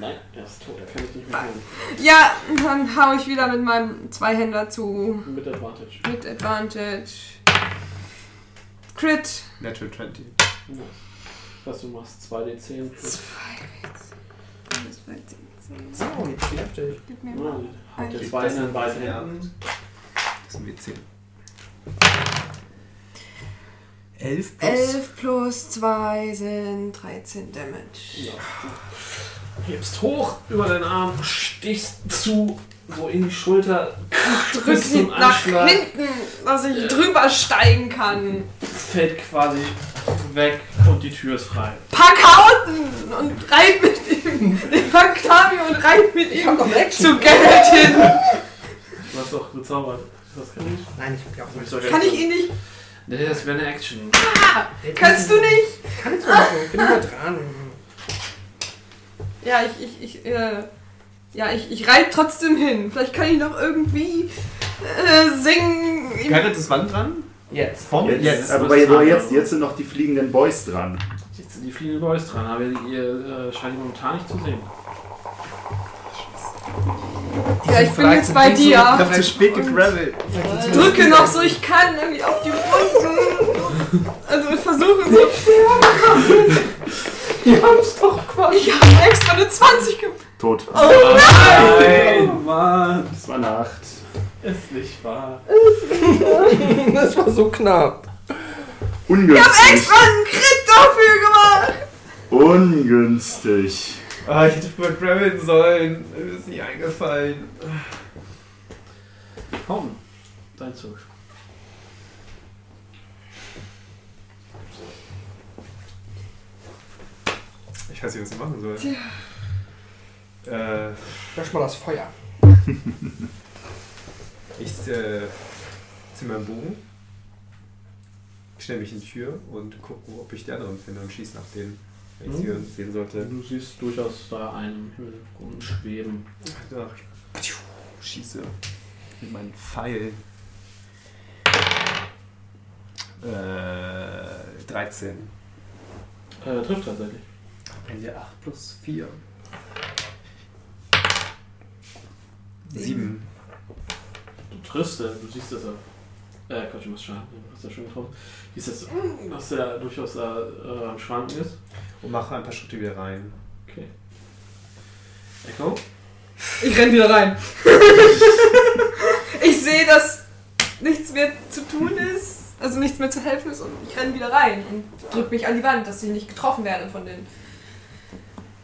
S3: Nein, er ist tot, er kann ich
S4: Ah.
S3: nicht mehr hören.
S4: Ja, dann hau ich wieder mit meinem Zweihänder zu.
S3: Mit Advantage.
S4: Mit Advantage. Crit.
S7: Natural 20.
S3: Was du machst, 2d10. plus-
S5: So, wie heftig.
S4: Gib mir mal.
S3: Ah, Hat der
S4: Ein-
S3: zwei in beiden
S7: Ja.
S3: Händen.
S7: Das sind W10. 11
S4: 11 plus 2 sind 13 Damage.
S3: Ja. Du Hebst hoch über deinen Arm, stichst zu, so in die Schulter,
S4: Drück
S3: Bis
S4: sie
S3: zum
S4: nach
S3: Anschlag.
S4: hinten, dass ich drüber steigen kann.
S3: fällt quasi weg und die Tür ist frei.
S4: Pack Hauten und reib mit ihm. Ich pack Tami und reib mit
S5: Ich hab
S4: ihm
S5: noch eine Action.
S4: zu Garrett hin.
S3: Du hast doch gezaubert. Das kann ich.
S5: Nein, ich hab ja auch
S3: Hab ich
S5: nicht.
S3: doch
S4: Kann ich
S3: jetzt-
S4: ihn nicht?
S3: Nee, das wäre eine Action.
S4: Kannst du nicht?
S5: Kann ich machen. Ich bin immer dran.
S4: Ja, ich, ich, ich, äh, ja, ich, ich reib trotzdem hin. Vielleicht kann ich noch irgendwie äh, singen. Ihm-
S7: Gerrit ist wann dran?
S5: Oh, Jetzt.
S7: Vom
S6: Jetzt,
S7: Jetzt.
S6: aber
S3: wird's
S6: aber
S3: dran.
S6: jetzt, jetzt sind noch die fliegenden Boys dran.
S3: Jetzt sind die fliegenden Boys dran, aber ihr äh, scheint ihn momentan nicht zu sehen.
S4: Ja, ich bin jetzt bei
S7: Ich
S4: dir.
S7: hab zu spät gegravelt.
S4: Drücke noch so ich kann irgendwie auf die Wunden. Also versuche so
S5: Wir haben's doch quasi.
S4: Ich habe extra eine 20 gemacht.
S6: Tot.
S3: Nein, Oh Mann!
S6: Das war eine 8.
S3: Ist nicht wahr.
S5: Das war so knapp.
S6: Ungünstig.
S4: Extra einen Crit dafür gemacht.
S6: Ungünstig.
S7: Ah, ich hätte früher graveln sollen. Mir ist nicht eingefallen.
S3: Komm, dein Zug.
S7: Ich weiß nicht, was ich machen soll. Äh,
S5: Lösch mal das Feuer.
S7: ich äh, zieh meinen Bogen, stell mich in die Tür und gucke, ob ich die anderen finde und schieß nach denen, wenn ich sie sehen sollte.
S3: Du siehst durchaus da einen im Hintergrund schweben.
S7: Ach, ich schieße mit meinem Pfeil. Äh, 13.
S3: Äh, trifft tatsächlich.
S7: Wenn wir 8 plus 4. 7.
S3: Du triffst, äh, du siehst, dass er. Äh, Quatsch, du machst Schaden. Du hast ja schon getroffen. Du siehst, dass, mm, dass er durchaus äh, äh, am Schwanken ist.
S7: Und mache ein paar Schritte wieder rein.
S3: Okay. Echo?
S4: Ich renn wieder rein. ich sehe, dass nichts mehr zu tun ist, also nichts mehr zu helfen ist und ich renn wieder rein und drück mich an die Wand, dass ich nicht getroffen werde von den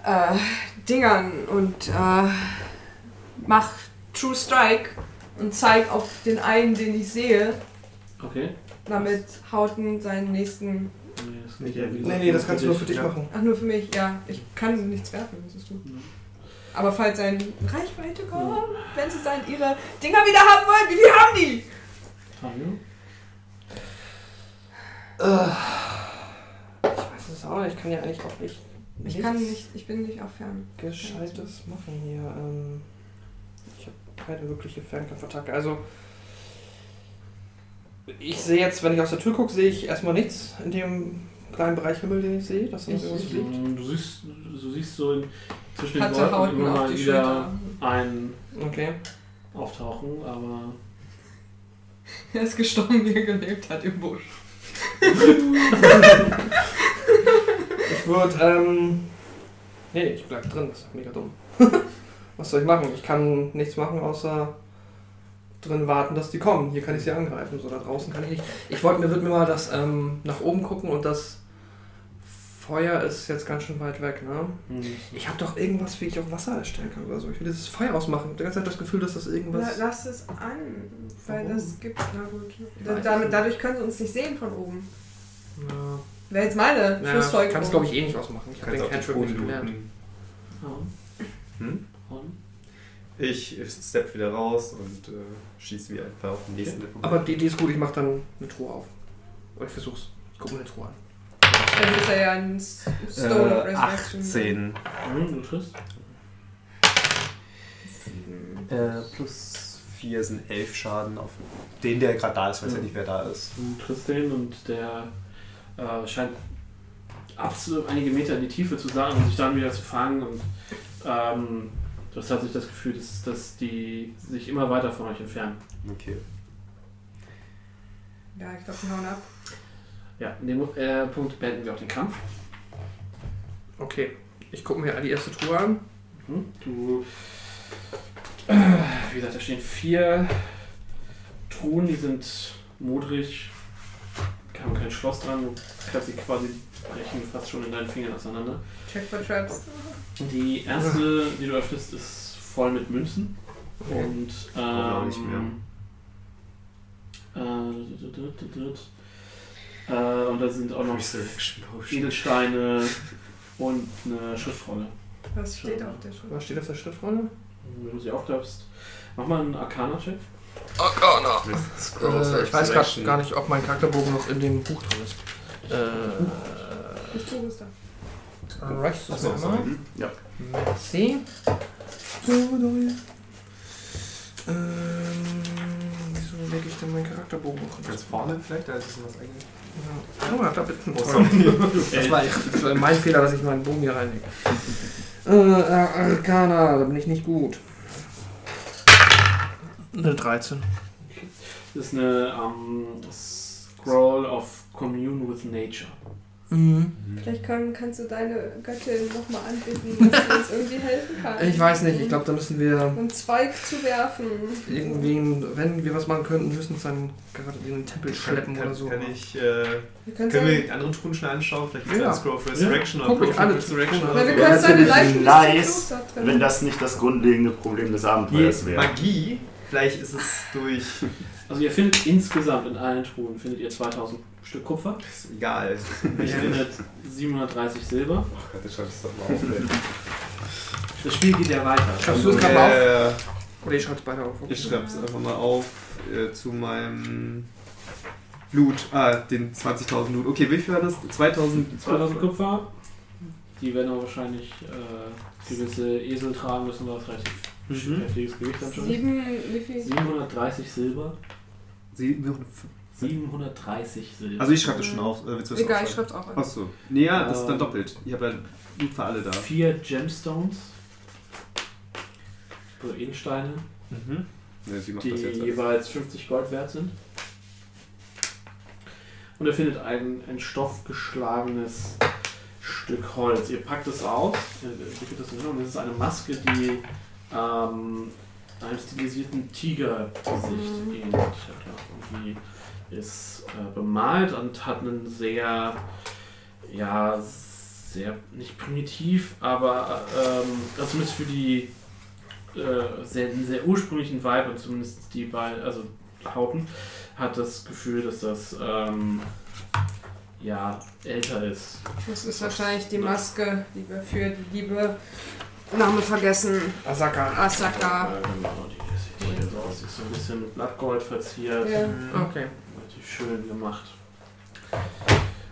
S4: äh, Dingern und äh, mach True Strike und zeig auf den einen, den ich sehe,
S3: Okay.
S4: damit Hauten seinen nächsten.
S3: Nee, das,
S7: Nee,
S3: geht
S7: nee,
S5: Nee, nee, das kannst du nur für dich
S7: Ja.
S5: machen.
S4: Ach nur für mich, ja. Ich kann nichts werfen, das ist gut.
S3: Ja.
S4: Aber falls ein Reichweite kommt, wenn sie dann ihre Dinger wieder haben wollen, wie viel haben die?
S3: Tango?
S5: Ich weiß es auch nicht. Ich kann ja eigentlich auch nicht.
S4: Ich kann nicht, ich bin nicht auf Fern.
S5: Gescheites machen hier. Ähm, ich habe keine wirkliche Fernkampfattacke. Also, ich sehe jetzt, wenn ich aus der Tür gucke, sehe ich erstmal nichts in dem kleinen Bereich Himmel, den ich sehe, dass da noch
S4: Ich-
S5: irgendwas
S4: ich-
S5: fliegt.
S3: Mm, Du siehst, du siehst so in, zwischen den
S4: Hatte
S3: Wolken
S4: Hauten
S3: immer
S4: auf
S3: mal
S4: die
S3: wieder
S4: Schulter.
S3: einen
S5: Okay.
S3: auftauchen, aber
S4: Er ist gestorben, wie er gelebt hat im Busch.
S5: Ich würde, ähm. Nee, ich bleib drin, das ist doch mega dumm. Was soll ich machen? Ich kann nichts machen, außer drin warten, dass die kommen. Hier kann ich sie angreifen, so da draußen kann ich nicht. Ich wollte mir, würd mir mal das ähm, nach oben gucken und das Feuer ist jetzt ganz schön weit weg, ne?
S3: hm,
S5: Ich habe doch irgendwas, wie ich auch Wasser erstellen kann oder so. Ich will dieses Feuer ausmachen. Ich habe die ganze Zeit das Gefühl, dass das irgendwas.
S4: lass es an, weil
S5: Warum?
S4: das gibt. Na gut.
S5: weiß
S4: damit,
S5: nicht.
S4: dadurch können sie uns nicht sehen von oben.
S5: Na,
S4: Wäre jetzt meine
S5: na,
S4: Schlussfolgerung.
S5: ich kann es, glaube ich, eh nicht ausmachen. Ich habe
S7: Kannst
S5: den Cantrip
S7: auch den Ton
S5: nicht gelernt.
S7: looten.
S3: Hauten.
S7: Hm?
S3: Hauten?
S7: Ich step wieder raus und äh, schieße wieder einfach auf den nächsten. der vorbei-
S5: Aber die Idee ist gut, ich mache dann eine Truhe auf. Oder ich versuch's. Ich gucke mir eine Truhe an.
S4: Das ist ja ja ein S- Stone of
S7: äh,
S4: Resurrection.
S7: 18.
S3: Hm, du triffst.
S7: Äh, plus 4 sind 11 Schaden auf den, der gerade da ist, weiß ja nicht, wer da ist.
S3: Du trittst hin Hm, und der äh, scheint absolut einige Meter in die Tiefe zu sagen und sich dann wieder zu fangen. Und ähm, du hast tatsächlich das Gefühl, dass, dass die sich immer weiter von euch entfernen.
S7: Okay.
S4: Ja, ich glaube, wir hauen ab.
S3: Ja, in dem äh, Punkt beenden wir auch den Kampf.
S5: Okay, ich gucke mir die erste Truhe an.
S3: Mhm. Du, äh, wie gesagt, da stehen vier Truhen, die sind modrig, haben kein Schloss dran, du kannst sie quasi brechen, fast schon in deinen Fingern auseinander.
S4: Check for Traps.
S3: Die erste, die du öffnest, ist voll mit Münzen.
S5: Okay.
S3: Und
S7: auch
S3: ähm,
S7: nicht mehr.
S3: äh, dut, dut, dut, dut. Äh, und da sind auch noch
S7: Resurrection Potion.
S3: Edelsteine und eine Schriftrolle.
S4: Was steht auf der Schrift?
S5: Was steht auf der Schriftrolle?
S3: Wenn du sie aufklappst, mach mal einen Arcana-Check.
S5: Oh, oh no.
S7: Mit
S5: Äh, ich weiß grad
S7: Resurrection.
S5: gar nicht, ob mein Charakterbogen noch in dem Buch drin ist. Äh,
S4: Ich tue es da.
S5: reicht das
S7: Achso, also
S5: nochmal?
S7: sorry.
S6: Ja.
S5: Merci. Ähm, wieso lege ich denn meinen Charakterbogen noch
S7: Ganz vorne vielleicht, da ist es was eigentlich.
S5: Ja. Oh, da bitte.
S7: Oh, sorry.
S5: Das war das war mein Fehler, dass ich meinen Bogen hier reinlege. Äh, Arcana, da bin ich nicht gut. Eine 13.
S3: Das ist eine ähm, Scroll of Commune with Nature.
S5: Mhm.
S4: Vielleicht kann, kannst du deine Göttin nochmal anbieten, dass sie uns irgendwie helfen kann.
S5: Ich weiß nicht, ich glaube, da müssen wir
S4: Einen Zweig zu werfen.
S5: irgendwen, wenn wir was machen könnten, müssen es dann gerade in den Tempel schleppen
S7: kann,
S5: oder so.
S7: Kann ich, äh,
S4: Wir können
S7: können wir
S4: sagen,
S7: die anderen Truhen schon anschauen? Vielleicht gibt es
S5: Ja.
S7: eine Scroll of Resurrection
S5: Ja.
S7: oder
S5: Guck mich
S7: Potion
S5: alle
S7: of Resurrection
S5: Truhen an.
S7: oder
S4: weil wir
S7: so.
S4: können seine
S6: natürlich
S4: Leiche
S6: nice,
S4: da drin.
S6: Wenn das nicht das grundlegende Problem des Abenteuers
S7: Je,
S6: wäre.
S7: Magie, vielleicht ist es durch.
S3: Also ihr findet insgesamt in allen Truhen findet ihr 2000 Stück Kupfer.
S7: Ist egal.
S3: Ihr findet 730 Silber.
S7: Ach Gott, jetzt schreib es doch mal auf. ey.
S3: Das Spiel geht ja weiter.
S5: Schreibst du es gerade mal auf?
S7: Äh,
S5: Oder ihr schreibt es beide auf. okay.
S7: Ich schreibe es einfach mal auf äh, zu meinem Loot. Ah, den 20.000 Loot. Okay, wie viel war das? 2000.
S3: 2000 Kupfer. Die werden auch wahrscheinlich äh, gewisse Esel tragen müssen, was relativ
S7: Mhm.
S3: heftiges Gewicht dann schon ist.
S4: Sieben, wie viel?
S3: 730 Silber.
S7: 750.
S3: 730 Silber.
S7: Also ich schreibe das schon auf. Äh, willst du das
S4: Egal,
S7: auch
S4: ich schreib's auch an.
S7: Achso. Nee, ja, das ist
S3: Ähm.
S7: dann doppelt. Ich habe dann Loot für alle da.
S3: vier Gemstones. Also Edelsteine,
S7: Mhm. Ne, sie macht
S3: die
S7: das jetzt. erst.
S3: jeweils 50 Gold wert sind. Und er findet ein, ein stoffgeschlagenes Stück Holz. Ihr packt es aus, äh, wickelt es um und es ist eine Maske, die ähm, einem stilisierten Tigergesicht ähnelt. Und Die ist äh, bemalt und hat einen sehr, ja, sehr, nicht primitiv, aber ähm, also zumindest für die äh, sehr, einen sehr ursprünglichen Vibe und zumindest die bei, also Hauten, hat das Gefühl, dass das ähm, ja älter ist.
S4: Das ist wahrscheinlich die Maske, die wir für die liebe Name vergessen.
S5: Asaka.
S4: Asaka.
S3: Äh, Genau, die sieht so hier so aus. Die ist so ein bisschen mit Blattgold verziert.
S4: Ja.
S5: Okay.
S3: Relativ schön gemacht.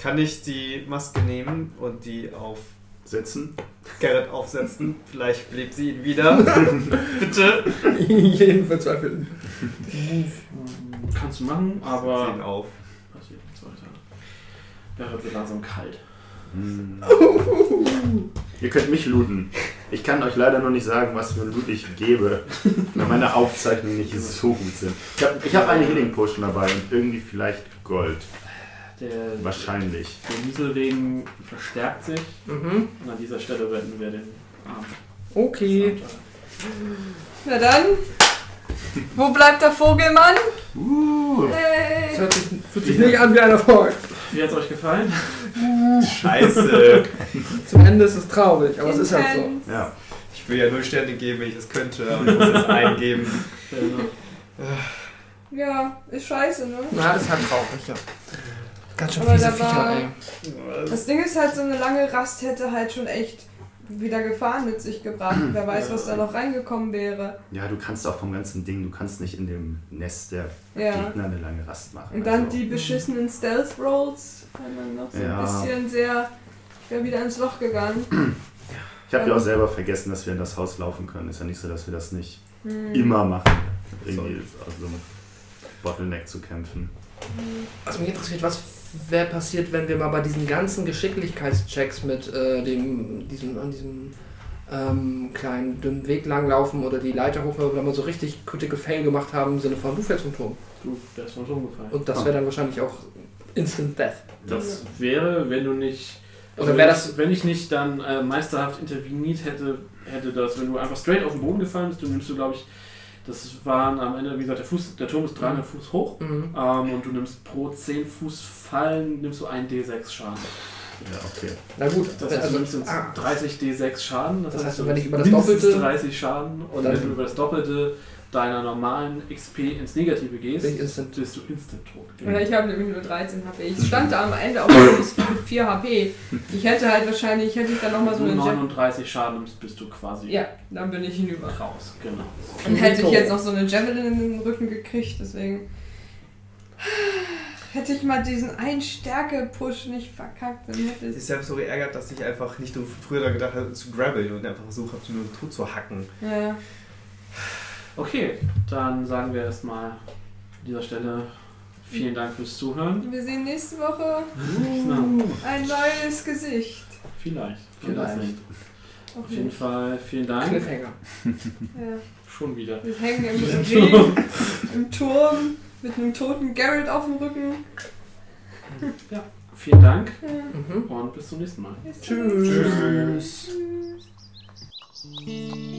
S7: Kann ich die Maske nehmen und die auf
S6: Setzen.
S7: Gerrit aufsetzen? Vielleicht belebt sie ihn wieder. Bitte.
S5: Jeden verzweifelten.
S3: Kannst du machen,
S7: Setz ihn
S3: aber.
S7: auf.
S3: Passiert nichts weiter. Gerrit wird langsam kalt.
S6: Hm. Ihr könnt mich looten. Ich kann euch leider noch nicht sagen, was für ein Loot ich gebe, weil meine Aufzeichnungen nicht so gut sind. Ich habe ich hab eine Healing Potion dabei und irgendwie vielleicht Gold.
S3: Der,
S6: Wahrscheinlich.
S3: der Nieselregen verstärkt sich
S5: Mhm.
S3: und an dieser Stelle wenden wir den Arm.
S5: Okay.
S4: Na dann. Wo bleibt der Vogelmann?
S6: Uh,
S5: Das
S4: Hey.
S5: hört sich, fühlt sich nicht an wie ein Erfolg.
S3: Wie hat es euch gefallen?
S7: Scheiße.
S5: Zum Ende ist es traurig, aber es ist halt so.
S4: Intense.
S6: ja.
S7: Ich will ja null Sterne geben, wenn ich das könnte, aber ich muss es eingeben.
S3: Äh,
S4: Ja, ist scheiße, ne?
S5: Na, ist halt traurig, ja. Ganz schön
S4: Aber
S5: fiese
S4: da war-
S5: Viecher, ey.
S4: Das Ding ist halt, so eine lange Rast hätte halt schon echt wieder Gefahren mit sich gebracht. Wer weiß, was da noch reingekommen wäre.
S6: ja, du kannst auch vom ganzen Ding, du kannst nicht in dem Nest der
S4: Ja.
S6: Gegner eine lange Rast machen.
S4: Und dann
S6: also.
S4: die beschissenen Stealth Rolls. Wenn man noch so ein
S6: Ja.
S4: bisschen sehr. Ich wäre wieder ins Loch gegangen.
S6: Ich habe ja auch selber vergessen, dass wir in das Haus laufen können. Ist ja nicht so, dass wir das nicht
S4: Hm.
S6: immer machen. irgendwie aus so einem Bottleneck zu kämpfen.
S5: Was mich interessiert, was wäre passiert, wenn wir mal bei diesen ganzen Geschicklichkeitschecks mit äh, dem, diesem, an diesem ähm, kleinen dünnen Weg langlaufen oder die Leiter hoch, wenn wir mal so richtig critical fail gemacht haben im Sinne von du fällst vom Turm.
S3: Du wärst mal schon gefallen.
S5: Und das wäre dann wahrscheinlich auch instant death.
S3: Das wäre, wenn du nicht.
S5: Oder
S3: also
S5: wär
S3: wenn
S5: das-
S3: ich- Wenn ich nicht dann äh, meisterhaft interveniert hätte, hätte das, wenn du einfach straight auf den Boden gefallen bist, du nimmst du, glaube ich, das waren am Ende, wie gesagt, der, Fuß, der Turm ist 300 Fuß hoch
S5: Mhm.
S3: ähm, und du nimmst pro 10 Fuß Fallen, nimmst du 1 D6 Schaden.
S6: Ja, okay.
S5: Na gut,
S3: Das heißt,
S5: also,
S3: du nimmst jetzt
S5: ah,
S3: 30 D6 Schaden.
S5: Das heißt,
S3: du
S5: wenn ich über das
S3: mindestens
S5: Doppelte-
S3: 30 Schaden und
S5: Dann-
S3: wenn du über das Doppelte deiner normalen XP ins Negative gehst,
S5: Bin ich instant-
S3: bist du instant tot.
S4: Ja, ich habe nämlich nur 13 HP. Ich stand da am Ende auch nur bis 4 HP. Ich hätte halt wahrscheinlich, hätte ich dann nochmal so
S3: Nur
S4: eine Jam
S3: 39 Schaden nimmst, bist du quasi
S4: Ja, dann bin ich hinüber.
S3: raus. Genau.
S4: Dann hätte ich jetzt noch so eine Javelin in den Rücken gekriegt, deswegen. Hätte ich mal diesen einen Stärke-Push nicht verkackt, dann hätte ich.
S7: Ich habe so geärgert, dass ich einfach nicht nur früher da gedacht habe, zu grabbeln und einfach versucht habe, nur tot zu hacken.
S4: Ja, ja.
S3: Okay, dann sagen wir erstmal an dieser Stelle vielen Dank fürs Zuhören.
S4: Wir sehen nächste Woche
S5: Uh.
S3: Na,
S4: ein neues Gesicht.
S3: vielleicht. Vielleicht.
S5: Vielleicht.
S3: nicht. Auf jeden Fall vielen Dank.
S5: Cliffhanger.
S4: Ja.
S3: Schon wieder.
S4: Wir hängen im Regen, im Turm, mit einem toten Garrett auf dem Rücken.
S3: Vielen Dank
S5: Mhm.
S3: und bis zum nächsten Mal.
S4: Bis dann.
S5: Tschüss.
S4: Tschüss.